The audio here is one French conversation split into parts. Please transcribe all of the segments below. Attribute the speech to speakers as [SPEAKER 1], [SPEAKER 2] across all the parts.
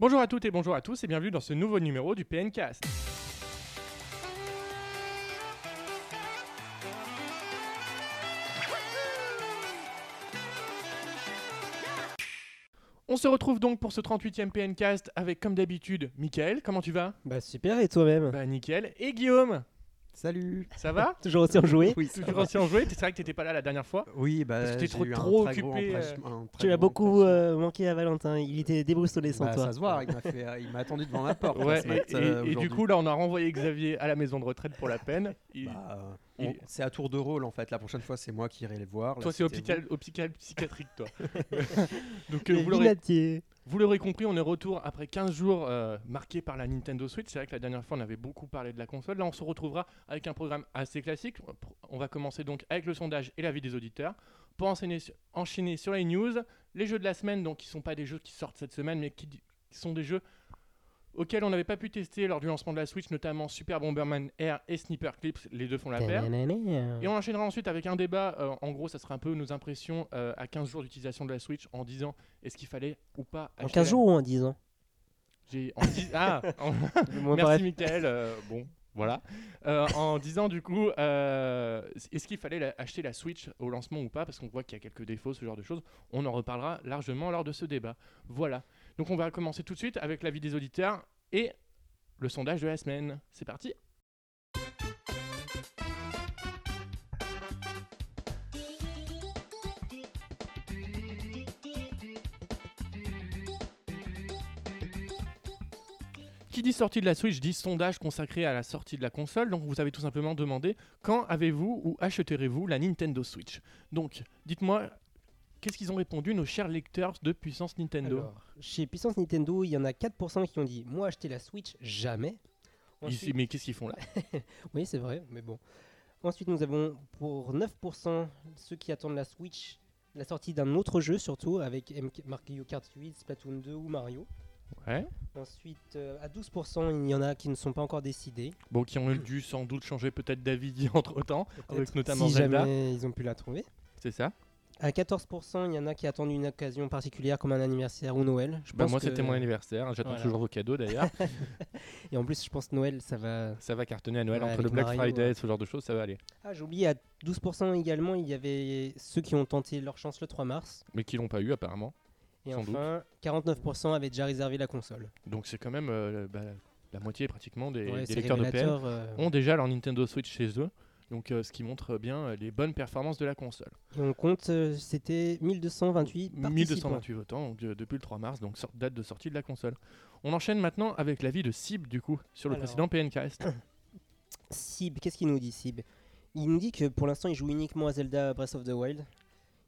[SPEAKER 1] Bonjour à toutes et bonjour à tous et bienvenue dans ce nouveau numéro du PNcast. On se retrouve donc pour ce 38e PNcast avec comme d'habitude Mickaël, comment tu vas
[SPEAKER 2] Bah super et toi-même
[SPEAKER 1] Bah nickel. Et Guillaume,
[SPEAKER 3] Salut
[SPEAKER 1] ça va
[SPEAKER 2] Toujours aussi enjoué
[SPEAKER 3] Oui, ça
[SPEAKER 1] Toujours
[SPEAKER 3] va.
[SPEAKER 1] aussi enjoué, c'est vrai que t'étais pas là la dernière fois.
[SPEAKER 3] Oui, bah,
[SPEAKER 1] Parce que t'es
[SPEAKER 3] j'ai
[SPEAKER 1] trop-
[SPEAKER 3] eu un
[SPEAKER 1] trop
[SPEAKER 3] très gros
[SPEAKER 1] occupé, euh,
[SPEAKER 3] empêche- un très
[SPEAKER 2] Tu as
[SPEAKER 3] gros
[SPEAKER 2] beaucoup
[SPEAKER 3] empêchement.
[SPEAKER 2] euh, manqué à Valentin, il était déboussolé sans
[SPEAKER 3] Bah,
[SPEAKER 2] toi.
[SPEAKER 3] ça se
[SPEAKER 1] hein,
[SPEAKER 3] voit, il m'a fait, euh, il m'a attendu devant la porte.
[SPEAKER 1] Ouais,
[SPEAKER 3] ce mat,
[SPEAKER 1] et, et-
[SPEAKER 3] euh,
[SPEAKER 1] et du
[SPEAKER 3] aujourd'hui.
[SPEAKER 1] coup là on a renvoyé Xavier à la maison de retraite pour la peine. Il-
[SPEAKER 3] Bah, euh,
[SPEAKER 1] il-
[SPEAKER 3] on- c'est à tour de rôle en fait. La prochaine fois, c'est moi qui irai les voir. Là,
[SPEAKER 1] toi c'est au,
[SPEAKER 3] c'était
[SPEAKER 1] psychial- au psychial- psychiatrique toi. Donc euh,
[SPEAKER 2] Le
[SPEAKER 1] vous l'aurez
[SPEAKER 2] vinatier.
[SPEAKER 1] Vous l'aurez compris, on est retour après 15 jours euh, marqués par la Nintendo Switch. C'est vrai que la dernière fois, on avait beaucoup parlé de la console. Là, on se retrouvera avec un programme assez classique. On va commencer donc avec le sondage et l'avis des auditeurs. Pour enchaîner, su- enchaîner sur les news, les jeux de la semaine, donc qui ne sont pas des jeux qui sortent cette semaine, mais qui, di- qui sont des jeux auxquels on n'avait pas pu tester lors du lancement de la Switch, notamment Super Bomberman Air et Sniper Clips. Les deux font la paire.
[SPEAKER 2] Tananana.
[SPEAKER 1] Et on enchaînera ensuite avec un débat. euh, en gros, ça sera un peu nos impressions euh, à 15 jours d'utilisation de la Switch en disant est-ce qu'il fallait ou pas
[SPEAKER 2] En
[SPEAKER 1] acheter
[SPEAKER 2] 15
[SPEAKER 1] la-
[SPEAKER 2] jours ou en 10 ans
[SPEAKER 1] j'ai- en dix- Ah, en-
[SPEAKER 2] Le moins
[SPEAKER 1] merci
[SPEAKER 2] bref.
[SPEAKER 1] Michael. euh, bon, voilà. Euh, en disant du coup, euh, est-ce qu'il fallait la- acheter la Switch au lancement ou pas Parce qu'on voit qu'il y a quelques défauts, ce genre de choses. On en reparlera largement lors de ce débat. Voilà. Donc on va commencer tout de suite avec l'avis des auditeurs et le sondage de la semaine. C'est parti. Qui dit sortie de la Switch dit sondage consacré à la sortie de la console. Donc vous avez tout simplement demandé quand avez-vous ou achèterez-vous la Nintendo Switch Donc dites-moi qu'est-ce qu'ils ont répondu nos chers lecteurs de puissance Nintendo.
[SPEAKER 2] Alors, chez Puissance Nintendo, il y en a 4% qui ont dit Moi acheter la Switch, jamais.
[SPEAKER 1] Ils-
[SPEAKER 2] Ensuite-
[SPEAKER 1] mais qu'est-ce qu'ils font là
[SPEAKER 2] Oui, c'est vrai, mais bon. Ensuite, nous avons pour 9% ceux qui attendent la Switch, la sortie d'un autre jeu, surtout avec MK Mario Kart 8, Splatoon 2 ou Mario.
[SPEAKER 1] Ouais.
[SPEAKER 2] Ensuite, euh, à 12%, il y en a qui ne sont pas encore décidés.
[SPEAKER 1] Bon, qui ont dû sans doute changer peut-être d'avis entre temps, avec
[SPEAKER 2] Peut-être,
[SPEAKER 1] notamment
[SPEAKER 2] si
[SPEAKER 1] Zelda.
[SPEAKER 2] jamais ils ont pu la trouver.
[SPEAKER 1] C'est ça
[SPEAKER 2] À 14%, il y en a qui attendent une occasion particulière comme un anniversaire ou Noël. Je
[SPEAKER 1] Bah,
[SPEAKER 2] pense
[SPEAKER 1] Moi,
[SPEAKER 2] que-
[SPEAKER 1] c'était mon anniversaire. J'attends
[SPEAKER 2] Voilà.
[SPEAKER 1] toujours vos cadeaux d'ailleurs.
[SPEAKER 2] Et en plus, je pense Noël, ça va.
[SPEAKER 1] ça va cartonner à Noël.
[SPEAKER 2] Ouais,
[SPEAKER 1] entre
[SPEAKER 2] Bah, avec
[SPEAKER 1] le Black
[SPEAKER 2] Mario,
[SPEAKER 1] Friday,
[SPEAKER 2] ouais.
[SPEAKER 1] ce genre de choses, ça va aller.
[SPEAKER 2] Ah, j'oublie, à 12% également, il y avait ceux qui ont tenté leur chance le 3 mars.
[SPEAKER 1] Mais qui l'ont pas eu apparemment.
[SPEAKER 2] Et
[SPEAKER 1] Sans
[SPEAKER 2] enfin, 49% avaient déjà réservé la console.
[SPEAKER 1] Donc, c'est quand même euh, bah, la moitié pratiquement des,
[SPEAKER 2] Ouais,
[SPEAKER 1] des
[SPEAKER 2] c'est
[SPEAKER 1] lecteurs de PN
[SPEAKER 2] révélateur, euh,
[SPEAKER 1] ont déjà leur Nintendo Switch chez eux. Donc, euh, ce qui montre bien euh, les bonnes performances de la console.
[SPEAKER 2] Et on compte, euh, c'était 1228 participants.
[SPEAKER 1] 1228 votants donc, euh, depuis le 3 mars, donc sort- date de sortie de la console. On enchaîne maintenant avec l'avis de Sib, du coup, sur le
[SPEAKER 2] Alors.
[SPEAKER 1] précédent PNcast.
[SPEAKER 2] Sib, qu'est-ce qu'il nous dit, Sib Il nous dit que pour l'instant, il joue uniquement à Zelda Breath of the Wild.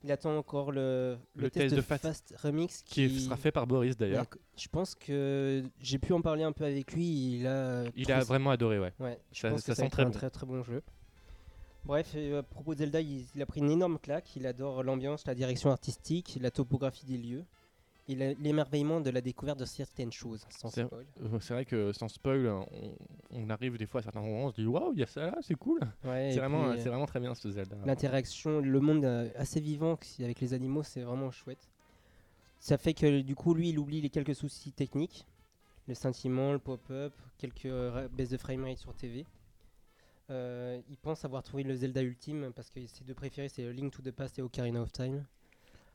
[SPEAKER 2] Il attend encore le,
[SPEAKER 1] Le test de Fast-
[SPEAKER 2] Fast, Remix
[SPEAKER 1] qui sera fait par Boris d'ailleurs.
[SPEAKER 2] Ouais, Je pense que j'ai pu en parler un peu avec lui. Il a,
[SPEAKER 1] Il
[SPEAKER 2] trouvé
[SPEAKER 1] a
[SPEAKER 2] ça-
[SPEAKER 1] vraiment adoré, ouais.
[SPEAKER 2] Ouais, je
[SPEAKER 1] ça-
[SPEAKER 2] pense
[SPEAKER 1] ça
[SPEAKER 2] que ça
[SPEAKER 1] sent
[SPEAKER 2] va être
[SPEAKER 1] très
[SPEAKER 2] un
[SPEAKER 1] bon.
[SPEAKER 2] très très bon jeu. Bref, euh, à propos de Zelda, il, il a pris une énorme claque. Il adore l'ambiance, la direction artistique, la topographie des lieux et la- l'émerveillement de la découverte de certaines choses. Sans
[SPEAKER 1] C'est-
[SPEAKER 2] spoil.
[SPEAKER 1] Euh, C'est vrai que sans spoil, on, on arrive des fois à certains moments, on se dit waouh, il y a ça là, c'est cool.
[SPEAKER 2] Ouais, et
[SPEAKER 1] C'est vraiment,
[SPEAKER 2] puis,
[SPEAKER 1] euh,
[SPEAKER 2] euh,
[SPEAKER 1] c'est vraiment très bien ce Zelda.
[SPEAKER 2] L'interaction, le monde euh, assez vivant que c'est avec les animaux, c'est vraiment chouette. Ça fait que du coup, lui, il oublie les quelques soucis techniques, le sentiment, le pop-up, quelques euh, ra- baisses de framerate sur TV. Euh, il pense avoir trouvé le Zelda ultime parce que ses deux préférés, c'est Link to the Past et Ocarina of Time.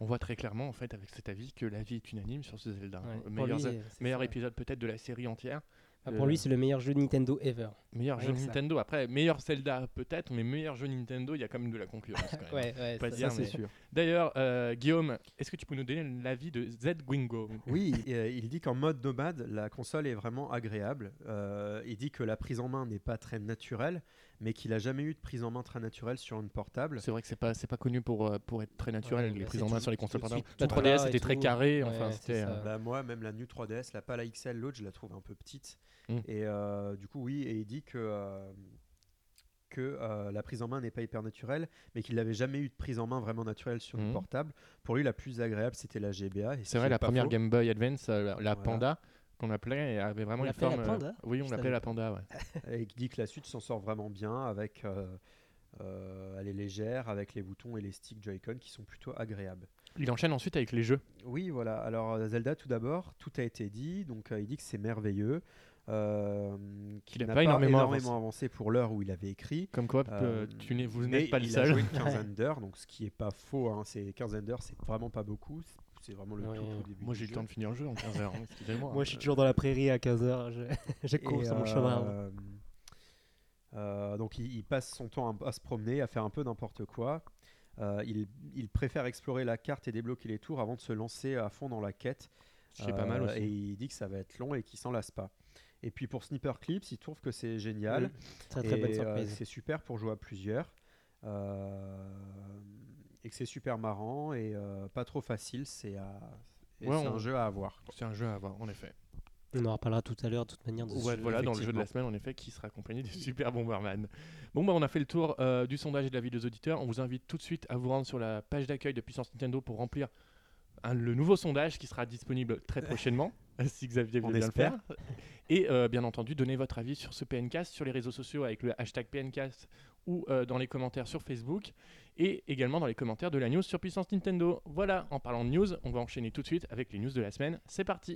[SPEAKER 1] On voit très clairement en fait avec cet avis que la vie est unanime sur ce Zelda.
[SPEAKER 2] Ouais, pour
[SPEAKER 1] Ah, meilleur
[SPEAKER 2] lui,
[SPEAKER 1] Ze-
[SPEAKER 2] euh, c'est
[SPEAKER 1] meilleur
[SPEAKER 2] ça.
[SPEAKER 1] épisode peut-être de la série entière.
[SPEAKER 2] Ah, pour lui, c'est le meilleur jeu de Nintendo ever.
[SPEAKER 1] Meilleur
[SPEAKER 2] rien
[SPEAKER 1] jeu
[SPEAKER 2] que ça.
[SPEAKER 1] Nintendo. Après, meilleur Zelda peut-être, mais meilleur jeu Nintendo, il y a quand même de la concurrence. quand même.
[SPEAKER 2] Ouais, ouais,
[SPEAKER 1] pas
[SPEAKER 2] ça-
[SPEAKER 1] dire,
[SPEAKER 3] Ça, c'est
[SPEAKER 1] mais-
[SPEAKER 3] sûr.
[SPEAKER 1] D'ailleurs, euh, Guillaume, est-ce que tu peux nous donner l'avis de Z Gwingo
[SPEAKER 3] Oui, il- euh, il dit qu'en mode nomade, la console est vraiment agréable. Euh, il dit que la prise en main n'est pas très naturelle, mais qu'il a jamais eu de prise en main très naturelle sur une portable.
[SPEAKER 1] C'est vrai que c'est pas, c'est pas connu pour, euh, pour être très naturel,
[SPEAKER 2] Ouais,
[SPEAKER 1] les
[SPEAKER 2] bah,
[SPEAKER 1] prises
[SPEAKER 2] c'est
[SPEAKER 1] en main
[SPEAKER 2] tout-
[SPEAKER 1] sur les
[SPEAKER 2] tout
[SPEAKER 1] consoles
[SPEAKER 2] de
[SPEAKER 1] portables.
[SPEAKER 2] suite
[SPEAKER 1] La
[SPEAKER 2] tout
[SPEAKER 1] 3DS
[SPEAKER 2] plat et
[SPEAKER 1] c'était très
[SPEAKER 2] tout.
[SPEAKER 1] carré,
[SPEAKER 2] Ouais,
[SPEAKER 1] enfin
[SPEAKER 2] c'est
[SPEAKER 1] c'était.
[SPEAKER 2] ça.
[SPEAKER 1] euh,
[SPEAKER 3] Bah, moi, même la New 3DS, la pas la XL, l'autre, je la trouve un peu petite.
[SPEAKER 1] Mm.
[SPEAKER 3] Et euh, du coup, oui, et il dit que, euh, que euh, la prise en main n'est pas hyper naturelle, mais qu'il n'avait jamais eu de prise en main vraiment naturelle sur
[SPEAKER 1] Mm.
[SPEAKER 3] une portable. Pour lui, la plus agréable, c'était la GBA. et ce
[SPEAKER 1] C'est vrai,
[SPEAKER 3] qui est
[SPEAKER 1] la
[SPEAKER 3] pas
[SPEAKER 1] première
[SPEAKER 3] faux.
[SPEAKER 1] Game Boy Advance, euh, la, la
[SPEAKER 3] Voilà.
[SPEAKER 1] Panda, qu'on appelait, et avait vraiment
[SPEAKER 2] On
[SPEAKER 1] une
[SPEAKER 2] l'appelait la
[SPEAKER 1] forme. euh,
[SPEAKER 2] Panda Euh,
[SPEAKER 1] oui, on
[SPEAKER 2] Je
[SPEAKER 1] l'appelait
[SPEAKER 2] savais
[SPEAKER 1] la
[SPEAKER 2] pas.
[SPEAKER 1] Panda, ouais.
[SPEAKER 3] Et il dit que la suite s'en sort vraiment bien avec. euh, euh, elle est légère avec les boutons et les sticks Joy-Con qui sont plutôt agréables.
[SPEAKER 1] Il enchaîne ensuite avec les jeux.
[SPEAKER 3] Oui, voilà. Alors euh, Zelda, tout d'abord, tout a été dit. Donc euh, il dit que c'est merveilleux, euh,
[SPEAKER 1] Qu'il a pas énormément
[SPEAKER 3] avancé pour l'heure où il avait écrit.
[SPEAKER 1] Comme quoi,
[SPEAKER 3] Euh,
[SPEAKER 1] tu n'es- vous
[SPEAKER 3] mais
[SPEAKER 1] n'êtes pas le
[SPEAKER 3] il
[SPEAKER 1] seul.
[SPEAKER 3] a joué une quinzaine d'heures, donc ce qui est pas faux. Hein, c'est 15 d'heures, c'est vraiment pas beaucoup. c'est- C'est vraiment le
[SPEAKER 2] Ouais.
[SPEAKER 3] tout, tout début.
[SPEAKER 1] Moi,
[SPEAKER 3] du
[SPEAKER 1] j'ai eu le
[SPEAKER 3] jeu.
[SPEAKER 1] temps de finir le jeu en 15 heures. hein, Excusez-moi.
[SPEAKER 4] Moi, je suis toujours dans la prairie à 15h. J'ai cours
[SPEAKER 3] Et,
[SPEAKER 4] sur mon
[SPEAKER 3] euh,
[SPEAKER 4] chemin.
[SPEAKER 3] euh, donc il, il passe son temps à, à se promener, à faire un peu n'importe quoi. Euh, il, il préfère explorer la carte et débloquer les tours avant de se lancer à fond dans la quête.
[SPEAKER 1] Ce qui est pas mal
[SPEAKER 3] Euh,
[SPEAKER 1] aussi.
[SPEAKER 3] Et il dit que ça va être long et qu'il s'en lasse pas. Et puis pour Sniper Clips, il trouve que c'est génial.
[SPEAKER 2] Très très bonne
[SPEAKER 3] Et, euh,
[SPEAKER 2] surprise.
[SPEAKER 3] c'est super pour jouer à plusieurs. Euh, et que c'est super marrant et euh, pas trop facile. C'est à- et
[SPEAKER 1] Ouais,
[SPEAKER 3] c'est
[SPEAKER 1] on-
[SPEAKER 3] un jeu à avoir. quoi.
[SPEAKER 1] C'est un jeu à avoir, en effet.
[SPEAKER 2] On en reparlera tout à l'heure de toute manière. De ce
[SPEAKER 1] Ouais,
[SPEAKER 2] jeu.
[SPEAKER 1] voilà, dans le jeu de la
[SPEAKER 3] effectivement.
[SPEAKER 1] semaine, en effet, qui sera accompagné du Super Bomberman. Bon, bah, on a fait le tour euh, du sondage et de la vie des auditeurs. On vous invite tout de suite à vous rendre sur la page d'accueil de Puissance Nintendo pour remplir un- le nouveau sondage qui sera disponible très prochainement, si Xavier veut
[SPEAKER 3] On
[SPEAKER 1] bien
[SPEAKER 3] espère.
[SPEAKER 1] le faire. Et euh, bien entendu, donnez votre avis sur ce PNcast, sur les réseaux sociaux avec le hashtag PNcast ou euh, dans les commentaires sur Facebook et également dans les commentaires de la news sur Puissance Nintendo. Voilà, en parlant de news, on va enchaîner tout de suite avec les news de la semaine. C'est parti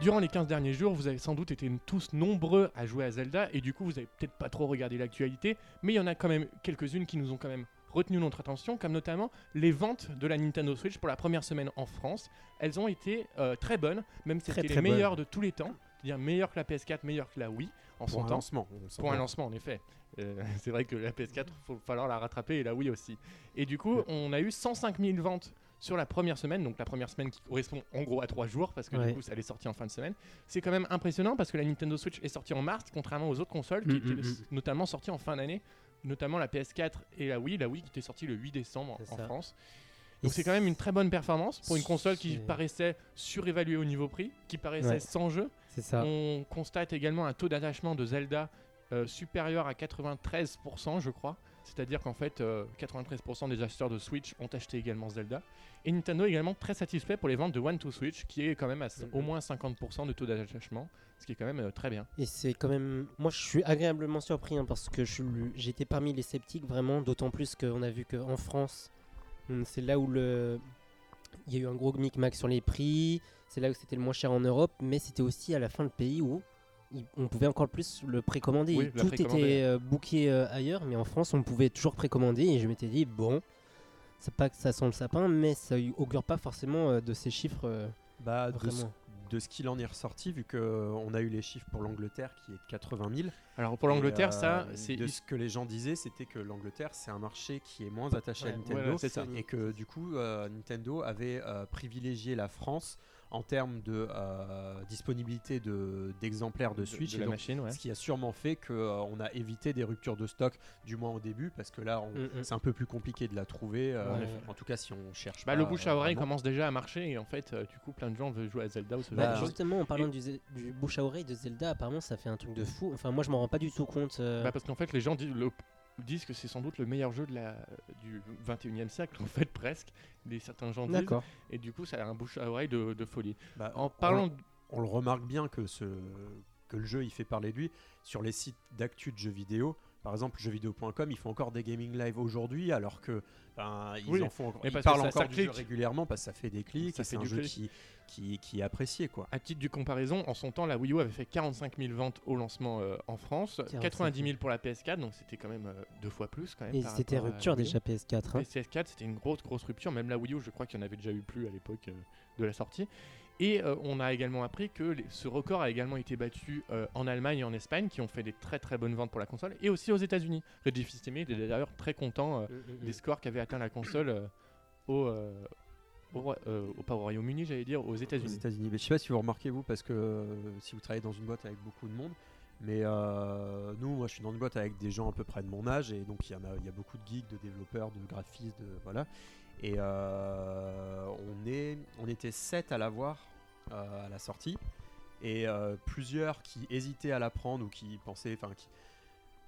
[SPEAKER 1] Durant les 15 derniers jours, vous avez sans doute été tous nombreux à jouer à Zelda et du coup, vous avez peut-être pas trop regardé l'actualité, mais il y en a quand même quelques-unes qui nous ont quand même retenu notre attention, comme notamment les ventes de la Nintendo Switch pour la première semaine en France. Elles ont été euh, très bonnes, même si
[SPEAKER 4] Très,
[SPEAKER 1] c'était les
[SPEAKER 4] très bonnes.
[SPEAKER 1] meilleures de tous les temps, c'est-à-dire meilleures que la PS4, meilleures que la Wii en son
[SPEAKER 3] Pour un
[SPEAKER 1] temps.
[SPEAKER 3] lancement. on s'entend.
[SPEAKER 1] Pour un lancement, en effet. Euh, c'est vrai que la PS4,
[SPEAKER 2] Mmh.
[SPEAKER 1] il va falloir la rattraper et la Wii aussi. Et du coup, on a eu 105 000 ventes sur la première semaine, donc la première semaine qui correspond en gros à trois jours, parce que
[SPEAKER 4] Ouais.
[SPEAKER 1] du coup, ça, elle est sortie en fin de semaine. C'est quand même impressionnant parce que la Nintendo Switch est sortie en mars, contrairement aux autres consoles qui
[SPEAKER 2] Mm,
[SPEAKER 1] étaient
[SPEAKER 2] mm, mm.
[SPEAKER 1] notamment sorties en fin d'année, notamment la PS4 et la Wii. La Wii qui était sortie le 8 décembre
[SPEAKER 2] C'est
[SPEAKER 1] en
[SPEAKER 2] ça.
[SPEAKER 1] France.
[SPEAKER 2] Et
[SPEAKER 1] Donc c'est quand même une très bonne performance pour une console qui
[SPEAKER 2] C'est-
[SPEAKER 1] paraissait surévaluée au niveau prix, qui paraissait
[SPEAKER 4] Ouais.
[SPEAKER 1] sans jeu.
[SPEAKER 4] C'est ça.
[SPEAKER 1] On constate également un taux d'attachement de Zelda euh, supérieur à 93%, je crois. C'est-à-dire qu'en fait, euh, 93% des acheteurs de Switch ont acheté également Zelda. Et Nintendo est également très satisfait pour les ventes de One to Switch, qui est quand même à s-
[SPEAKER 3] Mhm.
[SPEAKER 1] au moins 50% de taux d'attachement, ce qui est quand même euh, très bien.
[SPEAKER 2] Et c'est quand même. Moi, je suis agréablement surpris hein, parce que je suis- j'étais parmi les sceptiques vraiment, d'autant plus qu'on a vu qu'en France, hum, c'est là où le. Il y a eu un gros micmac sur les prix, c'est là où c'était le moins cher en Europe, mais c'était aussi à la fin le pays où il- on pouvait encore plus le précommander.
[SPEAKER 1] Oui, la
[SPEAKER 2] Tout
[SPEAKER 1] précommander.
[SPEAKER 2] était euh, booké euh, ailleurs, mais en France, on pouvait toujours précommander et je m'étais dit, bon, c'est pas que ça sent le sapin, mais ça augure pas forcément euh, de ces chiffres. euh,
[SPEAKER 3] Bah, de, ce,
[SPEAKER 2] Vraiment.
[SPEAKER 3] de ce qu'il en est ressorti, vu qu'on a eu les chiffres pour l'Angleterre qui est de 80 000.
[SPEAKER 1] Alors pour l'Angleterre,
[SPEAKER 3] Et,
[SPEAKER 1] ça,
[SPEAKER 3] euh,
[SPEAKER 1] c'est
[SPEAKER 3] De ce que les gens disaient, c'était que l'Angleterre, c'est un marché qui est moins attaché à
[SPEAKER 2] Ouais,
[SPEAKER 3] Nintendo.
[SPEAKER 1] voilà, c'est ça.
[SPEAKER 3] Et que du coup, euh, Nintendo avait euh, privilégié la France en termes de euh, disponibilité de- d'exemplaires de, Switch.
[SPEAKER 1] de
[SPEAKER 3] et
[SPEAKER 1] la
[SPEAKER 3] donc,
[SPEAKER 1] machine, ouais.
[SPEAKER 3] ce qui a sûrement fait qu'on a évité des ruptures de stock, du moins au début, parce que là, on-
[SPEAKER 2] hum,
[SPEAKER 1] Mm,
[SPEAKER 2] hum.
[SPEAKER 3] c'est un peu plus compliqué de la trouver. euh,
[SPEAKER 2] Ouais.
[SPEAKER 3] En tout cas, si on cherche.
[SPEAKER 1] Bah,
[SPEAKER 3] pas,
[SPEAKER 1] le bouche à
[SPEAKER 3] euh,
[SPEAKER 1] oreille
[SPEAKER 3] vraiment.
[SPEAKER 1] commence déjà à marcher et en fait, euh, du coup, plein de gens veulent jouer à Zelda ou ce genre
[SPEAKER 2] Bah,
[SPEAKER 3] Bah,
[SPEAKER 1] de choses.
[SPEAKER 2] justement, en parlant du, Ze- du bouche à oreille de Zelda, apparemment ça fait un truc de fou. Enfin, moi je m'en rends pas du tout compte. euh,
[SPEAKER 1] Bah, parce qu'en fait, les gens disent, le- disent que c'est sans doute le meilleur jeu de la, du 21e siècle, en fait, presque. Des, certains gens disent.
[SPEAKER 2] D'accord.
[SPEAKER 1] Et du coup, ça a un bouche à oreille de, de folie.
[SPEAKER 3] Bah,
[SPEAKER 1] En
[SPEAKER 3] on-
[SPEAKER 1] parlant.
[SPEAKER 3] on le remarque bien que, ce, que le jeu il fait parler de lui sur les sites d'actu de jeux vidéo. Par exemple, jeuxvideo.com, ils font encore des gaming live aujourd'hui, alors que ben, ils
[SPEAKER 1] Oui,
[SPEAKER 3] en font encore-
[SPEAKER 1] mais
[SPEAKER 3] ils
[SPEAKER 1] parce que
[SPEAKER 3] parlent
[SPEAKER 1] ça-
[SPEAKER 3] encore
[SPEAKER 1] ça
[SPEAKER 3] du jeu
[SPEAKER 1] clique.
[SPEAKER 3] régulièrement parce que ça fait des clics,
[SPEAKER 1] Ça
[SPEAKER 3] et c'est
[SPEAKER 1] fait
[SPEAKER 3] un
[SPEAKER 1] du
[SPEAKER 3] jeu
[SPEAKER 1] clic.
[SPEAKER 3] qui, qui, qui est apprécié quoi.
[SPEAKER 1] À titre de comparaison, en son temps, la Wii U avait fait 45 000 ventes au lancement euh, en France,
[SPEAKER 2] 45 000.
[SPEAKER 1] 90 000 pour la PS4, donc c'était quand même euh, deux fois plus quand même.
[SPEAKER 2] Et
[SPEAKER 1] par
[SPEAKER 2] c'était
[SPEAKER 1] rapport à la
[SPEAKER 2] rupture
[SPEAKER 1] Wii U.
[SPEAKER 2] déjà PS4. hein.
[SPEAKER 1] PS4, c'était une grosse, grosse rupture. Même la Wii U, je crois qu'il y en avait déjà eu plus à l'époque euh, de la sortie. Et euh, on a également appris que les- ce record a également été battu euh, en Allemagne et en Espagne, qui ont fait des très très bonnes ventes pour la console, et aussi aux États-Unis. Reggie Fils-Aimé était d'ailleurs très content euh, des scores qu'avait atteint la console euh, au, euh, au, Roi- euh, au- pas au Royaume-Uni, j'allais dire, aux
[SPEAKER 3] aux
[SPEAKER 1] États-Unis.
[SPEAKER 3] États-Unis. Mais je sais pas si vous remarquez vous, parce que euh, si vous travaillez dans une boîte avec beaucoup de monde, mais euh, nous, moi, je suis dans une boîte avec des gens à peu près de mon âge, et donc il y en a, il y a beaucoup de geeks, de développeurs, de graphistes, de voilà. Et euh, on est, on était sept à l'avoir euh, à la sortie, et euh, plusieurs qui hésitaient à la prendre ou qui pensaient, enfin qui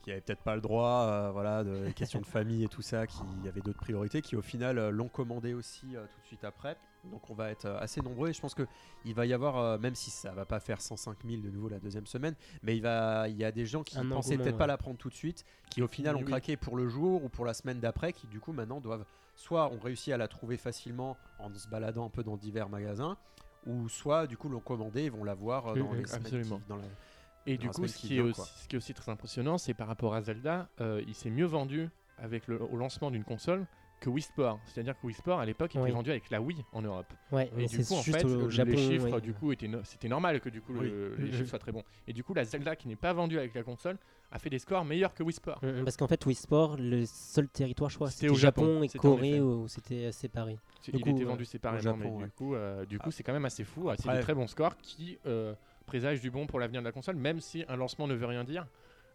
[SPEAKER 3] qui n'avaient peut-être pas le droit, euh, voilà, de les questions de famille et tout ça, qui avaient d'autres priorités, qui au final euh, l'ont commandé aussi euh, tout de suite après. Donc on va être euh, assez nombreux et je pense que il va y avoir, euh, même si ça va pas faire 105 000 de nouveau la deuxième semaine, mais il va, il y a des gens qui
[SPEAKER 2] Un
[SPEAKER 3] pensaient
[SPEAKER 2] engouement,
[SPEAKER 3] peut-être pas
[SPEAKER 2] ouais.
[SPEAKER 3] la prendre tout de suite, qui au final ont
[SPEAKER 2] Oui.
[SPEAKER 3] craqué pour le jour ou pour la semaine d'après, qui du coup maintenant doivent soit ont réussi à la trouver facilement en se baladant un peu dans divers magasins, ou soit du coup l'ont commandée et vont la voir euh,
[SPEAKER 1] Oui,
[SPEAKER 3] dans
[SPEAKER 1] oui,
[SPEAKER 3] les semaines qui-
[SPEAKER 1] absolument.
[SPEAKER 3] dans la-
[SPEAKER 1] Et
[SPEAKER 3] dans
[SPEAKER 1] du
[SPEAKER 3] la
[SPEAKER 1] coup,
[SPEAKER 3] semaine
[SPEAKER 1] ce
[SPEAKER 3] qui
[SPEAKER 1] qui, est
[SPEAKER 3] vient,
[SPEAKER 1] aussi,
[SPEAKER 3] quoi.
[SPEAKER 1] ce qui est aussi très impressionnant, c'est par rapport à Zelda, euh, il s'est mieux vendu avec le, au lancement d'une console que Wii Sport. C'est-à-dire que Wii Sport, à l'époque,
[SPEAKER 2] Oui.
[SPEAKER 1] était vendu avec la Wii en Europe.
[SPEAKER 2] Ouais, mais
[SPEAKER 1] Et du
[SPEAKER 2] c'est
[SPEAKER 1] coup, en
[SPEAKER 2] juste
[SPEAKER 1] fait,
[SPEAKER 2] au Japon.
[SPEAKER 1] les chiffres,
[SPEAKER 2] ouais.
[SPEAKER 1] du coup, étaient no- c'était normal que du coup,
[SPEAKER 3] Oui.
[SPEAKER 1] le- les
[SPEAKER 2] Mhm.
[SPEAKER 1] chiffres soient très bons. Et du coup, la Zelda qui n'est pas vendue avec la console a fait des scores meilleurs que Wii Sport.
[SPEAKER 2] Mm, mm, Parce qu'en fait, Wii Sport, le seul territoire, je crois,
[SPEAKER 1] C'était
[SPEAKER 2] c'était
[SPEAKER 1] au Japon,
[SPEAKER 2] Japon et
[SPEAKER 1] c'était en
[SPEAKER 2] Corée
[SPEAKER 1] effet.
[SPEAKER 2] où c'était euh, séparé.
[SPEAKER 1] C'est-
[SPEAKER 2] Du
[SPEAKER 1] il
[SPEAKER 2] coup,
[SPEAKER 1] était
[SPEAKER 2] euh,
[SPEAKER 1] vendu séparément,
[SPEAKER 3] Japon,
[SPEAKER 1] mais
[SPEAKER 3] ouais.
[SPEAKER 1] du coup, euh, du
[SPEAKER 2] Ah.
[SPEAKER 1] coup, c'est quand même assez fou. C'est
[SPEAKER 3] Après-
[SPEAKER 1] des très bons scores qui euh, présagent du bon pour l'avenir de la console, même si un lancement ne veut rien dire.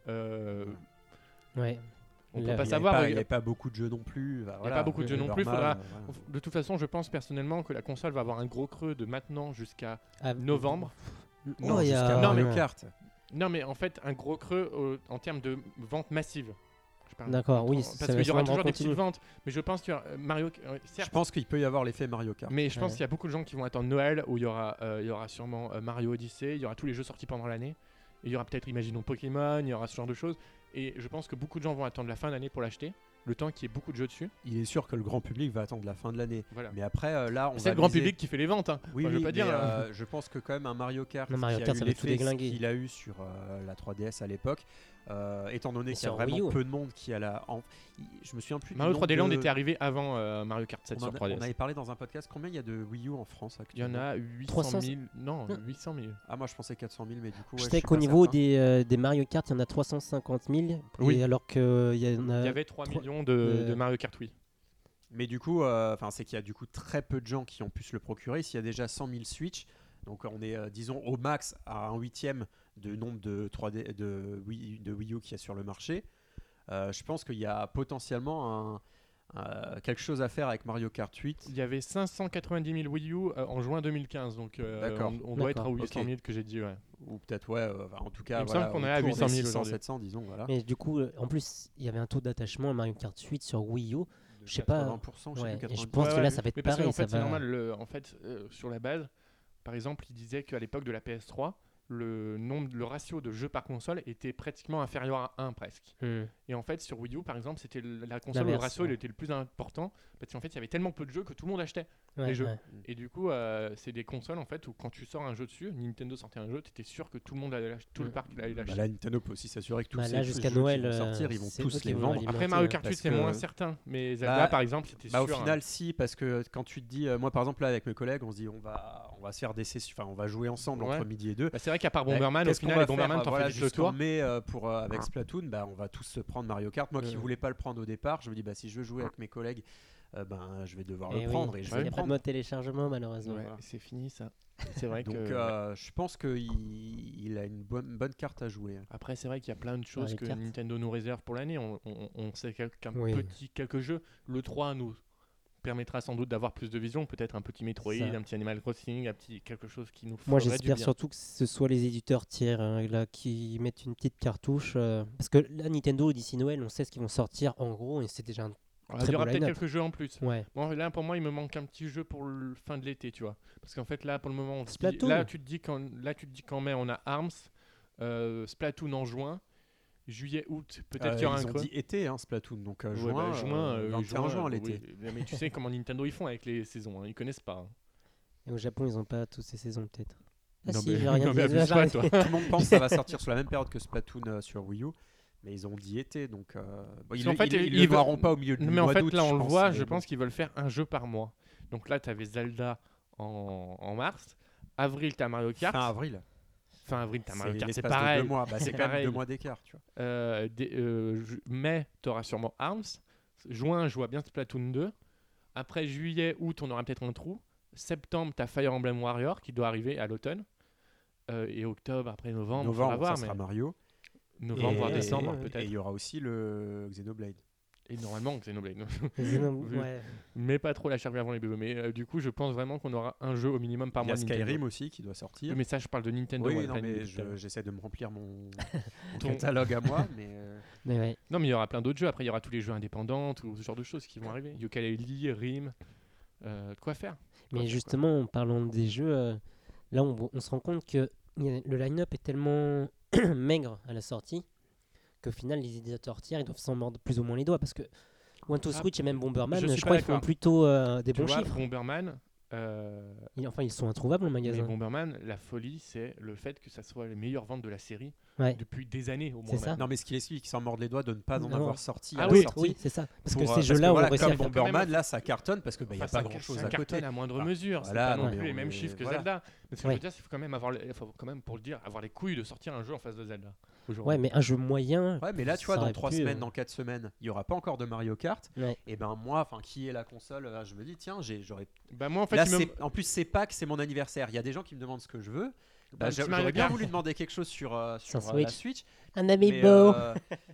[SPEAKER 1] Euh,
[SPEAKER 2] Ouais.
[SPEAKER 1] on peut
[SPEAKER 2] Là, il y
[SPEAKER 1] pas
[SPEAKER 3] Il n'y
[SPEAKER 1] savoir. euh,
[SPEAKER 3] avait pas-
[SPEAKER 1] reg-
[SPEAKER 3] il y avait pas beaucoup de jeux non plus.
[SPEAKER 1] Il
[SPEAKER 3] Bah,
[SPEAKER 1] y a
[SPEAKER 3] voilà,
[SPEAKER 1] pas beaucoup de jeux
[SPEAKER 3] c'est
[SPEAKER 1] non plus,
[SPEAKER 3] normal,
[SPEAKER 1] faudra-
[SPEAKER 3] euh, voilà.
[SPEAKER 1] De toute façon, je pense personnellement que la console va avoir un gros creux de maintenant jusqu'à
[SPEAKER 2] Ah,
[SPEAKER 1] novembre.
[SPEAKER 2] oh,
[SPEAKER 3] Non,
[SPEAKER 2] il y a-
[SPEAKER 3] jusqu'à
[SPEAKER 1] Non, mais-
[SPEAKER 3] Mario Kart.
[SPEAKER 1] Non, mais en fait, un gros creux euh, en termes de vente massive. Je parle
[SPEAKER 2] D'accord, oui, ça
[SPEAKER 1] Parce
[SPEAKER 2] va
[SPEAKER 1] qu'il y aura
[SPEAKER 2] sûrement
[SPEAKER 1] toujours des
[SPEAKER 2] continuer.
[SPEAKER 1] petites ventes, mais je pense que euh, Mario, euh,
[SPEAKER 3] Je
[SPEAKER 1] certes,
[SPEAKER 3] pense qu'il peut y avoir l'effet Mario Kart.
[SPEAKER 1] mais je pense
[SPEAKER 2] Ouais.
[SPEAKER 1] qu'il y a beaucoup de gens qui vont attendre Noël où il y aura, euh, il y aura sûrement euh, Mario Odyssey, il y aura tous les jeux sortis pendant l'année, et il y aura peut-être, imaginons Pokémon, il y aura ce genre de choses, et je pense que beaucoup de gens vont attendre la fin d'année pour l'acheter, le temps qu'il y ait beaucoup de jeux dessus.
[SPEAKER 3] Il est sûr que le grand public va attendre la fin de l'année.
[SPEAKER 1] Voilà.
[SPEAKER 3] Mais après, euh, là, on
[SPEAKER 1] C'est
[SPEAKER 3] va
[SPEAKER 1] le grand
[SPEAKER 3] miser-
[SPEAKER 1] public qui fait les ventes. hein.
[SPEAKER 3] Oui,
[SPEAKER 1] Enfin, je veux
[SPEAKER 3] oui,
[SPEAKER 1] pas dire.
[SPEAKER 3] mais,
[SPEAKER 1] hein.
[SPEAKER 3] euh, je pense que quand même un Mario Kart,
[SPEAKER 2] Non, Mario
[SPEAKER 3] qui a
[SPEAKER 2] Kart,
[SPEAKER 3] eu
[SPEAKER 2] ça va tout
[SPEAKER 3] l'effet
[SPEAKER 2] déglinguer.
[SPEAKER 3] qu'il a eu sur euh, la 3DS à l'époque, euh, étant donné
[SPEAKER 2] Et
[SPEAKER 3] qu'il y a
[SPEAKER 2] sur
[SPEAKER 3] vraiment
[SPEAKER 2] Wii U.
[SPEAKER 3] peu de monde qui a la. en- il- Je me souviens plus. du
[SPEAKER 1] Mario
[SPEAKER 3] nombre
[SPEAKER 1] 3D Land
[SPEAKER 3] de-
[SPEAKER 1] était arrivé avant euh, Mario Kart 7
[SPEAKER 3] On, en
[SPEAKER 1] sur
[SPEAKER 3] a-
[SPEAKER 1] 3DS.
[SPEAKER 3] on avait parlé dans un podcast. Combien il y a de Wii U en France
[SPEAKER 1] Il y en
[SPEAKER 3] actuellement
[SPEAKER 1] a 800
[SPEAKER 2] 300.
[SPEAKER 1] 000. Non,
[SPEAKER 2] Non.
[SPEAKER 1] 800 000.
[SPEAKER 3] Ah, moi je pensais 400 000, mais du coup. ouais,
[SPEAKER 2] Je
[SPEAKER 3] suis
[SPEAKER 2] sais qu'au
[SPEAKER 3] pas
[SPEAKER 2] niveau
[SPEAKER 3] certain.
[SPEAKER 2] des, euh, des Mario Kart, il y en a 350 000.
[SPEAKER 1] Oui.
[SPEAKER 2] Et alors qu'il y en a.
[SPEAKER 1] Il y avait 3
[SPEAKER 2] trois-
[SPEAKER 1] millions de,
[SPEAKER 2] euh,
[SPEAKER 1] de Mario Kart Wii.
[SPEAKER 3] Mais du coup, euh, 'fin, c'est qu'il y a du coup très peu de gens qui ont pu se le procurer. S'il y a déjà 100 000 Switch, donc on est, euh, disons, au max à un huitième du nombre de, 3D, de, Wii, de Wii U qu'il y a sur le marché. Euh, je pense qu'il y a potentiellement un- un- quelque chose à faire avec Mario Kart 8.
[SPEAKER 1] Il y avait 590 000 Wii U euh, en juin 2015. Donc euh,
[SPEAKER 3] D'accord.
[SPEAKER 1] on, on doit être à
[SPEAKER 2] D'accord.
[SPEAKER 1] 800 000 que j'ai dit. ouais.
[SPEAKER 3] Ou peut-être, ouais, euh, bah, en tout
[SPEAKER 1] Il
[SPEAKER 3] cas,
[SPEAKER 1] me
[SPEAKER 3] voilà,
[SPEAKER 1] semble qu'on est à
[SPEAKER 3] autour des
[SPEAKER 1] 800 000
[SPEAKER 3] 600,
[SPEAKER 1] aujourd'hui.
[SPEAKER 3] 700, disons, voilà.
[SPEAKER 2] Mais du coup, euh, en plus, il y avait un taux d'attachement à Mario Kart 8 sur Wii U. je sais pas.
[SPEAKER 3] 80%, je sais
[SPEAKER 2] Ouais,
[SPEAKER 3] plus,
[SPEAKER 2] et je
[SPEAKER 3] 90%.
[SPEAKER 2] pense
[SPEAKER 1] Ouais,
[SPEAKER 2] que
[SPEAKER 1] ouais,
[SPEAKER 2] là, ça va être
[SPEAKER 1] Mais parce
[SPEAKER 2] pareil.
[SPEAKER 1] qu'en
[SPEAKER 2] ça
[SPEAKER 1] fait, c'est
[SPEAKER 2] va...
[SPEAKER 1] normal. le- en fait, euh, sur la base, par exemple, il disait qu'à l'époque de la PS3, le, nombre, le ratio de jeux par console était pratiquement inférieur à 1 presque.
[SPEAKER 2] Hmm.
[SPEAKER 1] Et en fait, sur Wii U, par exemple, c'était le- la console où le
[SPEAKER 2] L'inverse,
[SPEAKER 1] ratio il
[SPEAKER 2] ouais.
[SPEAKER 1] était le plus important parce qu'en fait, il y avait tellement peu de jeux que tout le monde achetait.
[SPEAKER 2] Ouais,
[SPEAKER 1] Les jeux.
[SPEAKER 2] ouais.
[SPEAKER 1] Et du coup, euh, c'est des consoles en fait où quand tu sach- sors un jeu dessus, Nintendo sortait un jeu, t'étais sûr que tout le monde allait l'ach- tout le
[SPEAKER 2] Mm.
[SPEAKER 1] parc allait
[SPEAKER 3] Bah
[SPEAKER 1] l'acheter.
[SPEAKER 3] là, Nintendo peut aussi s'assurer que tous
[SPEAKER 2] Bah
[SPEAKER 3] ces
[SPEAKER 2] là,
[SPEAKER 3] jeux
[SPEAKER 2] jusqu'à
[SPEAKER 3] qui vont
[SPEAKER 2] Noël, euh,
[SPEAKER 3] sortir, ils vont
[SPEAKER 2] c'est eux
[SPEAKER 3] tous
[SPEAKER 2] qui
[SPEAKER 3] les
[SPEAKER 2] vont
[SPEAKER 3] vendre.
[SPEAKER 2] alimenter,
[SPEAKER 1] Après Mario
[SPEAKER 2] ouais.
[SPEAKER 1] Kart
[SPEAKER 3] parce
[SPEAKER 1] 8, c'est
[SPEAKER 3] que-
[SPEAKER 1] moins certain, mais Zelda
[SPEAKER 3] Bah,
[SPEAKER 1] par exemple, c'était
[SPEAKER 3] Bah,
[SPEAKER 1] sûr. hein.
[SPEAKER 3] au final, si, parce que quand tu te dis, euh, moi par exemple, là, avec mes collègues, on se dit, on va, on va se faire des sessions, enfin, on va jouer ensemble
[SPEAKER 1] Ouais.
[SPEAKER 3] entre midi et deux.
[SPEAKER 1] Bah, c'est vrai qu'à part
[SPEAKER 3] Bah,
[SPEAKER 1] Bomberman, au
[SPEAKER 3] qu'est-ce qu'on
[SPEAKER 1] final,
[SPEAKER 3] va
[SPEAKER 1] les Bomberman,
[SPEAKER 3] faire,
[SPEAKER 1] t'en
[SPEAKER 3] voilà,
[SPEAKER 1] fais vite le
[SPEAKER 3] jusqu'en
[SPEAKER 1] tour.
[SPEAKER 3] mai, euh, pour, euh,
[SPEAKER 2] Ah.
[SPEAKER 3] avec Splatoon, bah, on va tous se prendre Mario Kart. Moi qui
[SPEAKER 2] Euh.
[SPEAKER 3] voulais pas le prendre au départ, je me dis, bah, si je veux jouer avec mes collègues, euh, ben, je vais devoir
[SPEAKER 2] Eh
[SPEAKER 3] le
[SPEAKER 2] oui.
[SPEAKER 3] prendre et je
[SPEAKER 2] Il n'y
[SPEAKER 3] vais
[SPEAKER 2] a
[SPEAKER 3] le
[SPEAKER 2] pas de
[SPEAKER 3] prendre.
[SPEAKER 2] mode téléchargement, malheureusement.
[SPEAKER 3] Ouais. Voilà.
[SPEAKER 1] C'est fini ça. C'est vrai
[SPEAKER 3] Donc,
[SPEAKER 1] que.
[SPEAKER 3] euh, je pense qu'il il a une bonne, bonne carte à jouer.
[SPEAKER 1] Après, c'est vrai qu'il y a plein de choses
[SPEAKER 2] les
[SPEAKER 1] que
[SPEAKER 2] cartes.
[SPEAKER 1] Nintendo nous réserve pour l'année. On, on- on sait quel- qu'un
[SPEAKER 2] Oui.
[SPEAKER 1] petit quelques jeux. Le 3 nous permettra sans doute d'avoir plus de vision, peut-être un petit Metroid,
[SPEAKER 2] Ça.
[SPEAKER 1] un petit Animal Crossing, un petit quelque chose qui nous
[SPEAKER 2] Moi,
[SPEAKER 1] ferait du bien.
[SPEAKER 2] j'espère surtout que ce soit les éditeurs tiers hein, là, qui mettent une petite cartouche. euh, parce que là, Nintendo, d'ici Noël, on sait ce qu'ils vont sortir en gros et c'est déjà un.
[SPEAKER 1] Il
[SPEAKER 2] très
[SPEAKER 1] y aura
[SPEAKER 2] bon
[SPEAKER 1] peut-être
[SPEAKER 2] line-up.
[SPEAKER 1] quelques jeux en plus.
[SPEAKER 2] Ouais.
[SPEAKER 1] Bon, là, pour moi, il me manque un petit jeu pour le fin de l'été, tu vois. Parce qu'en fait, là, pour le moment, on se dit-
[SPEAKER 2] Splatoon.
[SPEAKER 1] là, tu te dis qu'en, là, tu te dis qu'en mai, on a Arms, euh, Splatoon en juin, juillet, août, peut-être
[SPEAKER 3] Euh,
[SPEAKER 1] qu'il y aura
[SPEAKER 3] ils
[SPEAKER 1] un
[SPEAKER 3] ont
[SPEAKER 1] creux.
[SPEAKER 3] dit été, hein, Splatoon. Donc, euh,
[SPEAKER 1] Ouais,
[SPEAKER 3] juin,
[SPEAKER 1] bah,
[SPEAKER 3] euh,
[SPEAKER 1] euh,
[SPEAKER 3] 21 juin,
[SPEAKER 1] euh,
[SPEAKER 3] l'été.
[SPEAKER 1] oui. Mais tu sais comment Nintendo ils font avec les saisons, hein, ils connaissent pas. hein.
[SPEAKER 2] Et au Japon, ils n'ont pas toutes ces saisons, peut-être. Ah
[SPEAKER 1] Non,
[SPEAKER 2] si,
[SPEAKER 1] mais-
[SPEAKER 2] j'ai rien
[SPEAKER 1] non,
[SPEAKER 2] dit.
[SPEAKER 1] mais abuse pas, toi.
[SPEAKER 3] Tout le monde pense que ça va sortir sur la même période que Splatoon euh, sur Wii U. Mais ils ont dit été, donc euh, bon, ils,
[SPEAKER 1] en
[SPEAKER 3] le-
[SPEAKER 1] fait,
[SPEAKER 3] ils le-
[SPEAKER 1] ils
[SPEAKER 3] ils le
[SPEAKER 1] veulent-
[SPEAKER 3] verront pas au milieu du
[SPEAKER 1] Mais en
[SPEAKER 3] mois
[SPEAKER 1] fait,
[SPEAKER 3] d'août,
[SPEAKER 1] là, on le voit, je
[SPEAKER 3] mais bon.
[SPEAKER 1] pense qu'ils veulent faire un jeu par mois. Donc là, t'avais Zelda en, en mars, avril, t'as Mario Kart,
[SPEAKER 3] Fin
[SPEAKER 1] fin,
[SPEAKER 3] avril.
[SPEAKER 1] avril, t'as Mario Kart, c'est
[SPEAKER 3] l'espace de
[SPEAKER 1] pareil.
[SPEAKER 3] deux mois. Bah, c'est
[SPEAKER 1] C'est
[SPEAKER 3] quand même
[SPEAKER 1] pareil.
[SPEAKER 3] deux mois d'écart, tu vois.
[SPEAKER 1] Euh, dé- euh, ju- mai, tu auras sûrement Arms. Juin, je vois bien Splatoon 2. Après juillet, août, on aura peut-être un trou. Septembre, tu as Fire Emblem Warrior qui doit arriver à l'automne. Euh, et octobre, après novembre, on va
[SPEAKER 3] Novembre,
[SPEAKER 1] voir.
[SPEAKER 3] ça
[SPEAKER 1] Mais
[SPEAKER 3] sera Mario.
[SPEAKER 1] novembre, voire
[SPEAKER 3] et,
[SPEAKER 1] décembre,
[SPEAKER 3] et- et
[SPEAKER 1] peut-être.
[SPEAKER 3] il y aura aussi le Xenoblade.
[SPEAKER 1] Et normalement, Xenoblade. non.
[SPEAKER 2] Xenoblade,
[SPEAKER 1] Vu-
[SPEAKER 2] ouais.
[SPEAKER 1] Mais pas trop la charge avant les bébés. Mais euh, du coup, je pense vraiment qu'on aura un jeu au minimum par
[SPEAKER 3] Il y a
[SPEAKER 1] mois. Ah, Nintendo.
[SPEAKER 3] Skyrim aussi qui doit sortir.
[SPEAKER 1] Mais ça, je parle de Nintendo.
[SPEAKER 3] oui,
[SPEAKER 1] ouais,
[SPEAKER 3] non,
[SPEAKER 1] pas
[SPEAKER 3] mais
[SPEAKER 1] de-
[SPEAKER 3] je- j'essaie de me remplir mon, mon
[SPEAKER 1] Ton-
[SPEAKER 3] catalogue à moi, mais euh,
[SPEAKER 2] Mais ouais.
[SPEAKER 1] Non, mais il y aura plein d'autres jeux. Après, il y aura tous les jeux indépendants, tout ce genre de choses qui vont arriver. Yooka-Laylee, Rim, euh, de quoi faire.
[SPEAKER 2] Mais
[SPEAKER 1] Ouais,
[SPEAKER 2] justement, en parlant des jeux, euh, là, on, on se rend compte que y a- le line-up est tellement maigre à la sortie qu'au final, les éditeurs tiers, ils doivent s'en mordre plus ou moins les doigts parce que One to
[SPEAKER 1] Ah,
[SPEAKER 2] Switch et même Bomberman,
[SPEAKER 1] je
[SPEAKER 2] je,
[SPEAKER 1] suis pas
[SPEAKER 2] crois, ils
[SPEAKER 1] d'accord.
[SPEAKER 2] font plutôt euh, des
[SPEAKER 1] Tu
[SPEAKER 2] bons
[SPEAKER 1] vois,
[SPEAKER 2] chiffres.
[SPEAKER 1] Bomberman. euh,
[SPEAKER 2] Ils- enfin, ils sont introuvables en magasin.
[SPEAKER 1] Mais Bomberman, la folie, c'est le fait que ça soit les meilleures ventes de la série
[SPEAKER 2] Ouais.
[SPEAKER 1] depuis des années au moins.
[SPEAKER 2] C'est ça.
[SPEAKER 3] non, mais ce qu'il explique, s'en mordre les doigts de ne pas en
[SPEAKER 2] Non.
[SPEAKER 3] avoir sorti
[SPEAKER 1] Ah
[SPEAKER 3] à
[SPEAKER 1] oui,
[SPEAKER 3] la sortie.
[SPEAKER 2] Oui, c'est ça. Parce
[SPEAKER 3] Pour,
[SPEAKER 2] que
[SPEAKER 3] euh,
[SPEAKER 2] ces jeux-là,
[SPEAKER 3] que
[SPEAKER 2] on
[SPEAKER 3] voilà,
[SPEAKER 2] réussi à
[SPEAKER 3] comme
[SPEAKER 2] faire.
[SPEAKER 3] Bomberman, là, ça cartonne parce que bah, il n'y a
[SPEAKER 1] Enfin,
[SPEAKER 3] pas
[SPEAKER 1] ça-
[SPEAKER 3] grand-chose
[SPEAKER 1] ça
[SPEAKER 3] à côté.
[SPEAKER 1] cartonne à moindre
[SPEAKER 3] Voilà.
[SPEAKER 1] mesure.
[SPEAKER 3] Voilà,
[SPEAKER 1] c'est pas
[SPEAKER 3] non,
[SPEAKER 1] non
[SPEAKER 3] mais
[SPEAKER 1] plus les
[SPEAKER 3] on
[SPEAKER 1] mêmes
[SPEAKER 3] est-
[SPEAKER 1] chiffres que
[SPEAKER 3] voilà.
[SPEAKER 1] Zelda. Mais ce que
[SPEAKER 2] Ouais.
[SPEAKER 1] je veux dire, c'est faut quand même avoir, les- faut quand même pour le dire, avoir les couilles de sortir un jeu en face de Zelda.
[SPEAKER 2] Ouais,
[SPEAKER 1] Aujourd'hui.
[SPEAKER 2] mais un jeu moyen.
[SPEAKER 3] Ouais, mais là,
[SPEAKER 2] Ça
[SPEAKER 3] tu vois, dans
[SPEAKER 2] aurait
[SPEAKER 3] 3
[SPEAKER 2] pu,
[SPEAKER 3] semaines,
[SPEAKER 2] euh.
[SPEAKER 3] dans 4 semaines, il n'y aura pas encore de Mario Kart.
[SPEAKER 2] Ouais.
[SPEAKER 3] Et ben moi, enfin, qui est la console euh, Je me dis, tiens, j'ai- j'aurais.
[SPEAKER 1] Bah moi, en fait,
[SPEAKER 3] Là,
[SPEAKER 1] il me-
[SPEAKER 3] c'est- en plus, c'est Pâques, c'est mon anniversaire. Il y a des gens qui me demandent ce que je veux. Bah,
[SPEAKER 1] Un
[SPEAKER 3] j'a-
[SPEAKER 1] petit Mario
[SPEAKER 3] J'aurais bien
[SPEAKER 1] Kart.
[SPEAKER 3] voulu demander quelque chose sur, euh, sur
[SPEAKER 2] Sur
[SPEAKER 3] euh, la
[SPEAKER 2] Switch.
[SPEAKER 3] Switch.
[SPEAKER 2] Un
[SPEAKER 3] Mais,
[SPEAKER 2] amiibo.
[SPEAKER 3] euh,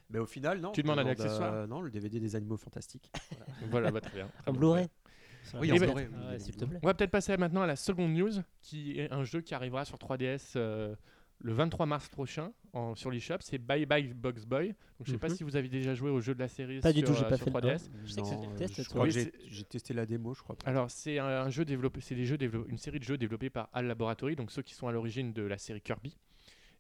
[SPEAKER 3] mais au final, non.
[SPEAKER 1] Tu
[SPEAKER 3] on
[SPEAKER 1] demandes un
[SPEAKER 3] demande,
[SPEAKER 1] accessoire.
[SPEAKER 3] euh, Non, le DVD des animaux fantastiques.
[SPEAKER 1] voilà, bah, très bien. Très
[SPEAKER 2] en
[SPEAKER 1] bon.
[SPEAKER 2] Blu-ray.
[SPEAKER 1] en
[SPEAKER 3] Oui,
[SPEAKER 2] Ah ouais,
[SPEAKER 3] Blu-ray, oui, bien
[SPEAKER 2] s'il te
[SPEAKER 3] évidemment.
[SPEAKER 2] plaît.
[SPEAKER 1] On va peut-être passer maintenant à la seconde news, qui est un jeu qui arrivera sur 3DS euh, le 23 mars prochain en, sur l'eShop. C'est Bye Bye Box Boy. Donc, je sais pas
[SPEAKER 2] Mhm.
[SPEAKER 1] si vous avez déjà joué au jeu de la série
[SPEAKER 2] Pas
[SPEAKER 1] sur,
[SPEAKER 2] du tout, j'ai
[SPEAKER 1] euh,
[SPEAKER 2] pas
[SPEAKER 1] sur
[SPEAKER 2] fait le
[SPEAKER 1] 3DS.
[SPEAKER 2] Je sais que
[SPEAKER 3] Non,
[SPEAKER 2] c'était le
[SPEAKER 3] euh,
[SPEAKER 2] test,
[SPEAKER 3] je
[SPEAKER 2] toi.
[SPEAKER 3] crois que
[SPEAKER 1] Oui,
[SPEAKER 3] j'ai-
[SPEAKER 1] c'est-
[SPEAKER 3] j'ai testé la démo, je crois.
[SPEAKER 1] Alors, c'est un, un jeu développé, c'est des jeux dévelop- une série de jeux développés par Al Laboratory, donc ceux qui sont à l'origine de la série Kirby,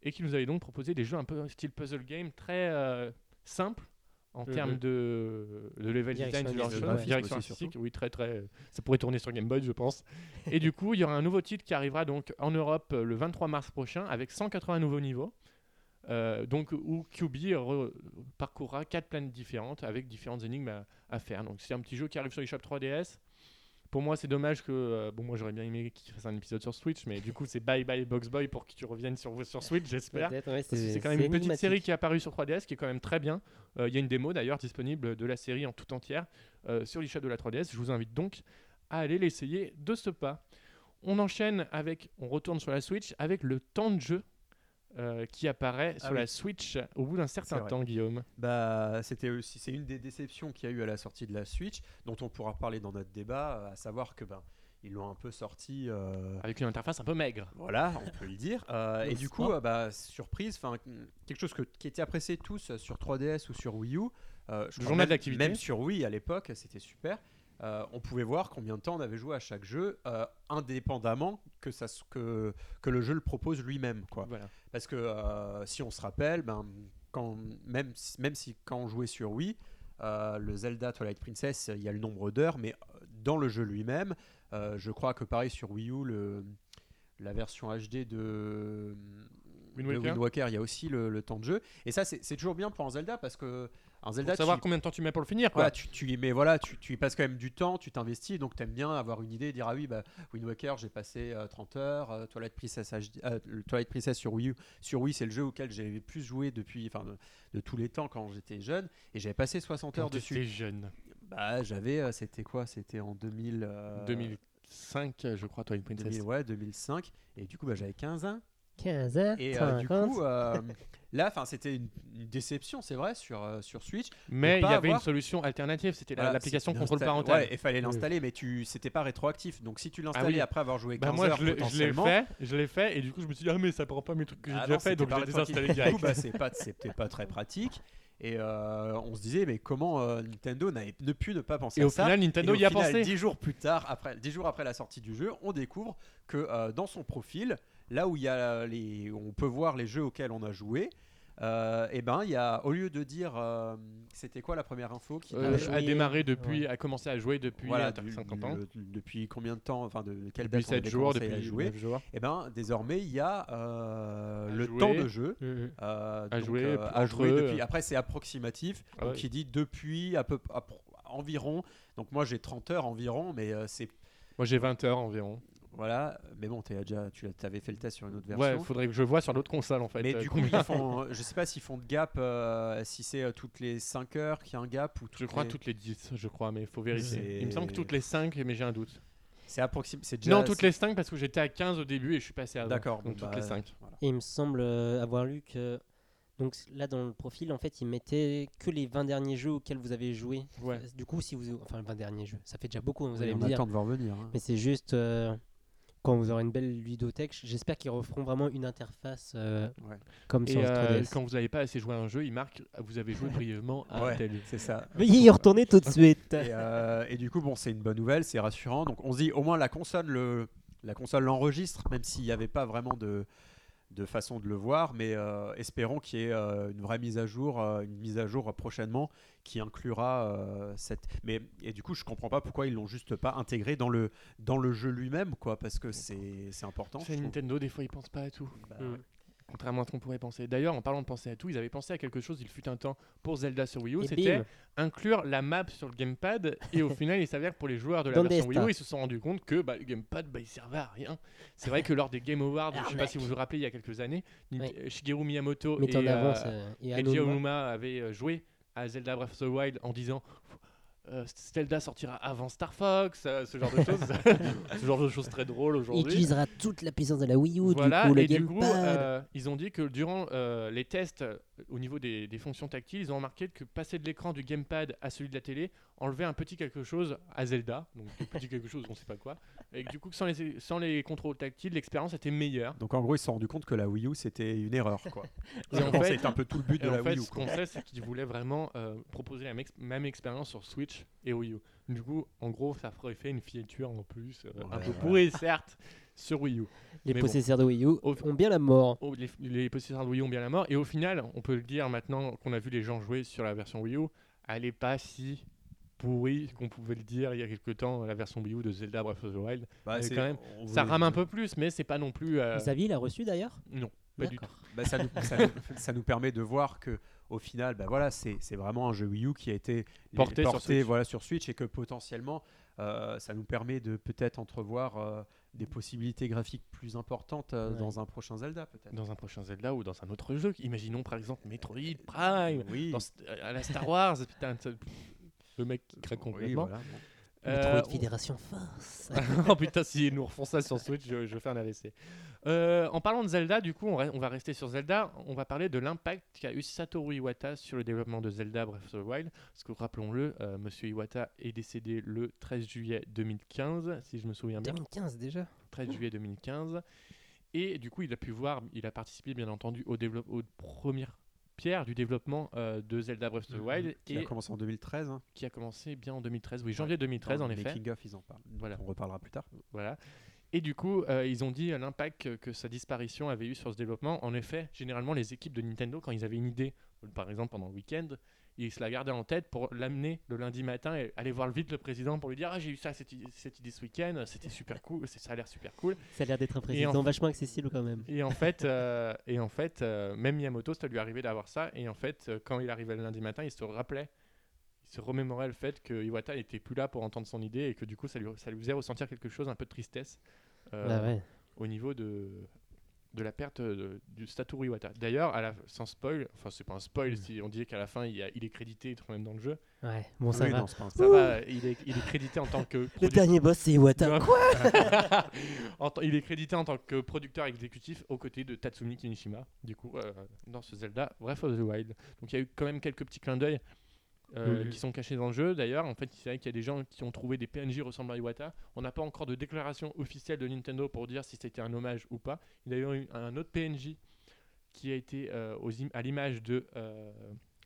[SPEAKER 1] et qui nous avaient donc proposé des jeux un peu style puzzle game, très euh, simples en
[SPEAKER 2] Mhm.
[SPEAKER 1] termes de, de level
[SPEAKER 2] Direction
[SPEAKER 1] design de leur
[SPEAKER 2] artistique,
[SPEAKER 1] jeu,
[SPEAKER 2] ouais.
[SPEAKER 1] direction
[SPEAKER 3] Aussi, surtout.
[SPEAKER 1] artistique, oui, très très. Ça pourrait tourner sur Game Boy, je pense. et du coup, il y aura un nouveau titre qui arrivera donc en Europe euh, le 23 mars prochain avec 180 nouveaux niveaux. euh, donc où QB re- parcourra quatre planètes différentes avec différentes énigmes à, à faire. Donc c'est un petit jeu qui arrive sur eShop 3DS. Pour moi, c'est dommage que euh, bon, moi j'aurais bien aimé qu'il fasse un épisode sur Switch, mais du coup c'est bye bye Box Boy pour que tu reviennes sur sur Switch, j'espère.
[SPEAKER 2] Peut-être, ouais,
[SPEAKER 1] Parce que C'est quand même une petite série qui est apparue sur 3DS qui est quand même très bien. Euh, Il y a une démo d'ailleurs disponible de la série en tout entière euh, sur l'eShop de la 3DS. Je vous invite donc à aller l'essayer de ce pas. On enchaîne avec, on retourne sur la Switch avec le temps de jeu euh, qui apparaît
[SPEAKER 3] Ah
[SPEAKER 1] sur
[SPEAKER 3] oui.
[SPEAKER 1] la Switch au bout d'un certain
[SPEAKER 3] C'est vrai.
[SPEAKER 1] temps, Guillaume.
[SPEAKER 3] Bah, c'était aussi, c'est une des déceptions qu'il y a eu à la sortie de la Switch, dont on pourra parler dans notre débat, euh, à savoir que ben ils l'ont un peu sorti. euh,
[SPEAKER 1] Avec une interface un peu maigre.
[SPEAKER 3] Voilà, on peut le dire. Euh, et
[SPEAKER 2] Le
[SPEAKER 3] du coup,
[SPEAKER 2] sport.
[SPEAKER 3] euh, bah, surprise, enfin quelque chose que, qui était apprécié tous euh, sur 3DS ou sur Wii U. euh, je
[SPEAKER 1] Le
[SPEAKER 3] crois
[SPEAKER 1] journal
[SPEAKER 3] même-
[SPEAKER 1] de l'activité.
[SPEAKER 3] Même sur Wii à l'époque, c'était super. Euh, on pouvait voir combien de temps on avait joué à chaque jeu, euh, indépendamment que, ça, s- que, que le jeu le propose lui-même. quoi.
[SPEAKER 1] Voilà.
[SPEAKER 3] Parce que euh, si on se rappelle, ben, quand, même, si, même si quand on jouait sur Wii, euh, le Zelda Twilight Princess, il y a le nombre d'heures, mais euh, dans le jeu lui-même, euh, je crois que pareil sur Wii U, le, la version HD de
[SPEAKER 1] Wind
[SPEAKER 3] de
[SPEAKER 1] Waker.
[SPEAKER 3] il y a aussi le, le temps de jeu. Et ça, c'est c'est toujours bien pour un Zelda parce que un Zelda,
[SPEAKER 1] Pour
[SPEAKER 3] tu-
[SPEAKER 1] savoir combien de temps tu mets pour le finir. Quoi.
[SPEAKER 3] voilà, tu, tu y mets- voilà, tu, tu y passes quand même du temps, tu t'investis, donc t'aimes bien avoir une idée, dire ah oui, bah, Wind Waker, j'ai passé euh, 30 heures, euh, Twilight, Princess HD euh, le Twilight Princess sur Wii U, sur Wii, c'est le jeu auquel j'ai le plus joué depuis, enfin, de, de tous les temps quand j'étais jeune, et j'avais passé 60 heures
[SPEAKER 1] Quand t'étais
[SPEAKER 3] dessus.
[SPEAKER 1] jeune.
[SPEAKER 3] Bah, j'avais, euh, c'était quoi C'était en 2000, euh,
[SPEAKER 1] 2005, je crois, Twilight Princess.
[SPEAKER 3] 2000, ouais, 2005, et du coup, bah, j'avais 15 ans.
[SPEAKER 2] 15 ans.
[SPEAKER 3] Et euh, du coup, euh, là, enfin, c'était une, une déception, c'est vrai, sur, euh, sur Switch.
[SPEAKER 1] Mais il
[SPEAKER 3] Pour
[SPEAKER 1] y
[SPEAKER 3] pas
[SPEAKER 1] avait une
[SPEAKER 3] avoir-
[SPEAKER 1] solution alternative, c'était la-
[SPEAKER 3] Voilà,
[SPEAKER 1] l'application
[SPEAKER 3] c'est
[SPEAKER 1] contrôle
[SPEAKER 3] d'insta-
[SPEAKER 1] parental.
[SPEAKER 3] Ouais, il fallait l'installer, mais tu, c'était pas rétroactif. Donc si tu l'installais
[SPEAKER 1] oui.
[SPEAKER 3] après avoir joué 15
[SPEAKER 1] Bah moi
[SPEAKER 3] heures
[SPEAKER 1] je l'ai- je l'ai
[SPEAKER 3] potentiellement,
[SPEAKER 1] fait, je l'ai fait et du coup je me suis dit ah mais ça prend pas mes trucs que j'ai
[SPEAKER 3] ah
[SPEAKER 1] déjà
[SPEAKER 3] non,
[SPEAKER 1] fait
[SPEAKER 3] c'était
[SPEAKER 1] donc
[SPEAKER 3] pas
[SPEAKER 1] j'ai
[SPEAKER 3] rétroactif.
[SPEAKER 1] désinstallé
[SPEAKER 3] Du coup,
[SPEAKER 1] direct.
[SPEAKER 3] bah, c'est pas, c'était pas très pratique. Et euh, on se disait, mais comment euh, Nintendo n'avait ne pu ne pas penser
[SPEAKER 1] Et
[SPEAKER 3] à
[SPEAKER 1] au
[SPEAKER 3] ça
[SPEAKER 1] final Nintendo
[SPEAKER 3] et
[SPEAKER 1] y a
[SPEAKER 3] final,
[SPEAKER 1] pensé.
[SPEAKER 3] 10 jours plus tard, après, 10 jours après la sortie du jeu, on découvre que euh, dans son profil, là où il y a les, où on peut voir les jeux auxquels on a joué, euh, et ben il y a, au lieu de dire, euh, c'était quoi la première info qui
[SPEAKER 1] Euh,
[SPEAKER 3] t'a-
[SPEAKER 1] a
[SPEAKER 2] joué-
[SPEAKER 1] démarré depuis, a commencé à jouer depuis
[SPEAKER 3] voilà,
[SPEAKER 1] euh,
[SPEAKER 3] du-
[SPEAKER 1] 50
[SPEAKER 3] du-
[SPEAKER 1] ans,
[SPEAKER 3] le- depuis combien de temps, enfin de, de quelle
[SPEAKER 1] depuis
[SPEAKER 3] date on
[SPEAKER 1] 7
[SPEAKER 3] avait
[SPEAKER 1] jours,
[SPEAKER 3] commencé à
[SPEAKER 1] depuis
[SPEAKER 3] y jouer,
[SPEAKER 1] 9 jours.
[SPEAKER 3] et ben désormais il y a euh,
[SPEAKER 1] À
[SPEAKER 3] le
[SPEAKER 1] jouer.
[SPEAKER 3] temps de jeu.
[SPEAKER 2] Mhm.
[SPEAKER 3] euh,
[SPEAKER 1] À
[SPEAKER 3] donc,
[SPEAKER 1] jouer,
[SPEAKER 3] euh,
[SPEAKER 1] puis
[SPEAKER 3] à
[SPEAKER 1] entre
[SPEAKER 3] jouer
[SPEAKER 1] eux,
[SPEAKER 3] depuis.
[SPEAKER 1] euh.
[SPEAKER 3] Après, c'est approximatif.
[SPEAKER 1] Ah
[SPEAKER 3] donc,
[SPEAKER 1] ouais.
[SPEAKER 3] il dit depuis à peu à pro- environ. Donc, moi, j'ai 30 heures environ, mais euh, c'est
[SPEAKER 1] Moi j'ai 20 heures environ.
[SPEAKER 3] voilà. Mais bon, t'es déjà, tu avais fait le test sur une autre version.
[SPEAKER 1] Ouais, faudrait que je vois sur l'autre console en fait.
[SPEAKER 3] mais
[SPEAKER 1] euh,
[SPEAKER 3] du coup,
[SPEAKER 1] combien-
[SPEAKER 3] ils font, je sais pas s'ils font de gap, euh, si c'est euh, toutes les 5 heures qu'il y a un gap ou toutes
[SPEAKER 1] je crois
[SPEAKER 3] les-
[SPEAKER 1] toutes les 10, je crois mais faut vérifier.
[SPEAKER 3] C'est-
[SPEAKER 1] Il me semble que toutes les 5 mais j'ai un doute.
[SPEAKER 3] C'est approxim, c'est déjà.
[SPEAKER 1] Non, toutes les 5 parce que j'étais à 15 au début et je suis passé à 20.
[SPEAKER 3] D'accord.
[SPEAKER 1] Donc
[SPEAKER 3] bon,
[SPEAKER 1] toutes
[SPEAKER 3] bah,
[SPEAKER 1] les 5.
[SPEAKER 3] voilà.
[SPEAKER 2] Et il me semble euh, avoir lu que Donc c- là, dans le profil, en fait, il mettait que les 20 derniers jeux auxquels vous avez joué. Euh,
[SPEAKER 1] Ouais.
[SPEAKER 2] Du coup, si vous. Enfin, 20 derniers jeux, ça fait déjà beaucoup, hein, vous
[SPEAKER 3] Oui,
[SPEAKER 2] allez
[SPEAKER 3] on
[SPEAKER 2] me dire.
[SPEAKER 3] attend de voir venir. hein.
[SPEAKER 2] Mais c'est juste. euh, Quand vous aurez une belle ludothèque, j- j'espère qu'ils referont vraiment une interface euh,
[SPEAKER 3] Ouais.
[SPEAKER 2] comme sur
[SPEAKER 1] Et
[SPEAKER 2] le
[SPEAKER 1] euh,
[SPEAKER 2] 3DS.
[SPEAKER 1] quand vous n'avez pas assez joué à un jeu, il marque vous avez joué brièvement à
[SPEAKER 3] Ouais.
[SPEAKER 1] tel.
[SPEAKER 3] C'est ça.
[SPEAKER 2] Veuillez y retourner tout de suite.
[SPEAKER 3] Et, euh, et du coup, bon, c'est une bonne nouvelle, c'est rassurant. Donc, on se dit, au moins, la console, le, la console l'enregistre, même s'il n'y avait pas vraiment de, de façon de le voir. Mais euh, espérons qu'il y ait euh, une vraie mise à jour, euh, une mise à jour prochainement qui inclura euh, cette. Mais et du coup, je comprends pas pourquoi ils l'ont juste pas intégré dans le dans le jeu lui-même, quoi, parce que c'est c'est important.
[SPEAKER 1] C'est
[SPEAKER 3] je trouve.
[SPEAKER 1] Nintendo, des fois ils pensent pas à tout.
[SPEAKER 3] Bah,
[SPEAKER 2] Mm.
[SPEAKER 1] Contrairement à ce qu'on pourrait penser. D'ailleurs, en parlant de penser à tout, ils avaient pensé à quelque chose, il fut un temps, pour Zelda sur Wii U,
[SPEAKER 2] Et
[SPEAKER 1] c'était
[SPEAKER 2] bim.
[SPEAKER 1] inclure la map sur le gamepad. Et au final, il s'avère que pour les joueurs de la
[SPEAKER 2] Dans des
[SPEAKER 1] version Wii U,
[SPEAKER 2] stars.
[SPEAKER 1] ils se sont rendus compte que bah, le gamepad, bah, il servait à rien. C'est vrai que lors des Game Awards, je sais pas
[SPEAKER 2] Arnaque.
[SPEAKER 1] si vous vous rappelez, il y a quelques années, Nint-
[SPEAKER 2] Ah, Oui.
[SPEAKER 1] euh, Shigeru Miyamoto
[SPEAKER 2] Mettre en
[SPEAKER 1] et, euh,
[SPEAKER 2] avant euh, et
[SPEAKER 1] Eiji
[SPEAKER 2] Anonymous.
[SPEAKER 1] Onuma avait euh, joué à Zelda Breath of the Wild en disant euh, Zelda sortira avant Star Fox, euh, ce genre de choses, ce genre de choses très drôles
[SPEAKER 2] Il
[SPEAKER 1] aujourd'hui.
[SPEAKER 2] utilisera toute la puissance de la Wii U,
[SPEAKER 1] Voilà,
[SPEAKER 2] du coup, le
[SPEAKER 1] et du coup,
[SPEAKER 2] gamepad.
[SPEAKER 1] euh, ils ont dit que durant euh, les tests euh, au niveau des, des fonctions tactiles, ils ont remarqué que passer de l'écran du gamepad à celui de la télé enlevait un petit quelque chose à Zelda, donc un petit quelque chose, on sait pas quoi, et que du coup, que sans les, sans les contrôles tactiles, l'expérience était meilleure.
[SPEAKER 3] Donc en gros, ils se sont rendus compte que la Wii U c'était une erreur, quoi.
[SPEAKER 1] Et en
[SPEAKER 3] Je pense que
[SPEAKER 1] fait-
[SPEAKER 3] c'est un peu tout le but
[SPEAKER 1] Et
[SPEAKER 3] de la
[SPEAKER 1] en fait,
[SPEAKER 3] Wii U.
[SPEAKER 1] ce
[SPEAKER 3] quoi.
[SPEAKER 1] qu'on sait, c'est qu'ils voulaient vraiment euh, proposer la mex- même expérience sur Switch et Wii U. Du coup, en gros, ça ferait fait une filature en plus, euh, un
[SPEAKER 3] Ouais,
[SPEAKER 1] peu
[SPEAKER 3] ouais.
[SPEAKER 1] pourrie, certes, sur Wii U.
[SPEAKER 2] les
[SPEAKER 1] mais bon.
[SPEAKER 2] possesseurs de Wii U
[SPEAKER 1] Au-
[SPEAKER 2] ont bien la mort.
[SPEAKER 1] Oh, les, les possesseurs de Wii U ont bien la mort. Et au final, on peut le dire maintenant qu'on a vu les gens jouer sur la version Wii U, elle n'est pas si pourrie qu'on pouvait le dire il y a quelques temps, la version Wii U de Zelda Breath of the Wild.
[SPEAKER 3] Bah,
[SPEAKER 1] Mais
[SPEAKER 3] c'est-
[SPEAKER 1] quand même,
[SPEAKER 3] on
[SPEAKER 1] Ça
[SPEAKER 3] voulait-
[SPEAKER 1] rame un peu plus, mais c'est pas non plus. euh,
[SPEAKER 2] Xavier l'a reçu d'ailleurs
[SPEAKER 1] Non, pas du tout.
[SPEAKER 2] D'accord.
[SPEAKER 3] Bah, ça, nous, ça nous- ça nous permet de voir que au final, bah, voilà, c'est c'est vraiment un jeu Wii U qui a été
[SPEAKER 1] Porté sur Switch.
[SPEAKER 3] voilà, sur Switch et que potentiellement, euh, ça nous permet de peut-être entrevoir euh, des possibilités graphiques plus importantes euh,
[SPEAKER 2] Ouais.
[SPEAKER 3] dans un prochain Zelda, peut-être.
[SPEAKER 1] Dans un prochain Zelda ou dans un autre jeu, imaginons par exemple Metroid Prime.
[SPEAKER 3] Oui.
[SPEAKER 1] dans st- à la Star Wars, putain, ça- le mec qui craque
[SPEAKER 3] Oui,
[SPEAKER 1] complètement.
[SPEAKER 3] voilà, bon.
[SPEAKER 1] Euh,
[SPEAKER 2] Metroid Fédération Force.
[SPEAKER 1] on- oh putain, s'ils nous refont ça sur Switch, je, je fais un AVC. Euh, en parlant de Zelda, du coup, on, re- on va rester sur Zelda. On va parler de l'impact qu'a eu Satoru Iwata sur le développement de Zelda Breath of the Wild. Parce que rappelons-le, euh, Monsieur Iwata est décédé le 13 juillet 2015, si je me souviens bien.
[SPEAKER 2] 2015 déjà.
[SPEAKER 1] 13 juillet 2015. Et du coup, il a pu voir, il a participé bien entendu au développe- aux premières pierres du développement euh, de Zelda Breath of the Wild.
[SPEAKER 3] Mhm. Qui a
[SPEAKER 1] et
[SPEAKER 3] commencé en 2013. hein.
[SPEAKER 1] qui a commencé bien en 2013, oui, janvier 2013
[SPEAKER 3] Dans
[SPEAKER 1] en
[SPEAKER 3] le
[SPEAKER 1] effet.
[SPEAKER 3] Making of, ils en parlent.
[SPEAKER 1] Voilà.
[SPEAKER 3] On reparlera plus tard.
[SPEAKER 1] Voilà. Et du coup, euh, ils ont dit euh, l'impact que, que sa disparition avait eu sur ce développement. En effet, généralement, les équipes de Nintendo, quand ils avaient une idée, par exemple pendant le week-end, ils se la gardaient en tête pour l'amener le lundi matin et aller voir vite le président pour lui dire Ah, j'ai eu ça, cette, idée- cette idée ce week-end, c'était super cool, c'est- ça a l'air super cool.
[SPEAKER 2] Ça a l'air d'être un
[SPEAKER 1] président
[SPEAKER 2] président
[SPEAKER 1] en-
[SPEAKER 2] vachement accessible quand même.
[SPEAKER 1] Et en fait, euh, et en fait euh, même Miyamoto, ça lui arrivait d'avoir ça. Et en fait, euh, quand il arrivait le lundi matin, il se rappelait, il se remémorait le fait que Iwata n'était plus là pour entendre son idée et que du coup, ça lui, ça lui faisait ressentir quelque chose, un peu de tristesse euh,
[SPEAKER 2] Bah ouais.
[SPEAKER 1] au niveau de, de la perte de- du Satoru Iwata. D'ailleurs, à la- sans spoil, enfin, c'est pas un spoil, si on dit qu'à la fin, il, y a- il est crédité tout de même dans le jeu.
[SPEAKER 2] Ouais, bon ça
[SPEAKER 3] Oui,
[SPEAKER 2] va.
[SPEAKER 3] non, c'est pas un-
[SPEAKER 1] Ça va, il est, il est crédité en tant que.
[SPEAKER 2] Le
[SPEAKER 1] producteur.
[SPEAKER 2] dernier boss c'est Iwata.
[SPEAKER 1] Non. En tant- Il est crédité en tant que producteur exécutif aux côtés de Tatsumi Kinishima, du coup, euh, dans ce Zelda Breath of the Wild. Donc il y a eu quand même quelques petits clins d'œil euh,
[SPEAKER 2] Mhm.
[SPEAKER 1] qui sont cachés dans le jeu. D'ailleurs, en fait, c'est vrai qu'il y a des gens qui ont trouvé des PNJ ressemblant à Iwata. On n'a pas encore de déclaration officielle de Nintendo pour dire si c'était un hommage ou pas. Il y a eu un autre PNJ qui a été euh, aux im- à l'image de euh,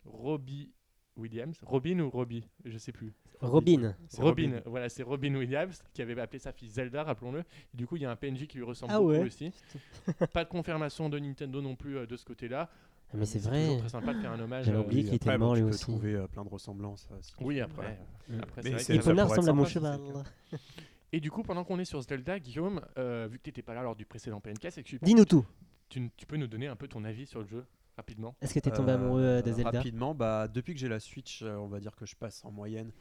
[SPEAKER 1] Robbie Williams. Robin ou Robbie Je sais plus.
[SPEAKER 2] Robin.
[SPEAKER 3] c'est
[SPEAKER 1] Robin, voilà, c'est Robin Williams qui avait appelé sa fille Zelda, rappelons-le. Et Du coup, il y a un PNJ qui lui ressemble
[SPEAKER 2] Ah
[SPEAKER 1] beaucoup
[SPEAKER 2] ouais.
[SPEAKER 1] aussi. Pas de confirmation de Nintendo non plus euh, de ce côté-là.
[SPEAKER 2] Ah, mais c'est
[SPEAKER 1] toujours
[SPEAKER 2] vrai.
[SPEAKER 1] très sympa de faire un hommage.
[SPEAKER 2] J'avais
[SPEAKER 1] euh,
[SPEAKER 2] oublié
[SPEAKER 3] Oui,
[SPEAKER 2] qu'il était
[SPEAKER 3] après, bon,
[SPEAKER 2] mort,
[SPEAKER 3] tu
[SPEAKER 2] lui
[SPEAKER 3] peux
[SPEAKER 2] aussi.
[SPEAKER 3] trouver euh, plein de ressemblances. euh, si tu
[SPEAKER 1] Oui,
[SPEAKER 3] veux.
[SPEAKER 1] après.
[SPEAKER 3] Voilà.
[SPEAKER 1] après, c'est
[SPEAKER 3] Mais
[SPEAKER 1] vrai
[SPEAKER 3] c'est-
[SPEAKER 1] que-
[SPEAKER 3] ça pourrait
[SPEAKER 2] Ipona
[SPEAKER 3] être
[SPEAKER 2] ressemble à mon
[SPEAKER 3] sympa, si c'est
[SPEAKER 2] cheval.
[SPEAKER 1] Et du coup, pendant qu'on est sur ce Zelda, Guillaume, euh, vu que tu n'étais pas là lors du précédent PNK, c'est que tu,
[SPEAKER 2] Dis-nous tout.
[SPEAKER 1] tu, tu peux nous donner un peu ton avis sur le jeu, rapidement.
[SPEAKER 2] Est-ce que t'es tombé
[SPEAKER 3] Euh,
[SPEAKER 2] amoureux euh, de Zelda
[SPEAKER 3] Rapidement, bah, depuis que j'ai la Switch, euh, on va dire que je passe en moyenne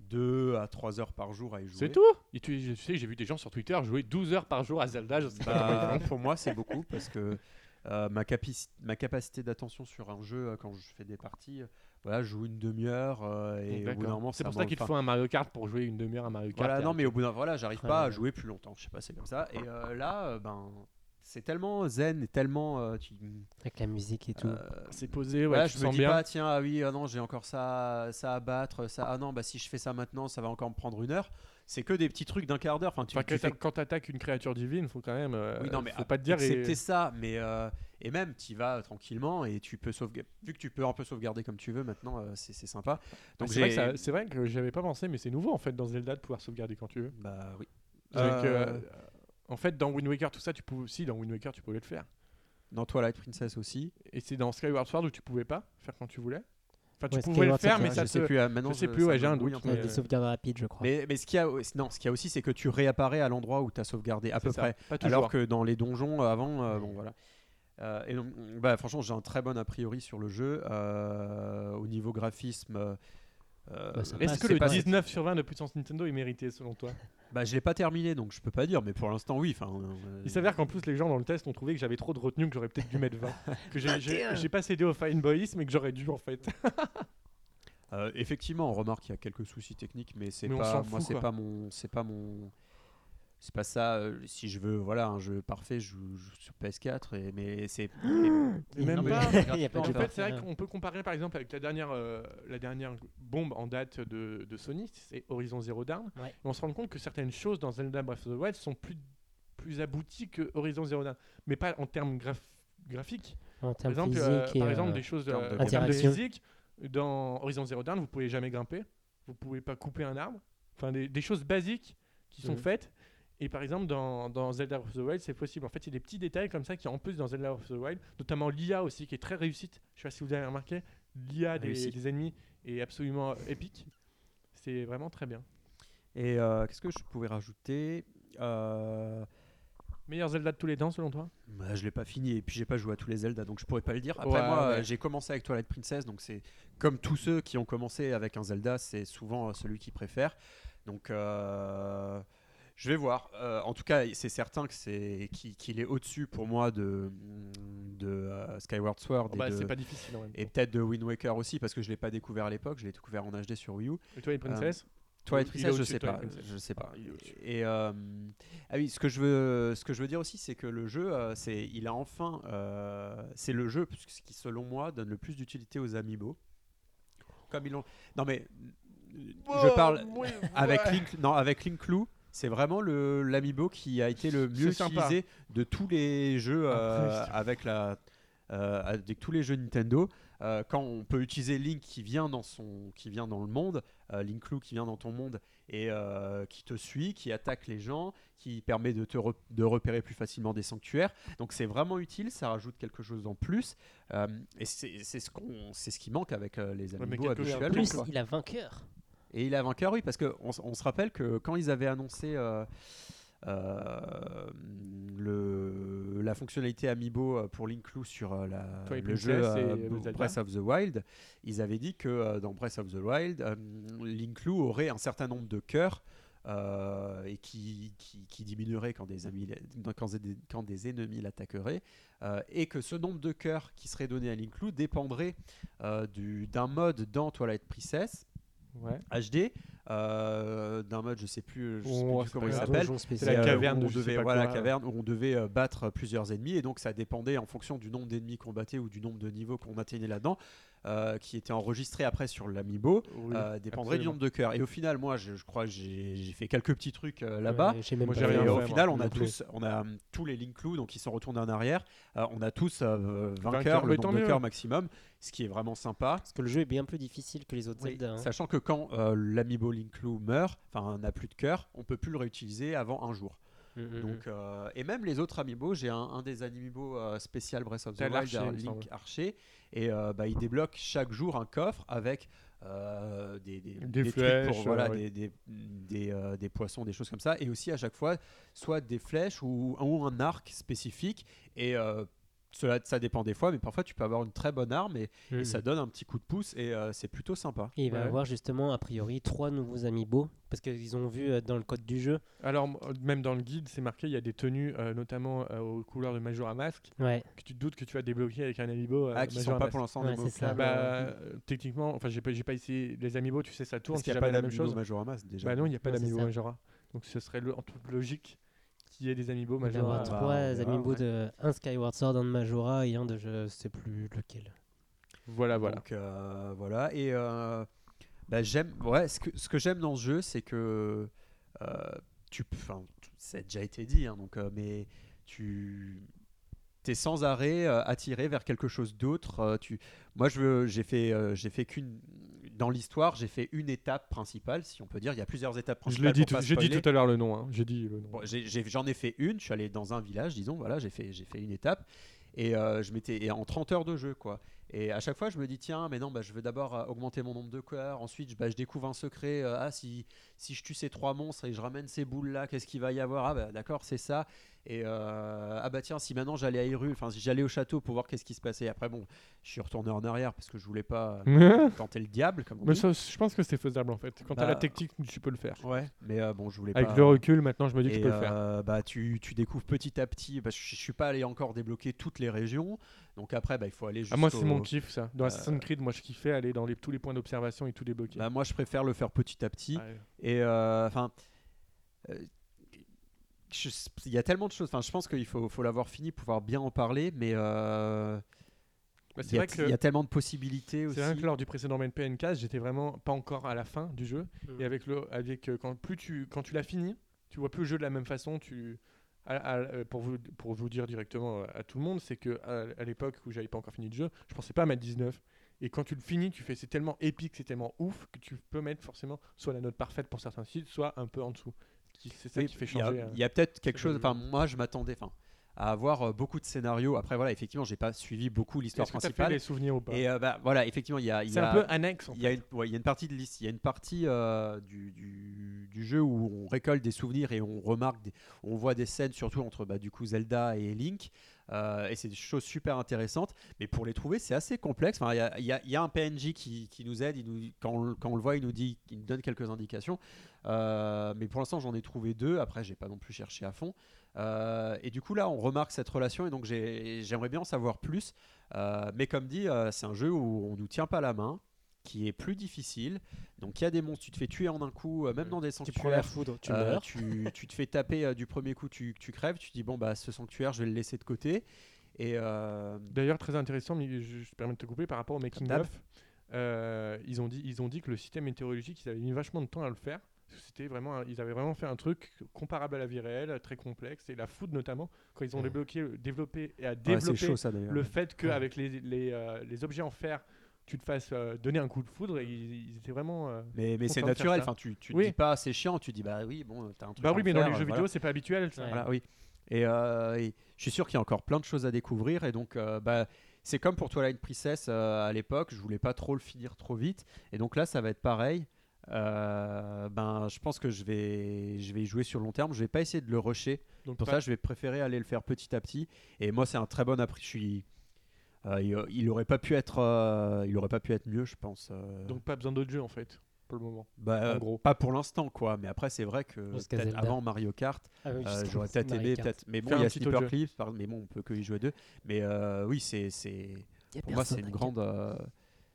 [SPEAKER 3] 2 à 3 heures par jour à y jouer.
[SPEAKER 1] C'est tout Et tu, je sais, j'ai vu des gens sur Twitter jouer 12 heures par jour à Zelda, je sais pas comment ils
[SPEAKER 3] Bah,
[SPEAKER 1] font.
[SPEAKER 3] pour moi, c'est beaucoup parce que euh, ma, capici- ma capacité d'attention sur un jeu, euh, quand je fais des parties, euh, voilà, je joue une demi-heure euh,
[SPEAKER 1] Donc,
[SPEAKER 3] et au bout
[SPEAKER 1] d'accord.
[SPEAKER 3] d'un moment,
[SPEAKER 1] C'est pour
[SPEAKER 3] me-
[SPEAKER 1] ça qu'il te
[SPEAKER 3] enfin,
[SPEAKER 1] faut un Mario Kart pour jouer une demi-heure à Mario Kart.
[SPEAKER 3] Voilà,
[SPEAKER 1] Et
[SPEAKER 3] non, mais au bout d'un voilà, j'arrive
[SPEAKER 2] Ouais,
[SPEAKER 3] pas à
[SPEAKER 2] ouais.
[SPEAKER 3] jouer plus longtemps. Je sais pas, c'est comme ça. Et euh, là, euh, ben, c'est tellement zen et tellement. euh, tu-
[SPEAKER 2] Avec la musique et tout.
[SPEAKER 3] euh,
[SPEAKER 1] C'est posé, ouais,
[SPEAKER 3] voilà,
[SPEAKER 1] tu
[SPEAKER 3] je me
[SPEAKER 1] sens
[SPEAKER 3] dis
[SPEAKER 1] bien.
[SPEAKER 3] pas, tiens, ah oui, ah non, j'ai encore ça, ça à battre, ça. Ah non, bah si je fais ça maintenant, ça va encore me prendre une heure. C'est que des petits trucs d'un quart d'heure. Enfin, tu,
[SPEAKER 1] Enfin,
[SPEAKER 3] tu
[SPEAKER 1] que
[SPEAKER 3] fais
[SPEAKER 1] t'a- quand t'attaques une créature divine, faut quand même. euh,
[SPEAKER 3] Oui, non, mais ah,
[SPEAKER 1] faut pas te dire.
[SPEAKER 3] accepter
[SPEAKER 1] et-
[SPEAKER 3] ça, mais euh, et même tu vas euh, tranquillement et tu peux sauvegarder. Vu que tu peux un peu sauvegarder comme tu veux maintenant, euh, c'est c'est sympa. Donc
[SPEAKER 1] Donc c'est vrai, que
[SPEAKER 3] j'ai-
[SPEAKER 1] ça- c'est vrai que j'avais pas pensé, mais c'est nouveau en fait dans Zelda de pouvoir sauvegarder quand tu veux.
[SPEAKER 3] Bah oui.
[SPEAKER 1] C'est-à-dire que,
[SPEAKER 3] Euh,
[SPEAKER 1] euh, en fait, dans Wind Waker, tout ça, tu pouvais aussi dans Wind Waker, tu pouvais le faire.
[SPEAKER 3] Dans Twilight Princess aussi.
[SPEAKER 1] Et c'est dans Skyward Sword où tu pouvais pas faire quand tu voulais. Enfin, tu
[SPEAKER 2] Ouais,
[SPEAKER 1] pouvais le
[SPEAKER 2] Skyward
[SPEAKER 1] faire,
[SPEAKER 2] Sword,
[SPEAKER 1] mais
[SPEAKER 3] Ah,
[SPEAKER 1] ça
[SPEAKER 3] je sais
[SPEAKER 1] te-
[SPEAKER 3] plus. ah, maintenant,
[SPEAKER 1] je sais plus,
[SPEAKER 3] ça
[SPEAKER 1] ouais, j'ai un
[SPEAKER 3] m'embrouille
[SPEAKER 1] doute,
[SPEAKER 3] peu.
[SPEAKER 1] mais,
[SPEAKER 2] T'as des
[SPEAKER 1] euh,
[SPEAKER 2] sauvegardes rapides, je crois.
[SPEAKER 3] Mais, mais ce qu'il y a, aussi- non, ce qu'il y a aussi, c'est que tu réapparais à l'endroit où tu as sauvegardé à
[SPEAKER 1] c'est
[SPEAKER 3] peu
[SPEAKER 1] ça,
[SPEAKER 3] près.
[SPEAKER 1] Pas toujours.
[SPEAKER 3] Alors que dans les donjons euh, avant, euh, bon voilà. Euh, et donc, bah, franchement, j'ai un très bon a priori sur le jeu. euh, au niveau graphisme, euh,
[SPEAKER 2] Bah, ça
[SPEAKER 3] euh,
[SPEAKER 2] va,
[SPEAKER 1] Est-ce
[SPEAKER 3] c'est
[SPEAKER 1] que le
[SPEAKER 3] pas-
[SPEAKER 1] 19 sur 20 de puissance Nintendo est mérité selon toi
[SPEAKER 3] Bah, je l'ai pas terminé, donc je peux pas dire, mais pour l'instant, oui. Enfin, euh,
[SPEAKER 1] Il s'avère qu'en plus les gens dans le test ont trouvé que j'avais trop de retenue, que j'aurais peut-être dû mettre 20. que j'ai- j'ai j'ai pas cédé au fine boys, mais que j'aurais dû en fait.
[SPEAKER 3] Euh, effectivement, on remarque qu'il y a quelques soucis techniques, mais c'est
[SPEAKER 1] Mais on
[SPEAKER 3] pas,
[SPEAKER 1] s'en
[SPEAKER 3] moi,
[SPEAKER 1] fout,
[SPEAKER 3] c'est
[SPEAKER 1] quoi.
[SPEAKER 3] pas mon, c'est pas mon, c'est pas ça. euh, si je veux, voilà, un jeu parfait, je joue, je joue sur PS4, et mais c'est
[SPEAKER 1] Et même
[SPEAKER 3] Non, mais-
[SPEAKER 1] pas.
[SPEAKER 2] Il y a pas
[SPEAKER 1] En
[SPEAKER 2] de-
[SPEAKER 1] fait, c'est vrai
[SPEAKER 2] Ouais.
[SPEAKER 1] qu'on peut comparer par exemple avec la dernière, euh, la dernière bombe en date de, de Sony, c'est Horizon Zero Dawn.
[SPEAKER 2] Ouais.
[SPEAKER 1] Et on se rend compte que certaines choses dans Zelda Breath of the Wild sont plus, plus abouties que Horizon Zero Dawn, mais pas en termes graph- graphiques.
[SPEAKER 2] En
[SPEAKER 1] Par
[SPEAKER 2] termes
[SPEAKER 1] exemple,
[SPEAKER 2] physiques.
[SPEAKER 1] euh,
[SPEAKER 2] et,
[SPEAKER 1] par exemple
[SPEAKER 2] euh,
[SPEAKER 1] des choses
[SPEAKER 3] termes de
[SPEAKER 1] euh, en termes de
[SPEAKER 2] interaction.
[SPEAKER 1] physique, dans Horizon Zero Dawn, vous pouvez jamais grimper, vous pouvez pas couper un arbre, enfin des, des choses basiques qui sont
[SPEAKER 2] Mhm.
[SPEAKER 1] faites. Et par exemple, dans, dans Zelda Breath of the Wild, c'est possible. En fait, il y a des petits détails comme ça qui, en plus, dans Zelda Breath of the Wild, notamment l'IA aussi, qui est très réussite. Je sais pas si vous avez remarqué,
[SPEAKER 2] Ah
[SPEAKER 1] l'IA des,
[SPEAKER 3] Réussie.
[SPEAKER 1] des ennemis est absolument euh, épique. C'est vraiment très bien.
[SPEAKER 3] Et euh, qu'est-ce que je pouvais rajouter Euh,
[SPEAKER 1] Meilleur Zelda de tous les temps, selon toi
[SPEAKER 3] bah, je l'ai pas fini et puis j'ai pas joué à tous les Zelda donc je pourrais pas le dire. Après
[SPEAKER 1] Ouais,
[SPEAKER 3] moi euh,
[SPEAKER 1] ouais.
[SPEAKER 3] j'ai commencé avec Twilight Princess donc c'est comme tous ceux qui ont commencé avec un Zelda c'est souvent euh, celui qui préfère. Donc euh, je vais voir. Euh, en tout cas c'est certain que c'est qu'il qu'il est au-dessus pour moi de, de euh, Skyward Sword et,
[SPEAKER 1] Bah,
[SPEAKER 3] de-
[SPEAKER 1] C'est pas difficile en même temps.
[SPEAKER 3] et peut-être de Wind Waker aussi parce que je l'ai pas découvert à l'époque je l'ai découvert en HD sur Wii U.
[SPEAKER 1] Et toi, les princesses
[SPEAKER 3] Twilight
[SPEAKER 1] Il est
[SPEAKER 3] Princess, je
[SPEAKER 1] au-dessus
[SPEAKER 3] sais
[SPEAKER 1] de Twilight
[SPEAKER 3] pas,
[SPEAKER 1] Princess.
[SPEAKER 3] je sais pas.
[SPEAKER 1] il est au-dessus.
[SPEAKER 3] Et euh, ah oui, ce que je veux, ce que je veux dire aussi, c'est que le jeu, euh, c'est, il a enfin, euh, c'est le jeu puisque ce qui, selon moi, donne le plus d'utilité aux amiibo. Comme ils l'ont. Non mais, euh, je parle avec Link, non avec Link Clou. C'est vraiment le l'amiibo qui a été le mieux utilisé
[SPEAKER 1] C'est sympa.
[SPEAKER 3] de tous les jeux euh,
[SPEAKER 1] Ah, oui.
[SPEAKER 3] avec la euh, avec tous les jeux Nintendo. Euh, quand on peut utiliser Link qui vient dans son qui vient dans le monde, euh, Link Clou qui vient dans ton monde et euh, qui te suit, qui attaque les gens, qui permet de te re- de repérer plus facilement des sanctuaires. Donc c'est vraiment utile, ça rajoute quelque chose en plus. Euh, et c'est c'est ce qu'on c'est ce qui manque avec euh, les
[SPEAKER 1] mais
[SPEAKER 3] amiibo
[SPEAKER 1] quelque chose en
[SPEAKER 3] habituellement.
[SPEAKER 2] Plus,
[SPEAKER 3] quoi.
[SPEAKER 2] il a vainqueur.
[SPEAKER 3] Et il a vainqueur, oui, parce qu'on on se rappelle que quand ils avaient annoncé euh, euh, le, la fonctionnalité Amiibo euh, pour Link Lou sur euh, la,
[SPEAKER 1] Twilight
[SPEAKER 3] le jeu
[SPEAKER 1] Princess et,
[SPEAKER 3] euh,
[SPEAKER 1] euh,
[SPEAKER 3] Bo-
[SPEAKER 1] Zelda.
[SPEAKER 3] Breath of the Wild, ils avaient dit que euh, dans Breath of the Wild, euh, Link Lou aurait un certain nombre de cœurs. euh, et qui, qui, qui diminuerait quand des, amis, quand des, quand des ennemis l'attaqueraient, euh, et que ce nombre de cœurs qui serait donné à Link Lou dépendrait euh, du- d'un mode dans Twilight Princess
[SPEAKER 1] Ouais.
[SPEAKER 3] HD euh, d'un mode je sais plus, je sais
[SPEAKER 1] Oh,
[SPEAKER 3] plus
[SPEAKER 1] c'est
[SPEAKER 3] comment
[SPEAKER 1] pas
[SPEAKER 3] il
[SPEAKER 1] grave.
[SPEAKER 3] s'appelle
[SPEAKER 2] Donjon
[SPEAKER 1] C'est
[SPEAKER 3] mais,
[SPEAKER 1] la
[SPEAKER 3] euh,
[SPEAKER 2] spécial.
[SPEAKER 1] caverne
[SPEAKER 3] où
[SPEAKER 1] de
[SPEAKER 3] on
[SPEAKER 1] je sais
[SPEAKER 3] devait
[SPEAKER 1] pas
[SPEAKER 3] voilà la
[SPEAKER 1] quoi,
[SPEAKER 3] caverne où on devait euh, battre plusieurs ennemis et donc ça dépendait en fonction du nombre d'ennemis qu'on battait ou du nombre de niveaux qu'on atteignait là-dedans euh, qui était enregistré après sur l'amiibo
[SPEAKER 1] Oui.
[SPEAKER 3] euh, dépendrait du
[SPEAKER 1] absolument.
[SPEAKER 3] nombre de cœurs et au final moi je, je crois que j'ai j'ai fait quelques petits trucs euh, là-bas
[SPEAKER 2] Ouais, j'ai même
[SPEAKER 1] Moi,
[SPEAKER 2] pas
[SPEAKER 1] j'ai
[SPEAKER 3] et
[SPEAKER 1] rien
[SPEAKER 2] fait.
[SPEAKER 3] au
[SPEAKER 1] fait,
[SPEAKER 3] final,
[SPEAKER 2] moi,
[SPEAKER 3] on a
[SPEAKER 2] non plus.
[SPEAKER 3] tous, on a hum, tous les Link Clou, donc ils sont retournés en arrière. Euh, on a tous euh, vainqueurs,
[SPEAKER 1] Vainqueurs,
[SPEAKER 3] le
[SPEAKER 1] mais
[SPEAKER 3] nombre
[SPEAKER 1] tant
[SPEAKER 3] de
[SPEAKER 1] mieux.
[SPEAKER 3] cœurs maximum, ce qui est vraiment sympa.
[SPEAKER 2] Parce que le jeu est bien plus difficile que les autres
[SPEAKER 3] Oui,
[SPEAKER 2] Zelda. hein.
[SPEAKER 3] Sachant que quand euh, l'ami Bowling Clou meurt, enfin n'a plus de cœur, on peut plus le réutiliser avant un jour.
[SPEAKER 2] Mm, mm,
[SPEAKER 3] Donc, euh, et même les autres amiibo, j'ai un, un des amiibo euh, spécial Breath of the
[SPEAKER 1] T'as
[SPEAKER 3] Wild,
[SPEAKER 1] l'archer,
[SPEAKER 3] un
[SPEAKER 1] il me semble.
[SPEAKER 3] Link Archer, et euh, bah, il débloque chaque jour un coffre avec euh, des, des,
[SPEAKER 1] Des
[SPEAKER 3] trucs
[SPEAKER 1] flèches,
[SPEAKER 3] pour, voilà,
[SPEAKER 1] euh, oui.
[SPEAKER 3] des, des, des, euh, des poissons, des choses comme ça, et aussi à chaque fois soit des flèches ou, ou un arc spécifique, et euh, cela ça dépend des fois, mais parfois tu peux avoir une très bonne arme et,
[SPEAKER 2] mm.
[SPEAKER 3] et ça donne un petit coup de pouce et euh, c'est plutôt sympa.
[SPEAKER 2] Et il va
[SPEAKER 1] Ouais.
[SPEAKER 2] avoir justement, a priori, trois nouveaux amiibo. Parce qu'ils ont vu euh, dans le code du jeu.
[SPEAKER 1] Alors, m- euh, même dans le guide, c'est marqué, il y a des tenues, euh, notamment euh, aux couleurs de Majora Mask,
[SPEAKER 2] Ouais.
[SPEAKER 1] que tu te doutes que tu vas débloquer avec un amiibo. euh,
[SPEAKER 3] Ah, qui sont
[SPEAKER 1] Majora
[SPEAKER 3] pas
[SPEAKER 1] Mask.
[SPEAKER 3] pour l'instant
[SPEAKER 2] Ouais,
[SPEAKER 3] des
[SPEAKER 2] c'est
[SPEAKER 3] mots
[SPEAKER 2] ça.
[SPEAKER 3] clés.
[SPEAKER 1] Bah, euh, techniquement, enfin, j'ai pas, j'ai pas essayé les amiibo, tu sais, ça tourne,
[SPEAKER 3] Parce
[SPEAKER 1] c'est
[SPEAKER 3] qu'il n'y
[SPEAKER 1] jamais
[SPEAKER 3] a pas
[SPEAKER 1] la même
[SPEAKER 3] d'amiibo
[SPEAKER 1] chose.
[SPEAKER 3] Majoramas déjà.
[SPEAKER 1] Bah non, il n'y a pas
[SPEAKER 2] Non, c'est
[SPEAKER 1] d'amiibo
[SPEAKER 2] ça.
[SPEAKER 1] Majora. Donc, ce serait le- en toute logique qui est des amiibo
[SPEAKER 2] D'avoir
[SPEAKER 1] Majora.
[SPEAKER 3] Majora,
[SPEAKER 2] trois
[SPEAKER 3] on verra,
[SPEAKER 2] amiibo
[SPEAKER 3] ouais.
[SPEAKER 2] de un Skyward Sword, un de Majora et un de je sais plus lequel.
[SPEAKER 1] Voilà, voilà.
[SPEAKER 3] Donc euh, voilà. Et euh, bah, j'aime. Ouais, ce que, ce que j'aime dans ce jeu, c'est que euh, tu. Enfin, t- ça a déjà été dit, hein, donc, euh, mais tu. T'es sans arrêt euh, attiré vers quelque chose d'autre. euh, tu, moi, je veux, j'ai fait, euh, j'ai fait qu'une dans l'histoire, j'ai fait une étape principale, si on peut dire. Il y a plusieurs étapes
[SPEAKER 1] Je
[SPEAKER 3] principales.
[SPEAKER 1] l'ai dit,
[SPEAKER 3] pour
[SPEAKER 1] tout-
[SPEAKER 3] pas
[SPEAKER 1] j'ai dit
[SPEAKER 3] spoiler.
[SPEAKER 1] tout à l'heure le nom. hein. J'ai dit le nom.
[SPEAKER 3] Bon, j'ai- j'ai- J'en ai, fait une, je suis allé dans un village, disons, voilà, j'ai fait, j'ai fait une étape. Et euh, je m'étais et en 30 heures de jeu, quoi. Et à chaque fois, je me dis, tiens, mais non, bah, je veux d'abord euh, augmenter mon nombre de cœurs. Ensuite, je- bah, je découvre un secret. euh, ah, si, si je tue ces trois monstres et je ramène ces boules-là, qu'est-ce qu'il va y avoir Ah, bah, d'accord, c'est ça. Et euh, ah, bah tiens, si maintenant j'allais à Hyrule, enfin, si j'allais au château pour voir qu'est-ce qui se passait. Après, bon, je suis retourné en arrière parce que je voulais pas euh, tenter le diable, comme on
[SPEAKER 1] Mmh. Mais
[SPEAKER 3] dit.
[SPEAKER 1] ça, je pense que c'est faisable en fait. Quand t'as
[SPEAKER 3] Bah,
[SPEAKER 1] la technique, tu peux le faire.
[SPEAKER 3] Ouais, mais euh, bon, je voulais
[SPEAKER 1] Avec
[SPEAKER 3] pas.
[SPEAKER 1] le recul, maintenant, je me dis que
[SPEAKER 3] Et,
[SPEAKER 1] je peux le faire.
[SPEAKER 3] euh, bah, tu, tu découvres petit à petit, parce que je je suis pas allé encore débloquer toutes les régions, donc après bah, il faut aller jusqu'au...
[SPEAKER 1] Ah, moi, c'est mon kiff ça. Dans
[SPEAKER 3] euh,
[SPEAKER 1] Assassin's Creed, moi, je kiffais aller dans les- tous les points d'observation et tout débloquer.
[SPEAKER 3] Bah, moi je préfère le faire petit à petit,
[SPEAKER 1] Ouais. Bah,
[SPEAKER 3] et euh, enfin... euh, je- il y a tellement de choses, enfin, je pense qu'il faut, faut l'avoir fini pour pouvoir bien en parler, mais euh,
[SPEAKER 1] Bah,
[SPEAKER 3] il
[SPEAKER 1] c'est
[SPEAKER 3] y, a
[SPEAKER 1] vrai
[SPEAKER 3] t-
[SPEAKER 1] que.
[SPEAKER 3] il y a tellement de possibilités aussi.
[SPEAKER 1] C'est vrai que lors du précédent MPN15, j'étais vraiment pas encore à la fin du jeu.
[SPEAKER 2] Mm.
[SPEAKER 1] Et avec le, avec euh, quand plus tu, quand tu l'as fini, tu vois plus le jeu de la même façon. Tu, à- à- euh, pour vous, pour vous dire directement euh, à tout le monde, c'est que à, à l'époque où j'avais pas encore fini le jeu, je pensais pas mettre 19. Et quand tu le finis, tu fais c'est tellement épique, c'est tellement ouf que tu peux mettre forcément soit la note parfaite pour certains sites, soit un peu en dessous. Qui- C'est ça
[SPEAKER 3] Oui,
[SPEAKER 1] qui fait
[SPEAKER 3] il y a-
[SPEAKER 1] changer. euh.
[SPEAKER 3] Il y a, peut-être quelque
[SPEAKER 1] c'est
[SPEAKER 3] chose.
[SPEAKER 1] le jeu.
[SPEAKER 3] Enfin, moi, je m'attendais, enfin, à avoir euh, beaucoup de scénarios. Après, voilà, effectivement, j'ai pas suivi beaucoup l'histoire
[SPEAKER 1] Est-ce que t'as fait
[SPEAKER 3] principale.
[SPEAKER 1] les souvenirs ou pas
[SPEAKER 3] Et euh, bah, voilà, effectivement, il y a. il y
[SPEAKER 1] C'est un
[SPEAKER 3] a-
[SPEAKER 1] peu annexe. en
[SPEAKER 3] Il y, a une, ouais, il y a une partie de liste, il y a une partie euh, du, du- du jeu où on récolte des souvenirs et on remarque, des- on voit des scènes surtout entre bah, du coup Zelda et Link, euh, et c'est des choses super intéressantes. Mais pour les trouver, c'est assez complexe. Enfin, il y a- il y, a- il y a un PNJ qui, qui nous aide, il nous, quand, on, le- quand on le voit, il nous dit, il nous donne quelques indications. Euh, mais pour l'instant, j'en ai trouvé deux. Après, j'ai pas non plus cherché à fond. Euh, et du coup, là, on remarque cette relation, et donc j'ai- j'aimerais bien en savoir plus. Euh, mais comme dit, euh, c'est un jeu où on nous tient pas la main qui est plus difficile. Donc il y a des monstres, tu te fais tuer en un coup, euh, même
[SPEAKER 1] Mm.
[SPEAKER 3] dans des
[SPEAKER 2] Tu prends la
[SPEAKER 3] sanctuaires.
[SPEAKER 2] foudre, tu
[SPEAKER 3] euh,
[SPEAKER 2] meurs.
[SPEAKER 3] tu, tu te fais taper euh, du premier coup, tu, tu crèves, tu dis bon bah ce sanctuaire je vais le laisser de côté. Et euh,
[SPEAKER 1] D'ailleurs, très intéressant, mais je, je te permets de te couper par rapport au making
[SPEAKER 3] d'hab.
[SPEAKER 1] of. euh, ils ont dit, ils ont dit que le système météorologique, ils avaient mis vachement de temps à le faire. parce que C'était vraiment, un- ils avaient vraiment fait un truc comparable à la vie réelle, très complexe et la foudre notamment quand ils ont
[SPEAKER 2] Ouais.
[SPEAKER 1] débloqué, euh, développé et à
[SPEAKER 3] ouais,
[SPEAKER 1] développer
[SPEAKER 3] c'est euh, chaud ça d'ailleurs.
[SPEAKER 1] le fait
[SPEAKER 2] Ouais.
[SPEAKER 1] qu'avec les les, euh, les objets en fer, tu te fasses euh, donner un coup de foudre. Et ils, ils étaient vraiment. euh,
[SPEAKER 3] Mais, mais c'est
[SPEAKER 1] content de faire
[SPEAKER 3] naturel,
[SPEAKER 1] ça.
[SPEAKER 3] enfin tu, tu
[SPEAKER 1] Oui.
[SPEAKER 3] te dis pas c'est chiant, tu dis bah oui bon t'as un truc.
[SPEAKER 1] Bah
[SPEAKER 3] à
[SPEAKER 1] oui,
[SPEAKER 3] me
[SPEAKER 1] mais dans
[SPEAKER 3] faire,
[SPEAKER 1] les jeux
[SPEAKER 3] euh, voilà.
[SPEAKER 1] vidéo, c'est pas habituel. ça.
[SPEAKER 2] Ouais.
[SPEAKER 3] Voilà, oui. Et, euh, et je suis sûr qu'il y a encore plein de choses à découvrir. Et donc, euh, bah, c'est comme pour Twilight Princess euh, à l'époque. Je voulais pas trop le finir trop vite. Et donc là, ça va être pareil. Euh, ben, je pense que je vais, je vais y jouer sur le long terme. Je vais pas essayer de le rusher.
[SPEAKER 1] Donc
[SPEAKER 3] Pour
[SPEAKER 1] pas-
[SPEAKER 3] ça, je vais préférer aller le faire petit à petit. Et moi, c'est un très bon appris. Je suis. euh, il, il aurait pas pu être, euh, il aurait pas pu être mieux, je pense. euh.
[SPEAKER 1] donc pas besoin d'autres jeux en fait pour le moment.
[SPEAKER 3] Bah,
[SPEAKER 1] en
[SPEAKER 3] euh,
[SPEAKER 1] gros.
[SPEAKER 3] pas pour l'instant, quoi. Mais après, c'est vrai que
[SPEAKER 2] Jusqu'à
[SPEAKER 3] peut-être
[SPEAKER 2] Zelda.
[SPEAKER 3] avant Mario Kart,
[SPEAKER 2] Ah oui,
[SPEAKER 3] euh,
[SPEAKER 2] juste
[SPEAKER 3] J'aurais peut-être
[SPEAKER 2] Mario
[SPEAKER 3] aimé,
[SPEAKER 2] Kart.
[SPEAKER 3] peut-être. Mais bon,
[SPEAKER 1] Faire
[SPEAKER 3] il y
[SPEAKER 1] un
[SPEAKER 3] a
[SPEAKER 1] petit autre jeu.
[SPEAKER 3] Sniper Clips, par- mais bon, on peut que y jouer deux. Mais euh, oui, c'est, c'est,
[SPEAKER 2] Y a
[SPEAKER 3] pour moi, c'est
[SPEAKER 2] personne
[SPEAKER 3] une
[SPEAKER 2] à
[SPEAKER 3] grande. euh,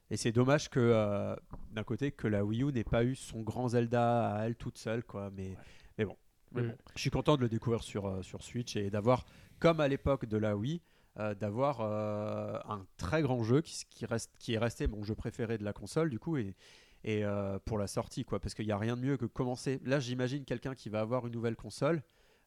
[SPEAKER 3] Et c'est dommage que, euh, d'un côté, que la Wii U n'ait pas eu son grand Zelda à elle toute seule, quoi. Mais, mais bon.
[SPEAKER 1] Mais
[SPEAKER 2] Mm.
[SPEAKER 1] bon.
[SPEAKER 3] Je suis content de le découvrir sur, euh, sur Switch et d'avoir, comme à l'époque de la Wii, euh, d'avoir euh, un très grand jeu qui, s- qui, reste, qui est resté mon jeu préféré de la console, du coup, et, et euh, pour la sortie, quoi. Parce qu'il n'y a rien de mieux que commencer. Là, j'imagine quelqu'un qui va avoir une nouvelle console,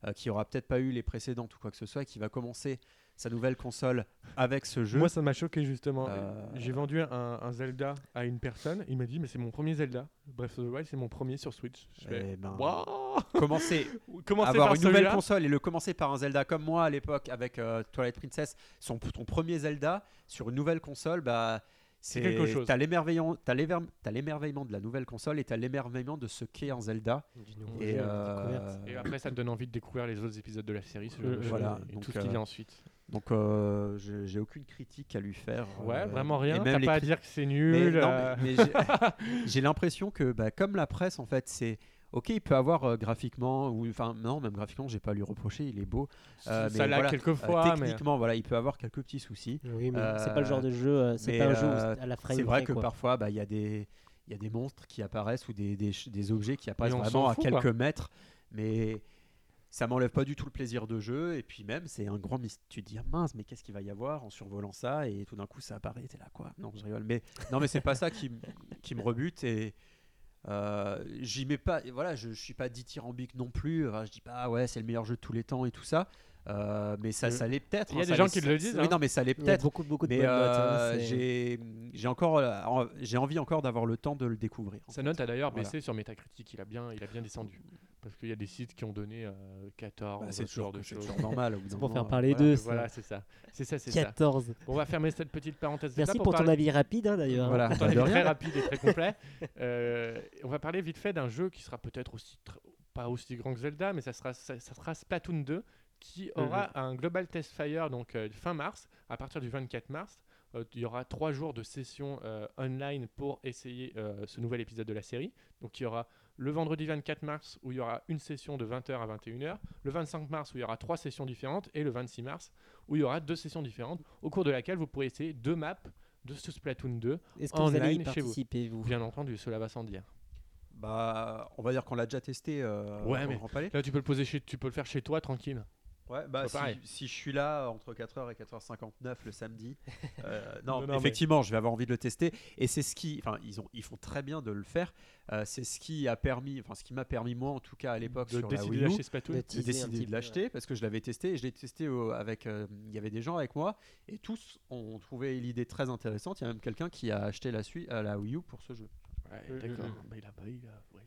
[SPEAKER 3] euh, qui aura peut-être pas eu les précédentes ou quoi que ce soit, et qui va commencer sa nouvelle console avec ce jeu.
[SPEAKER 1] Moi, ça m'a choqué justement.
[SPEAKER 3] Euh,
[SPEAKER 1] J'ai vendu un, un Zelda à une personne. Il m'a dit, mais c'est mon premier Zelda. Breath of the Wild, c'est mon premier sur Switch. Je fais,
[SPEAKER 3] Eh ben,
[SPEAKER 1] Waouh
[SPEAKER 3] commencer
[SPEAKER 1] Commencez
[SPEAKER 3] avoir
[SPEAKER 1] par
[SPEAKER 3] une nouvelle
[SPEAKER 1] celui-là.
[SPEAKER 3] console et le commencer par un Zelda comme moi à l'époque avec euh, Twilight Princess, son, ton premier Zelda sur une nouvelle console, bah c'est
[SPEAKER 1] quelque chose.
[SPEAKER 3] T'as l'émerveillement, t'as l'éver- t'as l'émerveillement de la nouvelle console et t'as l'émerveillement de ce qu'est un Zelda.
[SPEAKER 2] Du nouveau
[SPEAKER 3] Et,
[SPEAKER 2] jeu, la
[SPEAKER 3] euh,
[SPEAKER 2] découverte.
[SPEAKER 1] Et après, ça te donne envie de découvrir les autres épisodes de la série, ce
[SPEAKER 2] Euh,
[SPEAKER 1] genre de choses,
[SPEAKER 3] voilà,
[SPEAKER 1] et
[SPEAKER 3] donc,
[SPEAKER 1] tout ce qui
[SPEAKER 3] euh,
[SPEAKER 1] vient ensuite.
[SPEAKER 3] donc euh, j'ai j'ai aucune critique à lui faire.
[SPEAKER 1] Ouais,
[SPEAKER 3] euh,
[SPEAKER 1] vraiment
[SPEAKER 3] et
[SPEAKER 1] rien.
[SPEAKER 3] même
[SPEAKER 1] T'as
[SPEAKER 3] les
[SPEAKER 1] pas à
[SPEAKER 3] cri-
[SPEAKER 1] dire que c'est
[SPEAKER 3] Mais
[SPEAKER 1] nul.
[SPEAKER 3] non,
[SPEAKER 1] euh,
[SPEAKER 3] mais- mais j'ai- j'ai l'impression que bah, comme la presse en fait c'est Ok, il peut avoir euh, graphiquement, ou enfin non, même graphiquement, j'ai pas à lui reprocher, il est beau.
[SPEAKER 1] ça
[SPEAKER 3] Euh, mais
[SPEAKER 1] l'a
[SPEAKER 3] voilà, Euh,
[SPEAKER 1] quelquefois, mais
[SPEAKER 3] techniquement, voilà, il peut avoir quelques petits soucis.
[SPEAKER 2] Oui, mais c'est pas le genre de jeu, euh, c'est
[SPEAKER 3] mais,
[SPEAKER 2] pas un jeu où
[SPEAKER 3] euh,
[SPEAKER 2] c'est à la frame
[SPEAKER 3] C'est vrai
[SPEAKER 2] près,
[SPEAKER 3] que
[SPEAKER 2] quoi.
[SPEAKER 3] parfois, bah, il y a des il y a des monstres qui apparaissent ou des, des, ch- des objets qui apparaissent
[SPEAKER 1] on s'en
[SPEAKER 3] vraiment à
[SPEAKER 1] fout,
[SPEAKER 3] quelques mètres. Mais ça m'enlève pas du tout le plaisir de jeu. Et puis même, c'est un grand mystère. Tu te dis, ah mince, mais qu'est-ce qu'il va y avoir en survolant ça Et tout d'un coup, ça apparaît. T'es là, quoi Non, je rigole. Mais non, mais c'est pas ça qui, m- qui me rebute. Et euh, j'y mets pas. et Voilà, je, je suis pas dithyrambique non plus. Enfin, je dis pas, ah ouais, c'est le meilleur jeu de tous les temps et tout ça. Euh, mais ça,
[SPEAKER 1] Euh,
[SPEAKER 3] ça l'est peut-être.
[SPEAKER 1] il y a
[SPEAKER 3] hein,
[SPEAKER 1] des
[SPEAKER 3] ça
[SPEAKER 1] gens qui
[SPEAKER 3] l'est-
[SPEAKER 1] le disent,
[SPEAKER 3] Oui,
[SPEAKER 1] hein.
[SPEAKER 3] non, mais ça l'est
[SPEAKER 2] Il y a
[SPEAKER 3] peut-être.
[SPEAKER 2] beaucoup, beaucoup de
[SPEAKER 3] Mais
[SPEAKER 2] bonnes notes. hein,
[SPEAKER 3] euh,
[SPEAKER 2] c'est-
[SPEAKER 3] j'ai j'ai encore euh, en- j'ai envie encore d'avoir le temps de le découvrir. en
[SPEAKER 1] Sa
[SPEAKER 3] fait.
[SPEAKER 1] note a d'ailleurs
[SPEAKER 3] Voilà.
[SPEAKER 1] baissé sur Metacritic, il a bien, il a bien descendu. Parce qu'il y a des sites qui ont donné euh, 14,
[SPEAKER 3] Bah,
[SPEAKER 1] ce
[SPEAKER 3] c'est toujours,
[SPEAKER 1] genre de
[SPEAKER 3] c'est
[SPEAKER 1] choses.
[SPEAKER 3] toujours normal. au bout d'un
[SPEAKER 4] pour faire
[SPEAKER 3] moment,
[SPEAKER 4] parler
[SPEAKER 3] euh,
[SPEAKER 4] d'eux. ça.
[SPEAKER 1] Voilà, c'est ça. C'est ça, c'est ça.
[SPEAKER 4] 14.
[SPEAKER 1] Bon, on va fermer cette petite parenthèse. de
[SPEAKER 4] Merci
[SPEAKER 1] là
[SPEAKER 4] pour ton
[SPEAKER 1] parler-
[SPEAKER 4] avis rapide, hein, d'ailleurs.
[SPEAKER 3] Voilà.
[SPEAKER 1] Ton avis
[SPEAKER 3] De
[SPEAKER 1] très
[SPEAKER 3] rien.
[SPEAKER 1] rapide et très complet. Euh, on va parler vite fait d'un jeu qui sera peut-être aussi tr- pas aussi grand que Zelda, mais ça sera, ça, ça sera Splatoon 2, qui
[SPEAKER 3] Mm-hmm.
[SPEAKER 1] aura un Global Test Fire donc, euh, fin mars, à partir du 24 mars. Euh, Il y aura trois jours de sessions euh, online pour essayer euh, ce nouvel épisode de la série. Donc il y aura le vendredi 24 mars où il y aura une session de 20h à 21h, le 25 mars où il y aura trois sessions différentes et le 26 mars où il y aura deux sessions différentes au cours de laquelle vous pourrez essayer deux maps de ce Splatoon 2
[SPEAKER 2] Est-ce que vous allez y
[SPEAKER 1] online chez vous.
[SPEAKER 2] participer, vous
[SPEAKER 1] Bien entendu, cela va sans dire.
[SPEAKER 3] Bah, on va dire qu'on l'a déjà testé. euh,
[SPEAKER 1] Ouais,
[SPEAKER 3] en
[SPEAKER 1] mais-
[SPEAKER 3] Grand Palais.
[SPEAKER 1] Là, tu peux le poser chez, tu peux le faire chez toi, tranquille.
[SPEAKER 3] Ouais, bah,
[SPEAKER 1] C'est
[SPEAKER 3] si,
[SPEAKER 1] pareil.
[SPEAKER 3] si je suis là euh, entre 4h et 4h59 le samedi, euh,
[SPEAKER 1] Non,
[SPEAKER 3] non,
[SPEAKER 1] non, mais-
[SPEAKER 3] effectivement, je vais avoir envie de le tester. Et c'est ce qui, enfin, ils, ont, ils font très bien de le faire. Euh, c'est ce qui a permis, enfin, ce qui m'a permis, moi en tout cas, à l'époque,
[SPEAKER 1] De
[SPEAKER 3] sur la
[SPEAKER 1] décider
[SPEAKER 3] Wii U,
[SPEAKER 1] d'acheter Splatoon.
[SPEAKER 2] Le
[SPEAKER 3] j'ai
[SPEAKER 2] teaser un petit
[SPEAKER 3] décidé
[SPEAKER 2] peu,
[SPEAKER 3] de l'acheter parce que je l'avais testé et je l'ai testé au- avec. euh, Il y avait des gens avec moi et tous ont trouvé l'idée très intéressante. Il y a même quelqu'un qui a acheté la, sui- euh, la Wii U pour ce jeu.
[SPEAKER 1] Ouais,
[SPEAKER 4] Euh,
[SPEAKER 1] d'accord.
[SPEAKER 4] euh,
[SPEAKER 1] Bah, il a- bah, il a- ouais.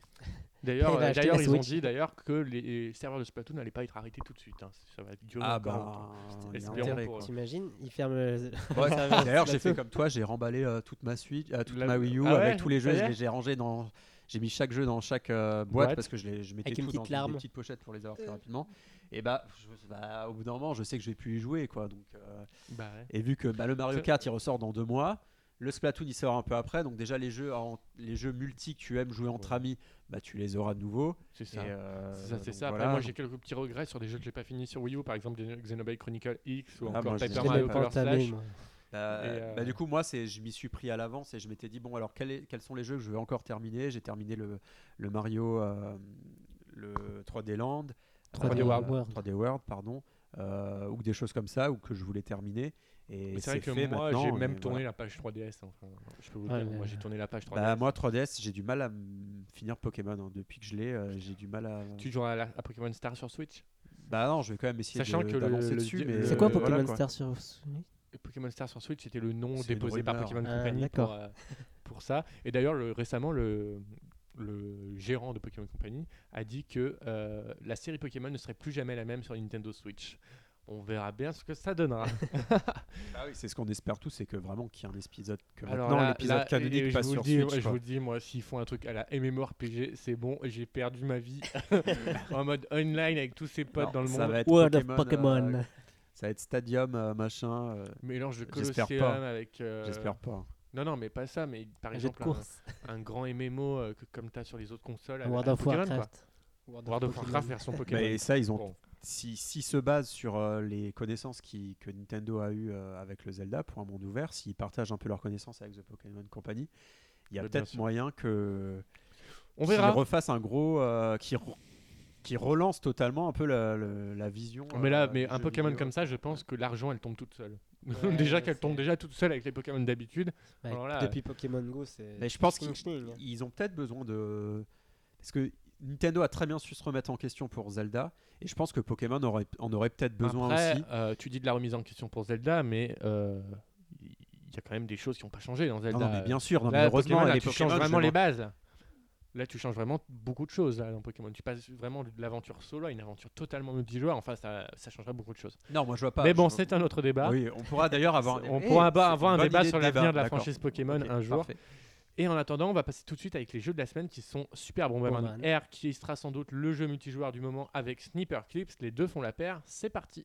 [SPEAKER 1] D'ailleurs,
[SPEAKER 2] Il a
[SPEAKER 1] euh,
[SPEAKER 2] acheté
[SPEAKER 1] d'ailleurs,
[SPEAKER 2] la
[SPEAKER 1] ils ont
[SPEAKER 2] Switch.
[SPEAKER 1] dit d'ailleurs que les serveurs de Splatoon n'allaient pas être arrêtés tout de suite. hein. Ça va durer
[SPEAKER 3] Ah
[SPEAKER 1] encore
[SPEAKER 3] bah,
[SPEAKER 1] longtemps.
[SPEAKER 3] il y a
[SPEAKER 1] espérons
[SPEAKER 3] intérêt,
[SPEAKER 1] pour
[SPEAKER 3] quoi.
[SPEAKER 1] eux.
[SPEAKER 2] T'imagines Il ferme. euh, le-
[SPEAKER 3] Ouais,
[SPEAKER 2] va,
[SPEAKER 3] D'ailleurs,
[SPEAKER 2] c'est
[SPEAKER 3] j'ai fait
[SPEAKER 2] là-dessous.
[SPEAKER 3] comme toi, j'ai remballé euh, toute ma suite, euh, toute
[SPEAKER 1] La-
[SPEAKER 3] ma Wii U
[SPEAKER 1] Ah ouais,
[SPEAKER 3] avec tous les
[SPEAKER 1] ça
[SPEAKER 3] jeux,
[SPEAKER 1] y
[SPEAKER 3] je
[SPEAKER 1] est
[SPEAKER 3] les- j'ai rangé dans, j'ai mis chaque jeu dans chaque euh, boîte,
[SPEAKER 1] Boîte.
[SPEAKER 3] parce que je, les- je mettais
[SPEAKER 2] Avec une
[SPEAKER 3] tout dans
[SPEAKER 2] petite
[SPEAKER 3] des-
[SPEAKER 2] larme. Euh.
[SPEAKER 3] des petites pochettes pour les avoir plus rapidement. Et bah, je- bah, au bout d'un moment, je sais que je vais plus y jouer quoi. Donc, euh,
[SPEAKER 1] Bah, ouais.
[SPEAKER 3] et vu que bah, le Mario
[SPEAKER 1] C'est-
[SPEAKER 3] Kart il ressort dans deux mois, le Splatoon il sort un peu après, donc déjà les jeux en- les jeux multi que tu aimes jouer entre
[SPEAKER 1] Ouais.
[SPEAKER 3] amis, bah tu les auras de nouveau.
[SPEAKER 1] c'est ça.
[SPEAKER 3] Et, euh,
[SPEAKER 1] C'est ça, c'est
[SPEAKER 3] donc
[SPEAKER 1] ça. Après,
[SPEAKER 3] voilà.
[SPEAKER 1] moi, j'ai quelques petits regrets sur des jeux que j'ai pas finis sur Wii U, par exemple des Xenoblade Chronicle X ou
[SPEAKER 3] Ah,
[SPEAKER 1] encore
[SPEAKER 3] moi, je les
[SPEAKER 1] Paper
[SPEAKER 3] ai
[SPEAKER 1] Mario
[SPEAKER 3] pas
[SPEAKER 1] Color
[SPEAKER 4] entamé,
[SPEAKER 1] Slash.
[SPEAKER 4] moi.
[SPEAKER 3] Bah,
[SPEAKER 1] Et, euh,
[SPEAKER 3] bah, du coup, moi, c'est, je m'y suis pris à l'avance et je m'étais dit, bon, alors quel est- quels sont les jeux que je vais encore terminer J'ai terminé le, le Mario, euh, le 3D Land,
[SPEAKER 1] 3D
[SPEAKER 3] euh,
[SPEAKER 1] World.
[SPEAKER 3] 3D World, pardon, euh, ou des choses comme ça, ou que je voulais terminer. Et
[SPEAKER 1] Mais c'est vrai que
[SPEAKER 3] fait
[SPEAKER 1] moi,
[SPEAKER 3] maintenant,
[SPEAKER 1] j'ai
[SPEAKER 3] et
[SPEAKER 1] même
[SPEAKER 3] voilà.
[SPEAKER 1] tourné la page 3DS. Enfin, je peux vous
[SPEAKER 4] Ouais,
[SPEAKER 1] dire,
[SPEAKER 4] mais-
[SPEAKER 1] moi, j'ai tourné la page 3DS.
[SPEAKER 3] Bah, moi, 3DS, j'ai du mal à mm, finir Pokémon. hein. Depuis que je l'ai, euh, j'ai du mal à.
[SPEAKER 1] Tu joues à, la- à Pokémon Star sur Switch
[SPEAKER 3] Bah non, je vais quand même essayer
[SPEAKER 1] Sachant
[SPEAKER 3] de,
[SPEAKER 1] que le-
[SPEAKER 3] d'avancer
[SPEAKER 1] le-
[SPEAKER 3] dessus.
[SPEAKER 1] le-
[SPEAKER 3] mais
[SPEAKER 2] C'est quoi
[SPEAKER 3] euh, voilà,
[SPEAKER 2] Pokémon
[SPEAKER 3] quoi.
[SPEAKER 2] Star sur Switch
[SPEAKER 1] Et Pokémon Star sur Switch, c'était le nom
[SPEAKER 3] C'est une
[SPEAKER 1] déposé par
[SPEAKER 3] rumeur.
[SPEAKER 1] Pokémon
[SPEAKER 2] Ah,
[SPEAKER 1] Company pour,
[SPEAKER 2] d'accord.
[SPEAKER 1] euh, pour ça. Et d'ailleurs, le- récemment, le, le gérant de Pokémon Company a dit que euh, la série Pokémon ne serait plus jamais la même sur Nintendo Switch. On verra bien ce que ça donnera.
[SPEAKER 3] Bah oui, c'est ce qu'on espère tous, c'est que vraiment qu'il y ait un épisode. Que
[SPEAKER 1] Alors
[SPEAKER 3] maintenant,
[SPEAKER 1] là- là,
[SPEAKER 3] l'épisode
[SPEAKER 1] et- et
[SPEAKER 3] canonique
[SPEAKER 1] je
[SPEAKER 3] passe
[SPEAKER 1] vous le
[SPEAKER 3] sur
[SPEAKER 1] dis,
[SPEAKER 3] Switch.
[SPEAKER 1] ouais, Je
[SPEAKER 3] quoi.
[SPEAKER 1] vous le dis, moi, s'ils font un truc à la MMORPG, c'est bon, j'ai perdu ma vie en mode online avec tous ses potes
[SPEAKER 3] Non,
[SPEAKER 1] dans le
[SPEAKER 3] ça
[SPEAKER 1] monde.
[SPEAKER 3] va être
[SPEAKER 4] World of
[SPEAKER 3] euh,
[SPEAKER 4] Pokémon.
[SPEAKER 3] Ça va être Stadium, euh, machin. euh,
[SPEAKER 1] Mélange de
[SPEAKER 3] J'espère pas.
[SPEAKER 1] Colosseum avec. euh,
[SPEAKER 3] J'espère pas. hein.
[SPEAKER 1] Non, non, mais pas ça, mais par
[SPEAKER 4] Un jeu de
[SPEAKER 1] exemple, hein. un-
[SPEAKER 4] course.
[SPEAKER 1] un, grand MMO euh, que- comme tu as sur les autres consoles. à-
[SPEAKER 4] World
[SPEAKER 1] à
[SPEAKER 4] of
[SPEAKER 1] Pokémon, quoi.
[SPEAKER 4] Warcraft.
[SPEAKER 1] World of Warcraft version Pokémon.
[SPEAKER 3] Mais ça, ils ont.
[SPEAKER 1] Bon.
[SPEAKER 3] Si, si se basent sur euh, les connaissances qui, que Nintendo a eues euh, avec le Zelda pour un monde ouvert, s'ils partagent un peu leurs connaissances avec The Pokémon Company, il y a
[SPEAKER 1] Bah, bien
[SPEAKER 3] peut-être
[SPEAKER 1] sûr.
[SPEAKER 3] moyen que
[SPEAKER 1] On
[SPEAKER 3] qu'ils
[SPEAKER 1] verra.
[SPEAKER 3] refassent un gros euh, qui re- qui relance totalement un peu la, le- la vision.
[SPEAKER 1] Mais là,
[SPEAKER 3] euh,
[SPEAKER 1] mais
[SPEAKER 3] du
[SPEAKER 1] un
[SPEAKER 3] jeu
[SPEAKER 1] Pokémon
[SPEAKER 3] vidéo.
[SPEAKER 1] comme ça, je pense que l'argent, elle tombe toute seule.
[SPEAKER 2] Ouais,
[SPEAKER 1] déjà
[SPEAKER 2] ouais,
[SPEAKER 1] qu'elle tombe
[SPEAKER 2] c'est-
[SPEAKER 1] déjà toute seule avec les Pokémon d'habitude.
[SPEAKER 2] Ouais,
[SPEAKER 1] Alors là,
[SPEAKER 2] Depuis Pokémon Go, c'est.
[SPEAKER 3] Mais je pense
[SPEAKER 2] Ching,
[SPEAKER 3] qu'ils
[SPEAKER 2] ching.
[SPEAKER 3] ils ont peut-être besoin de. Parce que Nintendo a très bien su se remettre en question pour Zelda, et je pense que Pokémon aurait, en aurait peut-être besoin
[SPEAKER 1] Après,
[SPEAKER 3] aussi.
[SPEAKER 1] euh, tu dis de la remise en question pour Zelda, mais euh, il y a quand même des choses qui n'ont pas changé dans Zelda. euh,
[SPEAKER 3] Ah Non, non, mais bien sûr, non, mais
[SPEAKER 1] Là,
[SPEAKER 3] heureusement,
[SPEAKER 1] Pokémon, là,
[SPEAKER 3] les
[SPEAKER 1] tu
[SPEAKER 3] Pokémon,
[SPEAKER 1] changes vraiment
[SPEAKER 3] je
[SPEAKER 1] les bases. Là, tu changes vraiment beaucoup de choses là, dans Pokémon. Tu passes vraiment de l'aventure solo à une aventure totalement multijoueur. Enfin, ça, ça changerait beaucoup de choses.
[SPEAKER 3] Non, moi je vois pas.
[SPEAKER 1] mais bon,
[SPEAKER 3] je-
[SPEAKER 1] c'est un autre débat.
[SPEAKER 3] Oui, on pourra d'ailleurs avoir.
[SPEAKER 1] On
[SPEAKER 3] Eh,
[SPEAKER 1] pourra avoir,
[SPEAKER 3] c'est
[SPEAKER 1] avoir
[SPEAKER 3] une
[SPEAKER 1] un
[SPEAKER 3] bonne
[SPEAKER 1] débat
[SPEAKER 3] idée
[SPEAKER 1] sur
[SPEAKER 3] de
[SPEAKER 1] l'avenir de la
[SPEAKER 3] d'accord.
[SPEAKER 1] franchise Pokémon
[SPEAKER 3] Ok,
[SPEAKER 1] un jour.
[SPEAKER 3] parfait.
[SPEAKER 1] Et en attendant, on va passer tout de suite avec les jeux de la semaine qui sont super bon. Bomberman
[SPEAKER 2] Bomberman.
[SPEAKER 1] Air qui sera sans doute le jeu multijoueur du moment avec Sniper Clips. Les deux font la paire. C'est parti.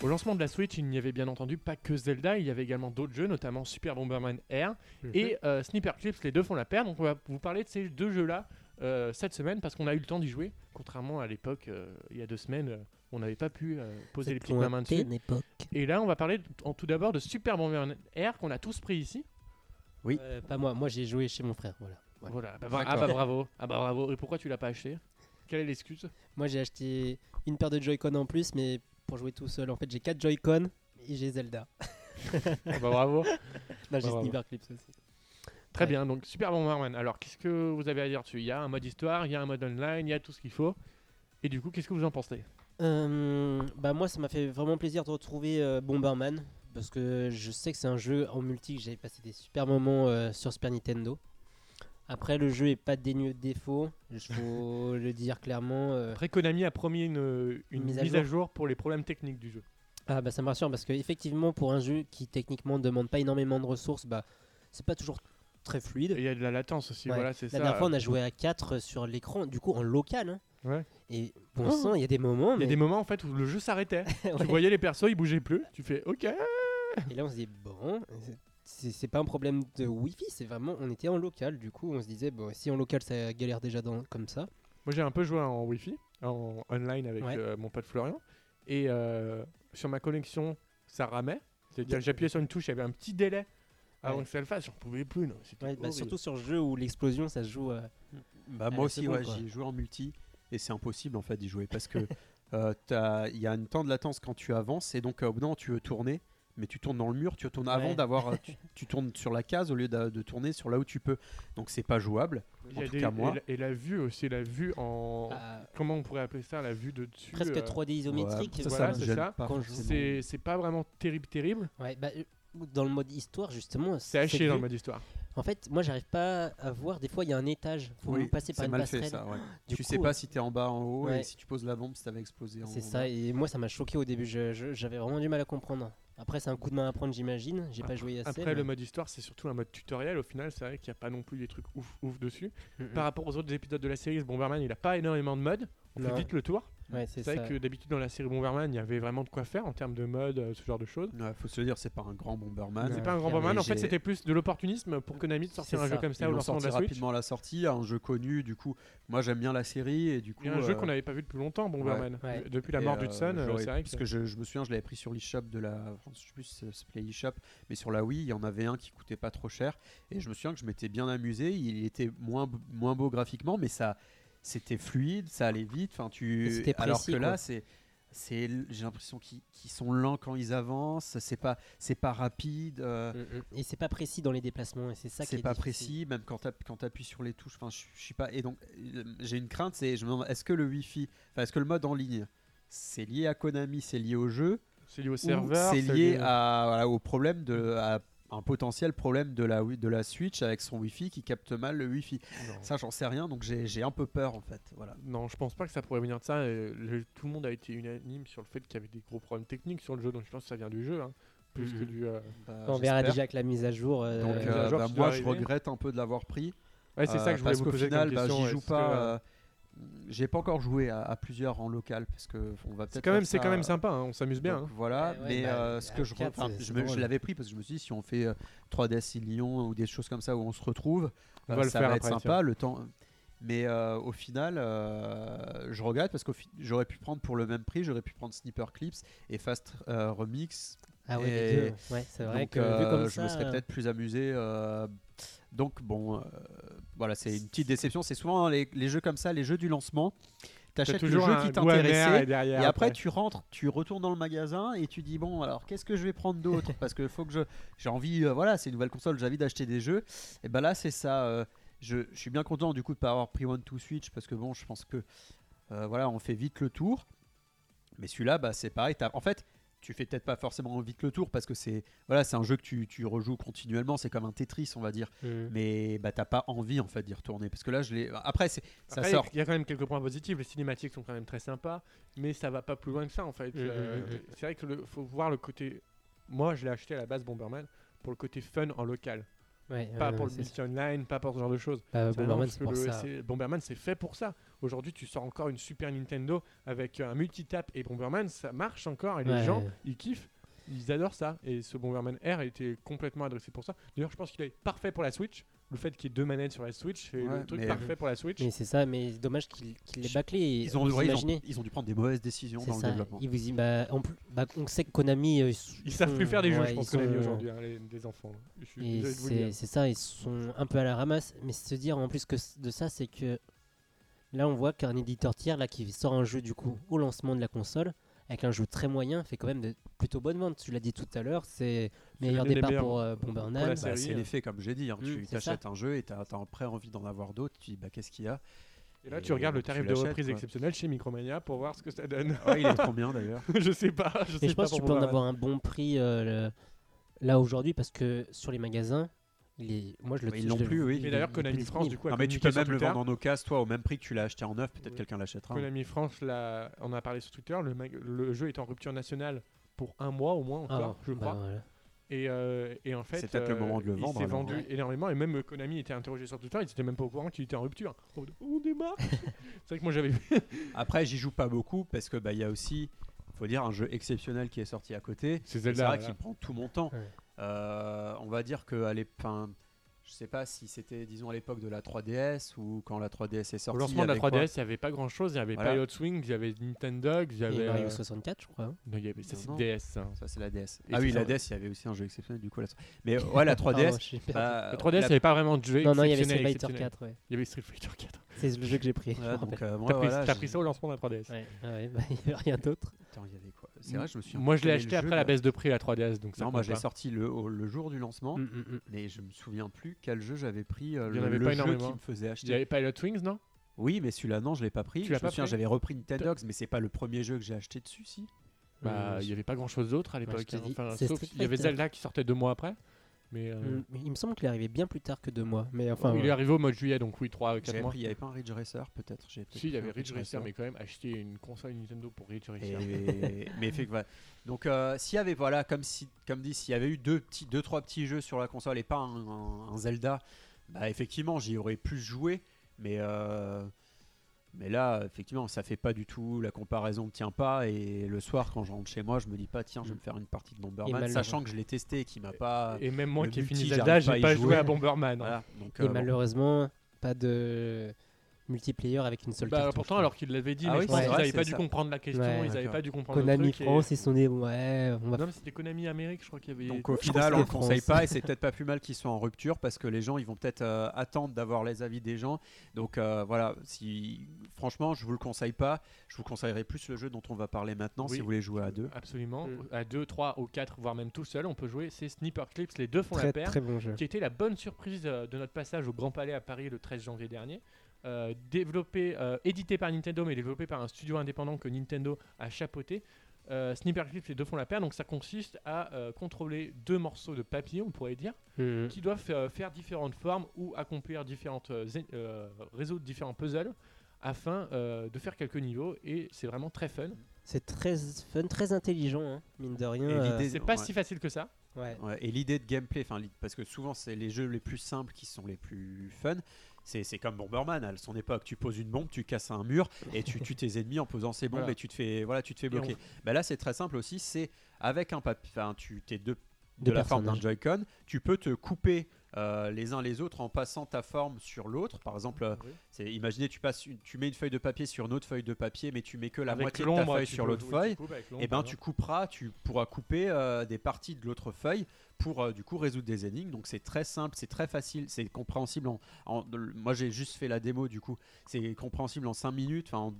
[SPEAKER 1] Au lancement de la Switch, il n'y avait bien entendu pas que Zelda, il y avait également d'autres jeux, notamment Super Bomberman Air et euh, Sniper Clips, les deux font la paire. Donc on va vous parler de ces deux jeux-là euh, cette semaine parce qu'on a eu le temps d'y jouer, contrairement à l'époque, euh, il y a deux semaines, euh, On n'avait pas pu euh, poser les
[SPEAKER 2] Cette
[SPEAKER 1] petites mains dessus.
[SPEAKER 2] lointaine époque.
[SPEAKER 1] Et là, on va parler t- en tout d'abord de Super Bomberman Air qu'on a tous pris ici.
[SPEAKER 3] Oui.
[SPEAKER 2] Euh, pas moi, moi j'ai joué chez mon frère. Voilà. Ouais.
[SPEAKER 1] Voilà. Bah, bah, ah
[SPEAKER 3] D'accord.
[SPEAKER 1] bah bravo. Ah bah bravo. Et pourquoi tu l'as pas acheté Quelle est l'excuse
[SPEAKER 2] Moi j'ai acheté une paire de Joy-Con en plus, mais pour jouer tout seul, en fait j'ai 4 Joy-Con et j'ai Zelda.
[SPEAKER 1] Ah bah bravo.
[SPEAKER 2] Non, j'ai
[SPEAKER 1] Bravo.
[SPEAKER 2] Sniper Clips aussi.
[SPEAKER 1] Très
[SPEAKER 2] Ouais.
[SPEAKER 1] bien. Donc Super Bomberman. Alors qu'est-ce que vous avez à dire dessus Il y a un mode histoire, il y a un mode online, il y a tout ce qu'il faut. Et du coup, qu'est-ce que vous en pensez
[SPEAKER 2] Euh, bah moi ça m'a fait vraiment plaisir de retrouver euh, Bomberman parce que je sais que c'est un jeu en multi que j'avais passé des super moments euh, sur Super Nintendo. Après le jeu est pas dénué de défauts, il faut le dire clairement. euh,
[SPEAKER 1] Après, Konami a promis une, une mise, à, jour. pour les problèmes techniques du jeu.
[SPEAKER 2] Ah bah ça me rassure parce que effectivement pour un jeu qui techniquement demande pas énormément de ressources, bah c'est pas toujours très
[SPEAKER 1] Et
[SPEAKER 2] fluide.
[SPEAKER 1] il y a de la latence aussi.
[SPEAKER 2] Ouais.
[SPEAKER 1] Voilà, c'est
[SPEAKER 2] La
[SPEAKER 1] ça.
[SPEAKER 2] dernière fois on a joué à 4 sur l'écran, du coup en local. hein.
[SPEAKER 1] Ouais.
[SPEAKER 2] Et bon
[SPEAKER 1] Oh.
[SPEAKER 2] sang, il y a des moments.
[SPEAKER 1] Il y a
[SPEAKER 2] mais-
[SPEAKER 1] des moments en fait où le jeu s'arrêtait.
[SPEAKER 2] Ouais.
[SPEAKER 1] Tu voyais les persos, ils bougeaient plus. Tu fais OK.
[SPEAKER 2] Et là, on se dit, bon, c'est c'est pas un problème de Wi-Fi, c'est vraiment, on était en local, du coup, on se disait, bon, si en local, ça galère déjà dans, comme ça.
[SPEAKER 1] Moi, j'ai un peu joué en Wi-Fi, en online avec
[SPEAKER 2] Ouais.
[SPEAKER 1] euh, mon pote Florian. Et euh, sur ma connexion, ça ramait. C'est-à-dire que j'appuyais sur une touche, il y avait un petit délai avant
[SPEAKER 2] Ouais.
[SPEAKER 1] que ça le fasse. J'en pouvais plus. non, c'était
[SPEAKER 2] Ouais, bah,
[SPEAKER 1] horrible.
[SPEAKER 2] surtout sur jeu où l'explosion, ça se joue. euh,
[SPEAKER 3] Bah,
[SPEAKER 2] à la
[SPEAKER 3] moi aussi,
[SPEAKER 2] seconde,
[SPEAKER 3] ouais,
[SPEAKER 2] quoi.
[SPEAKER 3] j'y ai joué en multi et c'est impossible en fait d'y jouer parce que euh, t'as- il y a un temps de latence quand tu avances et donc euh, au bout d'un moment, tu veux tourner, mais tu tournes dans le mur, tu tournes avant
[SPEAKER 2] Ouais.
[SPEAKER 3] d'avoir, euh, tu, tu tournes sur la case au lieu d'a- de, tourner sur là où tu peux. Donc c'est pas jouable.
[SPEAKER 1] Il y
[SPEAKER 3] En
[SPEAKER 1] a
[SPEAKER 3] tout
[SPEAKER 1] des-
[SPEAKER 3] cas, moi.
[SPEAKER 1] Et la, et la vue aussi, la vue en.
[SPEAKER 2] à
[SPEAKER 1] Comment on pourrait appeler ça La vue de dessus.
[SPEAKER 2] Ah. presque
[SPEAKER 1] euh,
[SPEAKER 2] 3D isométrique.
[SPEAKER 3] Ouais,
[SPEAKER 1] ça,
[SPEAKER 2] voilà.
[SPEAKER 1] me
[SPEAKER 3] me
[SPEAKER 1] c'est
[SPEAKER 3] gêne
[SPEAKER 1] ça.
[SPEAKER 3] pas
[SPEAKER 2] Quand je-
[SPEAKER 3] forcément.
[SPEAKER 1] C'est c'est pas vraiment terrible, terrible.
[SPEAKER 2] Ouais, bah, euh, dans le mode histoire, justement.
[SPEAKER 1] C'est haché
[SPEAKER 2] cette
[SPEAKER 1] dans
[SPEAKER 2] vue-
[SPEAKER 1] le mode histoire.
[SPEAKER 2] En fait, moi, j'arrive pas à voir. Des fois, il y a un étage. Faut
[SPEAKER 3] Oui,
[SPEAKER 2] même passer par
[SPEAKER 3] c'est
[SPEAKER 2] une
[SPEAKER 3] mal
[SPEAKER 2] passerelle.
[SPEAKER 3] fait ça. ouais.
[SPEAKER 2] Du
[SPEAKER 3] tu sais
[SPEAKER 2] coup, euh,
[SPEAKER 3] pas si t'es en bas, en haut
[SPEAKER 2] ouais.
[SPEAKER 3] et si tu poses la bombe, si ça va exploser. en
[SPEAKER 2] C'est
[SPEAKER 3] bas.
[SPEAKER 2] ça, et moi, ça m'a choqué au début. je- je- J'avais vraiment du mal à comprendre. Après, c'est un coup de main à prendre, j'imagine. J'ai pas joué assez.
[SPEAKER 1] Après,
[SPEAKER 2] mais-
[SPEAKER 1] le mode histoire, c'est surtout un mode tutoriel. Au final, c'est vrai qu'il n'y a pas non plus des trucs ouf, ouf dessus.
[SPEAKER 2] Mm, mm.
[SPEAKER 1] Par rapport aux autres épisodes de la série, ce Bomberman, il a pas énormément de modes. On fait
[SPEAKER 2] Non.
[SPEAKER 1] vite le tour.
[SPEAKER 2] Ouais, c'est
[SPEAKER 1] C'est vrai
[SPEAKER 2] ça.
[SPEAKER 1] que d'habitude dans la série Bomberman, il y avait vraiment de quoi faire en termes de mode, euh, ce genre de choses.
[SPEAKER 3] Ouais, faut se le dire, c'est pas un grand bomberman.
[SPEAKER 2] Ouais.
[SPEAKER 1] C'est pas un grand
[SPEAKER 2] clairement,
[SPEAKER 1] Bomberman, en
[SPEAKER 3] Ah, j'ai-
[SPEAKER 1] fait c'était plus de l'opportunisme pour Konami de sortir
[SPEAKER 2] C'est
[SPEAKER 1] un jeu
[SPEAKER 2] ça.
[SPEAKER 1] comme ça au
[SPEAKER 3] Ils l'ont
[SPEAKER 1] lancement
[SPEAKER 3] sorti
[SPEAKER 1] de la Switch.
[SPEAKER 3] rapidement à la sortie, un jeu connu. Du coup, moi j'aime bien la série et du coup.
[SPEAKER 1] Il y a un jeu
[SPEAKER 3] euh,
[SPEAKER 1] qu'on n'avait pas vu depuis longtemps, Bomberman.
[SPEAKER 2] Ouais.
[SPEAKER 1] De- Depuis la
[SPEAKER 3] Et,
[SPEAKER 1] mort
[SPEAKER 3] euh,
[SPEAKER 1] d'Hudson, euh,
[SPEAKER 3] j'aurais-
[SPEAKER 1] c'est vrai que
[SPEAKER 3] Parce que je, je me souviens, je l'avais pris sur l'eShop de la. enfin, je sais plus si ça s'appelait eShop, mais sur la Wii, il y en avait un qui coûtait pas trop cher. Et je me souviens que je m'étais bien amusé. Il était moins, b- moins beau graphiquement, mais ça. C'était fluide, ça allait vite. Enfin,
[SPEAKER 2] Et
[SPEAKER 3] tu.
[SPEAKER 2] c'était
[SPEAKER 3] Alors
[SPEAKER 2] précis,
[SPEAKER 3] que là,
[SPEAKER 2] quoi.
[SPEAKER 3] c'est. c'est l- J'ai l'impression qu'ils qu'ils sont lents quand ils avancent, c'est pas, c'est pas rapide, euh,
[SPEAKER 2] Mm, mm. Et c'est pas précis dans les déplacements, et c'est ça qui
[SPEAKER 3] c'est
[SPEAKER 2] est
[SPEAKER 3] pas
[SPEAKER 2] difficile.
[SPEAKER 3] précis, même quand t'app- quand t'appuies sur les touches. Enfin, je je suis pas. Et donc, euh, j'ai une crainte, c'est je me demande, est-ce que le Wi-Fi, enfin, est-ce que le mode en ligne, c'est lié à Konami, c'est lié au jeu,
[SPEAKER 1] c'est lié Mm. au
[SPEAKER 3] ou
[SPEAKER 1] serveur.
[SPEAKER 3] c'est lié à, voilà, au problème de, à un potentiel problème de la, wi- de la Switch avec son Wi-Fi qui capte mal le Wi-Fi.
[SPEAKER 1] Non.
[SPEAKER 3] Ça, j'en sais rien, donc j'ai j'ai un peu peur en fait. Voilà.
[SPEAKER 1] Non, je pense pas que ça pourrait venir de ça. euh, le- tout le monde a été unanime sur le fait qu'il y avait des gros problèmes techniques sur le jeu, donc je pense que ça vient du jeu, hein, plus que
[SPEAKER 2] Mhm.
[SPEAKER 1] du. euh,
[SPEAKER 3] Bah,
[SPEAKER 2] on verra
[SPEAKER 3] j'espère.
[SPEAKER 2] déjà que la mise à jour. euh,
[SPEAKER 3] Donc,
[SPEAKER 1] les
[SPEAKER 3] euh,
[SPEAKER 1] agents
[SPEAKER 3] bah,
[SPEAKER 1] qui
[SPEAKER 3] moi,
[SPEAKER 1] doivent
[SPEAKER 3] je
[SPEAKER 1] arriver.
[SPEAKER 3] regrette un peu de l'avoir pris.
[SPEAKER 1] Ouais, c'est ça
[SPEAKER 3] Euh,
[SPEAKER 1] que je voulais
[SPEAKER 3] parce
[SPEAKER 1] vous
[SPEAKER 3] qu'au
[SPEAKER 1] poser
[SPEAKER 3] final,
[SPEAKER 1] comme
[SPEAKER 3] bah,
[SPEAKER 1] question.
[SPEAKER 3] j'y joue
[SPEAKER 1] est-ce
[SPEAKER 3] pas.
[SPEAKER 1] que, euh,
[SPEAKER 3] euh, J'ai pas encore joué à, à plusieurs en local parce que on va peut-être.
[SPEAKER 1] c'est quand même,
[SPEAKER 3] faire
[SPEAKER 1] c'est quand même
[SPEAKER 3] ça euh,
[SPEAKER 1] sympa. hein, on s'amuse bien.
[SPEAKER 3] Donc
[SPEAKER 1] hein.
[SPEAKER 3] Voilà,
[SPEAKER 2] Ouais, ouais,
[SPEAKER 3] mais
[SPEAKER 2] bah,
[SPEAKER 3] euh, ce
[SPEAKER 2] à
[SPEAKER 3] que je, re-
[SPEAKER 2] quatre,
[SPEAKER 3] enfin,
[SPEAKER 2] c'est-
[SPEAKER 3] je,
[SPEAKER 2] c'est
[SPEAKER 3] me- je
[SPEAKER 2] drôle.
[SPEAKER 3] l'avais pris parce que je me suis dit si on fait euh, 3DS in Lyon ou des choses comme ça où on se retrouve,
[SPEAKER 1] On
[SPEAKER 3] euh,
[SPEAKER 1] va le
[SPEAKER 3] ça
[SPEAKER 1] faire
[SPEAKER 3] va
[SPEAKER 1] après,
[SPEAKER 3] être sympa le temps. Mais euh, au final, euh, je regrette parce que j'aurais pu prendre pour le même prix, j'aurais pu prendre Sniper Clips et Fast euh, Remix.
[SPEAKER 2] Ah ouais,
[SPEAKER 3] et-
[SPEAKER 2] les deux. ouais c'est vrai
[SPEAKER 3] Donc,
[SPEAKER 2] que vu
[SPEAKER 3] euh,
[SPEAKER 2] comme
[SPEAKER 3] je
[SPEAKER 2] ça,
[SPEAKER 3] me serais
[SPEAKER 2] euh,
[SPEAKER 3] peut-être plus amusé. euh, donc bon, euh, voilà, c'est une petite déception. C'est souvent hein, les, les jeux comme ça, les jeux du lancement.
[SPEAKER 1] T'as
[SPEAKER 3] T'achètes le
[SPEAKER 1] toujours
[SPEAKER 3] jeu
[SPEAKER 1] un
[SPEAKER 3] qui
[SPEAKER 1] goût amer
[SPEAKER 3] t'intéressait
[SPEAKER 1] et derrière.
[SPEAKER 3] et après, tu rentres, tu retournes dans le magasin et tu dis bon, alors qu'est-ce que je vais prendre d'autre Parce que faut que je, j'ai envie, euh, voilà, c'est une nouvelle console, j'ai envie d'acheter des jeux. Et ben là, c'est ça. euh, je, je suis bien content du coup de pas avoir pris One to Switch parce que bon, je pense que euh, voilà, on fait vite le tour. Mais celui-là, bah, c'est pareil. t'as- en fait, tu fais peut-être pas forcément vite le tour parce que c'est voilà, c'est un jeu que tu, tu rejoues continuellement. C'est comme un Tetris, on va dire.
[SPEAKER 1] Mm.
[SPEAKER 2] hmm.
[SPEAKER 3] Mais bah, t'as pas envie en fait d'y retourner parce que là, je l'ai. Après, c'est, ça
[SPEAKER 1] Après,
[SPEAKER 3] sort.
[SPEAKER 1] Il y a quand même quelques points positifs. Les cinématiques sont quand même très sympas, mais ça va pas plus loin que ça en fait.
[SPEAKER 2] Mm,
[SPEAKER 1] Euh,
[SPEAKER 2] mm, mm.
[SPEAKER 1] c'est vrai que le, faut voir le côté. Moi, je l'ai acheté à la base Bomberman pour le côté fun en local,
[SPEAKER 2] Ouais,
[SPEAKER 1] pas
[SPEAKER 3] Ah,
[SPEAKER 2] ouais,
[SPEAKER 1] pour
[SPEAKER 2] ouais,
[SPEAKER 1] le
[SPEAKER 2] c'est-
[SPEAKER 1] multi online, pas pour ce genre de choses.
[SPEAKER 2] Bah,
[SPEAKER 1] C'est vraiment
[SPEAKER 2] Bomberman,
[SPEAKER 1] parce
[SPEAKER 2] c'est
[SPEAKER 1] que
[SPEAKER 2] pour
[SPEAKER 1] le-
[SPEAKER 2] ça.
[SPEAKER 1] c'est- Bomberman, c'est fait pour ça. Aujourd'hui, tu sors encore euh, une Super Nintendo avec un multitap et Bomberman, ça marche encore et les
[SPEAKER 2] Ouais.
[SPEAKER 1] gens ils kiffent. ils adorent ça. Et ce Bomberman R était complètement adressé pour ça. D'ailleurs, je pense qu'il est parfait pour la Switch. Le fait qu'il y ait deux manettes sur la Switch, c'est
[SPEAKER 3] Ouais,
[SPEAKER 1] le truc
[SPEAKER 3] mais-
[SPEAKER 1] parfait pour la Switch.
[SPEAKER 2] Mais c'est ça, mais c'est dommage qu'ils qu'ils l'aient bâclé. et
[SPEAKER 3] Ils ont,
[SPEAKER 2] vous
[SPEAKER 3] ouais, ils, ont,
[SPEAKER 2] imaginez
[SPEAKER 3] ils ont dû prendre des mauvaises décisions
[SPEAKER 2] C'est
[SPEAKER 3] dans
[SPEAKER 2] ça.
[SPEAKER 3] le développement.
[SPEAKER 2] Ils vous y- bah, en plus- bah, on sait que Konami. euh, s-
[SPEAKER 1] Ils savent plus
[SPEAKER 2] sont-
[SPEAKER 1] faire des jeux,
[SPEAKER 2] ouais,
[SPEAKER 1] je pense,
[SPEAKER 2] ils
[SPEAKER 1] qu'on a
[SPEAKER 2] sont-
[SPEAKER 1] vu aujourd'hui, hein, les, les enfants. là. Je suis
[SPEAKER 2] Et
[SPEAKER 1] désolé de vous le
[SPEAKER 2] c'est
[SPEAKER 1] dire.
[SPEAKER 2] c'est ça, ils sont un peu à la ramasse. Mais se dire en plus que c- de ça, c'est que là, on voit qu'un éditeur tiers là, qui sort un jeu du coup au lancement de la console, avec un jeu très moyen, fait quand même de plutôt bonnes ventes. Tu l'as dit tout à l'heure, c'est meilleur
[SPEAKER 1] l'une des
[SPEAKER 2] départ
[SPEAKER 1] meilleures
[SPEAKER 2] pour euh,
[SPEAKER 1] pour la
[SPEAKER 2] Bomberman.
[SPEAKER 1] série.
[SPEAKER 3] Bah,
[SPEAKER 1] série,
[SPEAKER 3] c'est
[SPEAKER 1] hein.
[SPEAKER 3] l'effet, comme j'ai dit. hein.
[SPEAKER 2] Mm,
[SPEAKER 3] tu
[SPEAKER 2] c'est
[SPEAKER 3] t'achètes un jeu et t'as as après envie d'en avoir d'autres. Tu dis, bah, qu'est-ce qu'il y a
[SPEAKER 1] Et là, tu
[SPEAKER 3] Et
[SPEAKER 1] regardes le
[SPEAKER 3] tu
[SPEAKER 1] tarif de
[SPEAKER 3] l'achètes,
[SPEAKER 1] reprise
[SPEAKER 3] quoi.
[SPEAKER 1] exceptionnel chez Micromania pour voir ce que ça donne.
[SPEAKER 3] Ah Ouais, Il est combien d'ailleurs
[SPEAKER 1] je sais pas. Je sais
[SPEAKER 2] Et je
[SPEAKER 1] pas
[SPEAKER 2] pense que tu
[SPEAKER 1] pour
[SPEAKER 2] peux en
[SPEAKER 1] Bomberman.
[SPEAKER 2] avoir un bon prix euh, le- là aujourd'hui parce que sur les magasins, il est- moi je le
[SPEAKER 3] Ils
[SPEAKER 2] je
[SPEAKER 3] l'ont
[SPEAKER 2] le-
[SPEAKER 3] plus, oui.
[SPEAKER 2] il
[SPEAKER 1] Mais
[SPEAKER 2] est-
[SPEAKER 1] d'ailleurs,
[SPEAKER 2] il est
[SPEAKER 1] Konami
[SPEAKER 2] plus
[SPEAKER 1] France,
[SPEAKER 2] disponible.
[SPEAKER 1] du coup, a
[SPEAKER 3] Non, mais tu peux
[SPEAKER 1] communiqué sur
[SPEAKER 3] même le
[SPEAKER 1] Twitter.
[SPEAKER 3] vendre en occasion, toi, au même prix que tu l'as acheté en neuf. Peut-être
[SPEAKER 1] Ouais.
[SPEAKER 3] quelqu'un l'achètera. hein.
[SPEAKER 1] Konami France l'a- en a parlé sur Twitter. Le, mag- le jeu est en rupture nationale pour un mois au moins
[SPEAKER 2] Ah,
[SPEAKER 1] encore, je
[SPEAKER 2] bah
[SPEAKER 1] crois.
[SPEAKER 2] voilà.
[SPEAKER 1] Et, euh, et en fait,
[SPEAKER 3] C'est peut-être le moment de le
[SPEAKER 1] Il
[SPEAKER 3] vendre,
[SPEAKER 1] s'est
[SPEAKER 3] alors.
[SPEAKER 1] vendu
[SPEAKER 2] Ouais.
[SPEAKER 1] énormément et même euh, Konami était interrogé sur Twitter. Ils étaient même pas au courant qu'il était en rupture. En mode, On démarre. C'est vrai que moi j'avais vu.
[SPEAKER 3] Après, j'y joue pas beaucoup parce que bah, il y a aussi, faut dire, un jeu exceptionnel qui est sorti à côté.
[SPEAKER 1] C'est
[SPEAKER 3] C'est
[SPEAKER 1] Zelda.
[SPEAKER 3] vrai qui prend tout mon temps.
[SPEAKER 2] Ouais.
[SPEAKER 3] Euh, on va dire que à l'ép- enfin, je sais pas si c'était, disons, à l'époque de la 3DS ou quand la 3DS est
[SPEAKER 1] Au
[SPEAKER 3] sortie.
[SPEAKER 1] lancement de la
[SPEAKER 3] avec quoi
[SPEAKER 1] 3DS, il n'y avait pas grand chose. Il y avait
[SPEAKER 3] Voilà.
[SPEAKER 1] Pilot Swing, il y avait Nintendo, il y
[SPEAKER 2] Et
[SPEAKER 1] avait.
[SPEAKER 2] Mario
[SPEAKER 1] euh,
[SPEAKER 2] 64, je crois. hein.
[SPEAKER 1] Non, il y avait. Ça,
[SPEAKER 3] Non,
[SPEAKER 1] c'est
[SPEAKER 3] non.
[SPEAKER 1] DS. hein.
[SPEAKER 3] Ça, c'est la DS.
[SPEAKER 1] Et
[SPEAKER 3] ah oui,
[SPEAKER 1] c'est ça,
[SPEAKER 3] la
[SPEAKER 1] ouais.
[SPEAKER 3] DS, il y avait aussi un jeu exceptionnel du coup. La... Mais ouais, la
[SPEAKER 2] Pardon,
[SPEAKER 3] 3DS.
[SPEAKER 2] Ah, je suis perdu.
[SPEAKER 3] bah,
[SPEAKER 1] La 3DS, il
[SPEAKER 3] la-
[SPEAKER 1] n'y avait pas vraiment de jeu.
[SPEAKER 2] non, non, il y avait Street
[SPEAKER 1] exceptionnel,
[SPEAKER 2] Fighter
[SPEAKER 1] exceptionnel.
[SPEAKER 2] 4, ouais.
[SPEAKER 1] Il y avait Street Fighter 4.
[SPEAKER 2] C'est le jeu que j'ai pris. je me
[SPEAKER 3] Voilà, donc,
[SPEAKER 2] rappelle.
[SPEAKER 3] euh, moi,
[SPEAKER 1] T'as pris,
[SPEAKER 3] voilà,
[SPEAKER 1] t'as
[SPEAKER 3] j'ai-
[SPEAKER 1] pris ça au lancement de la 3DS.
[SPEAKER 2] Ouais, ah ouais, bah, il n'y avait rien d'autre.
[SPEAKER 3] Attends, il y avait quoi C'est vrai, je me suis.
[SPEAKER 1] Moi, je l'ai acheté après la baisse de prix, la 3DS. Donc ça
[SPEAKER 3] Non, moi,
[SPEAKER 1] compte
[SPEAKER 3] je l'ai
[SPEAKER 1] pas.
[SPEAKER 3] sorti le, au- le jour du lancement,
[SPEAKER 2] Mm, mm, mm.
[SPEAKER 3] mais je me souviens plus quel jeu j'avais pris. euh,
[SPEAKER 1] Il y en
[SPEAKER 3] le
[SPEAKER 1] avait
[SPEAKER 3] le
[SPEAKER 1] pas
[SPEAKER 3] jeu
[SPEAKER 1] énormément.
[SPEAKER 3] qui me faisait
[SPEAKER 1] Il y
[SPEAKER 3] acheter.
[SPEAKER 1] avait Pilot Wings, non
[SPEAKER 3] Oui, mais celui-là, non, je l'ai pas pris.
[SPEAKER 1] Tu
[SPEAKER 3] je
[SPEAKER 1] l'as
[SPEAKER 3] me
[SPEAKER 1] pas
[SPEAKER 3] souviens,
[SPEAKER 1] pris
[SPEAKER 3] j'avais repris Nintendox, mais c'est pas le premier jeu que j'ai acheté dessus, si.
[SPEAKER 1] Bah,
[SPEAKER 2] Euh,
[SPEAKER 1] il n'y avait pas grand chose d'autre à
[SPEAKER 2] je
[SPEAKER 1] l'époque.
[SPEAKER 2] te
[SPEAKER 1] hein.
[SPEAKER 2] dis,
[SPEAKER 1] Enfin,
[SPEAKER 2] c'est
[SPEAKER 1] sauf
[SPEAKER 2] Street
[SPEAKER 1] il y avait
[SPEAKER 2] Fighter.
[SPEAKER 1] Zelda qui sortait deux mois après. Mais euh,
[SPEAKER 2] Mm, Il me semble qu'il est arrivé bien plus tard que deux mois. Mais enfin,
[SPEAKER 1] il est arrivé au mois de juillet, donc oui, 3 4
[SPEAKER 3] J'avais
[SPEAKER 1] mois.
[SPEAKER 3] pris, il y avait pas un Ridge Racer, peut-être. j'ai peut-être
[SPEAKER 1] Si, il y
[SPEAKER 3] pris
[SPEAKER 1] avait
[SPEAKER 3] un
[SPEAKER 1] Ridge Racer, mais quand même, acheter une console Nintendo pour Ridge
[SPEAKER 3] Et-
[SPEAKER 1] Racer.
[SPEAKER 3] mais fait que voilà. Donc euh, s'il y avait voilà comme si comme dit s'il y avait eu deux petits deux trois petits jeux sur la console et pas un, un- un Zelda, bah effectivement j'y aurais pu jouer, mais euh, mais là effectivement ça fait pas du tout la comparaison ne tient pas et le soir quand je rentre chez moi je me dis pas tiens je vais me faire une partie de Bomberman
[SPEAKER 2] malheureux-
[SPEAKER 3] sachant que je l'ai testé et qui m'a pas
[SPEAKER 1] Et même moi
[SPEAKER 3] le
[SPEAKER 1] qui ai fini
[SPEAKER 3] multi,
[SPEAKER 1] Zelda,
[SPEAKER 3] j'arrive pas à
[SPEAKER 1] j'ai pas
[SPEAKER 3] y
[SPEAKER 1] joué
[SPEAKER 3] jouer.
[SPEAKER 1] à Bomberman. hein.
[SPEAKER 3] voilà donc
[SPEAKER 2] et
[SPEAKER 3] euh, bon.
[SPEAKER 2] malheureusement, pas de multiplayer avec une seule
[SPEAKER 1] Bah,
[SPEAKER 2] cartouche,
[SPEAKER 1] pourtant,
[SPEAKER 2] quoi.
[SPEAKER 1] alors qu'ils l'avaient dit,
[SPEAKER 3] Ah
[SPEAKER 1] mais
[SPEAKER 3] oui,
[SPEAKER 1] je pense
[SPEAKER 2] c'est
[SPEAKER 1] qu'ils
[SPEAKER 3] vrai,
[SPEAKER 1] n'avaient
[SPEAKER 3] c'est
[SPEAKER 1] pas dû
[SPEAKER 3] ça.
[SPEAKER 1] comprendre la question,
[SPEAKER 2] Ouais,
[SPEAKER 1] ils n'avaient
[SPEAKER 3] d'accord.
[SPEAKER 1] pas dû comprendre
[SPEAKER 2] Konami
[SPEAKER 1] le truc. et-
[SPEAKER 2] France, ils sont des. Ouais, on va
[SPEAKER 1] Non, mais c'était Konami Amérique, je crois qu'il y avait.
[SPEAKER 3] Donc au
[SPEAKER 2] Je pense
[SPEAKER 3] final,
[SPEAKER 2] que
[SPEAKER 3] on ne
[SPEAKER 2] les
[SPEAKER 3] conseille
[SPEAKER 2] Français-
[SPEAKER 3] pas et c'est peut-être pas plus mal qu'ils soient en rupture parce que les gens, ils vont peut-être euh, attendre d'avoir les avis des gens. Donc euh, voilà, si franchement, je vous le conseille pas. Je vous conseillerais plus le jeu dont on va parler maintenant
[SPEAKER 1] Oui.
[SPEAKER 3] si vous voulez jouer à deux.
[SPEAKER 1] Absolument.
[SPEAKER 2] Mm.
[SPEAKER 1] À 2, 3 ou 4, voire même tout seul, on peut jouer. C'est Sniper Clips, les deux font
[SPEAKER 2] très
[SPEAKER 1] la paire.
[SPEAKER 2] très bon jeu.
[SPEAKER 1] qui était la bonne surprise euh, de notre passage au Grand Palais à Paris le 13 janvier dernier. Euh, développé, euh, édité par Nintendo, mais développé par un studio indépendant que Nintendo a chapeauté. Euh, Sniper Clips, les deux font la paire, donc ça consiste à euh, contrôler deux morceaux de papier, on pourrait dire,
[SPEAKER 2] Mm.
[SPEAKER 1] qui doivent euh, faire différentes formes ou accomplir différentes euh, zé- euh, résoudre différents puzzles afin euh, de faire quelques niveaux et c'est vraiment très fun.
[SPEAKER 2] C'est très fun, très intelligent, hein, mine de rien.
[SPEAKER 3] Et
[SPEAKER 2] euh,
[SPEAKER 3] l'idée-
[SPEAKER 1] C'est pas
[SPEAKER 3] ouais.
[SPEAKER 1] si facile que ça.
[SPEAKER 2] ouais.
[SPEAKER 3] Ouais, et l'idée de gameplay, enfin, l'id- parce que souvent c'est les jeux les plus simples qui sont les plus fun. C'est c'est comme Bomberman à son époque. Tu poses une bombe, tu casses un mur et tu tues tes ennemis en posant ces bombes
[SPEAKER 1] Voilà.
[SPEAKER 3] et tu te fais voilà, tu te fais
[SPEAKER 1] on-
[SPEAKER 3] bloquer. Bah là c'est très simple aussi. C'est avec un papier, enfin, tu t'es deux de
[SPEAKER 2] Deux
[SPEAKER 3] la forme d'un
[SPEAKER 2] personnages.
[SPEAKER 3] Joy-Con, tu peux te couper euh, les uns les autres en passant ta forme sur l'autre. Par exemple, euh,
[SPEAKER 1] Oui.
[SPEAKER 3] c'est, imaginez, tu, passes une- tu mets une feuille de papier sur une autre feuille de papier, mais tu mets que la
[SPEAKER 1] Avec
[SPEAKER 3] moitié de ta
[SPEAKER 1] l'ombre,
[SPEAKER 3] feuille
[SPEAKER 1] tu
[SPEAKER 3] sur
[SPEAKER 1] peux-
[SPEAKER 3] l'autre
[SPEAKER 1] oui, tu
[SPEAKER 3] feuille.
[SPEAKER 1] coupes avec l'ombre,
[SPEAKER 3] Et ben
[SPEAKER 1] par
[SPEAKER 3] tu couperas, tu pourras couper euh, des parties de l'autre feuille pour euh, du coup résoudre des énigmes. Donc c'est très simple, c'est très facile, c'est compréhensible. En, en- moi j'ai juste fait la démo du coup, c'est compréhensible en 5 minutes, enfin,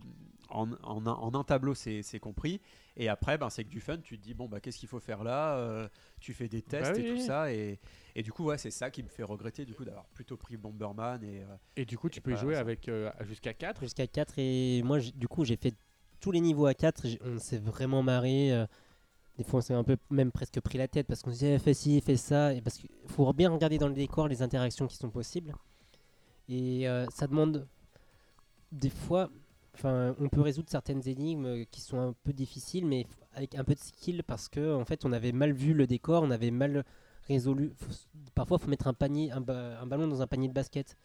[SPEAKER 3] en, en, en un, en un tableau c'est c'est compris. Et après ben, c'est que du fun, tu te dis bon bah qu'est-ce qu'il faut faire là, euh, tu fais des tests
[SPEAKER 1] Bah oui,
[SPEAKER 3] et tout
[SPEAKER 1] oui.
[SPEAKER 3] ça. Et, et du coup ouais c'est ça qui me fait regretter du coup d'avoir plutôt pris Bomberman et... euh,
[SPEAKER 1] hein. Et du coup, tu
[SPEAKER 3] Et
[SPEAKER 1] peux y
[SPEAKER 3] pas
[SPEAKER 1] jouer
[SPEAKER 3] ça.
[SPEAKER 1] avec euh, jusqu'à 4.
[SPEAKER 2] Jusqu'à 4 et moi j'ai- du coup j'ai fait tous les niveaux à 4, j'ai- on s'est vraiment marré. euh, Des fois on s'est un peu même presque pris la tête parce qu'on se disait eh, fais ci, fais ça, et parce qu'il faut bien regarder dans le décor les interactions qui sont possibles. Et euh, ça demande des fois, enfin on peut résoudre certaines énigmes euh, qui sont un peu difficiles mais f- avec un peu de skill parce que en fait on avait mal vu le décor, on avait mal résolu. Faut s- parfois faut mettre un panier, un, ba- un ballon dans un panier de basket.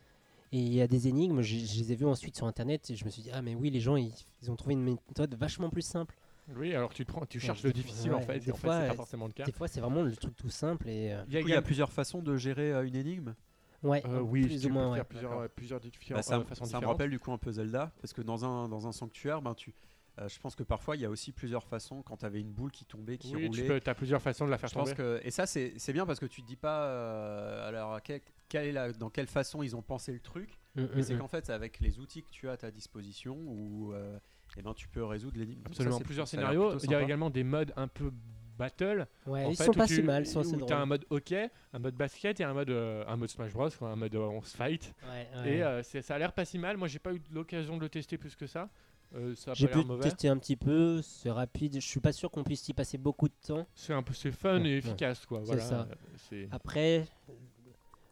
[SPEAKER 2] Et il y a des énigmes, je, je les ai vues ensuite sur internet et je me suis dit, ah mais oui, les gens ils, ils ont trouvé une méthode vachement plus simple.
[SPEAKER 1] Oui, alors tu, te prends, tu
[SPEAKER 2] Ouais,
[SPEAKER 1] cherches
[SPEAKER 2] des
[SPEAKER 1] le
[SPEAKER 2] fois-
[SPEAKER 1] difficile en
[SPEAKER 2] ouais,
[SPEAKER 1] fait,
[SPEAKER 2] des
[SPEAKER 1] et en fait,
[SPEAKER 2] fois,
[SPEAKER 1] c'est pas
[SPEAKER 2] euh,
[SPEAKER 1] forcément le cas.
[SPEAKER 2] Des fois, c'est vraiment le truc tout simple et. euh,
[SPEAKER 1] Il y a
[SPEAKER 3] Du coup, il y a
[SPEAKER 1] également-
[SPEAKER 3] plusieurs façons de gérer euh, une énigme.
[SPEAKER 2] ouais,
[SPEAKER 1] euh, oui,
[SPEAKER 2] plus
[SPEAKER 1] tu
[SPEAKER 2] ou
[SPEAKER 1] peux
[SPEAKER 2] moins, ouais.
[SPEAKER 1] faire plusieurs,
[SPEAKER 3] D'accord.
[SPEAKER 1] euh, plusieurs diffé-
[SPEAKER 3] Bah, ça,
[SPEAKER 1] euh,
[SPEAKER 3] me-
[SPEAKER 1] façons
[SPEAKER 3] ça me
[SPEAKER 1] différentes.
[SPEAKER 3] rappelle du coup un peu Zelda, parce que dans un, dans un sanctuaire, ben, tu, euh, je pense que parfois il y a aussi plusieurs façons quand tu avais une boule qui tombait, qui
[SPEAKER 1] Oui, tu
[SPEAKER 3] roulait.
[SPEAKER 1] peux, as plusieurs façons de la faire
[SPEAKER 3] Je pense
[SPEAKER 1] tomber.
[SPEAKER 3] que, et ça c'est c'est bien parce que tu te dis pas euh, alors quel- quelle est la- dans quelle façon ils ont pensé le truc,
[SPEAKER 2] Mm,
[SPEAKER 3] mais
[SPEAKER 2] mm,
[SPEAKER 3] c'est
[SPEAKER 2] mm.
[SPEAKER 3] qu'en fait c'est avec les outils que tu as à ta disposition ou euh, eh ben, tu peux résoudre l'énigme. Donc ça,
[SPEAKER 1] Absolument.
[SPEAKER 3] c'est-
[SPEAKER 1] plusieurs
[SPEAKER 3] ça a l'air
[SPEAKER 1] scénarios.
[SPEAKER 3] plutôt
[SPEAKER 1] Il y a
[SPEAKER 3] sympa.
[SPEAKER 1] également des modes un peu battle.
[SPEAKER 2] Ouais,
[SPEAKER 1] en
[SPEAKER 2] ils
[SPEAKER 1] fait,
[SPEAKER 2] sont
[SPEAKER 1] où
[SPEAKER 2] pas
[SPEAKER 1] tu-
[SPEAKER 2] si mal, ils sont assez
[SPEAKER 1] où t'as un
[SPEAKER 2] drôles.
[SPEAKER 1] mode hockey, un mode basket et un mode, euh, un mode Smash Bros, ou un mode euh, on se fight.
[SPEAKER 2] Ouais,
[SPEAKER 1] Et
[SPEAKER 2] ouais.
[SPEAKER 1] euh, c'est- ça a l'air pas si mal. Moi, j'ai pas eu l'occasion de le tester plus que ça. Euh, ça a
[SPEAKER 2] J'ai
[SPEAKER 1] pas l'air
[SPEAKER 2] pu
[SPEAKER 1] mauvais.
[SPEAKER 2] tester un petit peu, c'est rapide. Je suis pas sûr qu'on puisse y passer beaucoup de temps.
[SPEAKER 1] C'est un peu, c'est fun
[SPEAKER 2] Ouais,
[SPEAKER 1] et
[SPEAKER 2] ouais.
[SPEAKER 1] efficace, quoi.
[SPEAKER 2] C'est
[SPEAKER 1] Voilà.
[SPEAKER 2] ça. Ah,
[SPEAKER 1] Euh, c'est-
[SPEAKER 2] Après,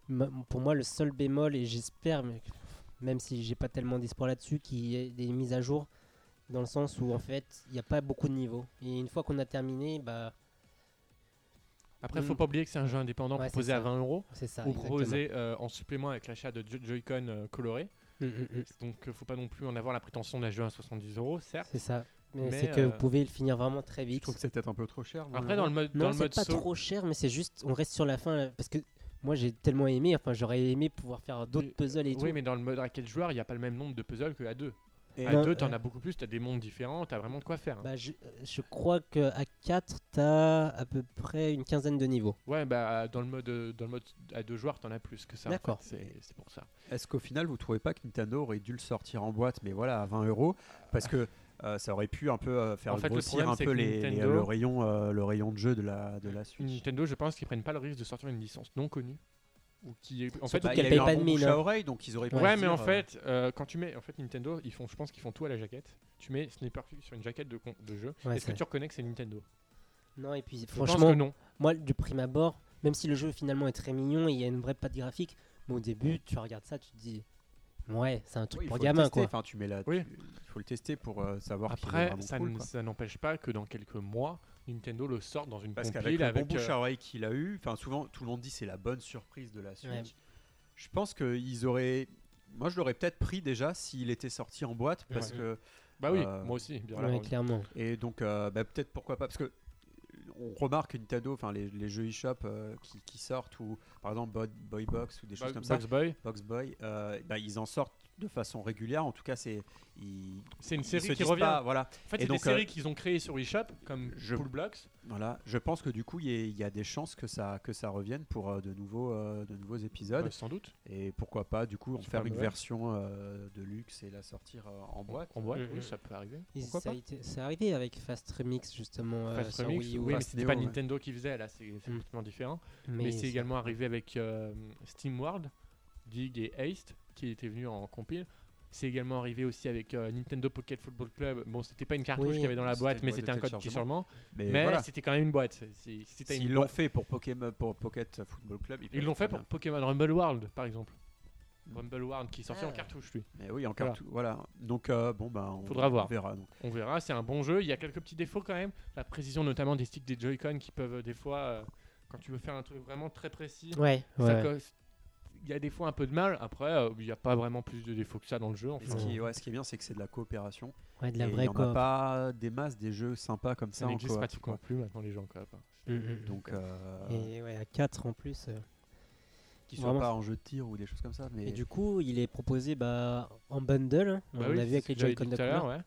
[SPEAKER 2] m- pour moi, le seul bémol, et j'espère, mais- même si j'ai pas tellement d'espoir là-dessus, qu'il y ait des mises à jour, dans le sens où en fait, il n'y a pas beaucoup de niveaux. Et une fois qu'on a terminé, bah,
[SPEAKER 1] Après,
[SPEAKER 2] Mm.
[SPEAKER 1] faut pas oublier que c'est un jeu indépendant
[SPEAKER 2] Ouais, c'est
[SPEAKER 1] proposé à
[SPEAKER 2] ça.
[SPEAKER 1] 20 euros.
[SPEAKER 2] c'est ça.
[SPEAKER 1] Ou
[SPEAKER 2] exactement.
[SPEAKER 1] proposé euh, en supplément avec l'achat de Jo- Joy-Con euh, colorés.
[SPEAKER 2] Mm, mm, mm.
[SPEAKER 1] Donc, euh, faut pas non plus en avoir la prétention d'un jeu à 70 euros, certes.
[SPEAKER 2] C'est ça. Mais,
[SPEAKER 1] Ah. Mais,
[SPEAKER 2] c'est que
[SPEAKER 1] euh,
[SPEAKER 2] vous pouvez le finir vraiment très
[SPEAKER 3] Je
[SPEAKER 2] vite.
[SPEAKER 3] trouve que c'est peut-être un peu trop cher.
[SPEAKER 1] Après, dans le mode, dans
[SPEAKER 2] Non,
[SPEAKER 1] le
[SPEAKER 2] c'est
[SPEAKER 1] mode
[SPEAKER 2] pas
[SPEAKER 1] solo-
[SPEAKER 2] trop cher, mais c'est juste, on reste sur la fin. là, Parce que moi, j'ai tellement aimé, enfin, j'aurais aimé pouvoir faire d'autres
[SPEAKER 1] Mais-
[SPEAKER 2] puzzles et tout.
[SPEAKER 1] Oui, mais dans le mode à quel joueur, il n'y a pas le même nombre de puzzles que à deux.
[SPEAKER 3] Et-
[SPEAKER 1] à
[SPEAKER 2] Non,
[SPEAKER 1] deux, t'en
[SPEAKER 2] ouais.
[SPEAKER 1] as beaucoup plus, t'as des mondes différents, t'as vraiment de quoi faire. hein.
[SPEAKER 2] euh, Bah, je, je crois qu'à 4, t'as à peu près une quinzaine de niveaux.
[SPEAKER 1] Ouais, bah dans le mode, euh, dans le mode à deux joueurs, t'en as plus que ça. en
[SPEAKER 2] D'accord.
[SPEAKER 1] fait, C'est c'est pour ça.
[SPEAKER 3] Est-ce qu'au final, vous trouvez pas que Nintendo aurait dû le sortir en boîte, mais voilà, à 20 euros Parce que euh, ça aurait pu un peu euh, faire
[SPEAKER 1] En fait, le
[SPEAKER 3] grossir
[SPEAKER 1] problème,
[SPEAKER 3] un
[SPEAKER 1] c'est
[SPEAKER 3] peu
[SPEAKER 1] que
[SPEAKER 3] les, les-
[SPEAKER 1] Nintendo-
[SPEAKER 3] le, rayon, euh, le rayon de jeu de la, de la Switch.
[SPEAKER 1] Nintendo, je pense qu'ils prennent pas le risque de sortir une licence non connue ou qui est en fait.
[SPEAKER 3] Bah,
[SPEAKER 2] qu'elle
[SPEAKER 3] il y a
[SPEAKER 2] paye
[SPEAKER 3] eu un
[SPEAKER 2] pas
[SPEAKER 3] bon
[SPEAKER 2] de mine,
[SPEAKER 3] bouche à
[SPEAKER 2] hein.
[SPEAKER 3] oreille, donc ils auraient pu
[SPEAKER 1] Ouais,
[SPEAKER 3] se
[SPEAKER 1] mais en
[SPEAKER 3] dire, euh,
[SPEAKER 1] fait, euh, quand tu mets, en fait, Nintendo, ils font, je pense qu'ils font tout à la jaquette. Tu mets Sniper Click sur une jaquette de, con- de jeu.
[SPEAKER 2] Ouais,
[SPEAKER 1] Est-ce que
[SPEAKER 2] c'est-
[SPEAKER 1] tu reconnais que c'est Nintendo
[SPEAKER 2] Non, et puis
[SPEAKER 1] Je pense
[SPEAKER 2] franchement,
[SPEAKER 1] que non.
[SPEAKER 2] moi, du prime abord, même si le jeu finalement est très mignon et il y a une vraie patte graphique, mais au début, tu regardes ça, tu te dis, ouais, c'est un truc
[SPEAKER 3] oui, il
[SPEAKER 2] pour
[SPEAKER 3] faut le
[SPEAKER 2] gamin,
[SPEAKER 3] tester.
[SPEAKER 2] quoi.
[SPEAKER 3] Enfin, tu mets la,
[SPEAKER 1] Oui.
[SPEAKER 3] tu- il faut le tester pour euh, savoir qu'il est
[SPEAKER 1] Après,
[SPEAKER 3] vraiment
[SPEAKER 1] ça
[SPEAKER 3] cool,
[SPEAKER 1] n-
[SPEAKER 3] quoi.
[SPEAKER 1] ça n'empêche pas que dans quelques mois, Nintendo le sorte dans une
[SPEAKER 3] Parce qu'avec
[SPEAKER 1] compile
[SPEAKER 3] le bon
[SPEAKER 1] avec.
[SPEAKER 3] bouche
[SPEAKER 1] euh,
[SPEAKER 3] à oreille qu'il a eu, enfin souvent tout le monde dit c'est la bonne surprise de la Switch.
[SPEAKER 2] Ouais.
[SPEAKER 3] Je pense que ils auraient, moi je l'aurais peut-être pris déjà s'il était sorti en boîte parce
[SPEAKER 1] Ouais.
[SPEAKER 3] que
[SPEAKER 1] Bah oui,
[SPEAKER 3] Euh,
[SPEAKER 1] moi aussi. bien
[SPEAKER 2] Ouais,
[SPEAKER 1] sûr.
[SPEAKER 2] clairement.
[SPEAKER 3] et donc euh, bah, peut-être pourquoi pas parce que on remarque que Nintendo, enfin les, les jeux eShop euh, qui, qui sortent ou par exemple Bo- Boy, Box ou des choses
[SPEAKER 1] Bo-
[SPEAKER 3] comme ça,
[SPEAKER 1] Box Bah, Boy,
[SPEAKER 3] Box Boy, euh, bah, ils en sortent de façon régulière. En tout cas c'est ils,
[SPEAKER 1] c'est une
[SPEAKER 3] ils se
[SPEAKER 1] série qui
[SPEAKER 3] disent
[SPEAKER 1] revient.
[SPEAKER 3] pas, voilà.
[SPEAKER 1] En fait,
[SPEAKER 3] Et
[SPEAKER 1] c'est des
[SPEAKER 3] donc,
[SPEAKER 1] séries
[SPEAKER 3] euh,
[SPEAKER 1] qu'ils ont créées sur eShop, comme
[SPEAKER 3] je-
[SPEAKER 1] Pool Blocks.
[SPEAKER 3] Voilà, je pense que du coup, il y, a- il y a des chances que ça, que ça revienne pour euh, de, nouveaux, euh, de nouveaux épisodes.
[SPEAKER 1] Ouais, sans doute.
[SPEAKER 3] Et pourquoi pas, du coup, en
[SPEAKER 1] C'est
[SPEAKER 3] faire
[SPEAKER 1] pas
[SPEAKER 3] une
[SPEAKER 1] mauvais.
[SPEAKER 3] version euh, de luxe et la sortir euh, en boîte.
[SPEAKER 1] En boîte,
[SPEAKER 2] Euh,
[SPEAKER 1] oui,
[SPEAKER 2] euh,
[SPEAKER 1] ça peut arriver.
[SPEAKER 2] Ils-
[SPEAKER 3] pourquoi
[SPEAKER 2] ça a
[SPEAKER 3] pas
[SPEAKER 2] été- C'est arrivé avec Fast Remix, justement, euh,
[SPEAKER 1] Fast
[SPEAKER 2] sur
[SPEAKER 1] Remix,
[SPEAKER 2] Wii U.
[SPEAKER 1] oui, mais
[SPEAKER 3] Fast
[SPEAKER 1] c'était pas
[SPEAKER 3] Neo, ouais.
[SPEAKER 1] Nintendo qui faisait, là, c'est c'est
[SPEAKER 2] Mm.
[SPEAKER 1] complètement différent.
[SPEAKER 2] mais
[SPEAKER 1] Mais, c'est également arrivé avec euh, SteamWorld, Dig et Haste, qui étaient venus en compile. C'est également arrivé aussi avec euh, Nintendo Pocket Football Club. Bon, c'était pas une cartouche
[SPEAKER 2] Oui,
[SPEAKER 1] qu'il y avait dans la
[SPEAKER 3] c'était
[SPEAKER 1] boîte,
[SPEAKER 3] une
[SPEAKER 1] mais
[SPEAKER 3] boîte de
[SPEAKER 1] c'était un code qui
[SPEAKER 3] téléchargement.
[SPEAKER 1] sûrement.
[SPEAKER 3] Mais,
[SPEAKER 1] Mais
[SPEAKER 3] voilà,
[SPEAKER 1] c'était quand même une boîte. Si- si t'as une
[SPEAKER 3] s'ils
[SPEAKER 1] boîte-
[SPEAKER 3] l'ont fait pour, Pokémon, pour Pocket Football Club,
[SPEAKER 1] Ils
[SPEAKER 3] peuvent
[SPEAKER 1] l'ont fait
[SPEAKER 3] très
[SPEAKER 1] pour
[SPEAKER 3] bien.
[SPEAKER 1] Pokémon Rumble World, par exemple.
[SPEAKER 3] Mm.
[SPEAKER 1] Rumble World qui est sorti en
[SPEAKER 2] Ah.
[SPEAKER 1] cartouche, lui.
[SPEAKER 3] Mais oui,
[SPEAKER 1] Voilà.
[SPEAKER 3] en cartou- Voilà. Donc, euh, bon, bah, on,
[SPEAKER 1] Faudra voir.
[SPEAKER 3] on verra. donc.
[SPEAKER 1] On verra, c'est un bon jeu. Il y a quelques petits défauts quand même. La précision, notamment des sticks des Joy-Con, qui peuvent, euh, des fois, euh, quand tu veux faire un truc vraiment très précis,
[SPEAKER 2] Ouais,
[SPEAKER 1] Ça
[SPEAKER 2] ouais.
[SPEAKER 1] cause- Il y a des fois un peu de mal. Après, euh, il n'y a pas vraiment plus de défauts que ça dans le jeu. En
[SPEAKER 3] Mais
[SPEAKER 1] fait.
[SPEAKER 3] ce,
[SPEAKER 2] Ouais.
[SPEAKER 3] qui, ouais, ce qui est bien, c'est que c'est de la coopération.
[SPEAKER 2] Ouais, de
[SPEAKER 3] et
[SPEAKER 2] la
[SPEAKER 3] il
[SPEAKER 2] vraie
[SPEAKER 3] n'y en a
[SPEAKER 2] quoi.
[SPEAKER 3] pas des masses des jeux sympas comme ça.
[SPEAKER 1] Ça
[SPEAKER 3] en
[SPEAKER 1] n'existe
[SPEAKER 3] coop,
[SPEAKER 1] pratiquement
[SPEAKER 3] quoi.
[SPEAKER 1] plus maintenant les gens quoi.
[SPEAKER 2] Mm, mm, mm.
[SPEAKER 3] Donc, euh,
[SPEAKER 2] Et ouais, à 4 en plus. euh.
[SPEAKER 3] qui ne sont
[SPEAKER 2] vraiment,
[SPEAKER 3] pas en jeu de tir ou des choses comme ça. Mais
[SPEAKER 2] Et du coup, il est proposé bah, en bundle. hein,
[SPEAKER 3] Bah
[SPEAKER 1] bah
[SPEAKER 2] On l'a vu avec les Joy-Con de
[SPEAKER 1] tout à l'heure.
[SPEAKER 2] couleur.
[SPEAKER 1] ouais.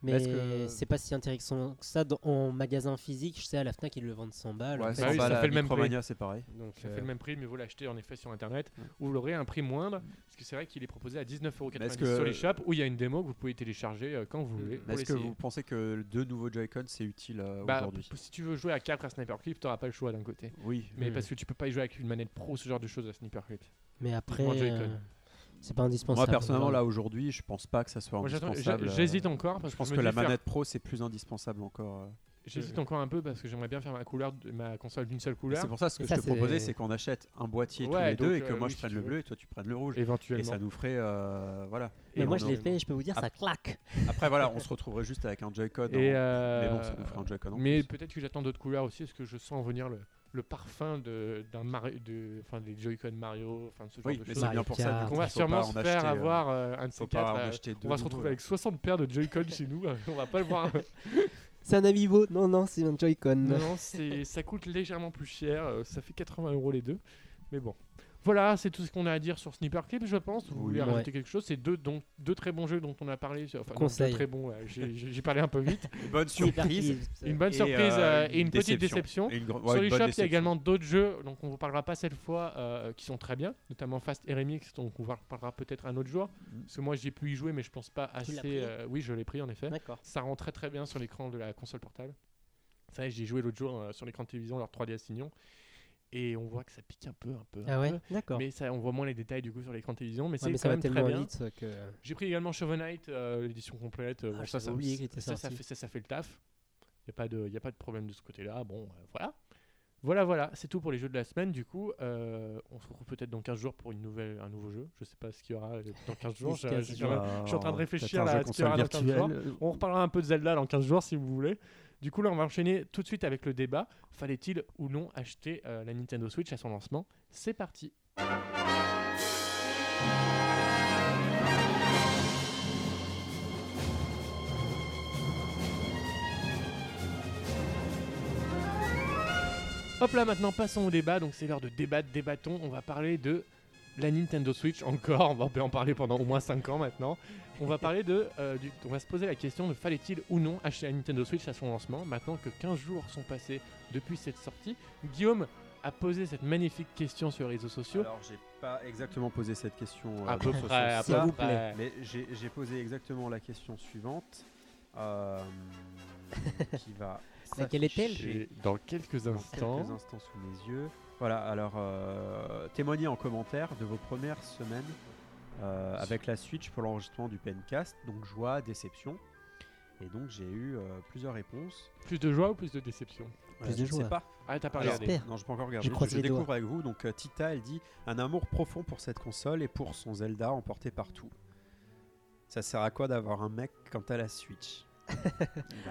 [SPEAKER 2] Mais
[SPEAKER 3] Est-ce que-
[SPEAKER 2] c'est pas si intéressant que ça dans- en magasin physique. Je sais, à la Fnac, ils le vendent 100 balles.
[SPEAKER 3] Ouais,
[SPEAKER 2] en fait,
[SPEAKER 1] bah
[SPEAKER 3] sans
[SPEAKER 1] oui,
[SPEAKER 2] c'est-
[SPEAKER 1] ça
[SPEAKER 3] balles à
[SPEAKER 1] fait le même prix.
[SPEAKER 3] Micromania, c'est pareil.
[SPEAKER 2] donc,
[SPEAKER 1] Ça
[SPEAKER 2] euh,
[SPEAKER 1] fait le même prix, mais vous l'achetez en effet sur internet.
[SPEAKER 3] Ouais.
[SPEAKER 1] Vous l'aurez à un prix moindre, parce que c'est vrai qu'il est proposé à 19,90€
[SPEAKER 3] que-
[SPEAKER 1] sur les shops où il y a une démo que vous pouvez télécharger euh, quand vous
[SPEAKER 2] Mm.
[SPEAKER 1] voulez.
[SPEAKER 2] Mais
[SPEAKER 1] pour
[SPEAKER 3] Est-ce que
[SPEAKER 1] l'essayer.
[SPEAKER 3] vous pensez que deux nouveaux Joy-Con c'est utile euh,
[SPEAKER 1] Bah,
[SPEAKER 3] aujourd'hui
[SPEAKER 1] p- si tu veux jouer à 4 à Sniper Clip, t'auras pas le choix d'un côté.
[SPEAKER 3] Oui.
[SPEAKER 1] Mais
[SPEAKER 2] Mm.
[SPEAKER 1] parce que tu peux pas y jouer avec une manette pro, ce genre de choses à Sniper Clip.
[SPEAKER 2] Mais après,
[SPEAKER 1] Uniquement Joy-Con.
[SPEAKER 2] euh, c'est pas indispensable.
[SPEAKER 3] Moi personnellement là
[SPEAKER 2] vraiment.
[SPEAKER 3] aujourd'hui, je pense pas que ça soit
[SPEAKER 1] Moi, j'attends-
[SPEAKER 3] indispensable. euh,
[SPEAKER 1] j'a- j'hésite encore parce
[SPEAKER 3] Je pense
[SPEAKER 1] je
[SPEAKER 3] que,
[SPEAKER 1] me
[SPEAKER 3] la
[SPEAKER 1] dis faire-
[SPEAKER 3] manette pro c'est plus indispensable encore. euh.
[SPEAKER 1] J'hésite encore un peu parce que j'aimerais bien faire ma couleur, de- ma console d'une seule
[SPEAKER 3] Et
[SPEAKER 1] couleur.
[SPEAKER 3] C'est pour ça ce que
[SPEAKER 2] Et
[SPEAKER 3] je
[SPEAKER 2] ça,
[SPEAKER 3] te
[SPEAKER 2] c'est-
[SPEAKER 3] proposais, c'est qu'on achète un boîtier tous
[SPEAKER 1] Ouais,
[SPEAKER 3] les deux
[SPEAKER 1] donc,
[SPEAKER 3] et que
[SPEAKER 1] euh,
[SPEAKER 3] moi
[SPEAKER 1] oui,
[SPEAKER 3] je
[SPEAKER 1] si
[SPEAKER 3] prenne
[SPEAKER 1] tu
[SPEAKER 3] le
[SPEAKER 1] veux.
[SPEAKER 3] bleu et toi tu prennes le rouge. Et
[SPEAKER 1] éventuellement.
[SPEAKER 3] ça nous ferait euh, voilà.
[SPEAKER 2] Mais
[SPEAKER 1] Et
[SPEAKER 2] moi
[SPEAKER 1] on
[SPEAKER 2] je
[SPEAKER 1] en-
[SPEAKER 2] l'ai fait et je peux vous dire,
[SPEAKER 3] Ah.
[SPEAKER 2] ça claque.
[SPEAKER 3] Après voilà, on se retrouverait juste avec un
[SPEAKER 1] Et,
[SPEAKER 3] Joy-Con. en- Mais
[SPEAKER 1] euh,
[SPEAKER 3] bon, ça nous ferait un Joy-Con. en
[SPEAKER 1] mais
[SPEAKER 3] plus.
[SPEAKER 1] peut-être que j'attends d'autres couleurs aussi, parce que je sens venir le, le parfum de d'un Mari- de, enfin des Joy-Con Mario, enfin de ce genre
[SPEAKER 3] oui,
[SPEAKER 1] de
[SPEAKER 3] mais
[SPEAKER 1] choses.
[SPEAKER 3] c'est bien
[SPEAKER 2] Mario
[SPEAKER 3] pour ça.
[SPEAKER 2] Kart.
[SPEAKER 3] du
[SPEAKER 1] On
[SPEAKER 3] coup,
[SPEAKER 1] va
[SPEAKER 3] faut pas
[SPEAKER 1] sûrement
[SPEAKER 3] en
[SPEAKER 1] se
[SPEAKER 3] acheter,
[SPEAKER 1] faire
[SPEAKER 3] euh,
[SPEAKER 1] avoir euh, un de
[SPEAKER 3] Faut
[SPEAKER 1] ces
[SPEAKER 3] pas
[SPEAKER 1] quatre.
[SPEAKER 3] en
[SPEAKER 1] euh,
[SPEAKER 3] acheter deux.
[SPEAKER 1] on va se
[SPEAKER 3] nouveaux,
[SPEAKER 1] retrouver
[SPEAKER 3] là.
[SPEAKER 1] avec 60 paires de Joy-Con chez nous. On va pas le voir.
[SPEAKER 2] C'est un Amiibo. Non, non, c'est un Joy-Con.
[SPEAKER 1] Non, non, c'est- ça coûte légèrement plus cher. euh, ça fait 80 euros les deux. Mais bon. Voilà, c'est tout ce qu'on a à dire sur Sniper Clip, je pense. Vous
[SPEAKER 3] Oui.
[SPEAKER 1] voulez
[SPEAKER 2] Ouais.
[SPEAKER 1] rajouter quelque chose C'est deux, donc, deux très bons jeux dont on a parlé. Enfin, non, deux
[SPEAKER 2] Conseil.
[SPEAKER 1] très bons. ouais, j'ai- J'ai j'ai parlé un peu vite.
[SPEAKER 3] Une bonne surprise.
[SPEAKER 1] Une bonne
[SPEAKER 3] Et,
[SPEAKER 1] surprise
[SPEAKER 3] euh,
[SPEAKER 1] euh, et une petite déception.
[SPEAKER 3] Et une gro- ouais,
[SPEAKER 1] sur
[SPEAKER 3] une
[SPEAKER 1] les shops,
[SPEAKER 3] bonne
[SPEAKER 1] il y a
[SPEAKER 3] déception.
[SPEAKER 1] également d'autres jeux, donc on vous parlera pas cette fois, euh, qui sont très bien, notamment Fast et Remix, donc on vous en parlera peut-être un autre jour.
[SPEAKER 3] Mm.
[SPEAKER 1] Parce que moi, j'ai pu y jouer, mais je pense pas
[SPEAKER 2] Tu l'as
[SPEAKER 1] assez.
[SPEAKER 2] pris
[SPEAKER 1] euh, oui, je l'ai pris en effet.
[SPEAKER 2] D'accord.
[SPEAKER 1] Ça rend très très bien sur l'écran de la console portable. Ça, j'y ai joué l'autre jour euh, sur l'écran de télévision, leur 3D Assignon. Et on voit que ça pique un peu, un peu. un
[SPEAKER 2] Ah ouais
[SPEAKER 1] peu.
[SPEAKER 2] D'accord.
[SPEAKER 1] Mais ça, on voit moins les détails du coup sur l'écran de télévision, mais
[SPEAKER 2] Ouais,
[SPEAKER 1] c'est
[SPEAKER 2] mais
[SPEAKER 1] quand
[SPEAKER 2] ça va
[SPEAKER 1] même très
[SPEAKER 2] tellement
[SPEAKER 1] bien.
[SPEAKER 2] vite que.
[SPEAKER 1] J'ai pris également Shovel Knight, euh, l'édition complète. euh,
[SPEAKER 2] Ah,
[SPEAKER 1] bon,
[SPEAKER 2] je
[SPEAKER 1] ça,
[SPEAKER 2] t'avais
[SPEAKER 1] ça,
[SPEAKER 2] oublié qu'il était
[SPEAKER 1] ça, ça
[SPEAKER 2] sorti.
[SPEAKER 1] fait, ça, ça fait le taf. Il n'y a, pas de problème de ce côté-là. Bon, euh, voilà. Voilà, voilà. C'est tout pour les jeux de la semaine. Du coup, Euh, on se retrouve peut-être dans 15 jours pour une nouvelle, un nouveau jeu. Je sais pas ce qu'il y aura euh, dans 15 jours.
[SPEAKER 2] D'ici
[SPEAKER 1] Je-
[SPEAKER 2] 15
[SPEAKER 1] je- je-
[SPEAKER 2] jours.
[SPEAKER 1] je suis en train de
[SPEAKER 3] Ah,
[SPEAKER 1] réfléchir,
[SPEAKER 3] peut-être
[SPEAKER 1] là,
[SPEAKER 3] un
[SPEAKER 1] à
[SPEAKER 3] jeu
[SPEAKER 1] ce qu'il y aura
[SPEAKER 3] console
[SPEAKER 1] dans quinze
[SPEAKER 3] virtuelle.
[SPEAKER 1] on reparlera un peu de Zelda dans 15 jours si vous voulez. Du coup, là, on va enchaîner tout de suite avec le débat. Fallait-il ou non acheter euh, la Nintendo Switch à son lancement C'est parti. Hop là, maintenant passons au débat. Donc c'est l'heure de débattre, débattons. On va parler de la Nintendo Switch encore. On va en parler pendant au moins 5 ans maintenant. On va parler de. euh, du- on va se poser la question de fallait-il ou non acheter la Nintendo Switch à son lancement, maintenant que 15 jours sont passés depuis cette sortie. Guillaume a posé cette magnifique question sur les réseaux sociaux.
[SPEAKER 3] Alors, j'ai pas exactement posé cette question. euh,
[SPEAKER 1] à peu
[SPEAKER 3] sur ce-
[SPEAKER 1] près, à
[SPEAKER 3] ça,
[SPEAKER 1] peu près.
[SPEAKER 3] Mais j'ai j'ai posé exactement la question suivante. euh, qui va.
[SPEAKER 2] Laquelle est-elle
[SPEAKER 3] s'afficher
[SPEAKER 1] Et Dans quelques
[SPEAKER 3] dans
[SPEAKER 1] instants.
[SPEAKER 3] quelques instants sous mes yeux. Voilà, alors euh, témoignez en commentaire de vos premières semaines euh, avec la Switch pour l'enregistrement du PNCast, donc joie, déception. Et donc j'ai eu euh, plusieurs réponses.
[SPEAKER 1] Plus de joie ou plus de déception
[SPEAKER 3] Voilà,
[SPEAKER 2] de
[SPEAKER 3] je ne
[SPEAKER 2] joie.
[SPEAKER 3] sais pas.
[SPEAKER 1] Ah, t'as pas
[SPEAKER 3] Alors,
[SPEAKER 1] regardé.
[SPEAKER 2] J'espère.
[SPEAKER 3] non, je peux encore regarder.
[SPEAKER 2] J'ai
[SPEAKER 3] Je,
[SPEAKER 2] croisé
[SPEAKER 3] je
[SPEAKER 2] les
[SPEAKER 3] découvre avec vous. Donc euh, Tita, elle dit un amour profond pour cette console et pour son Zelda emporté partout. Ça sert à quoi d'avoir un mec quand t'as la Switch Bah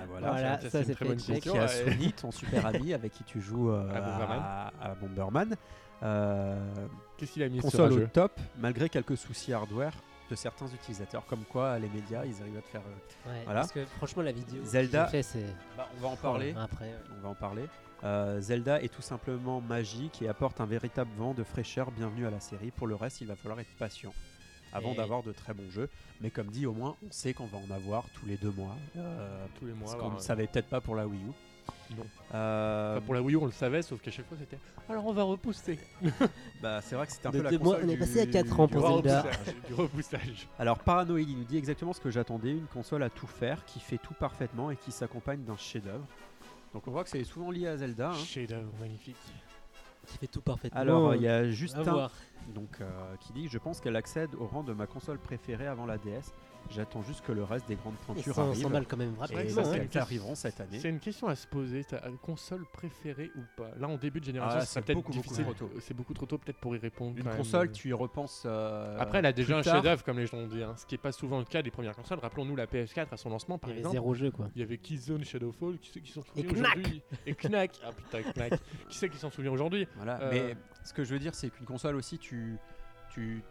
[SPEAKER 3] voilà.
[SPEAKER 2] Voilà,
[SPEAKER 1] ça,
[SPEAKER 2] ça,
[SPEAKER 1] c'est une
[SPEAKER 2] c'est
[SPEAKER 1] très
[SPEAKER 2] fait
[SPEAKER 1] bonne
[SPEAKER 2] check.
[SPEAKER 1] question.
[SPEAKER 3] qui a
[SPEAKER 1] Ouais.
[SPEAKER 3] euh, Sony, ton super ami avec qui tu joues euh,
[SPEAKER 1] À Bomberman.
[SPEAKER 3] à, à Bomberman. Euh,
[SPEAKER 1] Qu'est-ce qu'il a mis sur
[SPEAKER 3] console
[SPEAKER 1] un
[SPEAKER 3] au
[SPEAKER 1] jeu
[SPEAKER 3] top, malgré quelques soucis hardware de certains utilisateurs, comme quoi euh, les médias, ils arrivent à te faire. euh,
[SPEAKER 2] Ouais,
[SPEAKER 3] Voilà.
[SPEAKER 2] Parce que franchement, la vidéo. qu'ils
[SPEAKER 3] Zelda-
[SPEAKER 2] ont fait, c'est.
[SPEAKER 1] Bah,
[SPEAKER 3] on va en parler.
[SPEAKER 2] Après. euh,
[SPEAKER 3] On va en parler. Euh, Zelda est tout simplement magique et apporte un véritable vent de fraîcheur. Bienvenue à la série. Pour le reste, il va falloir être patient avant
[SPEAKER 2] Et-
[SPEAKER 3] d'avoir de très bons jeux. Mais comme dit, au moins, on sait qu'on va en avoir tous les deux mois. euh,
[SPEAKER 1] Tous les mois.
[SPEAKER 3] ce qu'on
[SPEAKER 1] alors,
[SPEAKER 3] ne
[SPEAKER 1] euh,
[SPEAKER 3] savait peut-être pas pour la Wii U.
[SPEAKER 1] Non.
[SPEAKER 3] Euh,
[SPEAKER 1] enfin, pour la Wii U, on le savait, sauf qu'à chaque fois c'était. Alors on va repousser.
[SPEAKER 3] Bah, c'est vrai que c'était un
[SPEAKER 2] De
[SPEAKER 3] peu la
[SPEAKER 2] deux mois,
[SPEAKER 3] console
[SPEAKER 2] on est
[SPEAKER 3] du-
[SPEAKER 2] passé à quatre
[SPEAKER 3] du
[SPEAKER 2] ans
[SPEAKER 1] Du
[SPEAKER 2] pour
[SPEAKER 3] roi
[SPEAKER 2] Zelda.
[SPEAKER 1] repoussage. du repoussage.
[SPEAKER 3] Alors Paranoïde, il nous dit exactement ce que j'attendais, une console à tout faire, qui fait tout parfaitement et qui s'accompagne d'un chef-d'œuvre. Donc on voit que c'est souvent lié à
[SPEAKER 1] Ah,
[SPEAKER 3] Zelda. hein.
[SPEAKER 1] Chef-d'œuvre magnifique.
[SPEAKER 2] Qui fait tout parfaitement. euh,
[SPEAKER 3] Alors il y a
[SPEAKER 2] à
[SPEAKER 3] Justin
[SPEAKER 2] voir.
[SPEAKER 3] donc, euh, qui dit Je pense qu'elle accède au rang de ma console préférée avant la DS. J'attends juste que le reste des grandes
[SPEAKER 2] Et
[SPEAKER 3] pointures
[SPEAKER 2] ça, on
[SPEAKER 3] arrive.
[SPEAKER 2] s'emballe quand même
[SPEAKER 1] vrai
[SPEAKER 3] Et
[SPEAKER 1] que
[SPEAKER 2] rapidement.
[SPEAKER 3] ça,
[SPEAKER 1] ça,
[SPEAKER 2] hein.
[SPEAKER 1] c'est-
[SPEAKER 3] elles arriveront cette année.
[SPEAKER 1] C'est une question à se poser, ta euh, console préférée ou pas Là, en début de
[SPEAKER 3] Ah,
[SPEAKER 1] génération,
[SPEAKER 3] c'est
[SPEAKER 1] c'est peut-être
[SPEAKER 3] beaucoup, beaucoup
[SPEAKER 1] difficile.
[SPEAKER 3] trop tôt.
[SPEAKER 1] C'est beaucoup trop tôt peut-être pour y répondre. quand
[SPEAKER 3] Une
[SPEAKER 1] même.
[SPEAKER 3] console, tu y repenses. euh,
[SPEAKER 1] Après, elle a déjà
[SPEAKER 3] plus
[SPEAKER 1] un
[SPEAKER 3] tard.
[SPEAKER 1] chef-d'œuvre, comme les gens ont dit, hein, ce qui n'est pas souvent le cas des premières consoles. Rappelons-nous la PS4 à son lancement,
[SPEAKER 2] Il
[SPEAKER 1] par
[SPEAKER 2] y avait
[SPEAKER 1] exemple.
[SPEAKER 2] zéro jeu, quoi.
[SPEAKER 1] Il y avait Keyzone, Shadowfall, qui c'est qui s'en
[SPEAKER 2] Et
[SPEAKER 1] souvient aujourd'hui Et Knack Ah putain, Knack Qui c'est qui s'en souvient aujourd'hui
[SPEAKER 3] Voilà,
[SPEAKER 1] Euh,
[SPEAKER 3] mais ce que je veux dire, c'est qu'une console aussi, tu, tu,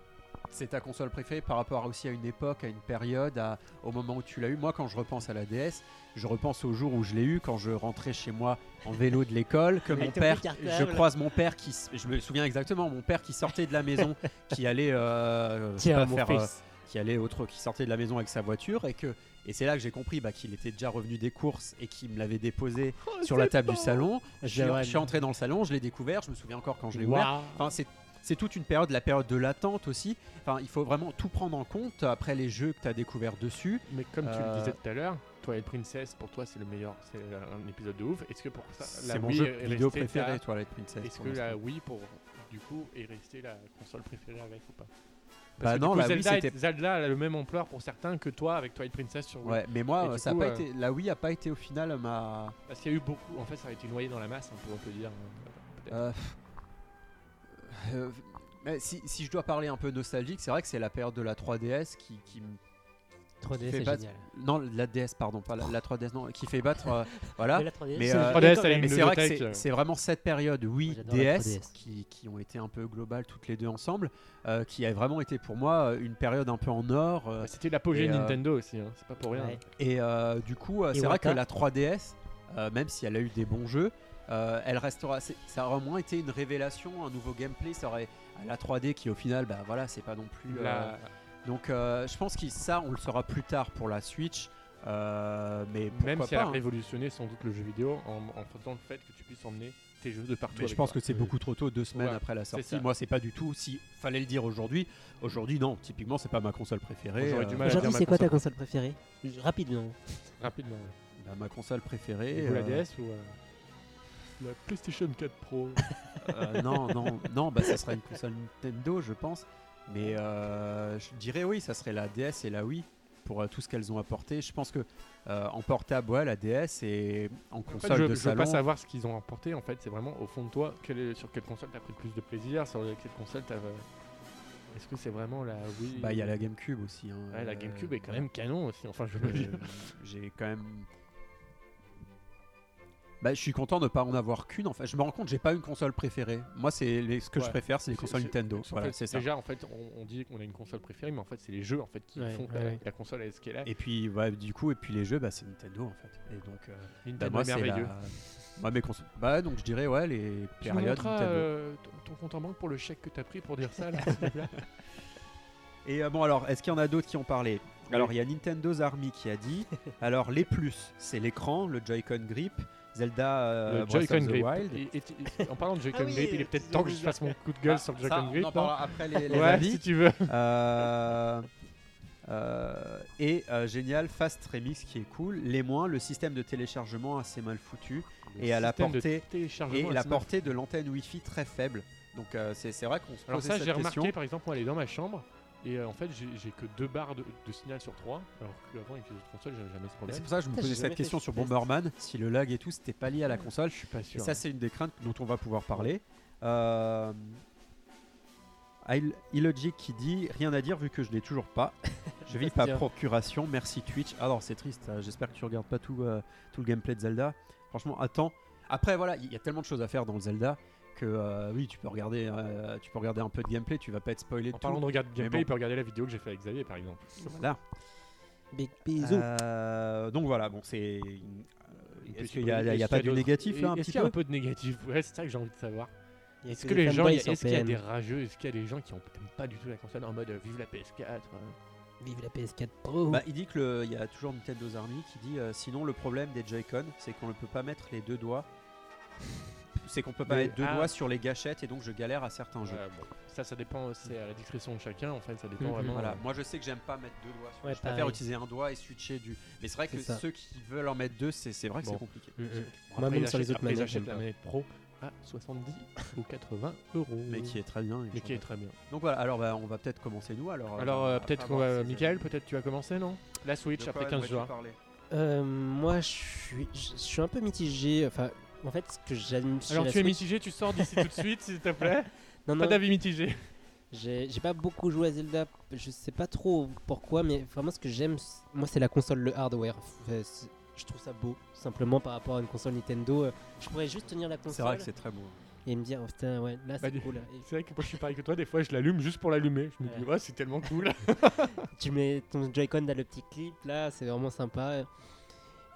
[SPEAKER 3] c'est ta console préférée par rapport aussi à une époque, à une période, à, au moment où tu l'as eu. Moi, quand je repense à la DS, je repense au jour où je l'ai eu, quand je rentrais chez moi en vélo de l'école, que mon
[SPEAKER 2] Avec ton
[SPEAKER 3] père,
[SPEAKER 2] petit
[SPEAKER 3] je
[SPEAKER 2] cartable.
[SPEAKER 3] croise mon père qui, s- je me souviens exactement, mon père qui sortait de la maison, qui allait, euh, je sais
[SPEAKER 2] Tiens,
[SPEAKER 3] pas,
[SPEAKER 2] mon
[SPEAKER 3] faire, euh,
[SPEAKER 2] fils.
[SPEAKER 3] qui allait autre, qui sortait de la maison avec sa voiture et que et c'est là que j'ai compris bah, qu'il était déjà revenu des courses et qu'il me l'avait déposé sur la table du salon. Je suis,
[SPEAKER 2] Jérôme.
[SPEAKER 3] je suis entré dans le salon, je l'ai découvert, je me souviens encore quand je l'ai ouvert.
[SPEAKER 1] Ah.
[SPEAKER 2] Waouh.
[SPEAKER 3] Enfin, c'est c'est toute une période, la période de l'attente aussi. Enfin, il faut vraiment tout prendre en compte après les jeux que tu as découverts dessus.
[SPEAKER 1] Mais comme tu le
[SPEAKER 3] Euh,
[SPEAKER 1] disais tout à l'heure, Twilight Princess, pour toi, c'est le meilleur, c'est un épisode de ouf. Est-ce que pour ça,
[SPEAKER 3] C'est
[SPEAKER 1] la
[SPEAKER 3] mon
[SPEAKER 1] Wii
[SPEAKER 3] jeu
[SPEAKER 1] est
[SPEAKER 3] vidéo
[SPEAKER 1] restée ta-
[SPEAKER 3] préféré, Toilette Princess.
[SPEAKER 1] Est-ce
[SPEAKER 3] pour
[SPEAKER 1] que
[SPEAKER 3] l'instant.
[SPEAKER 1] la Wii, pour, du coup, est restée la console préférée avec ou pas
[SPEAKER 3] Bah
[SPEAKER 1] que
[SPEAKER 3] non,
[SPEAKER 1] du coup,
[SPEAKER 3] la Wii,
[SPEAKER 1] Zelda, est-
[SPEAKER 3] c'était-
[SPEAKER 1] Zelda elle a le même ampleur pour certains que toi avec Twilight Princess sur Wii.
[SPEAKER 3] Ouais, mais
[SPEAKER 1] Et
[SPEAKER 3] moi,
[SPEAKER 1] du
[SPEAKER 3] ça a
[SPEAKER 1] coup,
[SPEAKER 3] pas
[SPEAKER 1] euh,
[SPEAKER 3] été, la Wii a pas été au final ma.
[SPEAKER 1] Parce qu'il y a eu beaucoup, en fait, ça a été noyé dans la masse, hein, on peut, on peut dire.
[SPEAKER 3] Euh, pff, euh, mais si, si je dois parler un peu nostalgique, c'est vrai que c'est la période de la 3DS qui, qui me
[SPEAKER 2] 3DS,
[SPEAKER 3] fait
[SPEAKER 2] c'est
[SPEAKER 3] euh, pas-
[SPEAKER 2] génial.
[SPEAKER 3] Non, la DS, pardon, pas la, la 3DS, non, qui fait battre. euh, voilà.
[SPEAKER 4] Mais la 3DS,
[SPEAKER 3] Mais,
[SPEAKER 4] c'est-
[SPEAKER 3] euh,
[SPEAKER 4] je
[SPEAKER 1] 3DS,
[SPEAKER 4] l'ai
[SPEAKER 1] elle est
[SPEAKER 4] quand
[SPEAKER 3] Mais
[SPEAKER 1] une
[SPEAKER 4] même.
[SPEAKER 3] c'est vrai que
[SPEAKER 1] bibliothèque, euh.
[SPEAKER 3] c'est- c'est vraiment cette période, oui,
[SPEAKER 4] Moi, j'adore la
[SPEAKER 3] DS,
[SPEAKER 4] 3DS.
[SPEAKER 3] qui, qui ont été un peu globales toutes les deux ensemble, euh, qui a vraiment été pour moi euh, une période un peu en or. euh,
[SPEAKER 1] Bah, C'était l'apogée
[SPEAKER 3] et,
[SPEAKER 1] de
[SPEAKER 3] euh,
[SPEAKER 1] Nintendo aussi, hein, c'est pas pour rien.
[SPEAKER 4] Ouais.
[SPEAKER 3] et euh, du coup, euh,
[SPEAKER 4] Et
[SPEAKER 3] c'est vrai que
[SPEAKER 4] Wata.
[SPEAKER 3] la 3DS, euh, même si elle a eu des bons jeux, euh, elle restera. c'est- Ça aurait moins été une révélation, un nouveau gameplay. Ça aurait à la 3D qui, au final, bah voilà, c'est pas non plus. euh,
[SPEAKER 1] La-
[SPEAKER 3] Donc, euh, je pense que ça, on le saura plus tard pour la Switch. euh, mais pourquoi
[SPEAKER 1] Même si
[SPEAKER 3] pas,
[SPEAKER 1] elle a
[SPEAKER 3] hein.
[SPEAKER 1] révolutionné sans doute le jeu vidéo en, en faisant le fait que tu puisses emmener tes jeux de partout.
[SPEAKER 3] Mais je
[SPEAKER 1] avec
[SPEAKER 3] pense
[SPEAKER 1] toi. Euh,
[SPEAKER 3] que c'est
[SPEAKER 1] Oui.
[SPEAKER 3] beaucoup trop tôt, deux semaines
[SPEAKER 1] Ouais,
[SPEAKER 3] après la sortie.
[SPEAKER 1] ça.
[SPEAKER 3] Moi, c'est pas du tout. Si fallait le dire aujourd'hui, aujourd'hui non. Typiquement, c'est pas ma console préférée. euh,
[SPEAKER 1] J'aurais du mal à
[SPEAKER 2] Aujourd'hui,
[SPEAKER 1] dire ma
[SPEAKER 2] c'est quoi ta
[SPEAKER 1] console.
[SPEAKER 2] console préférée Rapidement.
[SPEAKER 1] Rapidement. ouais.
[SPEAKER 3] bah, ma console préférée.
[SPEAKER 1] Du coup, la
[SPEAKER 3] euh,
[SPEAKER 1] DS ou euh, la PlayStation 4 Pro
[SPEAKER 3] euh, non, non, non. Bah, ça serait une console Nintendo, je pense. Mais euh, je dirais oui, ça serait la DS et la Wii pour euh, tout ce qu'elles ont apporté. Je pense que euh, en portable, ouais, la DS et en
[SPEAKER 1] En
[SPEAKER 3] console
[SPEAKER 1] fait, je,
[SPEAKER 3] de
[SPEAKER 1] je veux
[SPEAKER 3] salon.
[SPEAKER 1] pas savoir ce qu'ils ont emporté en fait, c'est vraiment au fond de toi, quelle est- sur quelle console t'as pris le plus de plaisir, sur quelle console t'as. euh, Est-ce que c'est vraiment la Wii
[SPEAKER 3] Bah, il y a la GameCube aussi. hein.
[SPEAKER 1] Ouais, la GameCube est quand
[SPEAKER 3] Euh,
[SPEAKER 1] même canon aussi, enfin je veux
[SPEAKER 3] Euh,
[SPEAKER 1] dire.
[SPEAKER 3] j'ai quand même. Bah, je suis content de ne pas en avoir qu'une. Enfin, je me rends compte, j'ai pas une console préférée. Moi, c'est les- ce que je
[SPEAKER 1] Ouais.
[SPEAKER 3] préfère, c'est les consoles
[SPEAKER 1] C'est- c'est-
[SPEAKER 3] Nintendo.
[SPEAKER 1] en fait,
[SPEAKER 3] Voilà, c'est ça.
[SPEAKER 1] Déjà, en fait, on, on dit qu'on a une console préférée, mais en fait, c'est les jeux en fait qui
[SPEAKER 2] Ouais,
[SPEAKER 1] font que
[SPEAKER 2] ouais,
[SPEAKER 1] la,
[SPEAKER 2] ouais.
[SPEAKER 1] la console est ce qu'elle est.
[SPEAKER 3] Et puis, ouais, du coup, et puis les jeux, bah, c'est Nintendo en fait. Et donc, euh, bah,
[SPEAKER 1] Nintendo
[SPEAKER 3] moi,
[SPEAKER 1] est
[SPEAKER 3] c'est
[SPEAKER 1] merveilleux.
[SPEAKER 3] la- Moi, mes consoles. Bah, donc, je dirais, ouais, les
[SPEAKER 1] Tu nous
[SPEAKER 3] périodes
[SPEAKER 1] montreras,
[SPEAKER 3] Nintendo.
[SPEAKER 1] euh, ton- ton compte en banque pour le chèque que t'as pris pour dire ça là, s'il te plaît
[SPEAKER 3] Et euh, bon, alors, est-ce qu'il y en a d'autres qui ont parlé Alors, il y a Nintendo's Army qui a dit. alors, les plus, c'est l'écran, le Joy-Con Grip, Zelda euh,
[SPEAKER 1] Le
[SPEAKER 3] Breath of
[SPEAKER 1] Joy-Con
[SPEAKER 3] the
[SPEAKER 1] Grip.
[SPEAKER 3] Wild.
[SPEAKER 1] Et- et- et- en parlant de Joy-Con
[SPEAKER 4] Ah oui,
[SPEAKER 1] Grip, il est
[SPEAKER 4] euh,
[SPEAKER 1] peut-être
[SPEAKER 4] tu
[SPEAKER 1] temps
[SPEAKER 4] veux
[SPEAKER 1] que je
[SPEAKER 4] dire.
[SPEAKER 1] fasse mon coup de gueule
[SPEAKER 3] Ah,
[SPEAKER 1] sur le
[SPEAKER 3] ça,
[SPEAKER 1] Joy-Con
[SPEAKER 3] on
[SPEAKER 1] Grip.
[SPEAKER 3] en
[SPEAKER 1] hein.
[SPEAKER 3] parlera après les, les
[SPEAKER 1] ouais,
[SPEAKER 3] avis.
[SPEAKER 1] si tu veux.
[SPEAKER 3] Euh, euh, et euh, génial, Fast Remix qui est cool. Les moins, le système de téléchargement assez mal foutu et à la
[SPEAKER 1] Système de
[SPEAKER 3] portée-
[SPEAKER 1] téléchargement
[SPEAKER 3] et la
[SPEAKER 1] assez mal
[SPEAKER 3] portée de l'antenne Wi-Fi très faible. Donc euh, c'est c'est vrai qu'on se
[SPEAKER 1] Alors
[SPEAKER 3] posait
[SPEAKER 1] ça,
[SPEAKER 3] cette
[SPEAKER 1] j'ai
[SPEAKER 3] question.
[SPEAKER 1] remarqué, par exemple, moi, elle est dans ma chambre. Et euh, en fait, j'ai j'ai que deux barres de, de signal sur trois. Alors qu'avant, avec les autres consoles, j'avais jamais ce
[SPEAKER 3] Mais
[SPEAKER 1] problème.
[SPEAKER 3] C'est pour ça que je me
[SPEAKER 2] Putain,
[SPEAKER 3] posais
[SPEAKER 2] j'ai
[SPEAKER 3] cette
[SPEAKER 2] jamais fait
[SPEAKER 3] question
[SPEAKER 2] ce
[SPEAKER 3] sur
[SPEAKER 2] test.
[SPEAKER 3] Bomberman. Si le lag et tout, c'était pas lié à la console.
[SPEAKER 1] Je suis pas
[SPEAKER 3] Et
[SPEAKER 1] sûr. hein.
[SPEAKER 3] ça, c'est une des craintes dont on va pouvoir parler. Euh, Il- Illogic qui dit rien à dire vu que je l'ai toujours pas. Je
[SPEAKER 2] Pas
[SPEAKER 3] vis par
[SPEAKER 1] hein.
[SPEAKER 2] dire.
[SPEAKER 3] procuration. Merci Twitch. Alors c'est triste. euh, J'espère que tu regardes pas tout, euh, tout le gameplay de Zelda. Franchement, attends. Après voilà, il y a tellement de choses à faire dans le Zelda que euh, oui, tu peux regarder, euh, tu peux regarder un peu de gameplay. Tu vas pas être spoilé.
[SPEAKER 1] en
[SPEAKER 3] de
[SPEAKER 1] parlant
[SPEAKER 3] tout.
[SPEAKER 1] de regarder
[SPEAKER 3] Mais
[SPEAKER 1] gameplay,
[SPEAKER 3] bon.
[SPEAKER 1] il peut regarder la vidéo que j'ai fait avec Xavier, par exemple.
[SPEAKER 3] Voilà.
[SPEAKER 2] Big bisous.
[SPEAKER 3] Euh, donc voilà. Bon, c'est. une- euh,
[SPEAKER 1] Une
[SPEAKER 3] Est-ce
[SPEAKER 1] petite
[SPEAKER 3] qu'il y a,
[SPEAKER 1] bonne-
[SPEAKER 3] il y a
[SPEAKER 1] est-ce
[SPEAKER 3] pas
[SPEAKER 1] qu'il y
[SPEAKER 3] de
[SPEAKER 1] a d'autres-
[SPEAKER 3] négatif là un
[SPEAKER 1] Est-ce
[SPEAKER 3] petit
[SPEAKER 1] qu'il y a
[SPEAKER 3] peu
[SPEAKER 1] un peu de négatif Ouais, c'est ça que j'ai envie de savoir.
[SPEAKER 2] Il y a
[SPEAKER 1] Est-ce
[SPEAKER 2] des
[SPEAKER 1] que les gens,
[SPEAKER 2] fanboys
[SPEAKER 1] il y a-
[SPEAKER 2] sur
[SPEAKER 1] est-ce qu'il y a
[SPEAKER 2] PN.
[SPEAKER 1] des rageux Est-ce qu'il y a des gens qui n'aiment pas du tout la console en mode euh, vive la PS4 euh,
[SPEAKER 2] Vive la PS4 Pro.
[SPEAKER 3] Bah, il dit que le- il y a toujours Nintendo's Army qui dit euh, sinon le problème des Joy-Con c'est qu'on ne peut pas mettre les deux doigts. C'est qu'on peut pas
[SPEAKER 1] Mais-
[SPEAKER 3] mettre deux
[SPEAKER 1] ah. Euh,
[SPEAKER 3] doigts sur les gâchettes et donc je galère à certains jeux.
[SPEAKER 1] Ouais, bon. Ça, ça dépend, c'est à la discrétion de chacun, en fait, ça dépend
[SPEAKER 2] Mhm.
[SPEAKER 1] vraiment.
[SPEAKER 3] Voilà,
[SPEAKER 1] euh,
[SPEAKER 3] moi je sais que j'aime pas mettre deux doigts. Sur
[SPEAKER 2] Ouais,
[SPEAKER 3] je préfère
[SPEAKER 2] pareil.
[SPEAKER 3] utiliser un doigt et switcher du. Mais c'est vrai que
[SPEAKER 2] C'est ça.
[SPEAKER 3] ceux qui veulent en mettre deux, c'est c'est vrai que
[SPEAKER 1] Bon.
[SPEAKER 3] c'est compliqué.
[SPEAKER 1] euh, euh,
[SPEAKER 2] Moi,
[SPEAKER 1] après,
[SPEAKER 2] même
[SPEAKER 1] ils
[SPEAKER 2] sur les
[SPEAKER 1] achètent-
[SPEAKER 2] autres
[SPEAKER 1] après, ils
[SPEAKER 2] manettes,
[SPEAKER 1] achètent
[SPEAKER 2] j'aime
[SPEAKER 1] la
[SPEAKER 2] pas.
[SPEAKER 1] manette pro à 70 ou 80 euros.
[SPEAKER 3] Mais qui est très bien. et
[SPEAKER 1] Mais
[SPEAKER 3] j'en
[SPEAKER 1] qui est
[SPEAKER 3] doute.
[SPEAKER 1] très bien.
[SPEAKER 3] Donc voilà, alors bah, on va peut-être commencer nous alors.
[SPEAKER 1] Alors
[SPEAKER 3] euh,
[SPEAKER 1] euh,
[SPEAKER 3] après
[SPEAKER 1] peut-être qu'on
[SPEAKER 3] avoir
[SPEAKER 1] va,
[SPEAKER 3] ces-
[SPEAKER 1] Michael, peut-être tu vas commencer, non La
[SPEAKER 3] de
[SPEAKER 1] Switch
[SPEAKER 3] quoi
[SPEAKER 1] après 15
[SPEAKER 3] aimerais-tu
[SPEAKER 1] jours.
[SPEAKER 3] parler
[SPEAKER 2] Euh, moi, je suis, je je suis un peu mitigé. Enfin, en fait, ce que j'aime chez
[SPEAKER 1] Alors
[SPEAKER 2] la
[SPEAKER 1] tu es
[SPEAKER 2] Switch-
[SPEAKER 1] mitigé, tu sors d'ici tout de suite, s'il te plaît.
[SPEAKER 2] Non,
[SPEAKER 1] Pas
[SPEAKER 2] non,
[SPEAKER 1] d'avis mitigé.
[SPEAKER 2] j'ai j'ai pas beaucoup joué à Zelda. Je sais pas trop pourquoi, mais vraiment, ce que j'aime, c- moi, c'est la console, le hardware. Enfin, c'est- je trouve ça beau, simplement par rapport à une console Nintendo. euh, Je pourrais juste tenir la
[SPEAKER 3] C'est
[SPEAKER 2] console
[SPEAKER 3] vrai que c'est très beau.
[SPEAKER 2] et me dire, oh, putain, ouais, là,
[SPEAKER 1] Bah,
[SPEAKER 2] c'est
[SPEAKER 1] dis-
[SPEAKER 2] cool. là. Et
[SPEAKER 1] C'est vrai que moi je suis pareil que toi, des fois je l'allume juste pour l'allumer. Je me dis,
[SPEAKER 2] Ouais.
[SPEAKER 1] ouais, c'est tellement cool.
[SPEAKER 2] tu mets ton Joy-Con dans le petit clip là, c'est vraiment sympa.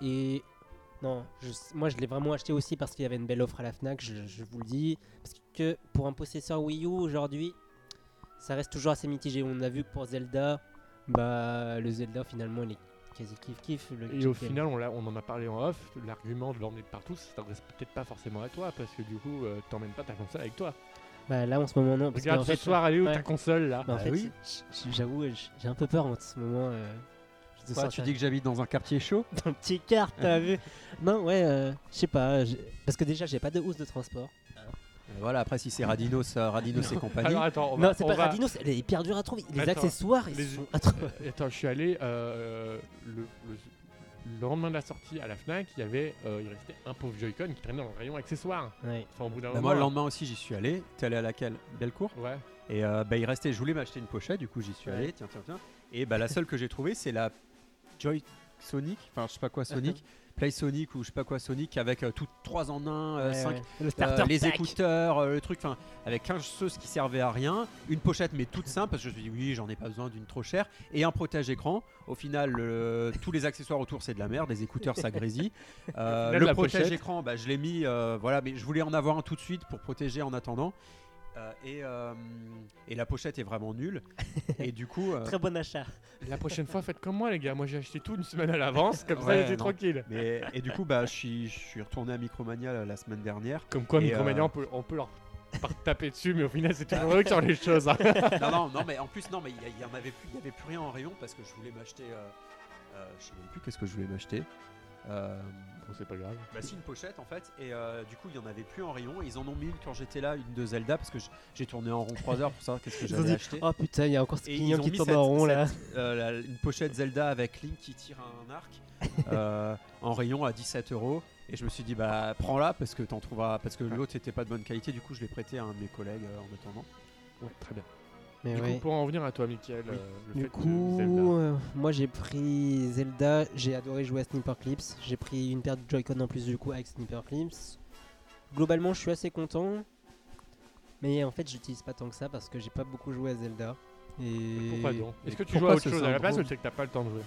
[SPEAKER 2] Et non, je- moi je l'ai vraiment acheté aussi parce qu'il y avait une belle offre à la Fnac, je, je vous le dis. Parce que pour un possesseur Wii U aujourd'hui, ça reste toujours assez mitigé. On a vu que pour Zelda, bah le Zelda finalement il est quasi kiff kiff.
[SPEAKER 1] Et au final, on, l'a- on en a parlé en off, l'argument de l'emmener de partout, ça s'adresse peut-être pas forcément à toi, parce que du coup, euh, t'emmènes pas ta console avec toi.
[SPEAKER 2] bah, là en ce moment non. Parce
[SPEAKER 1] Regarde,
[SPEAKER 2] qu'en
[SPEAKER 1] ce
[SPEAKER 2] fait,
[SPEAKER 1] soir, elle est où
[SPEAKER 2] ouais.
[SPEAKER 1] ta console là Ah
[SPEAKER 2] bah, en
[SPEAKER 3] Bah
[SPEAKER 2] fait,
[SPEAKER 3] oui.
[SPEAKER 2] j- j'avoue, j- j'ai un peu peur en ce moment. euh, de
[SPEAKER 3] Quoi, tu
[SPEAKER 2] sortir
[SPEAKER 3] dis que j'habite dans un quartier chaud
[SPEAKER 2] un petit quart, t'as vu Non, ouais, euh, je sais pas. j'ai- Parce que déjà, j'ai pas de housse de transport.
[SPEAKER 3] Euh, Voilà, après si c'est Radinos, euh, Radinos et compagnie.
[SPEAKER 1] Alors Ah attends, on va-
[SPEAKER 2] non, c'est
[SPEAKER 1] on
[SPEAKER 2] pas
[SPEAKER 1] va-
[SPEAKER 2] Radinos, elle est hyper dure à trouver. Les
[SPEAKER 1] Attends,
[SPEAKER 2] accessoires, ils
[SPEAKER 1] les-
[SPEAKER 2] sont atroces.
[SPEAKER 1] Euh, Attends, je suis allé euh, le, le- le lendemain de la sortie à la Fnac, il y avait, euh, il restait un pauvre Joy-Con qui traînait dans le rayon accessoires.
[SPEAKER 2] Ouais.
[SPEAKER 1] Enfin, au bout d'un
[SPEAKER 3] Bah, moi, le
[SPEAKER 1] moment. hein.
[SPEAKER 3] lendemain aussi, j'y suis allé. T'es allé à laquelle Bellecour
[SPEAKER 1] ouais.
[SPEAKER 3] Et euh, bah, il restait, je voulais m'acheter une pochette, du coup, j'y suis
[SPEAKER 2] Ouais.
[SPEAKER 3] allé. Tiens, tiens, tiens. Et bah, la seule que j'ai trouvée, c'est la Joy Sonic, enfin je sais pas quoi Sonic, Play Sonic ou je sais pas quoi Sonic avec euh, tout 3 en 1,
[SPEAKER 2] Ouais, ouais.
[SPEAKER 4] Le
[SPEAKER 3] euh,
[SPEAKER 1] Bah,
[SPEAKER 4] starter
[SPEAKER 3] les
[SPEAKER 4] pack.
[SPEAKER 3] écouteurs, euh, le truc, enfin, avec un ce qui servait à rien, une pochette mais toute simple parce que je me suis dit oui j'en ai pas besoin d'une trop chère et un protège écran. Au final le- tous les accessoires autour c'est de la merde, les écouteurs ça grésille. Euh,
[SPEAKER 1] Au final,
[SPEAKER 3] le
[SPEAKER 1] la pochette.
[SPEAKER 3] protège écran, bah, je l'ai mis euh, voilà mais je voulais en avoir un tout de suite pour protéger en attendant. Euh, et, euh, et la pochette est vraiment nulle. Et du coup, euh,
[SPEAKER 4] Très bon achat.
[SPEAKER 1] La prochaine fois, faites comme moi, les gars. Moi, j'ai acheté tout une semaine à l'avance, comme
[SPEAKER 3] Ouais,
[SPEAKER 1] ça, j'étais
[SPEAKER 3] non.
[SPEAKER 1] tranquille.
[SPEAKER 3] mais, et du coup bah, je, suis, je suis retourné à Micromania euh, la- la semaine dernière.
[SPEAKER 1] Comme quoi,
[SPEAKER 3] Et,
[SPEAKER 1] Micromania,
[SPEAKER 3] euh,
[SPEAKER 1] on, peut, on peut leur par- taper dessus, mais au final, c'est toujours eux qui ont les choses. hein.
[SPEAKER 3] non, non, non, mais en plus, non, mais il y, a- il y en avait plus, il y avait plus rien en rayon parce que je voulais m'acheter. Euh, euh, je sais même plus qu'est-ce que je voulais m'acheter. Euh,
[SPEAKER 1] Bon, c'est pas grave.
[SPEAKER 3] bah, si, une pochette en fait, et euh, du coup, il y en avait plus en rayon. et Ils en ont mis une quand j'étais là, une de Zelda, parce que j- j'ai tourné en rond 3 heures pour savoir qu'est-ce que
[SPEAKER 4] Ils ont dit,
[SPEAKER 3] j'avais acheté.
[SPEAKER 4] Oh putain, il y a encore ce
[SPEAKER 3] Et
[SPEAKER 4] clignot
[SPEAKER 3] ils ont
[SPEAKER 4] qui
[SPEAKER 3] mis
[SPEAKER 4] tourne
[SPEAKER 3] cette-
[SPEAKER 4] en rond là.
[SPEAKER 3] Euh, la- une pochette Zelda avec Link qui tire un arc euh, en rayon à 17 euros. Et je me suis dit, bah prends-la parce que t'en trouveras. Parce que l'autre était pas de bonne qualité, du coup, je l'ai prêté à un de mes collègues euh, en attendant.
[SPEAKER 1] Ouais, très bien.
[SPEAKER 2] Mais
[SPEAKER 1] du
[SPEAKER 2] ouais.
[SPEAKER 1] coup, pour en venir à toi, Michael,
[SPEAKER 3] Oui.
[SPEAKER 1] euh, le fait
[SPEAKER 2] Du
[SPEAKER 1] de Zelda.
[SPEAKER 2] coup, euh, moi j'ai pris Zelda, j'ai adoré jouer à Sniper Clips, j'ai pris une paire de Joy-Con en plus du coup avec Sniper Clips. Globalement, je suis assez content, mais en fait, j'utilise pas tant que ça parce que j'ai pas beaucoup joué à Zelda. Et
[SPEAKER 1] Pourquoi donc
[SPEAKER 3] mais
[SPEAKER 1] Est-ce que tu joues
[SPEAKER 3] pourquoi
[SPEAKER 1] à autre
[SPEAKER 3] ce
[SPEAKER 1] chose à la base ou
[SPEAKER 3] syndrome
[SPEAKER 1] c'est que t'as pas le temps de jouer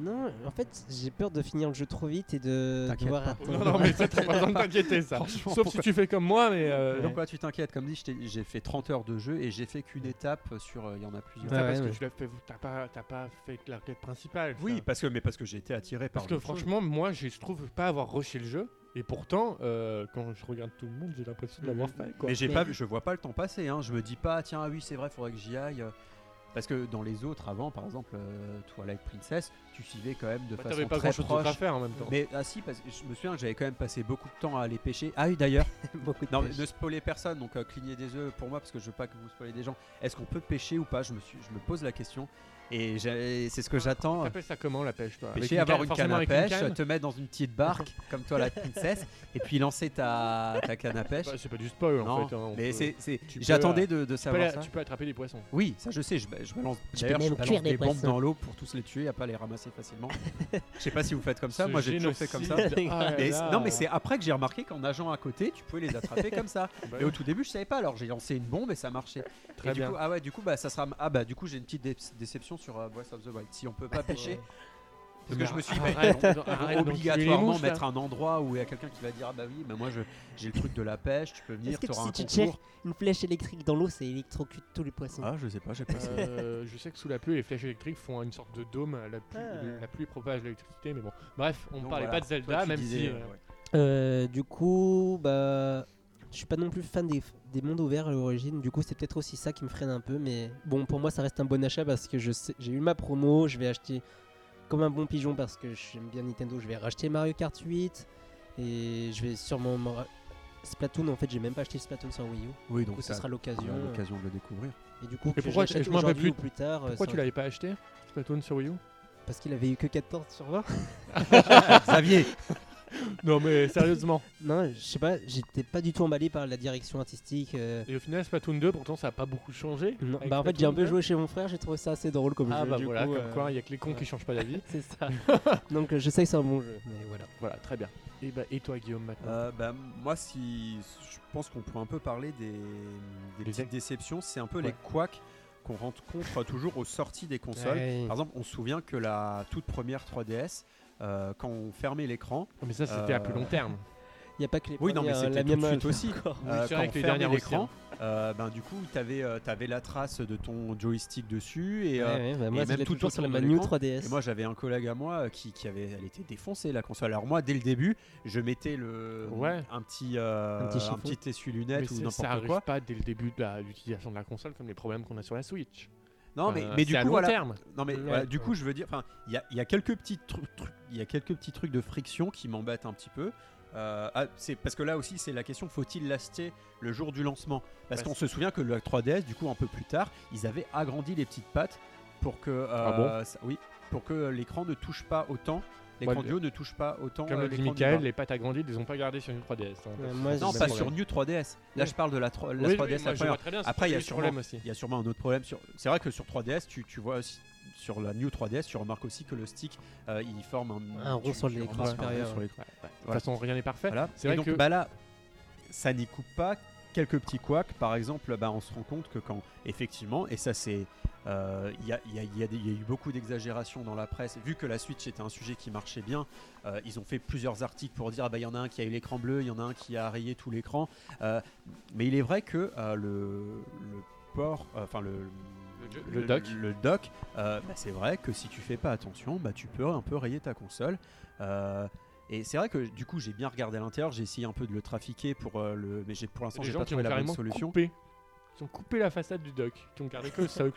[SPEAKER 2] Non, en fait, j'ai peur de finir le jeu trop vite et de
[SPEAKER 3] T'inquiète
[SPEAKER 2] devoir
[SPEAKER 3] pas.
[SPEAKER 1] Non,
[SPEAKER 2] attendre.
[SPEAKER 1] non, mais c'est pas besoin de t'inquiéter ça.
[SPEAKER 3] Franchement,
[SPEAKER 1] Sauf si
[SPEAKER 3] pourquoi-
[SPEAKER 1] tu fais comme moi, mais. euh,
[SPEAKER 3] Donc là tu t'inquiètes, comme dit, je t'ai- j'ai fait 30 heures de jeu et j'ai fait qu'une étape sur. euh, Il y en a plusieurs.
[SPEAKER 1] ça,
[SPEAKER 2] Ouais,
[SPEAKER 1] parce
[SPEAKER 2] ouais,
[SPEAKER 1] que
[SPEAKER 2] ouais.
[SPEAKER 1] je l'ai fait, vous- t'as pas, t'as pas fait la quête principale. ça.
[SPEAKER 3] Oui, parce que, mais parce que j'ai été attiré par.
[SPEAKER 1] Parce que
[SPEAKER 3] le jeu.
[SPEAKER 1] franchement, moi, je je trouve pas avoir rushé le jeu. Et pourtant, euh, quand je regarde tout le monde, j'ai l'impression de l'avoir fait. Quoi.
[SPEAKER 3] Mais j'ai
[SPEAKER 2] Mais-
[SPEAKER 3] pas, vu- je vois pas le temps passer. Hein. Je me dis pas, tiens, ah oui, c'est vrai, faudrait que j'y aille. euh, Parce que dans les autres avant, par exemple, euh, Twilight Princess, tu suivais quand même de
[SPEAKER 1] Bah,
[SPEAKER 3] façon
[SPEAKER 1] t'avais pas
[SPEAKER 3] très
[SPEAKER 1] grand chose d'autre à
[SPEAKER 3] proche.
[SPEAKER 1] faire en même temps.
[SPEAKER 3] Mais ah si, parce que je me souviens que j'avais quand même passé beaucoup de temps à aller pêcher. Ah oui, d'ailleurs,
[SPEAKER 2] beaucoup de
[SPEAKER 3] non, mais
[SPEAKER 2] pêche.
[SPEAKER 3] ne spoiler personne, donc euh, clignez des yeux pour moi parce que je veux pas que vous spoilez des gens. Est-ce qu'on peut pêcher ou pas Je me suis, je me pose la question et j'ai- c'est ce que j'attends.
[SPEAKER 1] T'appelles ça comment la pêche toi
[SPEAKER 3] pêcher,
[SPEAKER 1] une
[SPEAKER 3] avoir
[SPEAKER 1] canne-
[SPEAKER 3] une canne
[SPEAKER 1] forcément
[SPEAKER 3] à
[SPEAKER 1] avec
[SPEAKER 3] pêche,
[SPEAKER 1] canne
[SPEAKER 3] te mettre dans une petite barque comme toi la princesse, et puis lancer ta, ta canne à pêche.
[SPEAKER 1] Bah, C'est pas du spoil
[SPEAKER 3] non,
[SPEAKER 1] en fait. hein, on
[SPEAKER 3] mais
[SPEAKER 1] peut-
[SPEAKER 3] c'est, c'est-
[SPEAKER 1] tu peux, euh,
[SPEAKER 3] j'attendais de, de
[SPEAKER 1] tu peux,
[SPEAKER 3] savoir
[SPEAKER 1] la-
[SPEAKER 3] ça.
[SPEAKER 1] tu peux attraper des poissons.
[SPEAKER 3] Oui, ça je sais, je, je balance. D'ailleurs, je
[SPEAKER 4] même
[SPEAKER 3] balance
[SPEAKER 4] cuire
[SPEAKER 3] des,
[SPEAKER 4] des
[SPEAKER 3] bombes
[SPEAKER 4] poissons.
[SPEAKER 3] dans l'eau pour tous les tuer, à pas les ramasser facilement. Je sais pas si vous faites comme ça.
[SPEAKER 1] Ce
[SPEAKER 3] Moi, j'ai toujours fait comme
[SPEAKER 1] génocide.
[SPEAKER 3] ça.
[SPEAKER 1] Ah là
[SPEAKER 3] Mais-
[SPEAKER 1] là.
[SPEAKER 3] non, mais c'est après que j'ai remarqué qu'en nageant à côté, tu pouvais les attraper comme ça.
[SPEAKER 1] Bah,
[SPEAKER 3] Mais au tout début, je savais pas. Alors, j'ai lancé une bombe et ça marchait.
[SPEAKER 1] Très
[SPEAKER 3] Et du
[SPEAKER 1] bien.
[SPEAKER 3] coup- ah ouais, du coup, bah ça sera. Ah bah du coup, j'ai une petite dé- déception sur euh, Breath of the Wild. Si on peut pas pêcher, parce que je me suis dit, bah,
[SPEAKER 1] Arrête,
[SPEAKER 3] ils vont
[SPEAKER 1] arrête d'enculer les
[SPEAKER 3] obligatoirement
[SPEAKER 1] mouches, là.
[SPEAKER 3] mettre un endroit où il y a quelqu'un qui va dire ah bah oui, mais moi je j'ai le truc de la pêche, tu peux venir,
[SPEAKER 4] Est-ce que
[SPEAKER 3] tu auras un
[SPEAKER 4] si tu
[SPEAKER 3] concours.
[SPEAKER 4] cherches une flèche électrique dans l'eau, ça électrocute tous les poissons
[SPEAKER 3] Ah je sais pas, j'ai pas. essayé.
[SPEAKER 1] Euh, je sais que sous la pluie, les flèches électriques font une sorte de dôme. La pluie,
[SPEAKER 4] Ah.
[SPEAKER 1] la pluie propage l'électricité, mais bon. Bref, on
[SPEAKER 3] Donc,
[SPEAKER 1] parlait
[SPEAKER 3] voilà.
[SPEAKER 1] pas de
[SPEAKER 3] Toi,
[SPEAKER 1] Zelda,
[SPEAKER 3] tu
[SPEAKER 1] même
[SPEAKER 3] disais,
[SPEAKER 1] si.
[SPEAKER 3] euh,
[SPEAKER 1] euh,
[SPEAKER 3] ouais.
[SPEAKER 2] Euh, du coup, bah, je suis pas non plus fan des, des mondes ouverts à l'origine. Du coup, c'est peut-être aussi ça qui me freine un peu. Mais bon, pour moi, ça reste un bon achat parce que je sais- j'ai eu ma promo. Je vais acheter comme un bon pigeon parce que j'aime bien Nintendo. Je vais racheter Mario Kart 8 et je vais sûrement me ra- Splatoon. En fait, j'ai même pas acheté Splatoon sur Wii U.
[SPEAKER 3] Oui,
[SPEAKER 2] Du coup,
[SPEAKER 3] donc
[SPEAKER 2] ce
[SPEAKER 3] ça
[SPEAKER 2] sera l'occasion. euh,
[SPEAKER 3] sera l'occasion de le découvrir.
[SPEAKER 2] Et du coup,
[SPEAKER 1] Mais
[SPEAKER 2] que
[SPEAKER 1] pourquoi-
[SPEAKER 2] je l'achète
[SPEAKER 1] je m'en rappelle
[SPEAKER 2] aujourd'hui
[SPEAKER 1] plus.
[SPEAKER 2] ou plus tard. euh,
[SPEAKER 1] Pourquoi
[SPEAKER 2] ça-
[SPEAKER 1] tu l'avais pas acheté Splatoon sur Wii U
[SPEAKER 2] Parce qu'il avait eu que 14 sur 20.
[SPEAKER 3] Xavier,
[SPEAKER 1] Non, mais sérieusement.
[SPEAKER 2] non, je sais pas. J'étais pas du tout emballé par la direction artistique. euh,
[SPEAKER 1] Et au final, Splatoon 2, pourtant, ça a pas beaucoup changé.
[SPEAKER 3] Euh,
[SPEAKER 2] Non,
[SPEAKER 1] avec
[SPEAKER 2] bah en fait
[SPEAKER 1] Splatoon
[SPEAKER 2] j'ai un peu
[SPEAKER 1] 2.
[SPEAKER 2] joué chez mon frère, j'ai trouvé ça assez drôle comme
[SPEAKER 1] Ah
[SPEAKER 2] jeu.
[SPEAKER 1] bah
[SPEAKER 2] du
[SPEAKER 1] voilà,
[SPEAKER 2] coup,
[SPEAKER 1] comme
[SPEAKER 2] euh,
[SPEAKER 1] quoi, il y a que les cons qui
[SPEAKER 2] ouais.
[SPEAKER 1] changent pas d'avis.
[SPEAKER 2] c'est ça. Donc euh, je sais que c'est un bon jeu, mais voilà.
[SPEAKER 1] Voilà, très bien. Et, bah, et toi, Guillaume, maintenant
[SPEAKER 3] Euh, bah, moi, si je pense qu'on peut un peu parler des,
[SPEAKER 1] Des
[SPEAKER 3] des petites déceptions, c'est un peu les
[SPEAKER 1] Ouais.
[SPEAKER 3] couacs qu'on rencontre toujours aux sorties des consoles. Par
[SPEAKER 2] Hmm.
[SPEAKER 3] exemple, on se souvient que la toute première 3DS, euh, quand on fermait l'écran,
[SPEAKER 1] Oh, Mais ça, c'était à plus
[SPEAKER 3] euh,
[SPEAKER 1] long terme.
[SPEAKER 2] Il y a pas que les
[SPEAKER 3] Oui, non, mais
[SPEAKER 2] premières, euh,
[SPEAKER 3] c'était
[SPEAKER 2] la
[SPEAKER 3] tout de
[SPEAKER 2] mienne,
[SPEAKER 3] suite
[SPEAKER 2] euh,
[SPEAKER 3] aussi.
[SPEAKER 2] encore.
[SPEAKER 1] Oui,
[SPEAKER 3] euh,
[SPEAKER 1] c'est
[SPEAKER 3] quand
[SPEAKER 1] vrai
[SPEAKER 3] on
[SPEAKER 1] que les
[SPEAKER 3] fermait
[SPEAKER 1] dernières
[SPEAKER 3] l'écran,
[SPEAKER 1] aussi, hein.
[SPEAKER 3] euh, ben, du coup, tu avais, la trace de ton joystick dessus. Et,
[SPEAKER 2] Ouais,
[SPEAKER 3] euh,
[SPEAKER 2] ouais, bah, moi
[SPEAKER 3] et
[SPEAKER 2] je
[SPEAKER 3] même
[SPEAKER 2] l'ai
[SPEAKER 3] tout
[SPEAKER 2] toujours sur la
[SPEAKER 3] autour de
[SPEAKER 2] Manu
[SPEAKER 3] l'écran.
[SPEAKER 2] 3DS.
[SPEAKER 3] Et moi, j'avais un collègue à moi euh, qui, qui avait, elle était défoncée la console. Alors moi, dès le début, je mettais le
[SPEAKER 1] Ouais.
[SPEAKER 3] un petit euh,
[SPEAKER 2] Un petit chiffon.
[SPEAKER 3] essuie
[SPEAKER 1] Mais
[SPEAKER 3] lunettes
[SPEAKER 1] c'est-
[SPEAKER 3] ou
[SPEAKER 1] ça
[SPEAKER 3] n'importe
[SPEAKER 1] arrive
[SPEAKER 3] quoi.
[SPEAKER 1] pas dès le début de la- l'utilisation de la console, comme les problèmes qu'on a sur la Switch.
[SPEAKER 3] Non, mais,
[SPEAKER 1] Enfin,
[SPEAKER 3] mais du
[SPEAKER 1] c'est à
[SPEAKER 3] coup,
[SPEAKER 1] long
[SPEAKER 3] voilà.
[SPEAKER 1] terme.
[SPEAKER 3] Non mais
[SPEAKER 2] Ouais,
[SPEAKER 3] voilà, du
[SPEAKER 2] ouais.
[SPEAKER 3] coup je veux dire, enfin, il y a, il y a quelques petits trucs, trucs- il y a quelques petits trucs de friction qui m'embêtent un petit peu. Euh, ah, c'est parce que là aussi c'est la question, faut-il l'acheter le jour du lancement Parce
[SPEAKER 1] Bah,
[SPEAKER 3] qu'on se souvient que le 3DS, du coup un peu plus tard, ils avaient agrandi les petites pattes pour que, euh,
[SPEAKER 1] Ah bon
[SPEAKER 3] ça- oui, pour que l'écran ne touche pas autant L'écran
[SPEAKER 1] Moi, le-
[SPEAKER 3] duo ne touche pas autant
[SPEAKER 1] Comme
[SPEAKER 3] euh,
[SPEAKER 1] le dit
[SPEAKER 3] l'écran du
[SPEAKER 1] Michael,
[SPEAKER 3] bas.
[SPEAKER 1] les pattes agrandies, ils les ont pas gardées sur une 3DS. hein.
[SPEAKER 2] Ouais, Euh, moi,
[SPEAKER 3] Non,
[SPEAKER 2] je-
[SPEAKER 3] pas
[SPEAKER 1] c'est
[SPEAKER 3] sur New 3DS. Là,
[SPEAKER 2] Oui.
[SPEAKER 3] je parle de la, tro- la
[SPEAKER 1] Oui, oui,
[SPEAKER 3] 3DS,
[SPEAKER 1] moi,
[SPEAKER 3] la
[SPEAKER 1] je vois
[SPEAKER 3] première.
[SPEAKER 1] très bien, c'est
[SPEAKER 3] Après, il y a
[SPEAKER 1] le
[SPEAKER 3] sûrement-
[SPEAKER 1] problème aussi.
[SPEAKER 3] Il y a sûrement un autre problème. Sur... C'est vrai que sur 3DS, tu, tu vois aussi- sur la New 3DS, tu remarques aussi que le stick, euh, il forme un,
[SPEAKER 2] Un rond
[SPEAKER 3] tu-
[SPEAKER 2] sur
[SPEAKER 3] tu
[SPEAKER 2] l'écran
[SPEAKER 3] remarques un rond
[SPEAKER 2] supérieur.
[SPEAKER 3] sur l'écran.
[SPEAKER 1] De toute
[SPEAKER 3] Voilà.
[SPEAKER 1] façon, rien n'est parfait.
[SPEAKER 3] Voilà.
[SPEAKER 1] C'est
[SPEAKER 3] Et
[SPEAKER 1] vrai
[SPEAKER 3] donc
[SPEAKER 1] que-
[SPEAKER 3] bah là, ça n'y coupe pas quelques petits couacs. Par exemple, bah, on se rend compte que quand effectivement, et ça c'est, euh, il y, a, il y a- il y a des- il y a eu beaucoup d'exagérations dans la presse. Vu que la Switch était un sujet qui marchait bien, euh, ils ont fait plusieurs articles pour dire, ah bah il y en a un qui a eu l'écran bleu, il y en a un qui a rayé tout l'écran. Euh, mais il est vrai que euh, le, le port, euh, enfin le
[SPEAKER 1] jo- le dock.
[SPEAKER 3] le dock, euh, bah, c'est vrai que si tu fais pas attention, bah, tu peux un peu rayer ta console. Euh, et c'est vrai que du coup j'ai bien regardé à l'intérieur, j'ai essayé un peu de le trafiquer pour euh, le, mais j'ai pour l'instant
[SPEAKER 1] des
[SPEAKER 3] j'ai
[SPEAKER 1] gens
[SPEAKER 3] pas
[SPEAKER 1] qui ont
[SPEAKER 3] trouvé la bonne
[SPEAKER 1] carrément
[SPEAKER 3] solution.
[SPEAKER 1] coupé. Ils ont coupé la façade du dock. Qui ont gardé que ça.
[SPEAKER 3] Ouais,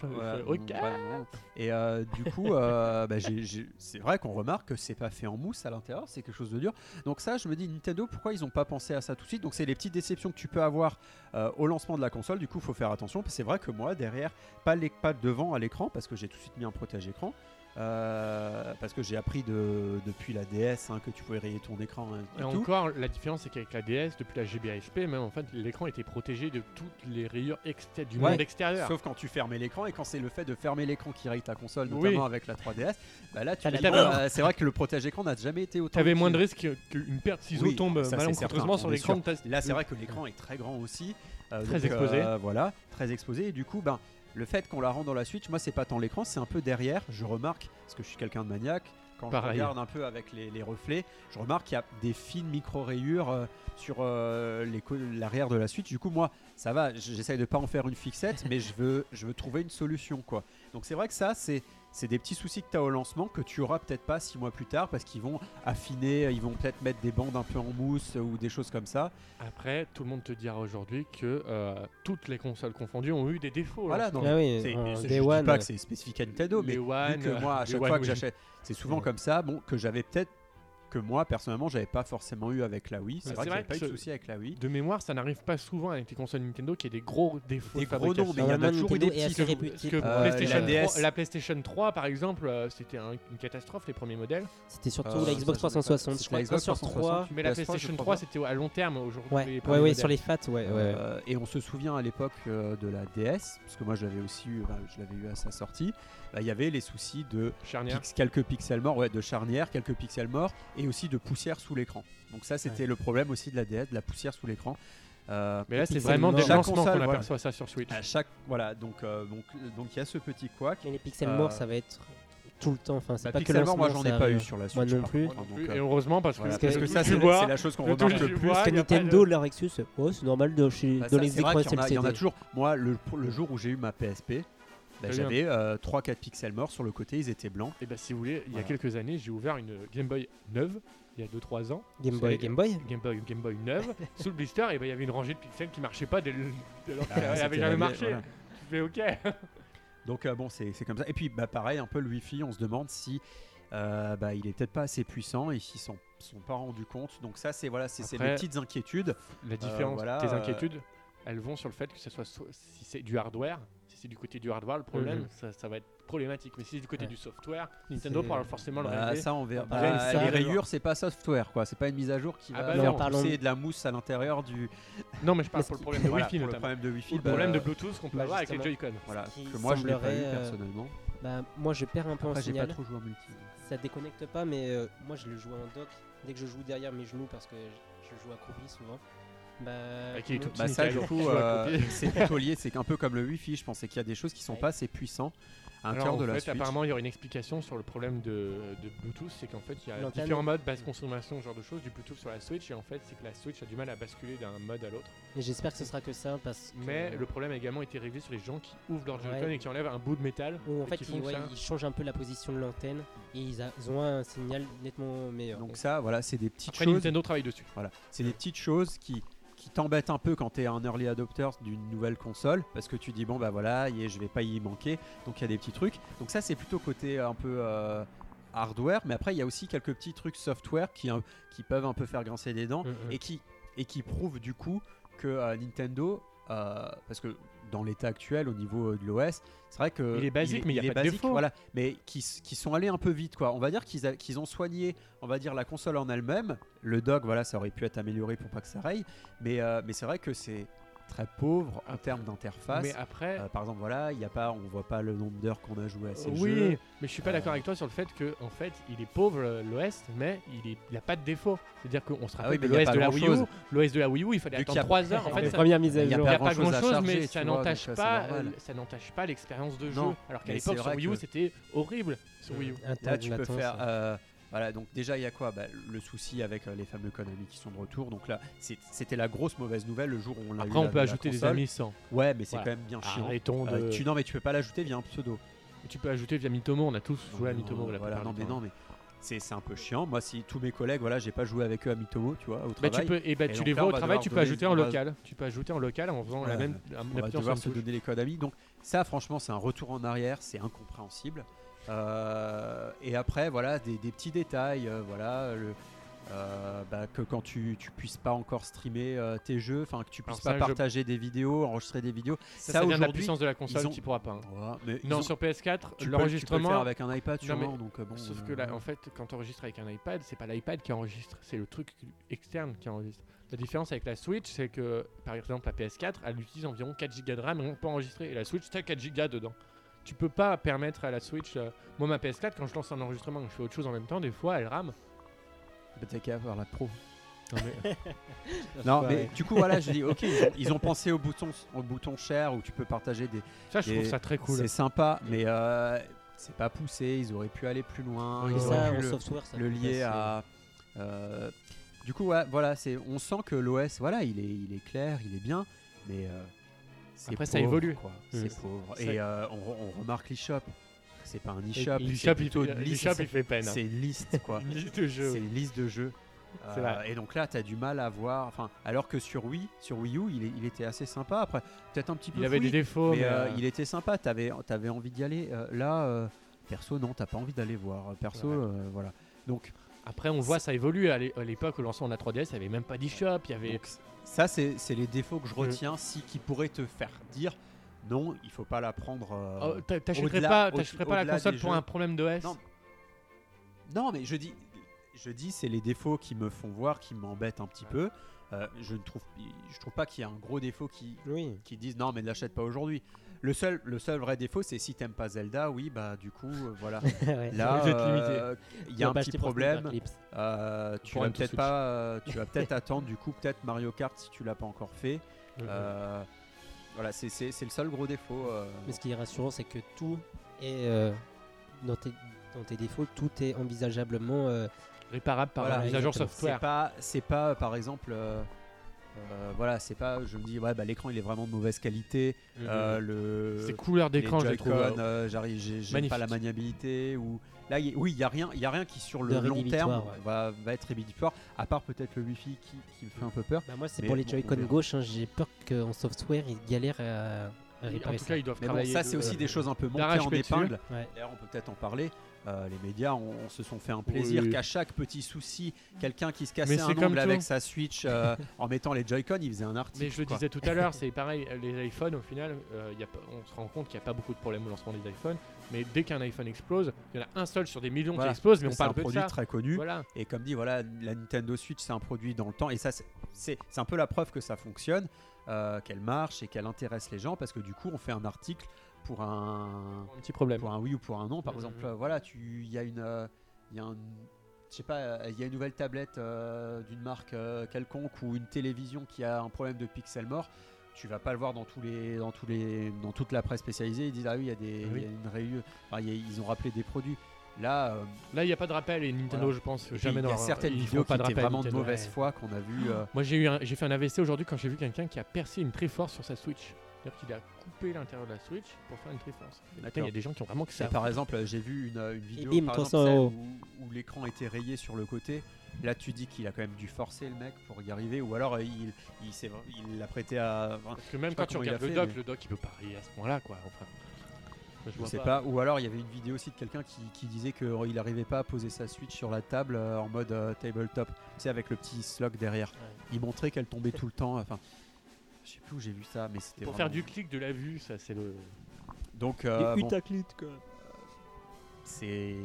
[SPEAKER 1] Ok.
[SPEAKER 3] vraiment. Et euh, du coup, euh, bah, j'ai- j'ai- c'est vrai qu'on remarque que c'est pas fait en mousse à l'intérieur, c'est quelque chose de dur. Donc ça, je me dis Nintendo, pourquoi ils ont pas pensé à ça tout de suite Donc c'est les petites déceptions que tu peux avoir euh, au lancement de la console. Du coup, faut faire attention. parce que C'est vrai que moi, derrière, pas les pas devant à l'écran parce que j'ai tout de suite mis un protège écran. euh, parce que j'ai appris de, depuis la DS hein, que tu pouvais rayer ton écran hein, et
[SPEAKER 1] Et
[SPEAKER 3] tout.
[SPEAKER 1] encore, la différence c'est qu'avec la DS, depuis la GBASP, même en fait, l'écran était protégé de toutes les rayures exté- du
[SPEAKER 3] Ouais,
[SPEAKER 1] monde extérieur.
[SPEAKER 3] Sauf quand tu fermais l'écran et quand c'est le fait de fermer l'écran qui raye ta console,
[SPEAKER 1] Oui.
[SPEAKER 3] notamment avec la 3DS, bah là tu
[SPEAKER 4] T'as la
[SPEAKER 3] dis,
[SPEAKER 1] mort.
[SPEAKER 3] bah, c'est vrai que le protège écran n'a jamais été autant.
[SPEAKER 1] T'avais moins de
[SPEAKER 3] utile.
[SPEAKER 1] risques qu'une paire de ciseaux
[SPEAKER 3] Oui,
[SPEAKER 1] tombe
[SPEAKER 3] ça, c'est
[SPEAKER 1] malencontreusement
[SPEAKER 3] certain,
[SPEAKER 1] sur
[SPEAKER 3] on est
[SPEAKER 1] l'écran
[SPEAKER 3] sûr.
[SPEAKER 1] de ta.
[SPEAKER 3] Là c'est vrai que l'écran est très grand aussi, euh,
[SPEAKER 1] Mm. Très
[SPEAKER 3] donc,
[SPEAKER 1] exposé.
[SPEAKER 3] euh, voilà, très exposé et du coup ben le fait qu'on la rend dans la Switch, moi c'est pas tant l'écran, c'est un peu derrière. Je remarque parce que je suis quelqu'un de maniaque. Quand
[SPEAKER 1] Pareil.
[SPEAKER 3] je regarde un peu avec les, les reflets, je remarque qu'il y a des fines micro-rayures euh, sur euh, les co- l'arrière de la Switch. Du coup, moi, ça va, j- j'essaye de pas en faire une fixette, mais je veux, je veux trouver une solution. quoi. Donc c'est vrai que ça, c'est c'est des petits soucis que tu as au lancement que tu auras peut-être pas six mois plus tard parce qu'ils vont affiner, ils vont peut-être mettre des bandes un peu en mousse ou des choses comme ça.
[SPEAKER 1] Après, tout le monde te dira aujourd'hui que euh, toutes les consoles confondues ont eu des défauts. Oh là.
[SPEAKER 3] Voilà, donc
[SPEAKER 2] Ah oui,
[SPEAKER 3] c'est-
[SPEAKER 2] en
[SPEAKER 1] euh,
[SPEAKER 3] c'est-
[SPEAKER 2] Day
[SPEAKER 3] je dis
[SPEAKER 2] One,
[SPEAKER 3] pas que c'est spécifique à Nintendo, mais
[SPEAKER 1] Les One,
[SPEAKER 3] vu que moi
[SPEAKER 1] euh,
[SPEAKER 3] à
[SPEAKER 1] les
[SPEAKER 3] chaque
[SPEAKER 1] One
[SPEAKER 3] fois que
[SPEAKER 1] Wii.
[SPEAKER 3] j'achète, c'est souvent
[SPEAKER 2] Ouais.
[SPEAKER 3] comme ça, bon que j'avais peut-être que moi personnellement j'avais pas forcément eu avec la Wii.
[SPEAKER 1] Ouais,
[SPEAKER 3] C'est vrai
[SPEAKER 1] c'est
[SPEAKER 3] qu'il n'y a
[SPEAKER 1] vrai
[SPEAKER 3] pas eu
[SPEAKER 1] que
[SPEAKER 3] de
[SPEAKER 1] ce-
[SPEAKER 3] souci avec la Wii.
[SPEAKER 1] De mémoire, ça n'arrive pas souvent avec les consoles Nintendo qu'il y ait des gros défauts.
[SPEAKER 3] Des
[SPEAKER 1] de
[SPEAKER 3] gros noms,
[SPEAKER 1] fabrication.
[SPEAKER 3] mais il y en a
[SPEAKER 2] Normalement,
[SPEAKER 3] toujours eu des
[SPEAKER 2] Nintendo est assez
[SPEAKER 3] petits.
[SPEAKER 2] Ah,
[SPEAKER 3] que vous-
[SPEAKER 1] Parce
[SPEAKER 2] réputé.
[SPEAKER 1] que
[SPEAKER 2] pour-
[SPEAKER 3] euh,
[SPEAKER 1] PlayStation
[SPEAKER 3] la
[SPEAKER 1] 3
[SPEAKER 3] DS.
[SPEAKER 1] la PlayStation 3, par exemple, euh, c'était un- une catastrophe les premiers modèles.
[SPEAKER 2] C'était surtout
[SPEAKER 3] Euh,
[SPEAKER 2] la
[SPEAKER 3] ça,
[SPEAKER 2] Xbox
[SPEAKER 3] j'en ai pas.
[SPEAKER 2] 360.
[SPEAKER 3] C'est
[SPEAKER 2] Je crois
[SPEAKER 3] la
[SPEAKER 2] un
[SPEAKER 3] Xbox
[SPEAKER 2] sur
[SPEAKER 3] 360.
[SPEAKER 2] trois.
[SPEAKER 1] Mais la
[SPEAKER 3] PS3, je
[SPEAKER 1] PlayStation
[SPEAKER 3] crois
[SPEAKER 1] 3,
[SPEAKER 3] pas.
[SPEAKER 1] c'était au- à long terme aujourd'hui. les
[SPEAKER 2] Ouais, ouais,
[SPEAKER 1] premiers
[SPEAKER 2] ouais,
[SPEAKER 1] modèles.
[SPEAKER 2] sur les fats, ouais, ouais.
[SPEAKER 3] Euh, et on se souvient à l'époque euh, de la DS, parce que moi je l'avais aussi, eu- enfin, je l'avais eu à sa sortie. bah, Il y avait les soucis de
[SPEAKER 1] charnières.
[SPEAKER 3] pix- quelques pixels morts, ouais, de charnière, quelques pixels morts, et aussi de poussière sous l'écran. Donc ça, c'était le problème aussi de la DS, de la poussière sous l'écran. Euh,
[SPEAKER 1] Mais là, c'est
[SPEAKER 2] Pixel
[SPEAKER 1] vraiment
[SPEAKER 2] mort.
[SPEAKER 1] des
[SPEAKER 3] La
[SPEAKER 1] lancements qu'on
[SPEAKER 3] console, voilà.
[SPEAKER 1] aperçoit ça sur Switch.
[SPEAKER 3] à chaque, voilà, donc euh, donc donc il y a ce petit couac.
[SPEAKER 2] Mais les pixels
[SPEAKER 3] Euh,
[SPEAKER 2] morts, ça va être tout le temps. Enfin, c'est
[SPEAKER 3] Bah,
[SPEAKER 2] pas que
[SPEAKER 3] pixels morts, moi j'en
[SPEAKER 2] lancement,
[SPEAKER 3] ai
[SPEAKER 2] ça
[SPEAKER 3] pas
[SPEAKER 2] arrive.
[SPEAKER 3] eu sur la Switch.
[SPEAKER 2] Moi non
[SPEAKER 3] par
[SPEAKER 2] plus.
[SPEAKER 3] contre,
[SPEAKER 1] Moi non
[SPEAKER 3] donc,
[SPEAKER 1] plus,
[SPEAKER 3] euh,
[SPEAKER 1] Et heureusement, parce que,
[SPEAKER 3] voilà,
[SPEAKER 2] que-
[SPEAKER 3] parce que
[SPEAKER 1] le
[SPEAKER 3] ça,
[SPEAKER 1] tout
[SPEAKER 3] c'est
[SPEAKER 1] tu
[SPEAKER 3] la,
[SPEAKER 1] vois,
[SPEAKER 3] c'est la chose qu'on
[SPEAKER 1] le tout
[SPEAKER 3] remarque
[SPEAKER 1] tu
[SPEAKER 3] le plus.
[SPEAKER 1] vois,
[SPEAKER 2] Parce que
[SPEAKER 1] il y a pas de-
[SPEAKER 2] Nintendo, leur excuse, c'est, oh, c'est normal de, chez,
[SPEAKER 3] Bah,
[SPEAKER 2] dans
[SPEAKER 3] ça,
[SPEAKER 2] les
[SPEAKER 3] c'est vrai
[SPEAKER 2] écrans
[SPEAKER 3] qu'il y en a- Il y en a
[SPEAKER 2] SLCD.
[SPEAKER 3] toujours. Moi, le, pour le jour où j'ai eu ma PSP, bah,
[SPEAKER 1] T'as eu
[SPEAKER 3] j'avais euh, 3-4 pixels morts sur le côté, ils étaient blancs.
[SPEAKER 1] Et bah, si vous voulez, il y a
[SPEAKER 3] Voilà.
[SPEAKER 1] quelques années, j'ai ouvert une Game Boy neuve, il y a 2-3 ans.
[SPEAKER 2] Game Boy,
[SPEAKER 1] C'est-
[SPEAKER 2] Game Boy
[SPEAKER 1] Game Boy, Game Boy neuve. Sous le blister, et bah, il y avait une rangée de pixels qui marchait pas dès le- dès lors qu'elle
[SPEAKER 3] Ah, C'était
[SPEAKER 1] avait
[SPEAKER 3] la-
[SPEAKER 1] jamais marché.
[SPEAKER 3] voilà.
[SPEAKER 1] Tu fais OK.
[SPEAKER 3] Donc euh, bon, c'est c'est comme ça. Et puis bah, pareil, un peu le Wi-Fi, on se demande si euh, bah, il est peut-être pas assez puissant et s'ils s'en sont pas rendus compte. Donc ça, c'est voilà, c'est c'est
[SPEAKER 1] Après-
[SPEAKER 3] les petites inquiétudes.
[SPEAKER 1] La différence,
[SPEAKER 3] voilà,
[SPEAKER 1] tes
[SPEAKER 3] euh,
[SPEAKER 1] inquiétudes, elles vont sur le fait que ce soit so- si c'est du hardware, si c'est du côté du hardware, le problème,
[SPEAKER 2] Mhm.
[SPEAKER 1] ça, ça va être problématique. Mais si c'est du côté
[SPEAKER 2] Ouais.
[SPEAKER 1] du software, Nintendo
[SPEAKER 2] C'est-
[SPEAKER 1] pourra forcément le
[SPEAKER 3] Bah,
[SPEAKER 1] régler.
[SPEAKER 3] ça, on verra.
[SPEAKER 2] Bah,
[SPEAKER 3] Bah,
[SPEAKER 2] ça,
[SPEAKER 3] les
[SPEAKER 2] alors.
[SPEAKER 3] rayures, c'est pas software, quoi. C'est pas une mise à jour qui
[SPEAKER 1] Ah
[SPEAKER 3] va
[SPEAKER 1] bah
[SPEAKER 3] leur
[SPEAKER 1] non.
[SPEAKER 2] Parlons-
[SPEAKER 3] pousser de la mousse à l'intérieur du.
[SPEAKER 1] Non, mais je parle
[SPEAKER 2] Parce
[SPEAKER 1] pour le
[SPEAKER 2] que-
[SPEAKER 1] problème de
[SPEAKER 3] Voilà,
[SPEAKER 1] Wi-Fi
[SPEAKER 3] pour le
[SPEAKER 1] notamment.
[SPEAKER 3] problème de Wi-Fi.
[SPEAKER 1] Ou le
[SPEAKER 3] bah,
[SPEAKER 1] problème de Bluetooth qu'on peut
[SPEAKER 2] bah,
[SPEAKER 1] avoir avec les
[SPEAKER 2] justement.
[SPEAKER 1] Joy-Con.
[SPEAKER 3] Voilà,
[SPEAKER 2] Ce qui
[SPEAKER 3] que moi je l'ai pas eu
[SPEAKER 2] semblerait, euh,
[SPEAKER 3] personnellement.
[SPEAKER 2] Bah, moi, je perds un peu
[SPEAKER 3] Après,
[SPEAKER 2] en
[SPEAKER 3] j'ai pas
[SPEAKER 2] signal.
[SPEAKER 3] trop joué en multi.
[SPEAKER 2] Ça déconnecte pas, mais euh, moi, je le joue en dock. Dès que je joue derrière mes genoux, parce que je, je joue accroupi souvent. Bah,
[SPEAKER 1] Ah, qui est
[SPEAKER 2] mon-
[SPEAKER 1] tout
[SPEAKER 3] Bah
[SPEAKER 1] Nickel.
[SPEAKER 3] ça du coup
[SPEAKER 1] Sur la
[SPEAKER 3] euh,
[SPEAKER 1] copie.
[SPEAKER 3] c'est plutôt lié, c'est un peu comme le Wi-Fi, je pensais qu'il y a des choses qui sont
[SPEAKER 2] Ouais.
[SPEAKER 3] pas assez puissantes à
[SPEAKER 1] Alors,
[SPEAKER 3] l'intérieur
[SPEAKER 1] en
[SPEAKER 3] de la
[SPEAKER 1] fait,
[SPEAKER 3] Switch.
[SPEAKER 1] apparemment, il y aurait une explication sur le problème de, de Bluetooth, c'est qu'en fait, il y a
[SPEAKER 2] L'antenne.
[SPEAKER 1] différents modes basse consommation, ce genre de choses, du Bluetooth sur la Switch, et en fait, c'est que la Switch a du mal à basculer d'un mode à l'autre.
[SPEAKER 2] Et j'espère que ce sera que ça, parce que.
[SPEAKER 1] Mais le problème a également été réglé sur les gens qui ouvrent leur Joy-Con
[SPEAKER 2] Ouais.
[SPEAKER 1] et qui enlèvent un bout de métal.
[SPEAKER 2] Où Oh, en
[SPEAKER 1] et
[SPEAKER 2] fait,
[SPEAKER 1] qui
[SPEAKER 2] ils,
[SPEAKER 1] font que
[SPEAKER 2] ouais,
[SPEAKER 1] ça-
[SPEAKER 2] ils changent un peu la position de l'antenne et ils, a- ils ont un signal nettement meilleur.
[SPEAKER 3] Donc ça voilà, c'est des petites
[SPEAKER 1] Après,
[SPEAKER 3] choses.
[SPEAKER 1] Nintendo travaille dessus.
[SPEAKER 3] Voilà, c'est des petites choses qui qui t'embêtent un peu quand t'es un early adopter d'une nouvelle console parce que tu dis bon bah voilà, y est, je vais pas y manquer. Donc il y a des petits trucs. Donc ça c'est plutôt côté un peu euh, hardware, mais après il y a aussi quelques petits trucs software qui un- qui peuvent un peu faire grincer des dents.
[SPEAKER 2] Mm, mm.
[SPEAKER 3] et qui, et qui prouve du coup que euh, Nintendo, euh, parce que dans l'état actuel au niveau euh, de l'OS, c'est vrai que
[SPEAKER 1] Il est basique, mais il y a
[SPEAKER 3] est
[SPEAKER 1] pas de
[SPEAKER 3] basique,
[SPEAKER 1] défaut.
[SPEAKER 3] Voilà, mais qui, s- qui sont allés un peu vite quoi. On va dire qu'ils a- qu'ils ont soigné, on va dire la console en elle-même. Le dock, voilà, ça aurait pu être amélioré pour pas que ça raye, mais euh, mais c'est vrai que c'est très pauvre en
[SPEAKER 1] Après-
[SPEAKER 3] termes d'interface.
[SPEAKER 1] Mais après,
[SPEAKER 3] Euh, par exemple, voilà, il y a pas, on voit pas le nombre d'heures qu'on a joué à ces
[SPEAKER 1] oui,
[SPEAKER 3] jeux.
[SPEAKER 1] mais je suis pas d'accord
[SPEAKER 3] Euh,
[SPEAKER 1] avec toi sur le fait que en fait il est pauvre euh, l'OS, mais il, est, il a pas de défaut. C'est-à-dire qu'on se rappelle
[SPEAKER 3] Ah oui, mais
[SPEAKER 1] de
[SPEAKER 3] il y a
[SPEAKER 1] l'OS
[SPEAKER 3] pas
[SPEAKER 1] de la Wii
[SPEAKER 3] grand-chose.
[SPEAKER 1] U, l'OS de la Wii U, il fallait
[SPEAKER 3] Vu qu'il y
[SPEAKER 1] attendre
[SPEAKER 3] a-
[SPEAKER 1] 3 heures. En
[SPEAKER 2] les
[SPEAKER 1] fait, ça-
[SPEAKER 2] premières mises à
[SPEAKER 3] il y a
[SPEAKER 1] il
[SPEAKER 2] jour.
[SPEAKER 1] n'y a
[SPEAKER 3] pas
[SPEAKER 1] pas
[SPEAKER 3] grand-chose
[SPEAKER 1] grand
[SPEAKER 3] à
[SPEAKER 1] chose,
[SPEAKER 3] charger,
[SPEAKER 1] mais
[SPEAKER 3] tu
[SPEAKER 1] ça
[SPEAKER 3] vois, donc,
[SPEAKER 1] n'entache
[SPEAKER 3] euh, c'est
[SPEAKER 1] pas,
[SPEAKER 3] normal.
[SPEAKER 1] euh, ça n'entache pas l'expérience de jeu.
[SPEAKER 3] Non,
[SPEAKER 1] Alors qu'à
[SPEAKER 3] mais
[SPEAKER 1] l'époque
[SPEAKER 3] c'est
[SPEAKER 1] sur
[SPEAKER 3] vrai
[SPEAKER 1] Wii U,
[SPEAKER 3] que-
[SPEAKER 1] c'était horrible sur Wii U.
[SPEAKER 2] Attends,
[SPEAKER 3] Là, tu peux
[SPEAKER 2] l'attente,
[SPEAKER 3] faire.
[SPEAKER 2] ça.
[SPEAKER 3] euh, voilà, donc déjà, il y a quoi Bah, Le souci avec euh, les fameux Konami qui sont de retour. Donc là, c'est- c'était la grosse mauvaise nouvelle le jour où on l'a eu,
[SPEAKER 1] Après, on
[SPEAKER 3] la-
[SPEAKER 1] peut
[SPEAKER 3] la
[SPEAKER 1] ajouter des
[SPEAKER 3] console.
[SPEAKER 1] amis sans.
[SPEAKER 3] Ouais, mais c'est
[SPEAKER 1] Voilà.
[SPEAKER 3] quand même bien chiant.
[SPEAKER 1] Arrêtons de.
[SPEAKER 3] Euh, tu, non, mais tu peux pas l'ajouter via un pseudo.
[SPEAKER 1] Tu peux ajouter via Mitomo, on a tous
[SPEAKER 3] Non,
[SPEAKER 1] joué à
[SPEAKER 3] Oh non,
[SPEAKER 1] Mitomo. la
[SPEAKER 3] voilà,
[SPEAKER 1] plupart
[SPEAKER 3] non,
[SPEAKER 1] du
[SPEAKER 3] mais
[SPEAKER 1] temps.
[SPEAKER 3] non, mais c'est c'est un peu chiant. Moi, si tous mes collègues, voilà, j'ai pas joué avec eux à Mitomo, tu vois, au
[SPEAKER 1] Bah,
[SPEAKER 3] travail.
[SPEAKER 1] tu peux, et bah,
[SPEAKER 3] Et
[SPEAKER 1] tu
[SPEAKER 3] donc
[SPEAKER 1] les
[SPEAKER 3] là,
[SPEAKER 1] vois
[SPEAKER 3] on
[SPEAKER 1] au
[SPEAKER 3] va
[SPEAKER 1] travail,
[SPEAKER 3] devoir
[SPEAKER 1] tu peux
[SPEAKER 3] donner-
[SPEAKER 1] ajouter en
[SPEAKER 3] on va-
[SPEAKER 1] local. Tu peux ajouter en local en faisant la
[SPEAKER 3] Voilà.
[SPEAKER 1] même. en
[SPEAKER 3] On va
[SPEAKER 1] appuyant
[SPEAKER 3] devoir
[SPEAKER 1] sur
[SPEAKER 3] se
[SPEAKER 1] une touche.
[SPEAKER 3] donner les codes amis. Donc ça, franchement, c'est un retour en arrière, c'est incompréhensible. Euh, et après, voilà, des, des petits détails, euh, voilà, le- euh, bah, que quand tu, tu puisses pas encore streamer euh, tes jeux, enfin que tu puisses
[SPEAKER 1] Alors ça,
[SPEAKER 3] pas
[SPEAKER 1] je-
[SPEAKER 3] partager des vidéos, enregistrer des vidéos.
[SPEAKER 1] Ça, ça
[SPEAKER 3] Ça,
[SPEAKER 1] vient de la
[SPEAKER 3] aujourd'hui,
[SPEAKER 1] puissance de la
[SPEAKER 3] ils
[SPEAKER 1] console
[SPEAKER 3] ont-
[SPEAKER 1] qui pourra pas. hein.
[SPEAKER 3] Voilà, mais ils
[SPEAKER 1] Non,
[SPEAKER 3] ont-
[SPEAKER 1] sur PS4,
[SPEAKER 3] tu peux- tu peux le faire
[SPEAKER 1] l'enregistrement.
[SPEAKER 3] avec un iPad,
[SPEAKER 1] Non, mais-
[SPEAKER 3] sûrement, donc euh, bon.
[SPEAKER 1] Sauf
[SPEAKER 3] euh,
[SPEAKER 1] que là, en fait, quand tu enregistres avec un iPad, c'est pas l'iPad qui enregistre, c'est le truc externe qui enregistre. La différence avec la Switch, c'est que, par exemple, la PS4, elle utilise environ 4 Go de RAM rien que pour enregistrer. Et la Switch, t'as 4 Go dedans. Tu peux pas permettre à la Switch. euh, Moi, ma PS4, quand je lance un enregistrement et que je fais autre chose en même temps, des fois, elle rame.
[SPEAKER 3] bah, t'as qu'à avoir la pro.
[SPEAKER 1] Non, mais-
[SPEAKER 3] Non,
[SPEAKER 2] Enfoiré.
[SPEAKER 3] mais du coup, voilà, je dis, ok, ils ont, ils ont pensé au bouton, au bouton cher où tu peux partager des,
[SPEAKER 1] ça, je
[SPEAKER 3] Et
[SPEAKER 1] trouve ça très cool.
[SPEAKER 3] C'est sympa, mais euh, c'est pas poussé. Ils auraient pu aller plus loin.
[SPEAKER 1] Oui,
[SPEAKER 3] ils
[SPEAKER 2] Et
[SPEAKER 3] auraient
[SPEAKER 2] ça,
[SPEAKER 3] pu
[SPEAKER 2] en
[SPEAKER 3] le,
[SPEAKER 2] software, ça
[SPEAKER 3] le
[SPEAKER 2] peut
[SPEAKER 3] lier
[SPEAKER 2] passer.
[SPEAKER 3] à. euh, du coup, ouais, voilà, c'est. On sent que l'OS, voilà, il est, il est clair, il est bien, mais. euh, c'est
[SPEAKER 1] Après, ça
[SPEAKER 3] pauvre,
[SPEAKER 1] évolue.
[SPEAKER 3] quoi.
[SPEAKER 1] Oui.
[SPEAKER 3] C'est pauvre.
[SPEAKER 1] Ça-
[SPEAKER 3] Et euh, on, re- on remarque l'eShop. C'est pas un eShop.
[SPEAKER 1] Et- et
[SPEAKER 3] c'est
[SPEAKER 1] l'eShop, il,
[SPEAKER 3] plutôt
[SPEAKER 1] fait- euh,
[SPEAKER 3] une liste.
[SPEAKER 1] l'eShop, il fait peine. hein.
[SPEAKER 3] C'est une liste, quoi.
[SPEAKER 1] Une liste de jeux.
[SPEAKER 3] c'est une liste de jeux.
[SPEAKER 1] C'est
[SPEAKER 3] Euh,
[SPEAKER 1] vrai.
[SPEAKER 3] et donc là, t'as du mal à voir. Enfin, alors que sur Wii, sur Wii U, il, est- il était assez sympa. Après, peut-être un petit peu.
[SPEAKER 1] euh, Il avait
[SPEAKER 3] fouillis,
[SPEAKER 1] des défauts,
[SPEAKER 3] mais,
[SPEAKER 1] mais.
[SPEAKER 3] euh,
[SPEAKER 1] euh,
[SPEAKER 3] il était sympa, t'avais avais envie d'y aller. Euh, là, euh, perso, non, t'as pas envie d'aller voir. Perso,
[SPEAKER 1] Ouais.
[SPEAKER 3] euh, voilà. Donc,
[SPEAKER 1] Après, on le voit, ça évolue. À l'é- à l'époque, au lancement de la 3DS, il n'y avait même pas d'eShop. Il y avait.
[SPEAKER 3] donc, ça, c'est c'est les défauts
[SPEAKER 1] Mm.
[SPEAKER 3] que je retiens, si qui pourraient te faire dire non, il faut pas la prendre. euh,
[SPEAKER 1] Oh, t'a- T'achèterais
[SPEAKER 3] au-delà-
[SPEAKER 1] pas,
[SPEAKER 3] au-
[SPEAKER 1] t'achèterais pas la
[SPEAKER 3] au-delà
[SPEAKER 1] console
[SPEAKER 3] des
[SPEAKER 1] pour
[SPEAKER 3] jeux.
[SPEAKER 1] un problème d'OS
[SPEAKER 3] Non. Non, mais je dis, je dis, c'est les défauts qui me font voir, qui m'embêtent un petit peu. Euh, je ne trouve, je trouve pas qu'il y a un gros défaut qui,
[SPEAKER 2] Oui.
[SPEAKER 3] qui disent non mais ne l'achète pas aujourd'hui. Le seul, le seul vrai défaut c'est si t'aimes pas Zelda, oui bah du coup euh, voilà.
[SPEAKER 2] Ouais.
[SPEAKER 3] Là
[SPEAKER 1] Vous êtes
[SPEAKER 3] euh, il y a
[SPEAKER 2] On
[SPEAKER 3] un
[SPEAKER 2] va
[SPEAKER 3] petit
[SPEAKER 2] acheter pour
[SPEAKER 3] problème.
[SPEAKER 2] Sniper Clips.
[SPEAKER 3] Euh, tu
[SPEAKER 1] Pour
[SPEAKER 3] vas
[SPEAKER 1] Into
[SPEAKER 3] peut-être
[SPEAKER 1] Switch.
[SPEAKER 3] pas, euh, tu vas peut-être attendre du coup peut-être Mario Kart si tu l'as pas encore fait. Euh, voilà, c'est c'est- c'est le seul gros défaut. euh.
[SPEAKER 2] Mais ce qui est rassurant, c'est que tout est euh, dans, tes, dans tes défauts, tout est envisageablement. euh,
[SPEAKER 1] Réparable par
[SPEAKER 3] Voilà,
[SPEAKER 1] les agents
[SPEAKER 2] exactement.
[SPEAKER 1] software.
[SPEAKER 3] C'est pas, c'est pas euh, par exemple. euh, euh, voilà, c'est pas, je me dis, ouais, bah, l'écran il est vraiment de mauvaise qualité.
[SPEAKER 2] Mm-hmm.
[SPEAKER 3] euh, le,
[SPEAKER 1] Ces couleurs d'écran, je
[SPEAKER 3] les
[SPEAKER 1] les trouve.
[SPEAKER 3] Joy-Con,
[SPEAKER 1] euh,
[SPEAKER 3] euh, j'arrive- j'ai- j'aime
[SPEAKER 1] magnifiques.
[SPEAKER 3] pas la maniabilité. Ou... Là, y- oui, il n'y a, rien- y a rien qui, sur le
[SPEAKER 2] De
[SPEAKER 3] long terme,
[SPEAKER 2] rédhibitoire, ouais.
[SPEAKER 3] va, va être rédhibitoire, à part peut-être le Wi-Fi qui, qui me fait un peu peur.
[SPEAKER 2] Bah moi, c'est
[SPEAKER 3] Mais
[SPEAKER 2] pour les
[SPEAKER 3] bon,
[SPEAKER 2] Joy-Con
[SPEAKER 3] on verra.
[SPEAKER 2] gauche. hein, J'ai peur qu'en software, ils galèrent à, à
[SPEAKER 1] en
[SPEAKER 2] réparer
[SPEAKER 1] tout
[SPEAKER 2] ça.
[SPEAKER 1] cas, ils doivent
[SPEAKER 3] Mais bon,
[SPEAKER 1] travailler.
[SPEAKER 3] ça, c'est
[SPEAKER 1] de-
[SPEAKER 3] aussi des choses un peu montées en
[SPEAKER 1] d'arrache-pied dessus.
[SPEAKER 3] épingle.
[SPEAKER 2] Ouais.
[SPEAKER 3] D'ailleurs, on peut peut-être en parler. Euh, les médias on, on se sont fait un plaisir
[SPEAKER 1] Oui.
[SPEAKER 3] qu'à chaque petit souci, quelqu'un qui se
[SPEAKER 1] Mais
[SPEAKER 3] cassait
[SPEAKER 1] c'est
[SPEAKER 3] un
[SPEAKER 1] comme
[SPEAKER 3] ongle
[SPEAKER 1] tout.
[SPEAKER 3] avec sa Switch euh, en mettant les Joy-Con, il faisait un article.
[SPEAKER 1] Mais je le
[SPEAKER 3] quoi.
[SPEAKER 1] disais tout à l'heure, c'est pareil, les iPhones, au final, euh, y a pas- on se rend compte qu'il n'y a pas beaucoup de problèmes au lancement des iPhones, mais dès qu'un iPhone explose, il y en a un seul sur des millions
[SPEAKER 3] Voilà,
[SPEAKER 1] qui explose, mais on
[SPEAKER 3] C'est un
[SPEAKER 1] parle peu de
[SPEAKER 3] produit
[SPEAKER 1] ça.
[SPEAKER 3] très connu.
[SPEAKER 1] Voilà.
[SPEAKER 3] Et comme dit, voilà, la Nintendo Switch, c'est un produit dans le temps. Et ça, c'est- c'est c'est un peu la preuve que ça fonctionne, euh, qu'elle marche et qu'elle intéresse les gens. Parce que du coup, on fait un article pour un,
[SPEAKER 1] Un petit problème.
[SPEAKER 3] pour un oui ou pour un non. Par
[SPEAKER 1] Mhm.
[SPEAKER 3] exemple, euh, voilà, tu- il y a une. euh, il y a un- je sais pas, euh, il y a une nouvelle tablette euh, d'une marque euh, quelconque ou une télévision qui a un problème de pixel mort. Tu vas pas le voir dans tous les, dans tous les, dans toute la presse spécialisée. Ils disent ah oui, il y a des, il
[SPEAKER 1] Oui.
[SPEAKER 3] y a une réu- enfin, il y a- ils ont rappelé des produits. Là, euh,
[SPEAKER 1] Là, il n'y a pas de rappel, et Nintendo,
[SPEAKER 3] Voilà.
[SPEAKER 1] je pense,
[SPEAKER 3] et puis,
[SPEAKER 1] jamais
[SPEAKER 3] il y a
[SPEAKER 1] dans
[SPEAKER 3] certaines
[SPEAKER 1] ils font
[SPEAKER 3] vidéos qui
[SPEAKER 1] pas de
[SPEAKER 3] étaient
[SPEAKER 1] rappel,
[SPEAKER 3] vraiment de
[SPEAKER 1] Nintendo.
[SPEAKER 3] mauvaise
[SPEAKER 2] Ouais.
[SPEAKER 3] foi qu'on a vu. euh,
[SPEAKER 1] Moi, j'ai eu, un- j'ai fait un AVC aujourd'hui quand j'ai vu quelqu'un qui a percé une Triforce sur sa Switch. C'est-à-dire qu'il a coupé l'intérieur de la Switch pour faire une Triforce. Putain, Il y a
[SPEAKER 3] D'accord.
[SPEAKER 1] des gens qui ont vraiment que
[SPEAKER 3] Et
[SPEAKER 1] ça.
[SPEAKER 3] par exemple, euh, j'ai vu une, euh, une vidéo
[SPEAKER 2] bim,
[SPEAKER 3] par
[SPEAKER 2] 300
[SPEAKER 3] exemple, celle
[SPEAKER 2] euros.
[SPEAKER 3] où, où l'écran était rayé sur le côté. Là, tu dis qu'il a quand même dû forcer le mec pour y arriver, ou alors euh, il il s'est- il l'a prêté à. enfin,
[SPEAKER 1] Parce que même
[SPEAKER 3] je sais pas
[SPEAKER 1] quand tu
[SPEAKER 3] comment il a
[SPEAKER 1] regardes le
[SPEAKER 3] fait,
[SPEAKER 1] doc,
[SPEAKER 3] mais-
[SPEAKER 1] le doc il peut pas rayer à ce point-là, quoi. Enfin, je,
[SPEAKER 3] je
[SPEAKER 1] vois
[SPEAKER 3] sais pas. Ou alors il y avait une vidéo aussi de quelqu'un qui, qui disait qu'il n'arrivait pas à poser sa Switch sur la table euh, en mode euh, tabletop, tu sais, avec le petit slug derrière. Il montrait qu'elle tombait tout le temps. Enfin, Je sais plus où j'ai vu ça, mais c'était.
[SPEAKER 1] Pour faire
[SPEAKER 3] vraiment-
[SPEAKER 1] du clic, de la vue, ça c'est le.
[SPEAKER 3] Donc, euh, bon,
[SPEAKER 4] Utaclite quoi.
[SPEAKER 3] c'est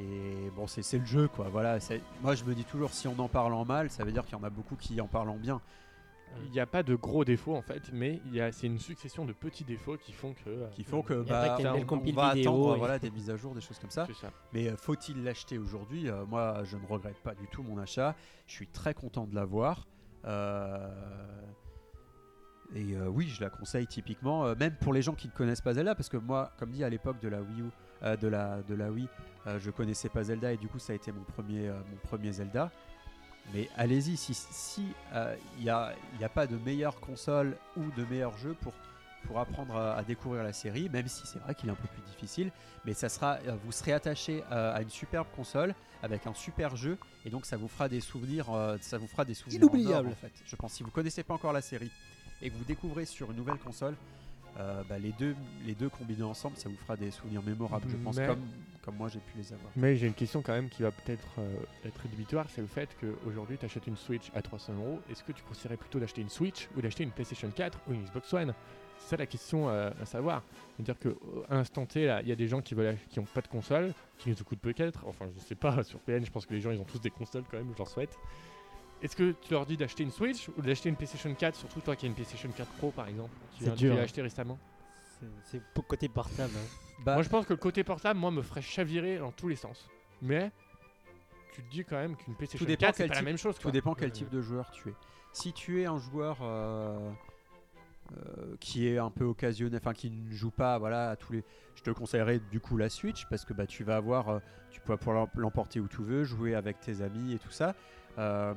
[SPEAKER 3] bon, c'est c'est le jeu, quoi. Voilà. c'est- Moi, je me dis toujours, si on en parle en mal, ça veut dire qu'il y en a beaucoup qui en parlent en bien.
[SPEAKER 1] Il n'y a pas de gros défauts en fait, mais il y a- c'est une succession de petits défauts qui font que. euh,
[SPEAKER 3] Qui font que
[SPEAKER 2] y a pas
[SPEAKER 3] bah,
[SPEAKER 2] qu'une
[SPEAKER 3] on,
[SPEAKER 2] belle
[SPEAKER 3] on
[SPEAKER 2] compile
[SPEAKER 3] va
[SPEAKER 2] vidéo
[SPEAKER 3] attendre
[SPEAKER 2] et-
[SPEAKER 3] voilà, des mises à jour, des choses comme ça.
[SPEAKER 1] C'est ça.
[SPEAKER 3] Mais euh, faut-il l'acheter aujourd'hui Euh, Moi, je ne regrette pas du tout mon achat. Je suis très content de l'avoir. Euh, Et euh, oui, je la conseille typiquement, euh, même pour les gens qui ne connaissent pas Zelda, parce que moi, comme dit à l'époque de la Wii U, euh, de la de la Wii, euh, je connaissais pas Zelda et du coup, ça a été mon premier euh, mon premier Zelda. Mais allez-y, si si euh, il n'y a il y a pas de meilleure console ou de meilleur jeu pour pour apprendre à, à découvrir la série, même si c'est vrai qu'il est un peu plus difficile mais ça sera, euh, vous serez attaché euh, à une superbe console avec un super jeu, et donc ça vous fera des souvenirs, euh, ça vous fera des souvenirs en or,
[SPEAKER 4] Inoubliable.
[SPEAKER 3] en fait. Je pense si vous connaissez pas encore la série et que vous découvrez sur une nouvelle console, euh, bah, les deux, les deux combinés ensemble, ça vous fera des souvenirs mémorables. Je pense
[SPEAKER 1] Mais-
[SPEAKER 3] comme, comme moi j'ai pu les avoir.
[SPEAKER 1] Mais j'ai une question quand même qui va peut-être euh, être rédhibitoire, c'est le fait qu'aujourd'hui tu achètes une Switch à 300 euros. Est-ce que tu conseillerais plutôt d'acheter une Switch ou d'acheter une PlayStation 4 ou une Xbox One C'est ça la question euh, à savoir. C'est-à-dire qu'à instant T, là, il y a des gens qui veulent ach- qui n'ont pas de console, qui nous coûtent peut-être. Enfin, je sais pas, sur PN, je pense que les gens ils ont tous des consoles quand même, je leur souhaite. Est-ce que tu leur dis d'acheter une Switch ou d'acheter une PlayStation 4, surtout toi qui as une PlayStation 4 Pro par exemple
[SPEAKER 2] C'est
[SPEAKER 1] Tu viens-
[SPEAKER 2] dur,
[SPEAKER 1] Tu l'as
[SPEAKER 2] hein.
[SPEAKER 1] acheté récemment
[SPEAKER 2] C'est pour côté portable. hein.
[SPEAKER 3] Bah,
[SPEAKER 1] moi, je pense que le côté portable, moi, me ferait chavirer dans tous les sens. Mais tu te dis quand même qu'une PlayStation
[SPEAKER 3] dépend
[SPEAKER 1] 4, c'est
[SPEAKER 3] quel
[SPEAKER 1] pas la
[SPEAKER 3] type-
[SPEAKER 1] même chose.
[SPEAKER 3] Tout
[SPEAKER 1] quoi.
[SPEAKER 3] dépend quel
[SPEAKER 1] Euh,
[SPEAKER 3] type de joueur tu es. Si tu es un joueur euh, euh, qui est un peu occasionnel, enfin qui ne joue pas, voilà, à tous les, je te conseillerais du coup la Switch parce que bah tu vas avoir, euh, tu peux pouvoir l'emporter où tu veux, jouer avec tes amis et tout ça. Euh,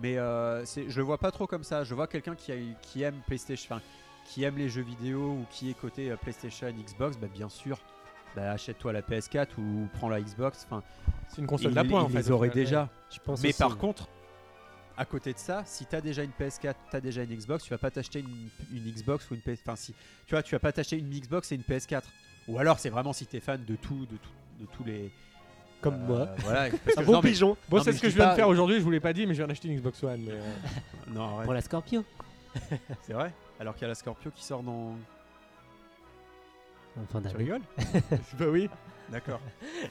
[SPEAKER 3] mais euh, c'est- je le vois pas trop comme ça. Je vois quelqu'un qui, a- qui aime PlayStation, enfin, qui aime les jeux vidéo ou qui est côté euh, PlayStation, Xbox, bah bien sûr. bah, achète-toi la PS4 ou prends la Xbox. Enfin,
[SPEAKER 1] C'est une
[SPEAKER 3] ils,
[SPEAKER 1] console d'appoint
[SPEAKER 3] ils
[SPEAKER 1] en fait.
[SPEAKER 3] les
[SPEAKER 1] au
[SPEAKER 3] auraient
[SPEAKER 1] final.
[SPEAKER 3] déjà.
[SPEAKER 2] Je pense
[SPEAKER 3] Mais
[SPEAKER 2] aussi,
[SPEAKER 3] par contre, à côté de ça, si t'as déjà une PS4, t'as déjà une Xbox, tu vas pas t'acheter une, une Xbox ou une PS. Enfin, si tu vois, tu vas pas t'acheter une Xbox et une PS4. Ou alors, c'est vraiment si t'es fan de tout, de tout, de tous les.
[SPEAKER 4] Comme
[SPEAKER 3] euh,
[SPEAKER 4] moi.
[SPEAKER 3] Voilà. parce
[SPEAKER 4] Un
[SPEAKER 3] que-
[SPEAKER 4] bon
[SPEAKER 3] non, mais-
[SPEAKER 4] pigeon.
[SPEAKER 1] Bon,
[SPEAKER 3] Non,
[SPEAKER 1] c'est
[SPEAKER 3] mais
[SPEAKER 1] ce que
[SPEAKER 3] je
[SPEAKER 1] je
[SPEAKER 3] dis
[SPEAKER 1] viens
[SPEAKER 3] pas-
[SPEAKER 1] de faire aujourd'hui. Je vous l'ai pas dit, mais je viens d'acheter une Xbox One. mais, euh,
[SPEAKER 3] Non, arrête.
[SPEAKER 4] Pour la Scorpio.
[SPEAKER 3] C'est vrai. Alors qu'il y a la Scorpio qui sort dans.
[SPEAKER 4] Enfin
[SPEAKER 1] Ah
[SPEAKER 3] Tu
[SPEAKER 4] d'année.
[SPEAKER 3] rigoles
[SPEAKER 1] bah oui.
[SPEAKER 3] D'accord.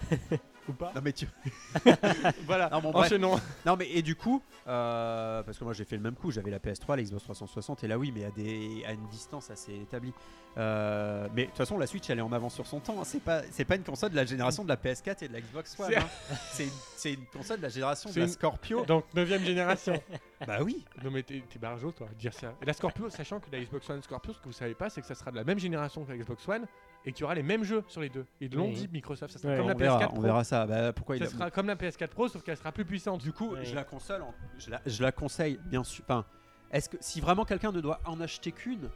[SPEAKER 1] Ou pas
[SPEAKER 3] Non mais tu.
[SPEAKER 1] Voilà.
[SPEAKER 3] Non, bon, bref.
[SPEAKER 1] Enchaînons.
[SPEAKER 3] Non mais et du coup, euh, parce que moi j'ai fait le même coup, j'avais la PS3, la Xbox 360 et là oui, mais à des à une distance assez établie. Euh, mais de toute façon la Switch elle est en avance sur son temps. hein. C'est pas c'est pas une console de la génération de la PS4 et de la Xbox One.
[SPEAKER 1] C'est-
[SPEAKER 3] hein. C'est une, c'est une console de la génération de
[SPEAKER 1] C'est
[SPEAKER 3] la
[SPEAKER 1] une-
[SPEAKER 3] Scorpio.
[SPEAKER 1] Donc, 9ème génération.
[SPEAKER 3] bah oui.
[SPEAKER 1] Non, mais t'es t'es barjo, toi, à dire ça. Et la Scorpio, sachant que la Xbox One Scorpio, ce que vous savez pas, c'est que ça sera de la même génération que la Xbox One et qu'il y aura les mêmes jeux sur les deux. Ils l'ont
[SPEAKER 2] Oui.
[SPEAKER 1] dit, Microsoft. Ça sera
[SPEAKER 2] Ouais,
[SPEAKER 1] comme
[SPEAKER 3] on,
[SPEAKER 1] la
[SPEAKER 3] verra,
[SPEAKER 1] PS4
[SPEAKER 3] on
[SPEAKER 1] Pro.
[SPEAKER 3] verra ça. Bah, pourquoi il
[SPEAKER 1] Ça
[SPEAKER 3] a-
[SPEAKER 1] sera comme la PS4 Pro, sauf qu'elle sera plus puissante.
[SPEAKER 3] Du coup,
[SPEAKER 2] Ouais.
[SPEAKER 3] je la console, en- je, la, je la conseille, bien sûr. Enfin, est-ce que si vraiment quelqu'un ne doit en acheter qu'une,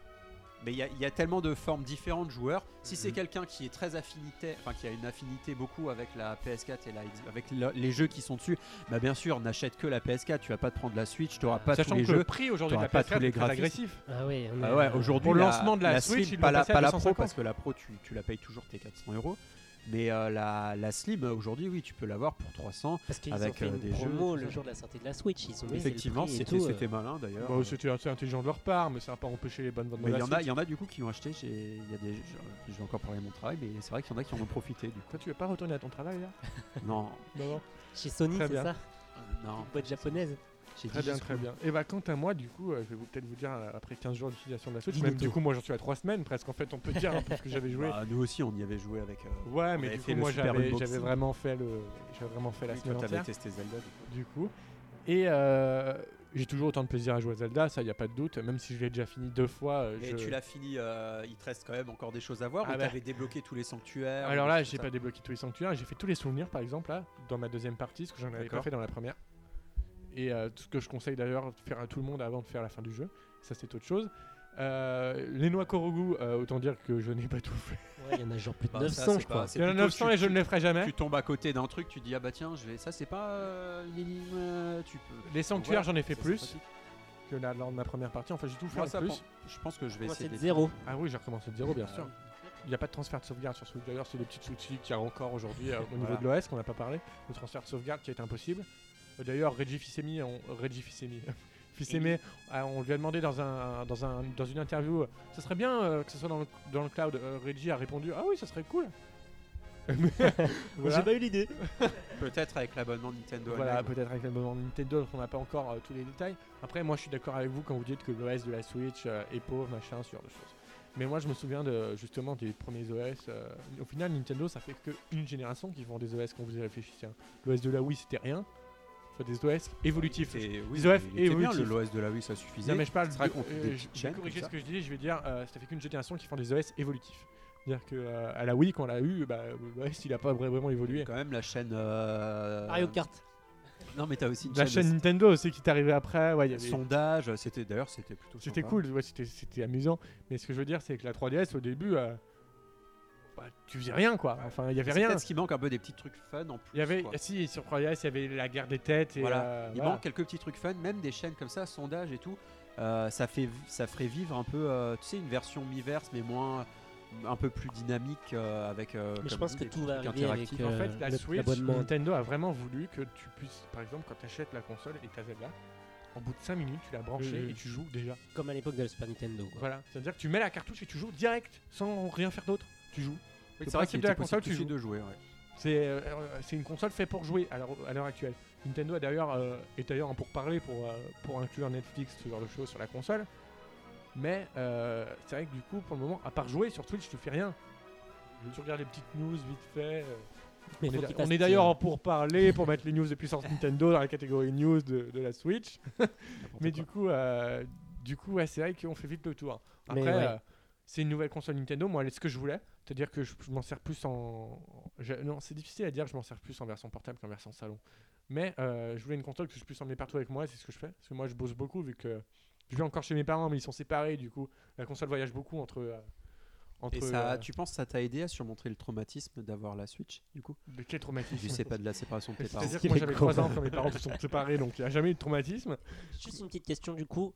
[SPEAKER 3] mais il y, a- il y a tellement de formes différentes de joueurs. Si c'est
[SPEAKER 1] Mhm.
[SPEAKER 3] quelqu'un qui est très affinité, enfin qui a une affinité beaucoup avec la PS4 et la X- avec le- les jeux qui sont dessus, bah bien sûr, n'achète que la PS4. Tu vas pas te prendre la Switch, tu auras pas tous
[SPEAKER 1] Sachant
[SPEAKER 3] les
[SPEAKER 1] que le
[SPEAKER 3] jeux.
[SPEAKER 1] prix aujourd'hui de la
[SPEAKER 3] t'auras pas tous
[SPEAKER 1] PS4
[SPEAKER 3] les
[SPEAKER 1] est très
[SPEAKER 3] graphismes.
[SPEAKER 1] agressif.
[SPEAKER 2] Ah ouais, on est-
[SPEAKER 3] Ah ouais, aujourd'hui,
[SPEAKER 1] Pour le lancement de la Switch, ils
[SPEAKER 3] pas
[SPEAKER 1] l'ont
[SPEAKER 3] la,
[SPEAKER 1] passé à
[SPEAKER 3] pas la pro
[SPEAKER 1] 250.
[SPEAKER 3] parce que la pro, tu, tu la payes toujours tes 400 euros. Mais euh, la, la Slim, aujourd'hui, oui, tu peux l'avoir pour 300.
[SPEAKER 2] Parce qu'ils ont
[SPEAKER 3] avec,
[SPEAKER 2] fait
[SPEAKER 3] euh,
[SPEAKER 2] une
[SPEAKER 3] des jeux,
[SPEAKER 2] promo
[SPEAKER 3] tout
[SPEAKER 2] le
[SPEAKER 3] ça.
[SPEAKER 2] jour de la sortie de la Switch. Ils ont baissé le
[SPEAKER 3] Effectivement,
[SPEAKER 2] prix et
[SPEAKER 3] c'était
[SPEAKER 2] tout, euh.
[SPEAKER 3] c'était malin d'ailleurs.
[SPEAKER 1] Bah, C'était assez intelligent de leur part, mais ça n'a pas empêché les bonnes ventes de
[SPEAKER 3] Mais il
[SPEAKER 1] la
[SPEAKER 3] y, en a,
[SPEAKER 1] Switch.
[SPEAKER 3] il y en a du coup qui ont acheté. j'ai- Il y a des, je, je vais encore parler de mon travail, mais c'est vrai qu'il y en a qui en ont profité. Du
[SPEAKER 1] Toi, tu vas pas retourner à ton travail là
[SPEAKER 3] coup. non, euh,
[SPEAKER 1] Non, non.
[SPEAKER 4] Chez Sony,
[SPEAKER 1] Très
[SPEAKER 4] c'est
[SPEAKER 1] bien.
[SPEAKER 4] ça
[SPEAKER 3] non.
[SPEAKER 4] Une boîte japonaise.
[SPEAKER 3] J'ai
[SPEAKER 1] Très
[SPEAKER 3] dit
[SPEAKER 1] bien,
[SPEAKER 3] jusqu'au-
[SPEAKER 1] très bien. Et bah, quant à moi, du coup, euh, je vais vous- peut-être vous dire euh, après 15 jours d'utilisation de la Switch,
[SPEAKER 4] Dis-nous
[SPEAKER 1] même du
[SPEAKER 4] tout.
[SPEAKER 1] coup, moi j'en suis à 3 semaines presque en fait, on peut dire hein, parce que j'avais joué.
[SPEAKER 3] Bah, nous aussi, on y avait joué avec. Euh,
[SPEAKER 1] Ouais,
[SPEAKER 3] avait
[SPEAKER 1] mais du
[SPEAKER 3] fait
[SPEAKER 1] coup,
[SPEAKER 3] le
[SPEAKER 1] moi
[SPEAKER 3] super
[SPEAKER 1] j'avais
[SPEAKER 3] unboxing.
[SPEAKER 1] j'avais vraiment fait le j'avais vraiment fait la
[SPEAKER 3] oui,
[SPEAKER 1] semaine
[SPEAKER 3] toi, t'avais
[SPEAKER 1] entière
[SPEAKER 3] testé Zelda. du coup.
[SPEAKER 1] du coup. Et euh, j'ai toujours autant de plaisir à jouer à Zelda, ça y a pas de doute, même si je l'ai déjà fini deux fois. euh,
[SPEAKER 3] Mais
[SPEAKER 1] je-
[SPEAKER 3] tu l'as fini. euh, il te reste quand même encore des choses à voir.
[SPEAKER 1] Ah
[SPEAKER 3] ou
[SPEAKER 1] bah.
[SPEAKER 3] t'avais débloqué tous les sanctuaires.
[SPEAKER 1] Alors
[SPEAKER 3] ou
[SPEAKER 1] là,
[SPEAKER 3] des choses
[SPEAKER 1] j'ai pas
[SPEAKER 3] comme
[SPEAKER 1] débloqué tous les sanctuaires, j'ai fait tous les souvenirs par exemple là dans ma deuxième partie, ce que j'en avais pas
[SPEAKER 3] D'accord.
[SPEAKER 1] fait dans la première. Et euh, tout ce que je conseille d'ailleurs de faire à tout le monde avant de faire la fin du jeu, ça c'est autre chose. Euh, les noix Korogu, euh, autant dire que je n'ai pas tout fait.
[SPEAKER 2] Ouais, il y en a genre plus de
[SPEAKER 3] Bah, ça,
[SPEAKER 2] 900,
[SPEAKER 3] c'est
[SPEAKER 2] je
[SPEAKER 3] pas-
[SPEAKER 2] crois.
[SPEAKER 3] c'est
[SPEAKER 1] Il y en a
[SPEAKER 3] plutôt
[SPEAKER 1] 900
[SPEAKER 3] tu-
[SPEAKER 1] et je ne les ferai jamais.
[SPEAKER 3] ça. Tu tombes à côté d'un truc, tu dis ah bah tiens, je vais. Ça, c'est pas euh, une énigme. euh, tu peux.
[SPEAKER 1] Les sanctuaires, j'en ai fait
[SPEAKER 3] Ça, c'est
[SPEAKER 1] plus
[SPEAKER 3] pratique.
[SPEAKER 1] que là lors de ma première partie. Enfin, j'ai tout fait
[SPEAKER 3] Moi,
[SPEAKER 1] en
[SPEAKER 3] ça,
[SPEAKER 1] plus.
[SPEAKER 3] pen- je pense que je vais
[SPEAKER 4] Moi,
[SPEAKER 3] essayer.
[SPEAKER 4] c'est de
[SPEAKER 3] des-
[SPEAKER 4] zéro.
[SPEAKER 1] Ah oui, j'ai recommencé de zéro, bien
[SPEAKER 3] Ah
[SPEAKER 1] sûr.
[SPEAKER 3] oui.
[SPEAKER 1] Il n'y a pas de transfert de sauvegarde sur ce jeu. D'ailleurs, c'est des petits outils qu'il y a encore aujourd'hui euh, au niveau de
[SPEAKER 3] Voilà.
[SPEAKER 1] l'OS qu'on n'a pas parlé. Le transfert de sauvegarde qui est impossible. Euh, D'ailleurs, Reggie Fils-Aimé, on... Reggie Fils-Aimé. Fils aimé, ah, on lui a demandé dans, un, dans, un, dans une interview, euh, ça serait bien euh, que ce soit dans le, dans le cloud. Euh, Reggie a répondu, ah oui, ça serait cool. Voilà.
[SPEAKER 4] J'ai pas eu l'idée.
[SPEAKER 3] Peut-être avec l'abonnement Nintendo.
[SPEAKER 1] Voilà, bah,
[SPEAKER 3] Online.
[SPEAKER 1] peut-être avec la demande Nintendo, on n'a pas encore euh, tous les détails. Après, moi, je suis d'accord avec vous quand vous dites que l'OS de la Switch euh, est pauvre, machin, ce genre de choses. Mais moi, je me souviens de justement des premiers OS. euh, au final, Nintendo, ça fait que une génération qui vend des OS quand vous y réfléchissez. hein. L'OS de la Wii, c'était rien. Enfin, des OS évolutifs.
[SPEAKER 3] Et oui,
[SPEAKER 1] Ils auraient-
[SPEAKER 3] il était
[SPEAKER 1] et
[SPEAKER 3] bien
[SPEAKER 1] oui,
[SPEAKER 3] le
[SPEAKER 1] tu-
[SPEAKER 3] l'OS de la Wii, ça suffisait.
[SPEAKER 1] Non, mais je parle.
[SPEAKER 3] C'est
[SPEAKER 1] De,
[SPEAKER 3] vrai qu'on fait
[SPEAKER 1] euh,
[SPEAKER 3] des
[SPEAKER 1] je
[SPEAKER 3] petites
[SPEAKER 1] je vais
[SPEAKER 3] chaînes
[SPEAKER 1] corriger
[SPEAKER 3] comme
[SPEAKER 1] ce que je dis. Je vais dire, euh, ça fait qu'une génération qui font des OS évolutifs. C'est-à-dire que euh, à la Wii, quand on l'a eu, bah, l'OS, il a pas vra- vraiment évolué.
[SPEAKER 3] Quand même la chaîne. euh,
[SPEAKER 4] Mario Kart.
[SPEAKER 3] Non, mais t'as aussi une
[SPEAKER 1] La chaîne Nintendo aussi qui est arrivée après. Ouais, il y
[SPEAKER 3] de
[SPEAKER 1] avait-
[SPEAKER 3] sondage. C'était d'ailleurs, c'était plutôt.
[SPEAKER 1] C'était
[SPEAKER 3] sympa.
[SPEAKER 1] cool, ouais, c'était- c'était amusant. Mais ce que je veux dire, c'est que la 3DS, au début, euh, bah, tu faisais rien, quoi. Enfin, il y avait
[SPEAKER 3] C'est
[SPEAKER 1] rien.
[SPEAKER 3] peut-être ce qui manque un peu des petits trucs fun en plus.
[SPEAKER 1] Il y avait,
[SPEAKER 3] quoi.
[SPEAKER 1] ah, si, sur 3DS, il y avait la guerre des têtes. Et,
[SPEAKER 3] Voilà.
[SPEAKER 1] euh,
[SPEAKER 3] Il
[SPEAKER 1] voilà.
[SPEAKER 3] manque quelques petits trucs fun, même des chaînes comme ça, sondage et tout. euh, ça fait, ça ferait vivre un peu, euh, tu sais, une version mi-verse, mais moins, un peu plus dynamique euh, avec. euh,
[SPEAKER 4] Mais je
[SPEAKER 3] comme
[SPEAKER 4] pense
[SPEAKER 3] dit,
[SPEAKER 4] que
[SPEAKER 3] des
[SPEAKER 4] tout
[SPEAKER 3] petits
[SPEAKER 4] va
[SPEAKER 3] trucs
[SPEAKER 4] arriver avec,
[SPEAKER 3] interactifs.
[SPEAKER 1] En
[SPEAKER 4] euh,
[SPEAKER 1] fait, la
[SPEAKER 4] le-
[SPEAKER 1] Switch,
[SPEAKER 4] l'abonnement.
[SPEAKER 1] Nintendo a vraiment voulu que tu puisses, par exemple, quand tu achètes la console et ta Zelda, en bout de 5 minutes, tu la branches
[SPEAKER 4] Mhm.
[SPEAKER 1] et tu joues déjà.
[SPEAKER 4] Comme à l'époque de la Super Nintendo. quoi.
[SPEAKER 1] Voilà. C'est-à-dire que tu mets la cartouche et tu joues direct, sans rien faire d'autre. Tu joues.
[SPEAKER 3] Oui,
[SPEAKER 1] Le
[SPEAKER 3] c'est vrai qu'il
[SPEAKER 1] principe de la
[SPEAKER 3] était
[SPEAKER 1] console,
[SPEAKER 3] possible
[SPEAKER 1] tu
[SPEAKER 3] aussi de jouer. ouais.
[SPEAKER 1] C'est euh, euh, c'est une console faite pour jouer à l'heure- à l'heure actuelle. Nintendo a d'ailleurs euh, est d'ailleurs en pourparlers pour, euh, pour inclure Netflix, ce genre de choses sur la console. Mais euh, c'est vrai que du coup, pour le moment, à part jouer sur Twitch, tu fais rien. Tu regardes les petites news vite fait. euh.
[SPEAKER 4] Mais
[SPEAKER 1] On
[SPEAKER 4] faut
[SPEAKER 1] est,
[SPEAKER 4] qu'il
[SPEAKER 1] on
[SPEAKER 4] passe-
[SPEAKER 1] est d'ailleurs en pourparlers pour mettre les news de puissance Nintendo dans la catégorie news de, de la Switch. Mais du coup, euh, du coup, ouais, c'est vrai qu'on fait vite le tour. Après,
[SPEAKER 4] Mais ouais.
[SPEAKER 1] euh, c'est une nouvelle console Nintendo. Moi, elle est ce que je voulais, c'est-à-dire que je, je m'en sers plus en. je- non, c'est difficile à dire. Je m'en sers plus en version portable qu'en version salon. Mais euh, je voulais une console que je puisse emmener partout avec moi. C'est ce que je fais. Parce que moi, je bosse beaucoup vu que je vis encore chez mes parents, mais ils sont séparés. Du coup, la console voyage beaucoup entre. euh, entre
[SPEAKER 3] Et ça,
[SPEAKER 1] euh,
[SPEAKER 3] tu penses que ça t'a aidé à surmontrer le traumatisme d'avoir la Switch, du coup
[SPEAKER 1] de quel traumatisme
[SPEAKER 3] Je sais pas de la séparation de tes parents.
[SPEAKER 1] C'est-à-dire que moi j'avais 3 ans quand mes parents se sont séparés, donc il n'y a jamais eu de traumatisme.
[SPEAKER 4] Juste une petite question du coup,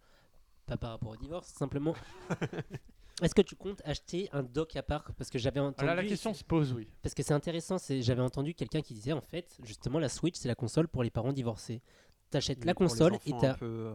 [SPEAKER 4] pas par rapport au divorce, simplement. Est-ce que tu comptes acheter un dock à part Parce que j'avais entendu.
[SPEAKER 3] Ah,
[SPEAKER 1] Là, la question se pose, oui.
[SPEAKER 4] Parce que c'est intéressant, c'est j'avais entendu quelqu'un qui disait en fait, justement, la Switch c'est la console pour les parents divorcés. T'achètes la
[SPEAKER 3] Pour les
[SPEAKER 4] console et
[SPEAKER 3] enfants
[SPEAKER 4] t'as.
[SPEAKER 3] un peu euh,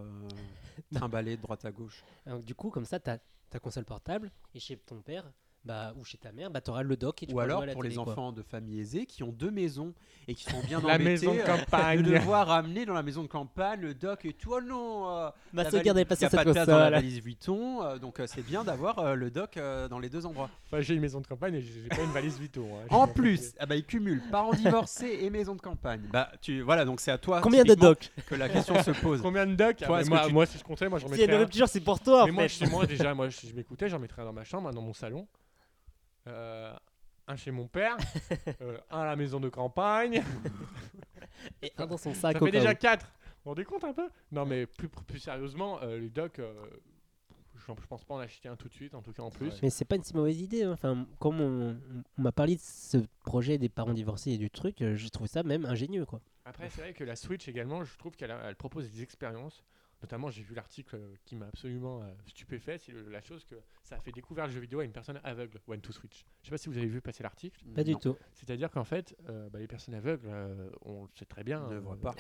[SPEAKER 3] trimballés de droite à gauche.
[SPEAKER 4] Alors, Du coup, comme ça, t'as ta console portable et chez ton père. Bah, ou chez ta mère, bah t'auras le dock et tu
[SPEAKER 3] Ou
[SPEAKER 4] pourras
[SPEAKER 3] alors
[SPEAKER 4] jouer à la
[SPEAKER 3] pour les
[SPEAKER 4] télé, quoi.
[SPEAKER 3] enfants de familles aisées qui ont deux maisons et qui sont bien
[SPEAKER 1] La
[SPEAKER 3] embêtés
[SPEAKER 1] maison de
[SPEAKER 3] euh,
[SPEAKER 1] campagne.
[SPEAKER 3] de devoir amener dans la maison de campagne le doc et tout. Oh non euh,
[SPEAKER 4] Ma
[SPEAKER 3] la
[SPEAKER 4] sauvegarde
[SPEAKER 3] valise-
[SPEAKER 4] est passée
[SPEAKER 3] y a
[SPEAKER 4] sur
[SPEAKER 3] pas de
[SPEAKER 4] cette
[SPEAKER 3] place dans la
[SPEAKER 4] console.
[SPEAKER 3] valise Vuitton, euh, donc euh, c'est bien d'avoir euh, le doc euh, dans les deux endroits.
[SPEAKER 1] Enfin, j'ai une maison de campagne et j'ai j'ai pas une valise Vito. hein.
[SPEAKER 3] En plus, ah bah, ils cumulent parents divorcés et maison de campagne. Bah tu voilà donc c'est à toi
[SPEAKER 4] Combien de
[SPEAKER 3] typiquement,
[SPEAKER 4] docks
[SPEAKER 3] que la question se pose.
[SPEAKER 1] Combien de docks Ah,
[SPEAKER 3] Toi,
[SPEAKER 1] bah,
[SPEAKER 3] est-ce que
[SPEAKER 1] moi,
[SPEAKER 3] tu-
[SPEAKER 1] moi, si je comptais, moi j'en
[SPEAKER 4] S'il y a
[SPEAKER 1] mettrais.
[SPEAKER 4] une
[SPEAKER 1] un.
[SPEAKER 4] rupture, c'est pour toi en
[SPEAKER 1] Mais moi,
[SPEAKER 4] fait.
[SPEAKER 1] chez moi, déjà, moi, si je m'écoutais, j'en mettrais un dans ma chambre, un dans mon salon, euh, un chez mon père, euh, un à la maison de campagne.
[SPEAKER 4] Ah, Et un dans son
[SPEAKER 1] Ça
[SPEAKER 4] sac. au
[SPEAKER 1] fait
[SPEAKER 4] cas
[SPEAKER 1] déjà
[SPEAKER 4] où.
[SPEAKER 1] 4. Vous vous rendez compte un peu Non, mais plus, plus sérieusement, euh, les docks, euh, j'en- je pense pas en acheter un tout de suite, en tout cas en plus.
[SPEAKER 4] Mais c'est pas une si mauvaise idée. hein. Enfin, comme on, on m'a parlé de ce projet des parents divorcés et du truc, euh, je trouve ça même ingénieux quoi.
[SPEAKER 1] Après, c'est vrai que la Switch également, je trouve qu'elle a- elle propose des expériences. Notamment, j'ai vu l'article euh, qui m'a absolument euh, stupéfait. C'est le- la chose que ça a fait découvrir le jeu vidéo à une personne aveugle, One to Switch. Je sais pas si vous avez vu passer l'article.
[SPEAKER 4] Pas du
[SPEAKER 3] Non,
[SPEAKER 4] tout.
[SPEAKER 1] C'est-à-dire qu'en fait, euh, bah, les personnes aveugles, euh, on le sait très bien,
[SPEAKER 3] Ne
[SPEAKER 1] euh,
[SPEAKER 3] vois pas.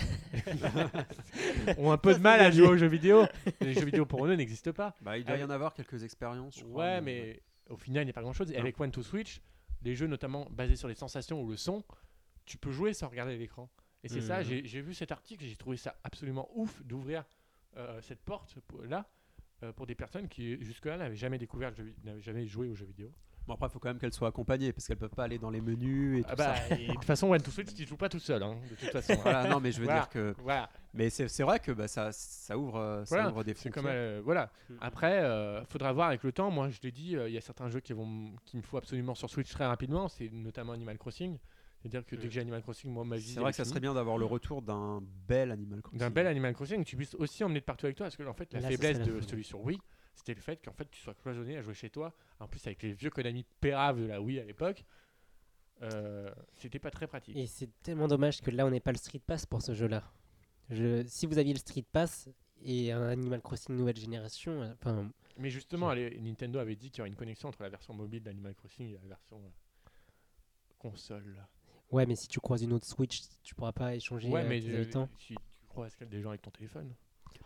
[SPEAKER 1] ont un peu de mal à jouer aux jeux vidéo. Les jeux vidéo pour eux n'existent pas.
[SPEAKER 3] Bah, il doit y
[SPEAKER 4] Ah.
[SPEAKER 3] en avoir quelques expériences. je crois,
[SPEAKER 1] Ouais, mais au final, il n'y a pas grand-chose. Et
[SPEAKER 3] Non.
[SPEAKER 1] avec One to Switch, les jeux notamment basés sur les sensations ou le son, tu peux jouer sans regarder l'écran. Et
[SPEAKER 3] Mmh,
[SPEAKER 1] c'est ça,
[SPEAKER 4] Mhm.
[SPEAKER 1] j'ai j'ai vu cet article, j'ai trouvé ça absolument ouf d'ouvrir euh, cette porte pour- là euh, pour des personnes qui jusque-là n'avaient jamais découvert, le jeu vi- n'avaient jamais joué aux jeux vidéo.
[SPEAKER 3] Bon après faut quand même qu'elles soient accompagnées parce qu'elles peuvent pas aller dans les menus et tout
[SPEAKER 1] Ah bah,
[SPEAKER 3] ça.
[SPEAKER 1] et de toute façon, One to Switch, tu joues pas tout seul, hein, de toute façon. hein.
[SPEAKER 3] Voilà, non mais je veux
[SPEAKER 1] Voilà.
[SPEAKER 3] dire que
[SPEAKER 1] Voilà,
[SPEAKER 3] mais c'est c'est vrai que bah, ça ça ouvre euh, ça
[SPEAKER 1] Voilà,
[SPEAKER 3] ouvre des
[SPEAKER 1] c'est
[SPEAKER 3] frontières.
[SPEAKER 1] comme euh, voilà.
[SPEAKER 4] Mhm.
[SPEAKER 1] Après, euh, faudra voir avec le temps. Moi, je l'ai dit, euh, il y a certains jeux qui vont m- qui me faut absolument sur Switch très rapidement. C'est notamment Animal Crossing. C'est-à-dire que dès que j'ai Animal Crossing, moi, ma vie
[SPEAKER 3] C'est
[SPEAKER 1] elle est
[SPEAKER 3] vrai que ça
[SPEAKER 1] finie.
[SPEAKER 3] serait bien d'avoir le retour d'un bel Animal Crossing.
[SPEAKER 1] d'un bel Animal Crossing que tu puisses aussi emmener de partout avec toi parce que en fait la
[SPEAKER 4] Là, ça
[SPEAKER 1] faiblesse
[SPEAKER 4] serait la
[SPEAKER 1] de
[SPEAKER 4] folie.
[SPEAKER 1] celui sur Wii c'était le fait qu'en fait tu sois cloisonné à jouer chez toi en plus avec les vieux Konami péraves de la Wii à l'époque euh, c'était pas très pratique
[SPEAKER 4] Et c'est tellement dommage que là on n'ait pas le Street Pass pour ce jeu-là. Je... Si vous aviez le Street Pass et un Animal Crossing nouvelle génération, euh, enfin,
[SPEAKER 1] mais justement allez, Nintendo avait dit qu'il y aurait une connexion entre la version mobile d'Animal Crossing et la version euh, console
[SPEAKER 4] ouais, mais si tu croises une autre Switch, tu pourras pas échanger
[SPEAKER 1] ouais
[SPEAKER 4] euh,
[SPEAKER 1] mais
[SPEAKER 4] tes
[SPEAKER 1] euh,
[SPEAKER 4] habitants.
[SPEAKER 1] si tu crois des gens avec ton téléphone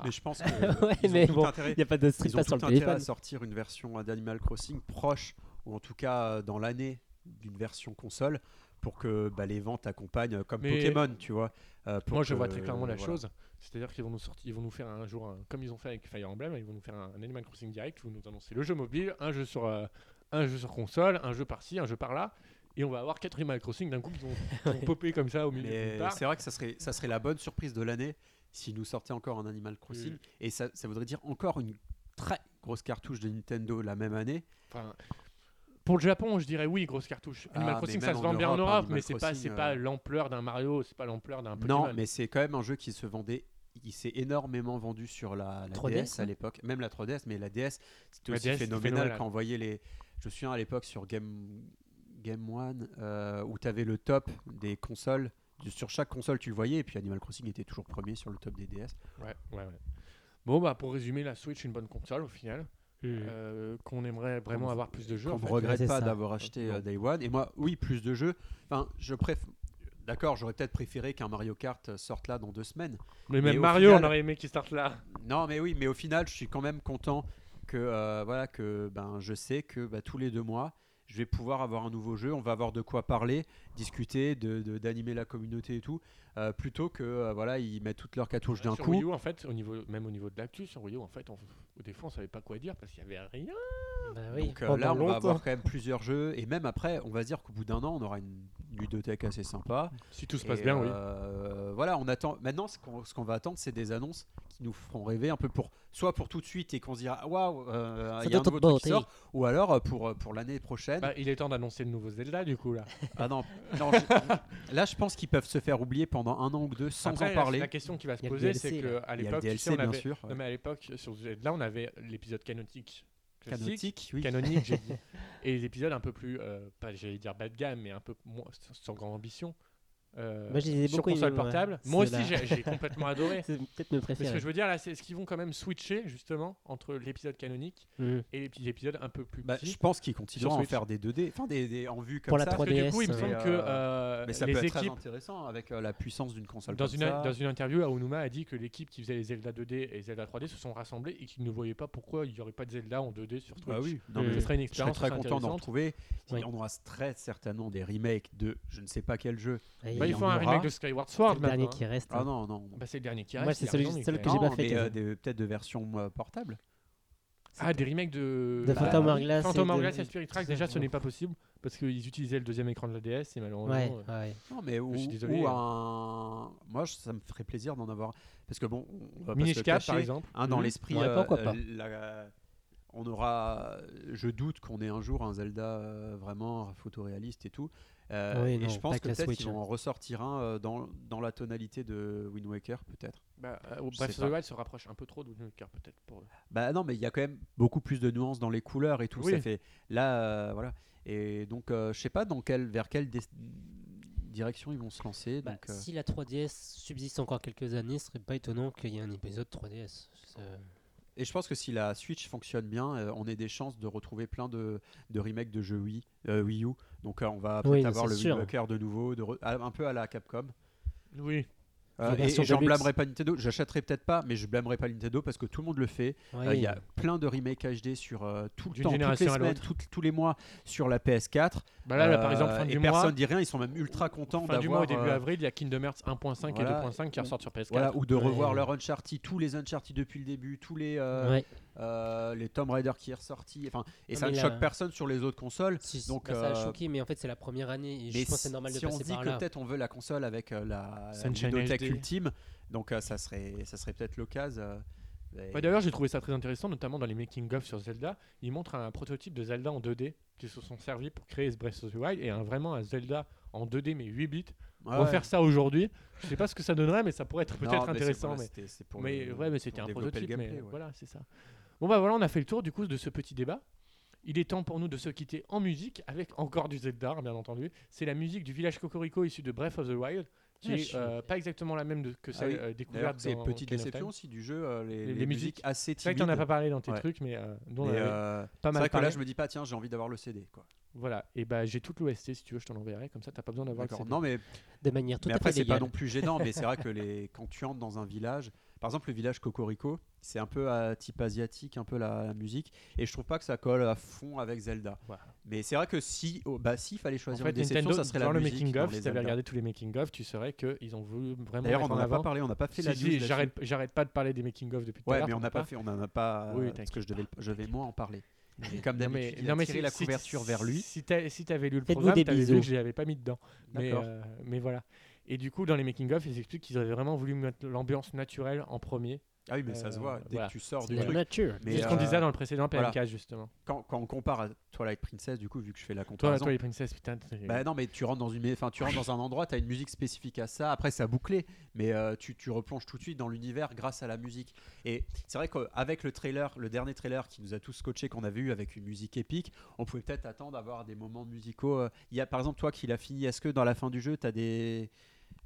[SPEAKER 3] Mais je
[SPEAKER 1] Ah.
[SPEAKER 3] pense que
[SPEAKER 4] Ouais,
[SPEAKER 3] ils ont
[SPEAKER 4] mais
[SPEAKER 3] tout
[SPEAKER 4] bon,
[SPEAKER 3] intérêt-
[SPEAKER 4] Il n'y a pas de street
[SPEAKER 3] ils ont
[SPEAKER 4] pass sur
[SPEAKER 3] tout
[SPEAKER 4] le
[SPEAKER 3] intérêt à
[SPEAKER 4] téléphone.
[SPEAKER 3] sortir une version d'Animal Crossing proche, ou en tout cas euh, dans l'année, d'une version console, pour que bah, les ventes accompagnent euh, comme
[SPEAKER 1] Mais-
[SPEAKER 3] Pokémon, tu vois. euh, pour
[SPEAKER 1] Moi, je
[SPEAKER 3] que,
[SPEAKER 1] vois très clairement la
[SPEAKER 3] voilà.
[SPEAKER 1] chose. C'est-à-dire qu'ils vont nous sortir, ils vont nous faire un jour, un- comme ils ont fait avec Fire Emblem, ils vont nous faire un, un Animal Crossing direct où ils nous annoncer le jeu mobile, un jeu sur, euh, un jeu sur console, un jeu par-ci, un jeu par-là, et on va avoir quatre Animal Crossing d'un coup qui vont, qui vont popper comme ça au milieu de nulle
[SPEAKER 3] Mais
[SPEAKER 1] part.
[SPEAKER 3] c'est vrai que ça serait, ça serait la bonne surprise de l'année s'ils nous sortaient encore un Animal Crossing.
[SPEAKER 1] Mm.
[SPEAKER 3] Et ça, ça voudrait dire encore une très grosse cartouche de Nintendo la même année.
[SPEAKER 1] Enfin, pour le Japon, je dirais oui, grosse cartouche.
[SPEAKER 3] Ah,
[SPEAKER 1] Animal
[SPEAKER 3] mais
[SPEAKER 1] Crossing,
[SPEAKER 3] même
[SPEAKER 1] ça se
[SPEAKER 3] en
[SPEAKER 1] vend bien en
[SPEAKER 3] Europe, hein,
[SPEAKER 1] Europe,
[SPEAKER 3] Animal
[SPEAKER 1] mais c'est pas,
[SPEAKER 3] Crossing,
[SPEAKER 1] c'est pas
[SPEAKER 3] euh,
[SPEAKER 1] l'ampleur d'un Mario, c'est pas l'ampleur d'un Pokémon.
[SPEAKER 3] Non, mais c'est quand même un jeu qui se vendait. Il s'est énormément vendu sur la, la
[SPEAKER 4] 3DS,
[SPEAKER 3] DS à
[SPEAKER 4] hein.
[SPEAKER 3] l'époque, même la 3DS, mais la DS, c'était
[SPEAKER 1] La
[SPEAKER 3] aussi
[SPEAKER 1] DS, c'était
[SPEAKER 3] phénoménal
[SPEAKER 1] phénoménal.
[SPEAKER 3] quand on voyait les. Je me souviens à l'époque sur Game, Game One, euh, où tu avais le top des consoles. Du- Sur chaque console, tu le voyais, et puis Animal Crossing était toujours premier sur le top des DS.
[SPEAKER 1] Ouais, ouais, ouais. Bon, bah, pour résumer, la Switch, une bonne console au final,
[SPEAKER 3] Mm.
[SPEAKER 4] Hmm.
[SPEAKER 1] euh, qu'on aimerait vraiment
[SPEAKER 3] Qu'on-
[SPEAKER 1] avoir plus de jeux.
[SPEAKER 3] on
[SPEAKER 1] en fait.
[SPEAKER 3] regrette
[SPEAKER 4] c'est
[SPEAKER 3] pas
[SPEAKER 4] ça.
[SPEAKER 3] d'avoir acheté euh, Day One. Et moi, oui, plus de jeux. Enfin, je préf... D'accord, j'aurais peut-être préféré qu'un Mario Kart euh, sorte là dans deux semaines.
[SPEAKER 1] Mais
[SPEAKER 3] Mais
[SPEAKER 1] même
[SPEAKER 3] au
[SPEAKER 1] Mario,
[SPEAKER 3] final-
[SPEAKER 1] on aurait aimé qu'il starte là.
[SPEAKER 3] Non, mais oui, mais au final, je suis quand même content que euh, voilà que ben je sais que bah, tous les deux mois, je vais pouvoir avoir un nouveau jeu. On va avoir de quoi parler, discuter, de de- d'animer la communauté et tout, euh, plutôt que euh, voilà ils mettent toutes leurs cartouches d'un
[SPEAKER 1] sur
[SPEAKER 3] coup.
[SPEAKER 1] Wii U, en fait, au niveau, même au niveau de l'actu, sur Wii U, en fait, on, des fois, on savait pas quoi dire parce qu'il y avait rien.
[SPEAKER 4] Bah oui,
[SPEAKER 3] Donc euh,
[SPEAKER 4] pendant
[SPEAKER 3] là, on va
[SPEAKER 4] longtemps.
[SPEAKER 3] avoir quand même plusieurs jeux. Et même après, on va se dire qu'au bout d'un an, on aura une ludothèque assez sympa.
[SPEAKER 1] Si tout se
[SPEAKER 3] Et,
[SPEAKER 1] passe bien, oui.
[SPEAKER 3] euh, Voilà, on attend. Maintenant, ce qu'on ce qu'on va attendre, c'est des annonces qui nous feront rêver un peu pour soit pour tout de suite et qu'on se dira Ah, waouh, euh,
[SPEAKER 4] Ça
[SPEAKER 3] il y a un
[SPEAKER 4] doit
[SPEAKER 3] nouveau
[SPEAKER 4] être
[SPEAKER 3] truc qui
[SPEAKER 4] beau,
[SPEAKER 3] sort, ou alors euh, pour euh, pour l'année prochaine.
[SPEAKER 1] Bah, il est temps d'annoncer le nouveau Zelda, du coup, là.
[SPEAKER 3] Ah non, non, je- là, je pense qu'ils peuvent se faire oublier pendant un an ou deux sans
[SPEAKER 1] Après,
[SPEAKER 3] en
[SPEAKER 1] la-
[SPEAKER 3] parler.
[SPEAKER 1] La question qui va se
[SPEAKER 4] Il y a le
[SPEAKER 1] poser, c'est
[SPEAKER 4] DLC, là.
[SPEAKER 1] qu'à
[SPEAKER 3] Il y a
[SPEAKER 1] l'époque,
[SPEAKER 3] le
[SPEAKER 1] tu sais,
[SPEAKER 3] DLC,
[SPEAKER 1] on
[SPEAKER 3] bien
[SPEAKER 1] avait-
[SPEAKER 3] sûr.
[SPEAKER 1] non, mais à l'époque, sur Zelda, on avait l'épisode canonique. classique,
[SPEAKER 3] Canonique, oui.
[SPEAKER 1] Canonique, j'ai dit. Et les épisodes un peu plus, euh, pas j'allais dire bas de gamme, mais un peu moins, sans- sans grande ambition. Euh,
[SPEAKER 4] Moi, je les ai
[SPEAKER 1] sur
[SPEAKER 4] beaucoup aimés,
[SPEAKER 1] console
[SPEAKER 4] moi.
[SPEAKER 1] portable. Moi aussi,
[SPEAKER 4] Ceux-là.
[SPEAKER 1] j'ai j'ai complètement adoré.
[SPEAKER 4] C'est peut-être mes
[SPEAKER 1] Mais ce que
[SPEAKER 4] préférés.
[SPEAKER 1] je veux dire là, c'est ce qu'ils vont quand même switcher justement entre l'épisode canonique
[SPEAKER 4] Hmm.
[SPEAKER 1] et les petits épisodes un peu plus
[SPEAKER 3] Bah,
[SPEAKER 1] petits.
[SPEAKER 3] je pense qu'ils continueront à en
[SPEAKER 1] Switch.
[SPEAKER 3] faire des 2D, enfin des, des- en vue comme
[SPEAKER 4] Pour la
[SPEAKER 3] ça.
[SPEAKER 1] Parce que du
[SPEAKER 4] 3DS,
[SPEAKER 1] coup, il me
[SPEAKER 4] mais,
[SPEAKER 1] semble que
[SPEAKER 3] euh,
[SPEAKER 1] euh,
[SPEAKER 3] Mais ça
[SPEAKER 1] les
[SPEAKER 3] peut être très
[SPEAKER 1] équipes
[SPEAKER 3] intéressant avec euh, la puissance d'une console.
[SPEAKER 1] dans
[SPEAKER 3] comme
[SPEAKER 1] une,
[SPEAKER 3] ça.
[SPEAKER 1] dans une interview, Aonuma a dit que l'équipe qui faisait les Zelda 2D et Zelda 3D se sont rassemblées et qu'ils ne voyaient pas pourquoi il n'y aurait pas de Zelda en 2D sur Twitch.
[SPEAKER 3] Bah oui, non,
[SPEAKER 4] Mm.
[SPEAKER 3] mais
[SPEAKER 1] Ce serait une
[SPEAKER 3] Je serais
[SPEAKER 1] expérience
[SPEAKER 3] très
[SPEAKER 1] assez
[SPEAKER 3] content d'en
[SPEAKER 1] intéressante.
[SPEAKER 3] retrouver.
[SPEAKER 4] Oui.
[SPEAKER 3] On aura très certainement des remakes de je ne sais pas quel jeu.
[SPEAKER 4] Ouais,
[SPEAKER 1] Bah,
[SPEAKER 4] il
[SPEAKER 1] ils
[SPEAKER 4] y en
[SPEAKER 1] font un
[SPEAKER 4] aura.
[SPEAKER 1] remake de Skyward
[SPEAKER 4] C'est
[SPEAKER 1] Sword
[SPEAKER 4] le
[SPEAKER 1] maintenant,
[SPEAKER 4] dernier
[SPEAKER 1] hein.
[SPEAKER 4] qui reste.
[SPEAKER 3] Ah non, non.
[SPEAKER 1] Bah, c'est le dernier qui reste.
[SPEAKER 4] Moi, c'est
[SPEAKER 1] il y a
[SPEAKER 4] celui-
[SPEAKER 1] raison, il
[SPEAKER 4] celui
[SPEAKER 1] fait
[SPEAKER 4] que j'ai
[SPEAKER 1] un.
[SPEAKER 4] pas
[SPEAKER 3] Non,
[SPEAKER 4] fait,
[SPEAKER 3] mais,
[SPEAKER 4] quasiment.
[SPEAKER 3] euh, des- peut-être de versions euh, portables.
[SPEAKER 1] Ah, des remakes de.
[SPEAKER 4] De
[SPEAKER 1] Bah,
[SPEAKER 4] Phantom
[SPEAKER 1] oui.
[SPEAKER 4] Hourglass et
[SPEAKER 1] Phantom
[SPEAKER 4] de-
[SPEAKER 1] Hourglass et Spirit Tracks,
[SPEAKER 4] tout ça,
[SPEAKER 1] déjà, ce
[SPEAKER 4] ouais.
[SPEAKER 1] n'est pas possible parce qu'ils utilisaient le deuxième écran de la DS et malheureusement.
[SPEAKER 4] Ouais,
[SPEAKER 1] euh,
[SPEAKER 4] ouais.
[SPEAKER 3] Non, mais ou,
[SPEAKER 1] Je suis désolé,
[SPEAKER 3] ou
[SPEAKER 4] euh.
[SPEAKER 1] hein.
[SPEAKER 3] un. Moi, je- ça me ferait plaisir d'en avoir. Parce que bon, on va pas se
[SPEAKER 1] Minish
[SPEAKER 3] le
[SPEAKER 1] Cap,
[SPEAKER 3] cacher,
[SPEAKER 1] par exemple.
[SPEAKER 3] hein, dans
[SPEAKER 1] Mhm.
[SPEAKER 3] l'esprit,
[SPEAKER 4] Mmh. Ouais,
[SPEAKER 3] euh,
[SPEAKER 4] pourquoi pas.
[SPEAKER 3] euh, la- on aura. Je doute qu'on ait un jour un Zelda euh, vraiment photoréaliste et tout. Euh,
[SPEAKER 4] Oui,
[SPEAKER 3] et
[SPEAKER 4] non,
[SPEAKER 3] je
[SPEAKER 4] pas
[SPEAKER 3] pense
[SPEAKER 4] que
[SPEAKER 3] que
[SPEAKER 4] la
[SPEAKER 3] peut-être
[SPEAKER 4] Switch,
[SPEAKER 3] qu'ils vont en ressortir un euh, dans, dans la tonalité de Wind Waker, peut-être.
[SPEAKER 1] Bah, euh, Breath
[SPEAKER 3] Je sais
[SPEAKER 1] of the
[SPEAKER 3] pas.
[SPEAKER 1] Wild se rapproche un peu trop de Wind Waker, peut-être. pour eux.
[SPEAKER 3] Bah non, mais il y a quand même beaucoup plus de nuances dans les couleurs et tout. Ça
[SPEAKER 1] Oui.
[SPEAKER 3] fait là, euh, voilà. Et donc, euh, je sais pas dans quelle, vers quelle des- direction ils vont se lancer.
[SPEAKER 4] Bah,
[SPEAKER 3] donc, euh,
[SPEAKER 4] Si la 3DS subsiste encore quelques années, ce serait pas étonnant qu'il y ait un épisode 3DS. Ça-
[SPEAKER 3] Euh, Et je pense que si la Switch fonctionne bien, euh, on a des chances de retrouver plein de, de remakes de jeux Wii, euh, Wii U. Donc, euh, on va peut-être
[SPEAKER 4] Oui,
[SPEAKER 3] avoir
[SPEAKER 4] c'est
[SPEAKER 3] le
[SPEAKER 4] sûr.
[SPEAKER 3] Wind Waker de nouveau, de re- à- un peu à la Capcom.
[SPEAKER 1] Oui.
[SPEAKER 3] Euh,
[SPEAKER 4] La
[SPEAKER 3] et
[SPEAKER 4] version
[SPEAKER 3] et j'en
[SPEAKER 4] deluxe.
[SPEAKER 3] blâmerai pas Nintendo. J'achèterai peut-être pas, mais je blâmerai pas Nintendo parce que tout le monde le fait.
[SPEAKER 4] Ouais,
[SPEAKER 3] Euh, Il y a plein de remakes HD sur euh, tout le
[SPEAKER 1] D'une
[SPEAKER 3] temps, toutes
[SPEAKER 1] génération
[SPEAKER 3] les
[SPEAKER 1] à
[SPEAKER 3] semaines,
[SPEAKER 1] l'autre.
[SPEAKER 3] toutes- tous les mois sur la PS4.
[SPEAKER 1] Bah là, là, par exemple,
[SPEAKER 3] Euh,
[SPEAKER 1] fin
[SPEAKER 3] et
[SPEAKER 1] du
[SPEAKER 3] personne
[SPEAKER 1] mois.
[SPEAKER 3] dit rien, ils sont même ultra contents
[SPEAKER 1] Fin du mois,
[SPEAKER 3] d'avoir
[SPEAKER 1] au début
[SPEAKER 3] euh,
[SPEAKER 1] avril, il y a Kingdom Hearts 1.5
[SPEAKER 3] voilà,
[SPEAKER 1] et 2.5 qui
[SPEAKER 3] ou-
[SPEAKER 1] ressortent sur PS4.
[SPEAKER 3] voilà, ou de
[SPEAKER 4] Ouais.
[SPEAKER 3] revoir leur Uncharted, tous les Uncharted depuis le début, tous les euh,
[SPEAKER 4] ouais.
[SPEAKER 3] euh, les Tomb Raider qui est ressorti, enfin et
[SPEAKER 4] Non,
[SPEAKER 3] ça
[SPEAKER 4] mais
[SPEAKER 3] ne
[SPEAKER 4] là-
[SPEAKER 3] choque personne sur les autres consoles.
[SPEAKER 4] Si-
[SPEAKER 3] Donc,
[SPEAKER 4] bah, ça a
[SPEAKER 3] euh,
[SPEAKER 4] choqué, mais en fait, c'est la première année. Et
[SPEAKER 3] mais
[SPEAKER 4] je pense que
[SPEAKER 3] si-
[SPEAKER 4] c'est normal de
[SPEAKER 3] si on se
[SPEAKER 4] passer
[SPEAKER 3] dit
[SPEAKER 4] par
[SPEAKER 3] que
[SPEAKER 4] là.
[SPEAKER 3] peut-être on veut la console avec euh, la la
[SPEAKER 1] Sunshine
[SPEAKER 3] bibliothèque
[SPEAKER 1] HD.
[SPEAKER 3] ultime, donc euh, ça serait ça serait peut-être l'occasion. euh, et-
[SPEAKER 1] Bah, D'ailleurs, j'ai trouvé ça très intéressant, notamment dans les making-of sur Zelda. Ils montrent un prototype de Zelda en 2D qui se sont servis pour créer ce Breath of the Wild et un, vraiment un Zelda en 2D mais 8 bits.
[SPEAKER 3] Ouais, ouais.
[SPEAKER 1] Refaire ça aujourd'hui, je sais pas ce que ça donnerait, mais ça pourrait être
[SPEAKER 3] Non,
[SPEAKER 1] peut-être
[SPEAKER 3] mais c'est-
[SPEAKER 1] intéressant.
[SPEAKER 3] voilà,
[SPEAKER 1] Mais,
[SPEAKER 3] c'était- c'est pour
[SPEAKER 1] mais
[SPEAKER 3] le-
[SPEAKER 1] ouais, mais
[SPEAKER 3] pour
[SPEAKER 1] c'était un
[SPEAKER 3] développer le
[SPEAKER 1] prototype. mais
[SPEAKER 3] gameplay, ouais.
[SPEAKER 1] Voilà, c'est ça. Bon bah voilà, on a fait le tour du coup de ce petit débat. Il est temps pour nous de se quitter en musique avec encore du Zelda, bien entendu. C'est la musique du village Cocorico issue de Breath of the Wild, qui
[SPEAKER 4] Ah,
[SPEAKER 1] est
[SPEAKER 4] je-
[SPEAKER 1] euh, pas exactement la même de- que celle
[SPEAKER 3] Ah oui.
[SPEAKER 1] euh,
[SPEAKER 3] D'ailleurs,
[SPEAKER 1] découverte.
[SPEAKER 3] c'est
[SPEAKER 1] dans
[SPEAKER 3] petite
[SPEAKER 1] Ocarina of
[SPEAKER 3] déception
[SPEAKER 1] Time.
[SPEAKER 3] aussi du jeu, euh, les,
[SPEAKER 1] Les-
[SPEAKER 3] les
[SPEAKER 1] les
[SPEAKER 3] musiques
[SPEAKER 1] musiques.
[SPEAKER 3] assez
[SPEAKER 1] C'est vrai
[SPEAKER 3] timides.
[SPEAKER 1] que t'en as pas parlé dans tes
[SPEAKER 3] Ouais.
[SPEAKER 1] trucs, mais euh, dont on
[SPEAKER 3] Mais,
[SPEAKER 1] avait
[SPEAKER 3] euh,
[SPEAKER 1] pas
[SPEAKER 3] c'est
[SPEAKER 1] mal
[SPEAKER 3] vrai que là,
[SPEAKER 1] parlé.
[SPEAKER 3] je me dis pas, tiens, j'ai envie d'avoir le CD. Quoi.
[SPEAKER 1] Voilà, et bah j'ai toute l'OST si tu veux, je t'en enverrai, comme ça t'as pas besoin d'avoir
[SPEAKER 3] D'accord.
[SPEAKER 1] accès.
[SPEAKER 3] Non, mais
[SPEAKER 4] de manière tout
[SPEAKER 3] mais
[SPEAKER 4] à
[SPEAKER 3] après,
[SPEAKER 4] fait
[SPEAKER 3] c'est pas
[SPEAKER 4] légale.
[SPEAKER 3] non plus gênant, mais c'est vrai que les... quand tu entres dans un village, par exemple le village Cocorico, c'est un peu à type asiatique, un peu la, la musique, et je trouve pas que ça colle à fond avec Zelda.
[SPEAKER 1] Voilà.
[SPEAKER 3] Mais c'est vrai que si, oh, bah, s'il fallait
[SPEAKER 1] En
[SPEAKER 3] choisir
[SPEAKER 1] fait,
[SPEAKER 3] une déception,
[SPEAKER 1] Nintendo,
[SPEAKER 3] ça serait la
[SPEAKER 1] dans le
[SPEAKER 3] musique
[SPEAKER 1] making
[SPEAKER 3] dans
[SPEAKER 1] of,
[SPEAKER 3] les
[SPEAKER 1] si t'avais
[SPEAKER 3] Zelda.
[SPEAKER 1] regardé tous les making of, tu saurais qu'ils ont voulu vraiment.
[SPEAKER 3] D'ailleurs, on
[SPEAKER 1] mettre en
[SPEAKER 3] en a
[SPEAKER 1] avant.
[SPEAKER 3] pas parlé, on n'a pas fait
[SPEAKER 1] Si,
[SPEAKER 3] la
[SPEAKER 1] si,
[SPEAKER 3] news là-dessus.
[SPEAKER 1] j'arrête, j'arrête pas de parler des making of depuis tout à
[SPEAKER 3] Ouais,
[SPEAKER 1] l'heure, Hein
[SPEAKER 3] mais on n'a
[SPEAKER 1] t'inquiète
[SPEAKER 3] pas fait, on en a pas.
[SPEAKER 1] Oui,
[SPEAKER 3] euh, parce
[SPEAKER 1] t'inquiète
[SPEAKER 3] que je devais, le- je vais moins en parler.
[SPEAKER 1] Mais-
[SPEAKER 3] Comme
[SPEAKER 1] Non, mais-
[SPEAKER 3] d'habitude, il
[SPEAKER 1] non,
[SPEAKER 3] a
[SPEAKER 1] mais
[SPEAKER 3] tiré
[SPEAKER 1] si-
[SPEAKER 3] la
[SPEAKER 1] si-
[SPEAKER 3] couverture vers lui.
[SPEAKER 1] Si t'as- si t'avais lu le
[SPEAKER 4] Faites-nous
[SPEAKER 1] programme,
[SPEAKER 4] des
[SPEAKER 1] t'avais vu
[SPEAKER 4] bisous.
[SPEAKER 1] que je l'avais pas mis dedans. Mais,
[SPEAKER 3] D'accord.
[SPEAKER 1] euh, mais voilà. Et du coup, dans les making-of, ils expliquent qu'ils avaient vraiment voulu mettre l'ambiance naturelle en premier.
[SPEAKER 3] Ah oui, mais ça se
[SPEAKER 1] euh,
[SPEAKER 3] voit dès
[SPEAKER 1] voilà.
[SPEAKER 3] que tu sors
[SPEAKER 4] C'est
[SPEAKER 3] du
[SPEAKER 4] la
[SPEAKER 3] truc.
[SPEAKER 4] nature.
[SPEAKER 3] Mais,
[SPEAKER 1] C'est ce qu'on
[SPEAKER 3] euh,
[SPEAKER 1] disait dans le précédent
[SPEAKER 3] voilà.
[SPEAKER 1] PMK, justement.
[SPEAKER 3] Quand, quand on compare à Twilight Princess, du coup, vu que je fais la
[SPEAKER 1] Toi,
[SPEAKER 3] comparaison,
[SPEAKER 1] toi, les princesses, putain. t'es-
[SPEAKER 3] Bah non, mais tu rentres dans une, enfin tu rentres dans un endroit, t'as une musique spécifique à ça. Après, ça a bouclé, mais euh, tu, tu replonges tout de suite dans l'univers grâce à la musique. Et c'est vrai qu'avec le trailer, le dernier trailer qui nous a tous scotché qu'on avait eu avec une musique épique, on pouvait peut-être attendre d'avoir des moments musicaux. euh. Il y a par exemple toi qui l'as fini. Est-ce que dans la fin du jeu, t'as des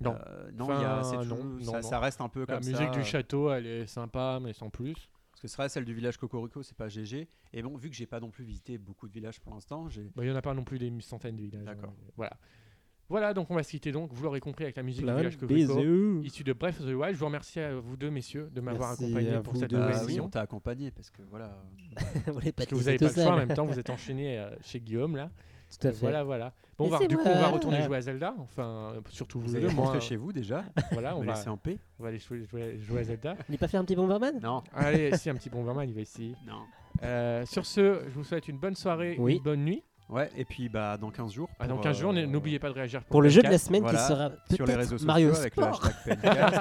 [SPEAKER 1] Non.
[SPEAKER 3] Euh, non, il y a-
[SPEAKER 1] Enfin,
[SPEAKER 3] c'est toujours-
[SPEAKER 1] non,
[SPEAKER 3] ça,
[SPEAKER 1] non,
[SPEAKER 3] ça reste un peu
[SPEAKER 1] La
[SPEAKER 3] comme
[SPEAKER 1] musique
[SPEAKER 3] ça,
[SPEAKER 1] du
[SPEAKER 3] euh,
[SPEAKER 1] château, elle est sympa, mais sans plus.
[SPEAKER 3] Parce que c'est vrai, celle du village Cocorico, c'est pas GG. Et bon, vu que j'ai pas non plus visité beaucoup de villages pour l'instant, j'ai
[SPEAKER 1] Bah, Il y en a pas non plus des centaines de villages.
[SPEAKER 3] D'accord.
[SPEAKER 1] hein. Voilà. Voilà, donc on va se quitter donc. Vous l'aurez compris avec la musique
[SPEAKER 4] Plein
[SPEAKER 1] du
[SPEAKER 4] de
[SPEAKER 1] village Cocorico,
[SPEAKER 4] bisous.
[SPEAKER 1] issue de Breath of the Wild. Je vous remercie à vous deux, messieurs, de m'avoir
[SPEAKER 4] Merci
[SPEAKER 1] accompagné
[SPEAKER 4] à
[SPEAKER 1] pour
[SPEAKER 4] vous
[SPEAKER 1] cette
[SPEAKER 4] deux
[SPEAKER 1] nouvelle
[SPEAKER 3] Bah
[SPEAKER 4] aussi.
[SPEAKER 3] oui,
[SPEAKER 1] émission.
[SPEAKER 3] on t'a accompagné parce que voilà.
[SPEAKER 4] On voulait pas
[SPEAKER 1] Parce que
[SPEAKER 4] te laisser
[SPEAKER 1] vous n'avez pas
[SPEAKER 4] tout
[SPEAKER 1] le choix, en
[SPEAKER 4] seul.
[SPEAKER 1] même temps vous êtes enchaîné euh, chez Guillaume là.
[SPEAKER 4] Tout à fait.
[SPEAKER 1] Voilà, voilà. Bon, on va-
[SPEAKER 4] c'est
[SPEAKER 1] du coup, on va
[SPEAKER 4] moi.
[SPEAKER 1] retourner jouer à Zelda. Enfin, euh, surtout vous,
[SPEAKER 3] Vous
[SPEAKER 1] deux.
[SPEAKER 3] allez
[SPEAKER 1] Moi,
[SPEAKER 3] rentrer
[SPEAKER 1] euh,
[SPEAKER 3] chez vous déjà
[SPEAKER 1] voilà, on
[SPEAKER 3] Me
[SPEAKER 1] va,
[SPEAKER 3] laisser en paix
[SPEAKER 1] on va aller jouer, jouer- jouer à Zelda.
[SPEAKER 4] On n'est pas fait un petit bomberman
[SPEAKER 3] Non.
[SPEAKER 1] Allez, si, un petit Bomberman, il va essayer.
[SPEAKER 3] Non.
[SPEAKER 1] Euh, sur ce, je vous souhaite une bonne soirée,
[SPEAKER 4] Oui.
[SPEAKER 1] une bonne nuit.
[SPEAKER 3] Ouais, et puis bah dans 15 jours.
[SPEAKER 1] Ah, dans
[SPEAKER 3] pour,
[SPEAKER 1] 15 jours,
[SPEAKER 3] euh,
[SPEAKER 1] n'oubliez pas de réagir pour,
[SPEAKER 4] Pour le jeu de la
[SPEAKER 1] podcast.
[SPEAKER 4] semaine
[SPEAKER 3] Voilà,
[SPEAKER 4] qui sera
[SPEAKER 3] sur les réseaux
[SPEAKER 4] peut-être
[SPEAKER 3] sociaux
[SPEAKER 4] Mario
[SPEAKER 3] avec le
[SPEAKER 4] Sport.
[SPEAKER 3] hashtag PNcast,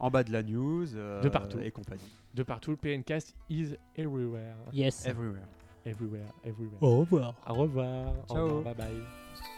[SPEAKER 3] en bas de la news, euh,
[SPEAKER 1] De partout.
[SPEAKER 3] et compagnie.
[SPEAKER 1] De partout, le PNcast is everywhere.
[SPEAKER 4] Yes.
[SPEAKER 3] Everywhere.
[SPEAKER 1] Everywhere, everywhere.
[SPEAKER 4] Au revoir.
[SPEAKER 1] Au revoir. Au
[SPEAKER 3] Ciao.
[SPEAKER 1] revoir, bye bye.